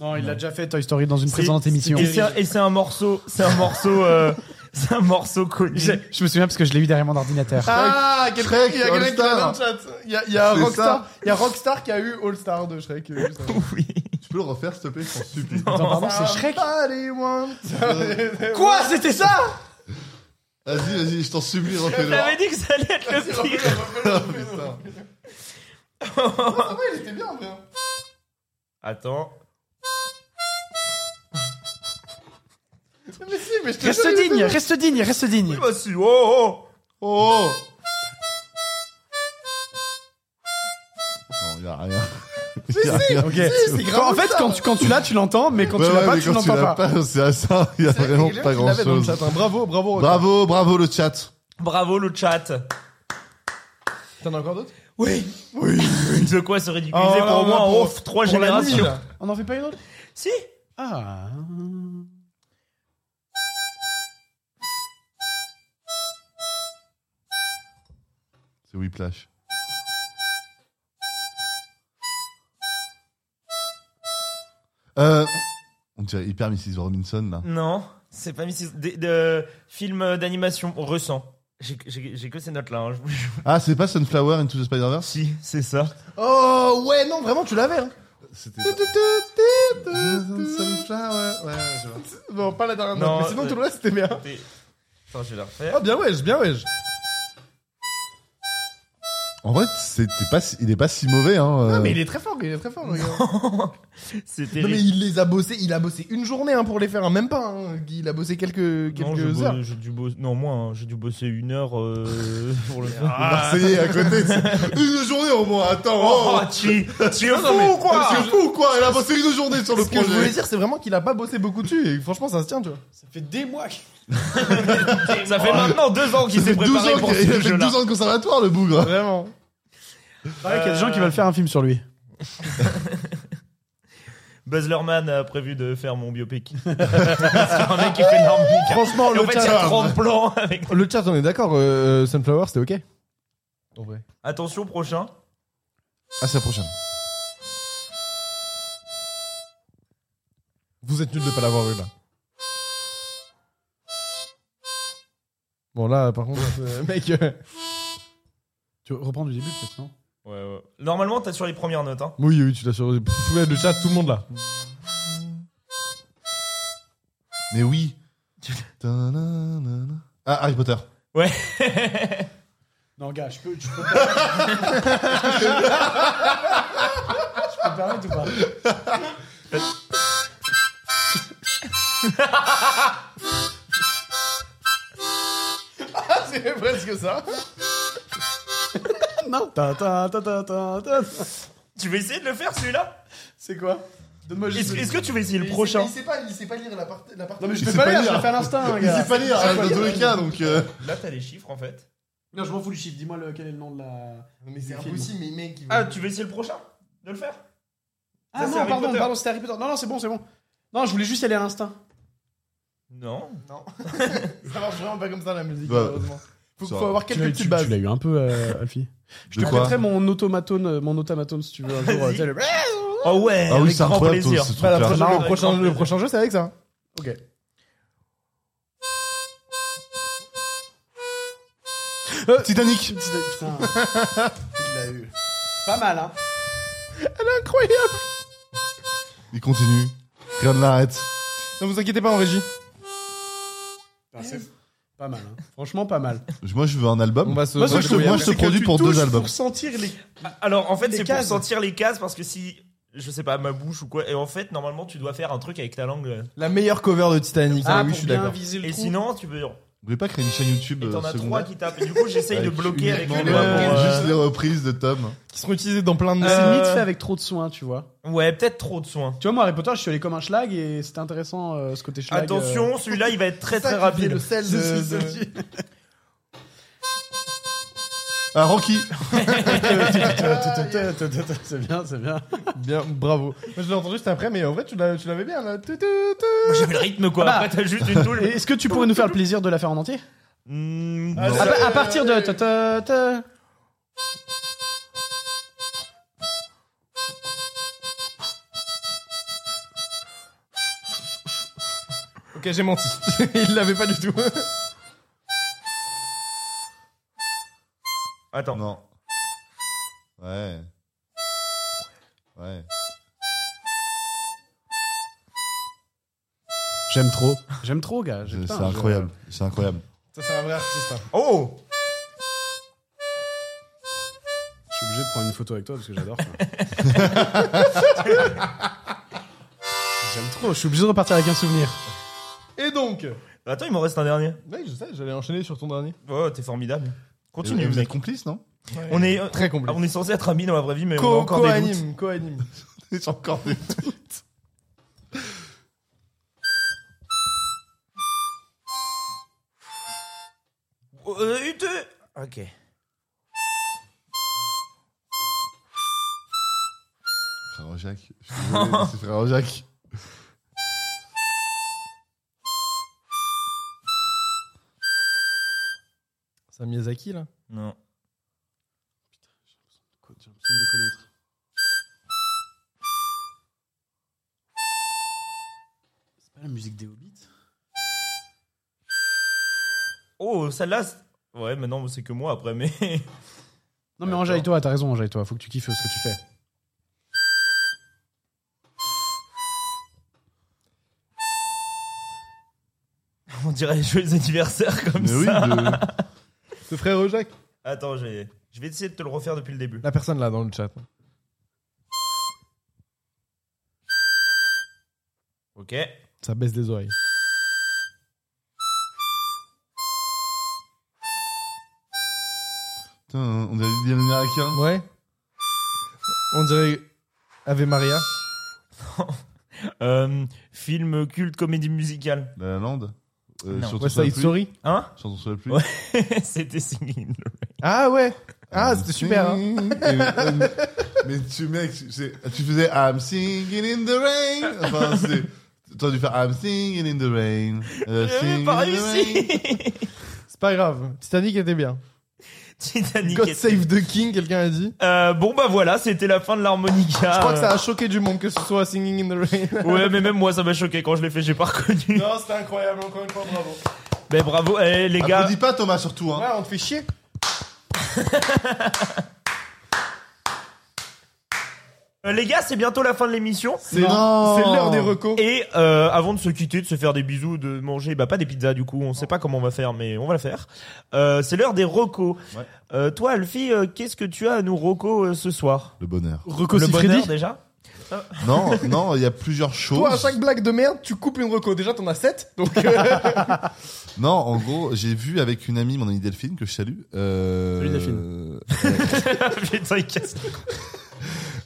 S4: Non, il
S3: Non.
S4: l'a déjà fait, Toy Story, dans une
S3: C'est-
S4: précédente émission.
S3: Et c'est un, et c'est un morceau, c'est un morceau, euh, [LAUGHS] c'est un morceau connu.
S4: Je, je me souviens parce que je l'ai vu derrière mon ordinateur.
S2: Ah, quelqu'un-
S5: Shrek,
S2: il y a quelqu'un qui l'a dans
S5: All-Star.
S2: le chat. Il y a, il y a
S5: C'est
S2: Rockstar, il y a Rockstar qui a eu All Star de Shrek. euh, juste avant.
S3: Oui.
S5: Tu peux le refaire, s'il te plaît, je t'en supplie.
S4: Attends, pardon, c'est Shrek
S2: Somebody wants-
S4: Quoi C'était ça
S5: Vas-y, vas-y, je t'en supplie,
S3: Je
S5: refais-le.
S3: l'avais dit que ça allait être le pire.
S5: Ah, putain.
S2: Ouais, il était bien, bien.
S3: Attends.
S2: Mais si, mais je te
S4: Reste
S2: jure, il était
S4: digne,
S2: bien.
S4: reste digne, reste digne.
S3: Bah si, oh, oh.
S5: Oh Non, il a [LAUGHS] rien. Il a rien.
S4: Ok.
S2: c'est grave
S4: en fait,
S2: ça.
S4: quand tu, quand tu l'as, tu l'entends, mais quand
S5: Ouais,
S4: tu l'as
S5: ouais,
S4: pas,
S5: mais
S4: tu
S5: quand
S4: l'entends
S5: l'as
S4: pas.
S5: C'est à ça, il y a
S2: C'est vrai
S5: vraiment
S2: qu'il y a
S5: pas
S2: quelqu'un qui l'avait dans le
S5: grand-chose.
S2: chat, hein. Bravo, bravo.
S5: Bravo, bravo le chat.
S3: Bravo le chat.
S2: T'en as encore d'autres
S3: Oui. Oui. [LAUGHS] De quoi se ridiculiser
S2: Oh, là,
S3: pour au moins
S2: là,
S3: en
S2: pour-
S3: off trois
S2: pour la nuit,
S3: générations.
S2: là.
S4: On en fait pas une autre
S3: Si.
S4: Ah.
S2: Euh,
S5: C'est Whiplash. Euh, on dirait hyper Mrs. Robinson là.
S3: Non, c'est pas Mrs. Des- de- film d'animation récent. J'ai- J'ai j'ai que ces notes là. Hein. je vous jure.
S5: Ah, c'est pas Sunflower into the Spider-Verse
S3: Si, c'est ça.
S2: Oh, ouais, non, vraiment, tu l'avais. [LAUGHS] hein.
S5: C'était.
S2: Sunflower,
S5: ouais, je vois.
S2: Non, pas la dernière
S3: Non,
S2: note, mais sinon
S3: euh,
S2: tout le reste c'était bien.
S3: Attends, je vais la refaire.
S2: Ah, bien wesh, bien wesh.
S5: En vrai, c'était pas, si- il est pas si mauvais, hein. euh.
S2: Non, mais il est très fort, il est très fort, le gars.
S3: C'est
S2: Non, mais
S3: terrible.
S2: il les a bossés, il a bossé une journée hein, pour les faire, hein, même pas. hein. Il a bossé quelques,
S3: Non, j'ai
S2: quelques
S3: bo-
S2: heures.
S3: j'ai dû bosser. Non, moi, hein, j'ai dû bosser une heure euh, [LAUGHS] pour le faire.
S5: Le Marseillais à côté. c'est Une journée au moins, attends.
S3: Oh,
S5: Oh,
S3: tu, tu [LAUGHS] es fou ou
S5: Parce
S3: quoi
S5: que je- ou quoi Elle a bossé une journée sur le
S2: Ce que je voulais
S5: projet.
S2: dire, c'est vraiment qu'il a pas bossé beaucoup dessus, et franchement, ça se tient, tu vois.
S4: Ça fait des mois que.
S3: Ça fait maintenant deux ans qu'il
S5: Ça fait
S3: s'est
S5: 12
S3: préparé
S5: ans
S3: pour
S5: qu'il il a
S3: ce
S5: fait 12
S3: jeu-là.
S5: ans de conservatoire, le bougre.
S2: Vraiment.
S4: Il y a des gens qui veulent faire un film sur lui.
S3: Buzz Lerman a prévu de faire mon [LAUGHS] biopic. sur un mec qui fait de l'harmonica.
S2: Franchement,
S3: Et en
S2: le
S3: fait, il y a
S2: chat,
S3: 30 plans avec.
S2: le chat, on est d'accord, euh, Sunflower, c'était ok. En vrai.
S3: Attention, prochain.
S5: Ah, c'est la prochaine.
S2: Vous êtes nuls de pas l'avoir eu là. Bon là par contre euh, mec euh,
S4: Tu reprends du début peut-être, non
S3: Ouais, ouais. Normalement, t'as sur les premières notes. Hein.
S2: Oui, oui, tu l'as sur tout le chat, tout le monde là.
S5: Mais oui. Ta-na-na-na. Ah, Harry Potter.
S4: Non, gars, je peux. Je peux, permettre... [LAUGHS] je peux permettre ou pas
S2: Ah, C'est presque ça.
S4: Non. Ta, ta, ta, ta, ta, ta.
S3: Tu veux essayer de le faire celui-là
S4: C'est quoi Donne-moi
S3: Est-ce
S4: juste.
S3: est-ce que tu veux essayer le prochain
S2: sait pas, il sait pas lire la partie.
S4: Non, mais je
S5: Il
S4: peux
S5: sait
S4: pas
S5: pas
S4: lire,
S5: lire.
S4: je le fais à l'instinct, hein,
S5: Il
S4: gars.
S5: sait pas lire,
S4: C'est
S5: dans
S4: pas
S5: tous les
S4: lire.
S5: cas, donc. euh,
S3: Là, t'as les chiffres en fait.
S4: Non, je m'en fous du chiffre. Dis-moi le- quel est le nom de la.
S2: Mais
S4: c'est
S2: c'est
S4: impossible,
S2: impossible, mais mec.
S3: Ah, tu veux essayer le prochain De le faire
S4: Ah
S3: Ça, c'est
S4: non,
S3: Harry
S4: pardon,
S3: Potter.
S4: pardon, c'était Harry Potter. Non, non, c'est bon, c'est bon. Non, je voulais juste y aller à l'instinct.
S3: Non.
S2: Non. ça marche vraiment pas comme ça la musique,
S5: Bah,
S2: malheureusement. Faut,
S5: ça
S2: faut
S5: va.
S2: avoir quelques petites bases.
S4: Ah. eu un peu, euh, Alfie. Je
S5: De
S4: te
S5: quoi
S4: prêterai mon automatone, euh, mon automatone si tu veux un jour.
S3: Vas-y.
S4: euh, tu sais, le-
S3: Oh ouais,
S5: Ah oui,
S3: avec
S5: c'est
S3: grand
S5: incroyable,
S3: plaisir.
S5: toi, ce
S2: Bah, la
S5: truc-là.
S2: prochaine-
S3: Marrant,
S2: le, prochain,
S3: avec
S2: le prochain jeu, c'est avec ça. Ok.
S5: Titanic.
S4: [LAUGHS] Putain. Il l'a eu. Pas mal, hein.
S2: Incroyable.
S5: Il continue. Rien ne l'arrête.
S2: Ne vous inquiétez pas en régie.
S4: Putain, c'est pas mal, hein. Franchement, pas mal.
S5: Moi, je veux un album.
S2: On va se.
S5: Moi, je- moi, je te
S4: C'est que
S5: produis
S4: tu
S5: pour deux
S4: touches
S5: albums.
S4: Pour sentir les.
S3: Alors en fait,
S4: Les
S3: c'est pour
S4: cases.
S3: sentir les cases parce que si je sais pas ma bouche ou quoi et en fait, normalement, tu dois faire un truc avec ta langue euh,
S2: La meilleure cover de Titanic. hein,
S4: Ah,
S2: oui,
S4: pour
S2: je suis
S4: bien
S2: d'accord.
S4: viser le
S3: et
S4: trou.
S3: sinon, tu peux
S5: Vous voulez pas créer une chaîne YouTube
S3: et
S5: euh,
S3: t'en as trois
S5: secondaire
S3: qui tapent. Et du coup, j'essaye de
S5: Avec
S3: bloquer avec
S5: uniquement
S3: les
S5: des-
S3: doigts pour, euh,
S5: Juste des reprises de Tom.
S2: Qui seront utilisés dans plein de.
S4: C'est
S3: Euh,
S4: limite fait avec trop de soin, tu vois.
S3: Ouais, peut-être trop de soins.
S4: Tu vois, moi, Harry Potter, je suis allé comme un schlag et c'était intéressant euh, ce côté schlag.
S3: Attention, celui-là, il va être très
S2: C'est ça
S3: très
S2: qui fait
S3: rapide.
S2: Le sel
S4: C'est
S2: de-
S4: ce que
S2: de-
S5: Ah, Rocky.
S4: euh, [LAUGHS] c'est bien, c'est bien.
S2: Bien, bravo. Moi, je l'ai entendu juste après, mais en vrai, tu l'as- tu l'avais bien là. Tu- tu- tu.
S3: Moi, J'avais le rythme quoi.
S4: Ah bah.
S3: Après, t'as juste une
S4: [LAUGHS] Et
S3: doule.
S4: Est-ce que tu pourrais nous faire le plaisir de la faire en entier
S3: Hmm,
S2: Ah,
S3: non.
S2: ça-
S4: à, pa- à partir de. ta- ta- ta-
S2: Ok, j'ai menti. il l'avait pas du tout.
S3: Attends.
S5: Non. Ouais. Ouais. Euh,
S4: J'aime trop. J'aime hein. trop, gars. J'ai-
S5: Je-
S4: putain,
S5: C'est
S4: je-
S5: incroyable. C'est incroyable.
S2: Ça, c'est un vrai artiste. hein.
S3: Oh
S4: Je suis obligé de prendre une photo avec toi parce que j'adore. quoi. [LAUGHS] J'aime trop. Je suis obligé de repartir avec un souvenir.
S2: Et donc.
S3: Attends, il m'en reste un dernier.
S2: Oui, je sais, j'allais enchaîner sur ton dernier.
S3: Oh, t'es formidable.
S5: Et
S3: Continue,
S5: vous êtes
S3: mec.
S5: complice,
S3: [LAUGHS]
S5: non
S3: On est
S2: Très complet.
S3: on est censé être amis dans la vraie vie, mais Ah, on a
S2: Co-
S3: encore des doutes.
S2: Co-anime, co-anime.
S5: J'ai encore des tweets.
S3: Euh, une, deux. Ok.
S5: Frère Jacques. Je suis désolé, mais C'est
S3: [LAUGHS]
S5: frère Jacques.
S2: C'est un Miyazaki là
S3: Non.
S4: J'ai l'impression de connaître. C'est pas la musique des Hobbits
S3: Oh, celle-là. c'est- Ouais, mais non, c'est que moi après, mais. [LAUGHS]
S4: Non, mais Angeille, toi, t'as raison, Angeille, toi. Faut que tu kiffes ce que tu fais.
S3: On dirait les joyeux anniversaires comme
S5: Mais oui,
S3: ça.
S5: de-
S2: Ce frère Jacques
S3: Attends, j'ai- je vais essayer de te le refaire depuis le début.
S2: La personne là dans le chat.
S3: Ok.
S2: Ça baisse des oreilles.
S5: Putain, on dirait des américains.
S2: Ouais On dirait Ave Maria.
S3: Euh, film culte, comédie musicale. [LAUGHS]
S5: La La Land. Euh,
S3: Non.
S5: Chantons
S2: West
S5: sous la
S2: Side
S5: pluie.
S2: Story.
S3: Hein
S5: Chantons sous la pluie.
S3: Ouais. C'était Singing. in the Rain.
S2: Ah ouais Ah, c'était super. hein.
S5: Et- et- mais tu, mec, c'est- tu faisais I'm singing in the rain. Enfin, c'est. T'aurais dû faire I'm singing in the rain. Euh,
S3: J'avais
S5: singing
S3: pas
S5: in the rain.
S3: réussi.
S2: C'est pas grave. Titanic était bien.
S3: [LAUGHS] Titanic.
S2: God
S3: est-
S2: Save the King, quelqu'un a dit.
S3: Euh, bon bah voilà, c'était la fin de l'harmonica.
S2: Je crois que ça a choqué du monde que ce soit Singing in the Rain.
S3: [LAUGHS] Ouais, mais même moi ça m'a choqué quand je l'ai fait, j'ai pas reconnu.
S2: [LAUGHS] Non, c'était incroyable, encore une fois, bravo.
S3: Mais bravo, eh, les gars.
S5: Applaudis pas Thomas surtout. Hein.
S2: Ouais, on te fait chier.
S3: Euh, les gars, c'est bientôt la fin de l'émission.
S2: C'est c'est
S5: Non.
S2: l'heure des recos.
S3: Et euh, avant de se quitter, de se faire des bisous, de manger, bah pas des pizzas du coup, on sait pas comment on va faire, mais on va le faire. Euh, c'est l'heure des rocos.
S5: Ouais.
S3: Euh, toi, Alfie, euh, qu'est-ce que tu as à nous rocos euh, ce soir
S5: Le bonheur.
S4: Reco
S3: Le
S4: Siffredi
S3: bonheur déjà [LAUGHS]
S5: Non, non, il y a plusieurs choses.
S2: Toi, à chaque blague de merde, tu coupes une reco. Déjà, t'en as 7. Donc, euh,
S5: Non, en gros, j'ai vu avec une amie, mon amie Delphine, que je salue. Euh...
S4: Salut,
S3: Putain, il casse.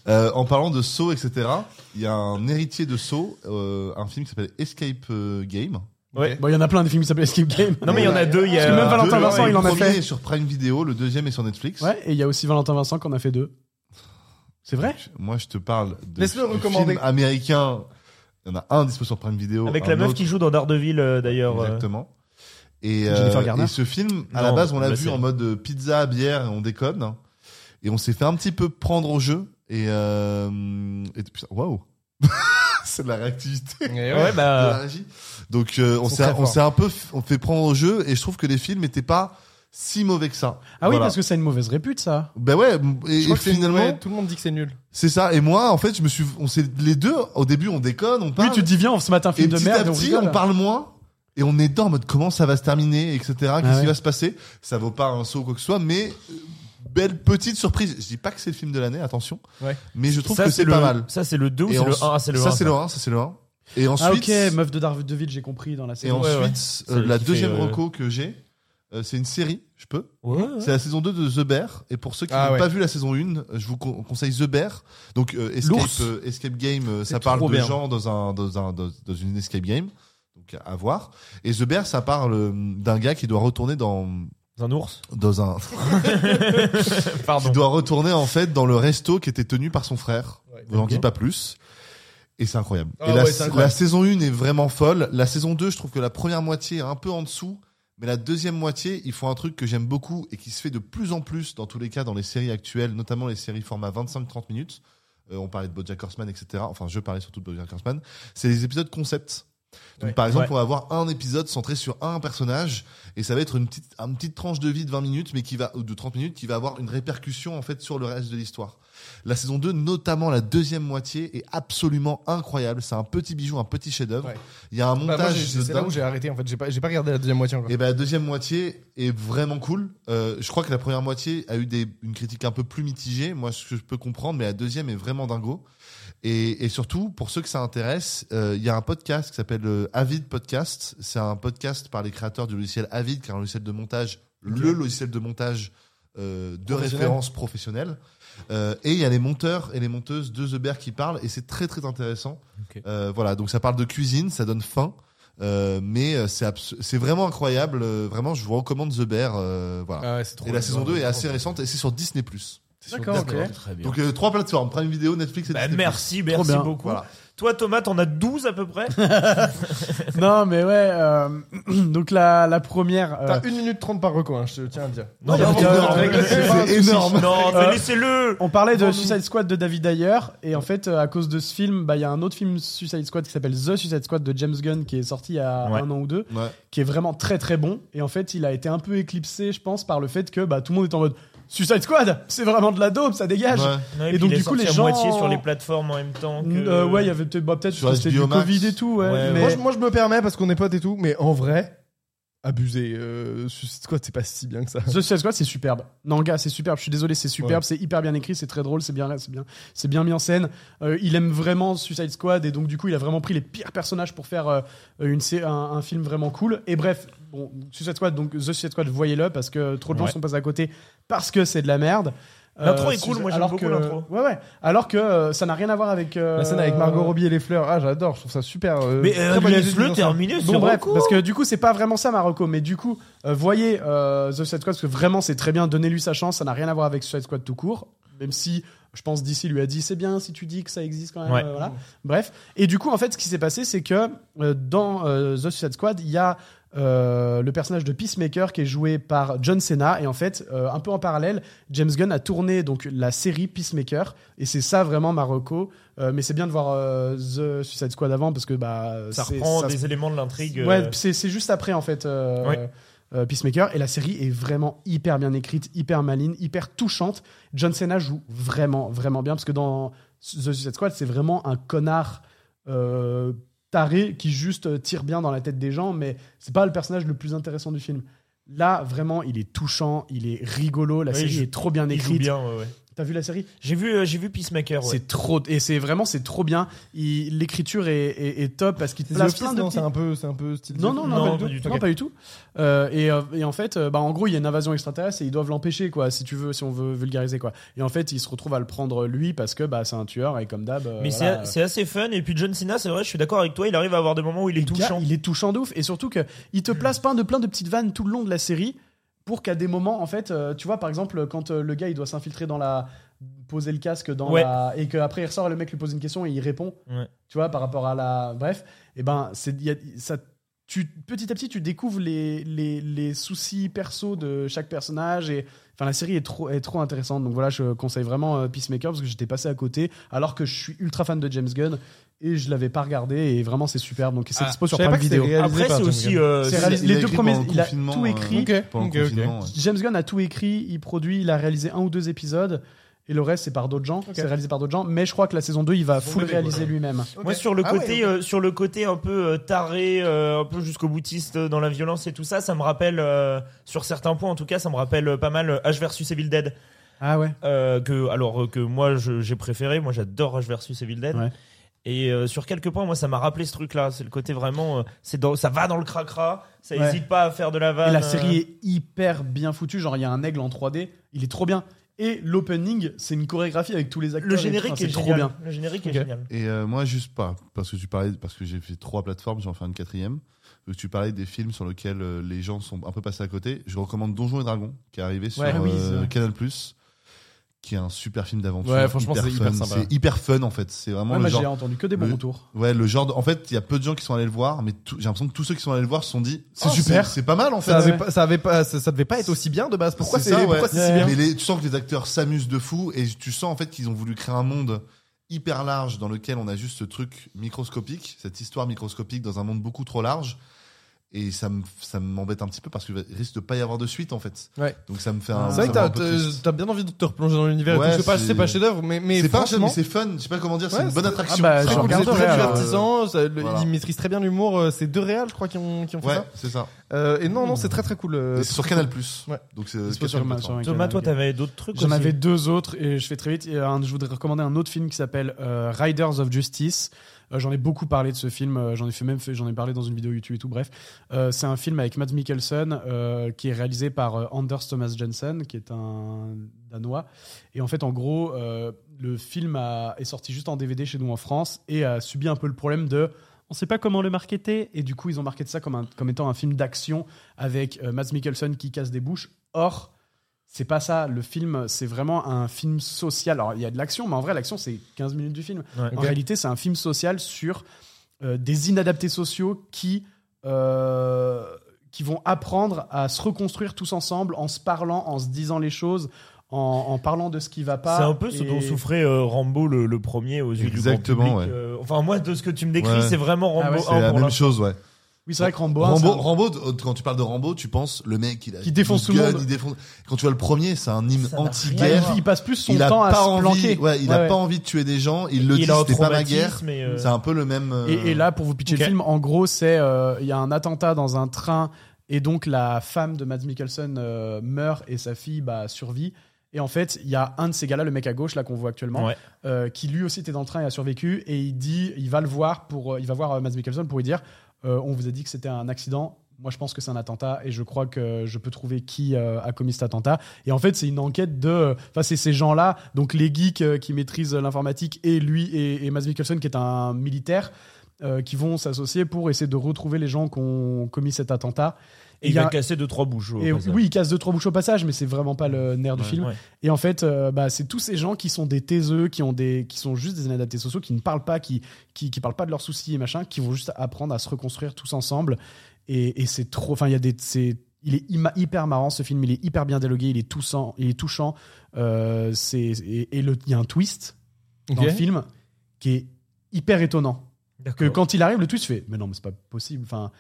S5: Euh, en parlant de Saw, etc., il y a un héritier de Saw, euh, un film qui s'appelle Escape euh, Game.
S3: Ouais.
S4: Bon, il y en a plein des films qui s'appellent Escape Game.
S3: Non mais il y en a deux, il y a...
S4: Parce que même Valentin
S5: Euh, Deux,
S4: Vincent,
S5: ouais,
S4: il en a
S5: Le premier
S4: fait.
S5: est sur Prime Video, le deuxième est sur Netflix.
S4: Ouais, et il y a aussi Valentin Vincent qu'on a fait deux. C'est vrai
S5: Moi, je te parle de,
S2: Laisse-le
S5: de
S2: recommander.
S5: films américains. Il y en a un dispo sur Prime Video.
S3: Avec
S5: un
S3: la meuf
S5: autre-
S3: qui joue dans Daredevil euh, d'ailleurs. euh.
S5: Exactement. Et,
S4: Jennifer
S5: euh,
S4: Garner.
S5: et ce film, à
S3: Non,
S5: la base, on l'a
S3: la
S5: vu
S3: série.
S5: en mode pizza, bière, et on déconne. Et on s'est fait un petit peu prendre au jeu. Et, euh, et putain, waouh [LAUGHS] C'est de la réactivité.
S2: mais ouais.
S3: Eh Ouais,
S5: de la
S3: bah...
S5: régie. Donc euh, on
S2: sont
S5: s'est
S2: très
S5: on
S2: forts.
S5: s'est un peu f- on fait prendre au jeu et je trouve que les films n'étaient pas si mauvais que ça.
S4: Ah oui,
S5: Voilà.
S4: parce que ça a une mauvaise répute, ça.
S5: ben ouais et,
S2: Je crois
S5: et
S2: que c'est-
S5: finalement
S2: ouais, tout le monde dit que c'est nul.
S5: c'est ça et moi en fait je me suis on s'est les deux au début on déconne on
S4: Oui,
S5: parle
S4: tu te dis, viens, on se mate un
S5: Bah et
S4: film de
S5: petit
S4: merde.
S5: à
S4: et on
S5: petit
S4: rigole.
S5: on parle moins et on est dans en mode comment ça va se terminer etc qu'est-ce
S4: Ah ouais.
S5: qui va se passer ça vaut pas un saut ou quoi que ce soit mais euh, belle petite surprise je dis pas que c'est le film de l'année attention
S2: Ouais.
S5: mais je trouve
S3: Ça
S5: que
S3: c'est
S5: c'est
S3: le...
S5: pas mal
S3: Ça c'est le 2 ou
S5: Et
S3: c'est le
S5: en-
S3: 1 Ah c'est le 1.
S5: ça c'est le 1 ça c'est le 1 et ensuite
S4: Ah ok, meuf de Daredevil, j'ai compris dans la
S5: Et
S4: série.
S3: ouais, ouais.
S5: ensuite, euh,
S3: Celle
S5: la
S3: qui
S5: deuxième
S3: fait, euh,
S5: reco que j'ai, euh, c'est une série, je peux.
S3: Ouais, ouais.
S5: C'est la saison 2 de The Bear. Et pour ceux qui
S2: Ah
S5: n'ont
S2: ouais.
S5: pas vu la saison 1, je vous con- conseille The Bear. Donc euh, escape,
S4: L'ours.
S5: euh, escape Game, euh, ça
S3: C'est
S5: parle
S3: trop
S5: de
S3: bien.
S5: gens dans, un, dans, un, dans, dans une Escape Game. Donc à voir. Et The Bear, ça parle euh, d'un gars qui doit retourner dans,
S3: Un ours
S5: dans un...
S2: [LAUGHS]
S3: Pardon.
S5: qui doit retourner en fait dans le resto qui était tenu par son frère.
S2: Ouais.
S5: Vous en dis pas plus. Et c'est incroyable.
S2: Ah
S5: et la,
S2: ouais, c'est incroyable.
S5: la saison 1 est vraiment folle. La saison 2, je trouve que la première moitié est un peu en dessous. Mais la deuxième moitié, ils font un truc que j'aime beaucoup et qui se fait de plus en plus dans tous les cas dans les séries actuelles, notamment les séries format 25-30 minutes. Euh, on parlait de Bojack Horseman, etc. Enfin, je parlais surtout de Bojack Horseman. C'est les épisodes concept. Donc,
S2: Ouais.
S5: par exemple,
S3: Ouais.
S5: on va avoir un épisode centré sur un personnage et ça va être une petite, une petite tranche de vie de 20 minutes, mais qui va, ou de 30 minutes, qui va avoir une répercussion, en fait, sur le reste de l'histoire. La saison 2, notamment la deuxième moitié, est absolument incroyable. C'est un petit bijou, un petit chef-d'œuvre.
S2: Ouais.
S5: Il y a un
S2: Bah,
S5: montage.
S2: moi, j'ai- c'est
S5: de
S2: là
S5: dingue.
S2: où j'ai arrêté. En fait, j'ai pas, j'ai pas regardé la deuxième moitié encore.
S5: Et ben la deuxième moitié est vraiment cool. Euh, je crois que la première moitié a eu des, une critique un peu plus mitigée, moi ce que je peux comprendre, mais la deuxième est vraiment dingo. Et, et surtout, pour ceux que ça intéresse, euh, il y a un podcast qui s'appelle euh, Avid Podcast. C'est un podcast par les créateurs du logiciel Avid, qui est un logiciel de montage, le logiciel de montage euh, de
S2: Professionnel.
S5: référence professionnelle. Euh, et il y a les monteurs et les monteuses de The Bear qui parlent, et c'est très très intéressant.
S3: Ok.
S5: Euh, voilà, donc ça parle de cuisine, ça donne faim. Euh, mais euh, c'est abs- c'est vraiment incroyable. euh, Vraiment, je vous recommande The Bear. euh, voilà.
S2: Ah ouais, c'est trop
S5: et la
S2: bien.
S5: saison 2 est assez récente et c'est sur Disney+. C'est sur
S4: D'accord,
S5: Disney+.
S4: ok.
S3: Très bien.
S5: Donc euh, trois plateformes, Prime Video, Netflix et
S3: Bah,
S5: Disney+.
S3: merci,
S4: Trop
S3: merci
S4: bien.
S3: beaucoup.
S5: Voilà.
S3: Toi, Thomas, t'en as 12 à peu près.
S4: [LAUGHS] Non, mais ouais. euh, [CLEARS THROAT] donc la, la première. euh,
S2: T'as 1 minute 30 par reco, hein, je te tiens à le dire.
S3: Non,
S5: il y a
S3: non,
S5: aucun
S3: non,
S5: ordre.
S3: non,
S5: C'est
S3: non, non,
S5: énorme.
S3: Non, mais
S4: Euh,
S3: laissez-le.
S4: On parlait de
S3: Devant nous.
S4: Suicide Squad de David Ayer et en fait euh, à cause de ce film, bah il y a un autre film Suicide Squad qui s'appelle The Suicide Squad de James Gunn qui est sorti il y a
S3: Ouais.
S4: un an ou deux,
S5: Ouais.
S4: qui est vraiment très très bon et en fait il a été un peu éclipsé je pense par le fait que bah tout le monde est en mode Suicide Squad, c'est vraiment de la dope, ça dégage.
S5: Ouais.
S3: Non,
S4: Et
S3: puis
S4: donc,
S3: il est
S4: du coup,
S3: sorti
S4: les
S3: à
S4: gens-
S3: moitié sur les plateformes en même temps. Que...
S4: Euh, ouais, il y avait peut-être bah, peut-être
S5: Sur
S4: que c'était du
S5: HBO Max.
S4: Covid et tout, ouais.
S3: Ouais,
S4: mais-
S2: Moi, je, moi, je me permets parce qu'on est potes et tout, mais en vrai, abuser euh, Suicide Squad, c'est pas si bien que ça.
S4: The Suicide Squad, c'est superbe. Nanga, c'est superbe. Je suis désolé, c'est
S2: Ouais.
S4: superbe. C'est hyper bien écrit, c'est très drôle, c'est bien, c'est bien, c'est bien mis en scène. Euh, il aime vraiment Suicide Squad et donc du coup, il a vraiment pris les pires personnages pour faire euh, une, sé- un, un film vraiment cool. Et bref, bon, Suicide Squad, donc The Suicide Squad, voyez-le parce que trop de gens
S3: Ouais.
S4: sont passés à côté parce que c'est de la merde. Euh,
S3: L'intro est
S4: Suicide-
S3: cool, moi, j'aime
S4: alors
S3: beaucoup
S4: que-
S3: l'intro.
S4: Ouais, ouais. Alors que euh, ça n'a rien à voir avec euh,
S2: La scène avec Margot Robbie et les fleurs, ah j'adore, je trouve ça super. euh,
S3: Mais
S2: très bonne idée de
S3: laisse-le
S2: dire ça.
S3: terminer.
S4: Bon bref, parce que du coup c'est pas vraiment ça Marocco, mais du coup euh, voyez euh, The Suicide Squad parce que vraiment c'est très bien, donnez-lui sa chance, ça n'a rien à voir avec Suicide Squad tout court, même si je pense DC lui a dit c'est bien si tu dis que ça existe quand même,
S3: Ouais.
S4: euh, voilà. Bref, et du coup en fait ce qui s'est passé c'est que euh, dans euh, The Suicide Squad il y a euh, le personnage de Peacemaker qui est joué par John Cena et en fait euh, un peu en parallèle James Gunn a tourné donc la série Peacemaker et c'est ça vraiment Marocco, Euh, mais c'est bien de voir euh, The Suicide Squad avant parce que bah
S3: ça
S4: c'est-
S3: reprend
S4: ça se
S3: des éléments de l'intrigue. euh,
S4: Ouais, c'est c'est juste après en fait. euh,
S3: Oui.
S4: euh, Peacemaker et la série est vraiment hyper bien écrite, hyper maligne, hyper touchante. John Cena joue vraiment, vraiment bien parce que dans The Suicide Squad, c'est vraiment un connard euh, taré qui juste euh, tire bien dans la tête des gens, mais c'est pas le personnage le plus intéressant du film. Là, vraiment, il est touchant, il est rigolo, la
S3: Oui,
S4: série
S3: il joue-
S4: est trop bien
S3: Il joue
S4: écrite.
S3: bien, ouais, ouais.
S4: T'as vu la série
S3: J'ai vu, euh, j'ai vu Peacemaker, ouais.
S4: C'est trop et c'est vraiment c'est trop bien. Il- L'écriture est, est- est top parce qu'il te
S2: C'est
S4: place
S2: The
S4: plein
S2: Office,
S4: de
S2: non,
S4: petits-
S2: C'est un peu, c'est un peu style.
S4: non, non, non, pas du tout.
S3: Ok.
S4: Non, pas du tout. Euh, et, euh, et en fait, euh, bah, en gros, il y a une invasion extraterrestre et ils doivent l'empêcher, quoi, si tu veux, si on veut vulgariser, quoi. Et en fait, ils se retrouvent à le prendre lui parce que bah, c'est un tueur et comme d'hab. euh,
S3: Mais
S4: voilà,
S3: c'est- c'est assez fun. Et puis John Cena, c'est vrai, je suis d'accord avec toi. Il arrive à avoir des moments où il est
S4: le gars,
S3: touchant.
S4: il est touchant de ouf. Et surtout qu'il te place plein de, plein de petites vannes tout le long de la série pour qu'à des moments, en fait, euh, tu vois, par exemple, quand euh, le gars, il doit s'infiltrer dans la. poser le casque dans
S3: Ouais.
S4: la. et qu'après, il ressort et le mec lui pose une question et il répond,
S3: Ouais.
S4: tu vois, par rapport à la. Bref, et ben, c'est, il y a- ça. Tu, petit à petit, tu découvres les, les, les soucis perso de chaque personnage et enfin la série est trop, est trop intéressante. Donc voilà, je conseille vraiment euh, Peacemaker parce que j'étais passé à côté alors que je suis ultra fan de James Gunn et je l'avais pas regardé et vraiment c'est superbe. Donc c'est
S2: Ah,
S4: dispo sur
S2: je savais pas
S4: Prime
S2: que c'était
S4: Video.
S2: réel. réalisé
S3: Après,
S2: par
S3: c'est
S2: James
S3: aussi.
S2: Gunn.
S3: euh,
S4: C'est
S3: c'est-
S4: réalisé-
S5: Il
S4: les
S5: a
S4: deux
S5: écrit
S4: premiers-
S5: pendant le
S4: il a
S5: confinement,
S4: tout
S5: euh,
S4: écrit.
S2: Ok,
S5: pendant le
S2: ok, ok.
S5: confinement, ouais.
S4: James Gunn a tout écrit, il produit, il a réalisé un ou deux épisodes et le reste c'est par d'autres gens, c'est réalisé par d'autres gens. Mais je crois que la saison 2 il va
S2: Son
S4: full
S2: bébé,
S4: réaliser
S2: quoi.
S4: lui-même.
S2: Ok.
S3: Moi, sur le
S2: Ah
S3: côté,
S2: ouais, ok.
S3: euh, sur le côté un peu euh, taré, euh, un peu jusqu'au boutiste euh, dans la violence et tout ça, ça me rappelle, euh, sur certains points en tout cas, ça me rappelle euh, pas mal euh, Ash versus Evil Dead.
S4: Ah ouais.
S3: Euh, que alors euh, que moi je- j'ai préféré moi j'adore Ash versus Evil Dead
S4: Ouais.
S3: et euh, sur quelques points moi ça m'a rappelé ce truc là c'est le côté vraiment euh, c'est dans ça va dans le cracra ça
S4: Ouais.
S3: hésite pas à faire de la vanne
S4: Et la
S3: euh,
S4: série est hyper bien foutue. Genre, il y a un aigle en 3D, il est trop bien. Et l'opening, c'est une chorégraphie avec tous les acteurs.
S3: le
S4: et
S3: générique
S4: putain,
S3: est
S4: c'est trop
S3: génial.
S4: bien.
S3: le générique
S4: Ok.
S3: est génial
S5: Et euh, moi, juste pas, parce que tu parlais, parce que j'ai fait trois plateformes, j'en fais une quatrième. Vu que tu parlais des films sur lesquels euh, les gens sont un peu passés à côté, je recommande Donjons et Dragons, qui est arrivé sur
S4: Ouais, oui,
S5: euh,
S4: c'est vrai.
S5: Canal qui est un super film d'aventure.
S2: Ouais, franchement, c'est hyper
S5: fun.
S2: sympa.
S5: C'est hyper fun en fait. C'est vraiment
S4: Ouais,
S5: le
S4: moi, Ah, bah, j'ai
S5: genre.
S4: entendu que des bons
S5: le-
S4: retours.
S5: Ouais, le genre. de- En fait, il y a peu de gens qui sont allés le voir, mais tout- j'ai l'impression que tous ceux qui sont allés le voir se sont dit,
S2: C'est
S5: Oh,
S2: super.
S5: c'est pas mal en fait.
S2: Ça,
S4: Ouais.
S2: avait pas, ça, avait pas, ça, ça devait pas être aussi bien de base. Pourquoi c'est
S5: ça, ouais.
S2: pourquoi c'est si
S4: Ouais.
S2: bien
S5: Mais les- tu sens que les acteurs s'amusent de fou et tu sens en fait qu'ils ont voulu créer un monde hyper large dans lequel on a juste ce truc microscopique, cette histoire microscopique dans un monde beaucoup trop large. Et ça me- ça m'embête un petit peu parce qu'il risque de pas y avoir de suite en fait.
S2: Ouais.
S5: Donc ça me fait un.
S2: C'est
S5: ça
S2: vrai que
S5: me
S2: t'as-
S5: rend un peu triste.
S2: t'as t'as bien envie de te replonger dans l'univers.
S5: Ouais,
S2: et tout. c'est pas,
S5: c'est-
S2: c'est pas chef d'œuvre, mais, mais
S5: C'est pas un jeu,
S2: franchement,
S5: mais c'est fun. Je sais pas comment dire,
S2: Ouais,
S5: c'est une bonne
S2: c'est-
S5: attraction.
S4: ah bah,
S5: C'est
S2: très
S4: je
S5: un
S2: cool,
S5: bon
S2: c'est
S4: regarderai,
S5: truc,
S2: très
S4: alors.
S5: euh,
S2: divertissant. ça, le-
S5: voilà.
S2: Il maîtrise très bien l'humour. euh, C'est deux réals, je crois, qui ont, qui ont fait
S5: Ouais,
S2: ça.
S5: c'est ça.
S2: Euh, et non, non, c'est très très cool. euh,
S5: Et C'est sur Canal Plus.
S2: Ouais.
S5: Donc c'est
S4: Dispo sur-
S5: quatrième
S4: sur-
S5: plateforme.
S4: sur-
S3: Thomas toi
S4: Ok.
S3: t'avais d'autres trucs
S4: J'en
S3: aussi.
S4: avais deux autres et je fais très vite. Et euh, un- je voudrais recommander un autre film qui s'appelle euh, Riders of Justice. Euh, j'en ai beaucoup parlé de ce film. euh, j'en ai fait même fait, j'en ai parlé dans une vidéo YouTube et tout. Bref, Euh, c'est un film avec Matt Mikkelsen euh, qui est réalisé par euh, Anders Thomas Jensen, qui est un danois. Et en fait, en gros, euh, le film a- est sorti juste en DVD chez nous en France et a subi un peu le problème de on sait pas comment le marketer. Et du coup, ils ont marketé ça comme, un- comme étant un film d'action avec euh, Matt Mikkelsen qui casse des bouches. Or, c'est pas ça. Le film, c'est vraiment un film social. Alors, il y a de l'action, mais en vrai, l'action, c'est 15 minutes du film.
S3: Ouais.
S4: En réalité, c'est un film social sur euh, des inadaptés sociaux qui, euh, qui vont apprendre à se reconstruire tous ensemble en se parlant, en se disant les choses, en, en parlant de ce qui va pas.
S3: C'est un peu ce
S4: Et-
S3: dont souffrait euh, Rambo le, le premier aux yeux
S5: Exactement,
S3: du grand public.
S5: ouais.
S3: Euh, enfin moi de ce que tu me décris
S5: Ouais.
S3: c'est vraiment
S4: Ah ouais,
S3: Rambo
S4: c'est
S5: C'est
S3: 1
S5: la
S3: pour
S5: même
S3: l'instant.
S5: chose, ouais.
S4: Oui, c'est vrai que Rambo, un,
S5: Rambo,
S4: c'est un-
S5: Rambo, t- quand tu parles de Rambo, tu penses le mec il a
S4: Qui défonce
S5: une
S4: tout le
S5: gun,
S4: monde.
S5: il défonce- Quand tu vois le premier, c'est un hymne
S3: Ça n'a rien à
S5: anti-guerre.
S4: Ouais, il, il passe plus son
S5: il a
S4: temps à
S5: pas
S4: se
S5: envie,
S4: planquer.
S5: ouais, il
S4: Ouais,
S5: a
S4: ouais.
S5: pas envie de tuer des gens. Il le
S3: Il
S5: dit,
S3: a un
S5: c'était pas ma
S3: traumatisme
S5: guerre.
S3: et, euh,
S5: C'est un peu le même. euh,
S4: Et, et là, pour vous pitcher
S3: Ok.
S4: le film, en gros, c'est euh, il y a un attentat dans un train et donc la femme de Mads Mikkelsen euh, meurt et sa fille bah, survit. Et en fait, il y a un de ces gars-là, le mec à gauche là qu'on voit actuellement,
S3: Ouais.
S4: euh, qui lui aussi était dans le train et a survécu. Et il dit, il va le voir pour, euh, il va voir euh, Mads Mikkelsen pour lui dire, euh, on vous a dit que c'était un accident. Moi, je pense que c'est un attentat et je crois que je peux trouver qui euh, a commis cet attentat. Et en fait, c'est une enquête de. Enfin, c'est ces gens-là, donc les geeks euh, qui maîtrisent euh, l'informatique et lui et, et Mads Mikkelsen, qui est un militaire, euh, qui vont s'associer pour essayer de retrouver les gens qui ont commis cet attentat.
S3: Et il
S4: y a-
S3: a cassé deux trois bouches. au
S4: et
S3: passage.
S4: oui, il casse deux, trois bouches au passage, mais c'est vraiment pas le nerf du
S5: Ouais,
S4: film.
S3: ouais.
S4: Et en fait, euh, bah, c'est tous ces gens qui sont des taiseux, qui, ont des, qui sont juste des inadaptés sociaux, qui ne parlent pas, qui, qui, qui parlent pas de leurs soucis et machin, qui vont juste apprendre à se reconstruire tous ensemble. Et, et c'est trop. Enfin, il y a des. c'est- il est ima- hyper marrant ce film, il est hyper bien dialogué, il est touchant, il est touchant. Euh, c'est- et et le- il y a un twist dans
S2: Ok.
S4: le film qui est hyper étonnant. Que
S3: D'accord.
S4: quand il arrive, le twist fait Mais non, mais c'est pas possible. Enfin,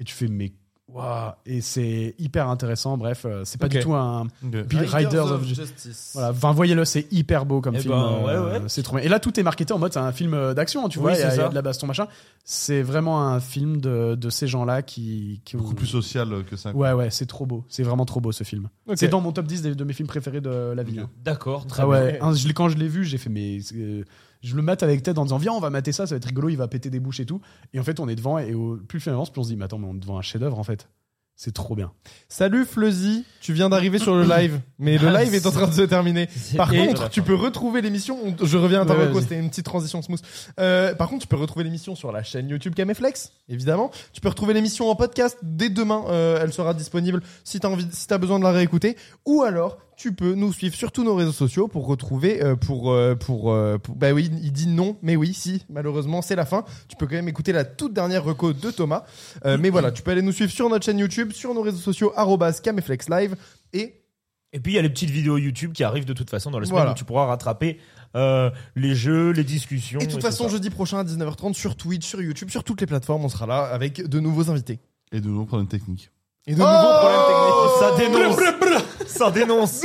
S4: et tu fais Mais Waouh, et c'est hyper intéressant. Bref, euh, c'est pas
S2: Ok.
S4: du tout un. Puis Riders of Ju-
S2: Justice.
S4: Voilà, enfin, voyez-le, c'est hyper beau comme
S3: Eh
S4: film.
S3: ben,
S4: euh,
S3: ouais, ouais.
S4: C'est trop bien. Et là, tout est marketé en mode c'est un film euh, d'action, tu
S3: Oui,
S4: vois, il y, a
S3: c'est
S4: il y a
S3: ça.
S4: de la baston, machin. C'est vraiment un film de, de ces gens-là qui, qui.
S5: Beaucoup plus social que ça.
S4: Ouais, ouais, c'est trop beau. C'est vraiment trop beau ce film.
S2: Ok.
S4: C'est dans mon top 10 des- de mes films préférés de la vie.
S3: D'accord, très [LAUGHS]
S4: Ah ouais,
S3: bien.
S4: un- je l'ai- quand je l'ai vu, j'ai fait mais euh, je le mate avec tête en disant viens on va mater ça, ça va être rigolo, il va péter des bouches et tout. Et en fait on est devant et au, plus le film avance, plus on se dit mais attends mais on est devant un chef-d'œuvre en fait. C'est trop bien.
S2: Salut Fleuzy, tu viens d'arriver sur le live, mais le live est en train de se terminer. Par
S3: Et-
S2: contre, tu peux retrouver l'émission. on- Je reviens à ta
S4: Ouais,
S2: reco,
S4: vas-y.
S2: c'était une petite transition smooth. Euh, par contre, tu peux retrouver l'émission sur la chaîne YouTube Caméflex, évidemment. Tu peux retrouver l'émission en podcast dès demain. euh, elle sera disponible si t'as envie, si t'as besoin de la réécouter, ou alors tu peux nous suivre sur tous nos réseaux sociaux pour retrouver euh, pour euh, pour, euh, pour- bah oui, il dit non, mais oui, si. Malheureusement, c'est la fin. Tu peux quand même écouter la toute dernière reco de Thomas. Euh, mais voilà, tu peux aller nous suivre sur notre chaîne YouTube, sur nos réseaux sociaux arobase @caméflex live et
S3: Et puis il y a les petites vidéos YouTube qui arrivent de toute façon dans la semaine
S2: Voilà.
S3: où tu pourras rattraper euh, les jeux, les discussions.
S2: Et de toute
S3: tout
S2: façon,
S3: ça.
S2: jeudi prochain à 19h30 sur Twitch, sur YouTube, sur toutes les plateformes, on sera là avec de nouveaux invités.
S5: Et de nouveaux problèmes techniques.
S2: Et de nouveaux problèmes techniques.
S3: Oh
S4: Oh
S3: ça dénonce. Ça dénonce.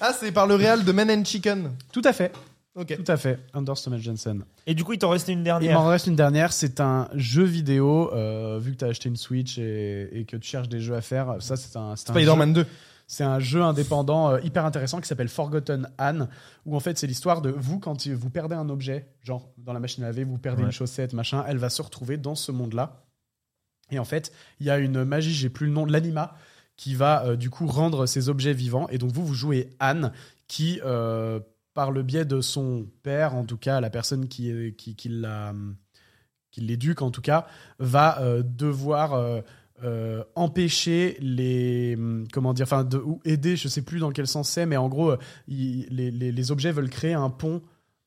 S2: Ah, c'est par le réal de Men and Chicken.
S4: Tout à fait,
S2: Ok.
S4: tout à fait. Under Thomas Jensen.
S3: Et du coup, il t'en restait une
S4: Il
S3: dernière.
S4: m'en reste une dernière, c'est un jeu vidéo. euh, vu que t'as acheté une Switch et, et que tu cherches des jeux à faire, ça c'est un c'est un jeu-
S2: Spider-Man 2.
S4: C'est un jeu indépendant euh, hyper intéressant qui s'appelle Forgotten Anne, où en fait c'est l'histoire de vous quand euh, vous perdez un objet, genre dans la machine à laver, vous perdez
S3: Ouais.
S4: une chaussette, machin, elle va se retrouver dans ce monde-là. Et en fait, il y a une magie, j'ai plus le nom, de l'anima, qui va euh, du coup rendre ces objets vivants. Et donc vous, vous jouez Anne, qui euh, par le biais de son père, en tout cas la personne qui, est- qui, qui l'a- qui l'éduque en tout cas, va euh, devoir euh, euh, empêcher les hum, comment dire, enfin de- ou aider, je sais plus dans quel sens c'est, mais en gros, euh, il- les, les- les objets veulent créer un pont.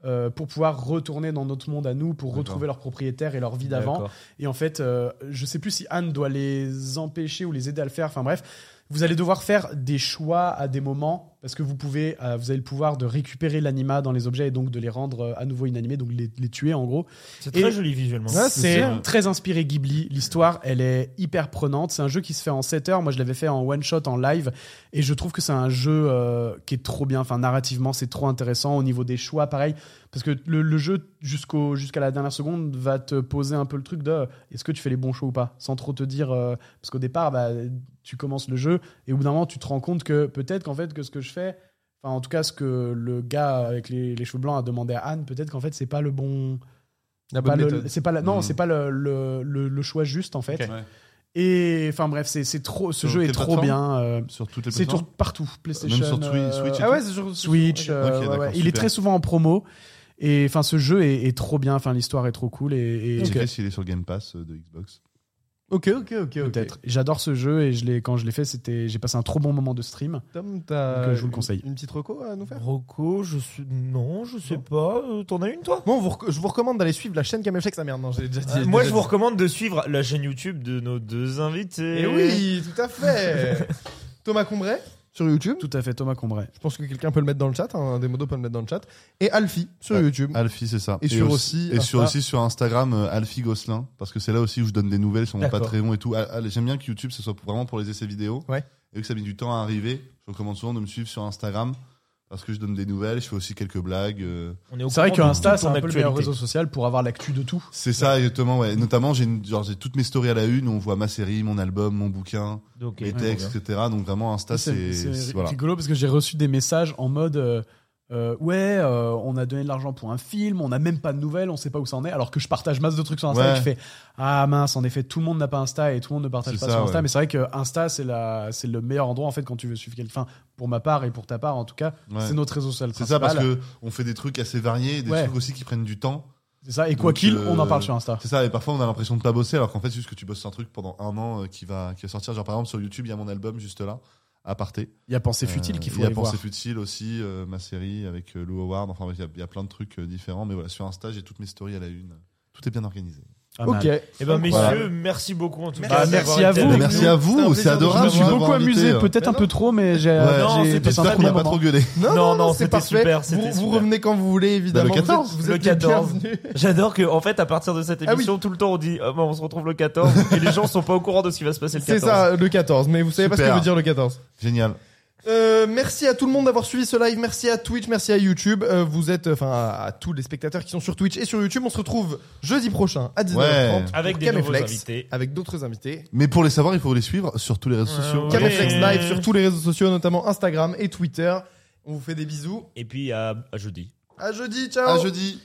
S4: euh, pour pouvoir retourner dans notre monde à nous, pour
S5: D'accord.
S4: retrouver leur propriétaire et leur vie d'avant.
S3: D'accord.
S4: Et en fait, euh, je sais plus si Anne doit les empêcher ou les aider à le faire. Enfin bref, vous allez devoir faire des choix à des moments parce que vous pouvez, euh, vous avez le pouvoir de récupérer l'anima dans les objets et donc de les rendre euh, à nouveau inanimés, donc les, les tuer en gros.
S3: C'est
S4: Et-
S3: très joli visuellement.
S2: Ouais,
S4: c'est
S5: sûr.
S4: très inspiré Ghibli. L'histoire, elle est hyper prenante. C'est un jeu qui se fait en 7 heures. Moi, je l'avais fait en one shot en live et je trouve que c'est un jeu euh, qui est trop bien. Enfin, narrativement, c'est trop intéressant au niveau des choix, pareil. Parce que le, le jeu, jusqu'au, jusqu'à la dernière seconde, va te poser un peu le truc de euh, est-ce que tu fais les bons choix ou pas Sans trop te dire. euh, parce qu'au départ, bah, tu commences le jeu et au bout d'un moment, tu te rends compte que peut-être qu'en fait, que ce que je fais. Enfin, en tout cas, ce que le gars avec les, les cheveux blancs a demandé à Anne, peut-être qu'en fait, c'est pas le bon.
S2: La
S4: Pas
S2: bonne
S4: le-
S2: méthode.
S4: c'est pas la- non,
S5: Mm.
S4: c'est pas le, le- le- le choix juste en fait.
S2: Ok.
S5: Ouais.
S4: Et enfin bref, c'est c'est trop, ce
S5: Sur
S4: jeu est
S5: quelle
S4: trop
S5: plateforme
S4: bien. euh,
S5: Sur toutes les
S4: c'est
S5: plateformes.
S4: tout- partout, PlayStation,
S5: Même sur Twi-
S4: euh,
S5: Switch et
S2: Ah ouais, c'est sur
S4: Switch.
S2: Ok.
S4: euh,
S5: Ok,
S4: ouais,
S5: d'accord,
S4: ouais. Il est
S5: super.
S4: très souvent en promo. Et enfin, ce jeu est, est trop bien. Enfin, l'histoire est trop cool et, et-
S5: Checker s'il est sur le Game Pass euh, de Xbox.
S2: Ok, ok, ok. ok.
S4: peut-être. J'adore ce jeu et je l'ai quand je l'ai fait, c'était j'ai passé un trop bon moment de stream.
S2: Tom, t'as
S4: Donc, euh, je vous le conseille.
S2: Une petite reco à nous faire
S3: Rocco, je suis. Non, je sais pas. Euh, T'en as une, toi
S2: Moi, on vous rec- je vous recommande d'aller suivre la chaîne Caméflex. Ah merde, non, j'ai déjà dit.
S3: Euh, Moi,
S2: déjà
S3: je vous
S2: dit.
S3: recommande de suivre la chaîne YouTube de nos deux invités.
S2: Eh oui, tout à fait. Thomas Combray sur YouTube.
S4: Tout à fait, Thomas Combray.
S2: Je pense que quelqu'un peut le mettre dans le chat. Un des modos peut le mettre dans le chat. Et Alfie sur
S5: Ouais. Ah,
S2: YouTube.
S5: Alfie, c'est ça.
S2: Et sur aussi
S5: et sur
S2: Insta.
S5: aussi sur Instagram euh, Alfie Gosselin parce que c'est là aussi où je donne des nouvelles sur mon
S3: D'accord.
S5: Patreon et tout. Al- Al- J'aime bien que YouTube ce soit pour- vraiment pour les essais vidéo.
S2: Ouais.
S5: Et vu que ça met du temps à arriver, je recommande souvent de me suivre sur Instagram parce que je donne des nouvelles, je fais aussi quelques blagues. euh.
S3: On est au
S4: C'est vrai
S3: courant de
S4: qu'Insta,
S3: toute
S4: c'est
S3: ton
S4: un peu le meilleur
S3: actualité.
S4: réseau social pour avoir l'actu de tout.
S5: C'est ça exactement ouais. Notamment j'ai une- genre j'ai toutes mes stories à la une, où on voit ma série, mon album, mon bouquin,
S3: Donc,
S5: mes
S3: euh,
S5: textes, etc. Donc vraiment Insta c'est c'est- voilà.
S4: rigolo parce que j'ai reçu des messages en mode euh, euh, ouais euh, on a donné de l'argent pour un film on n'a même pas de nouvelles on sait pas où ça en est alors que je partage masse de trucs sur Insta
S5: Ouais.
S4: et je fais ah mince en effet tout le monde n'a pas Insta et tout le monde ne partage
S5: C'est
S4: pas
S5: ça,
S4: sur Insta
S5: ouais.
S4: mais c'est vrai que Insta c'est la c'est le meilleur endroit en fait quand tu veux suivre quelqu'un Enfin, pour ma part et pour ta part en tout cas
S5: Ouais.
S4: c'est notre réseau social
S5: C'est ça parce
S4: principal.
S5: que on fait des trucs assez variés, des
S4: Ouais.
S5: trucs aussi qui prennent du temps.
S4: c'est ça et quoi
S5: Donc,
S4: qu'il
S5: euh,
S4: on en parle sur Insta
S5: C'est ça, et parfois on a l'impression de pas bosser, alors qu'en fait, c'est juste que tu bosses un truc pendant un an euh, qui, va, qui va sortir. Genre, par exemple, sur YouTube, il y a mon album juste là, à parté.
S4: il y a pensée futile qu'il faut
S5: euh, Il y a
S4: aller voir
S5: Pensée Futile aussi, euh, ma série avec euh, Lou Howard. Enfin, bref, il y a- il y, a plein de trucs euh, différents. Mais voilà, sur Insta, j'ai toutes mes stories à la une. Tout est bien organisé.
S4: Pas mal.
S2: Ok.
S3: Eh ben, messieurs,
S5: Voilà.
S3: merci beaucoup en tout
S6: Merci.
S3: cas.
S6: Bah,
S3: d'avoir
S4: merci à
S3: été
S4: vous.
S3: avec
S5: Mais Eh ben,
S3: nous.
S5: merci à
S2: c'est un
S5: vous,
S2: plaisir
S5: c'est
S2: de vous avoir
S4: Je
S5: adorable.
S4: me suis
S5: de
S4: beaucoup
S5: m'avoir
S4: amusé,
S5: invité.
S4: peut-être un peu trop, mais j'ai
S5: hein. Ouais.
S4: euh. j'ai
S3: Non, c'était
S4: passé un
S5: J'espère
S4: très
S5: qu'on n'a
S4: bon
S5: pas
S4: moment.
S5: trop gueulé.
S2: Non,
S3: Non,
S2: non,
S3: non,
S2: c'est
S3: c'était
S2: parfait.
S3: super,
S2: vous,
S3: c'était
S2: vous
S3: super.
S2: revenez quand vous voulez, évidemment.
S5: Bah, le 14.
S2: Vous êtes, vous
S3: Le
S2: êtes les
S3: 14.
S2: bienvenus.
S3: J'adore que, en fait, à partir de cette
S2: Ah oui.
S3: émission, tout le temps, on dit, Ah, bah, on se retrouve le 14, et les gens sont pas au courant de ce qui va se passer le 14.
S2: C'est ça, le 14. Mais vous savez pas ce que
S5: Super.
S2: veut dire le 14.
S5: Génial.
S2: Euh, merci à tout le monde d'avoir suivi ce live. Merci à Twitch, merci à YouTube. Euh, vous êtes, enfin, à, à tous les spectateurs qui sont sur Twitch et sur YouTube. On se retrouve jeudi prochain à 19h30
S5: Ouais.
S2: pour
S3: Avec des nouveaux
S2: Caméflex,
S3: invités.
S2: avec d'autres invités.
S5: Mais pour les savoir, il faut les suivre sur tous les réseaux
S3: Ouais,
S5: sociaux.
S3: ouais.
S2: Caméflex Live sur tous les réseaux sociaux, notamment Instagram et Twitter. On vous fait des bisous.
S3: Et puis, à, à jeudi.
S2: À jeudi, ciao.
S5: À jeudi.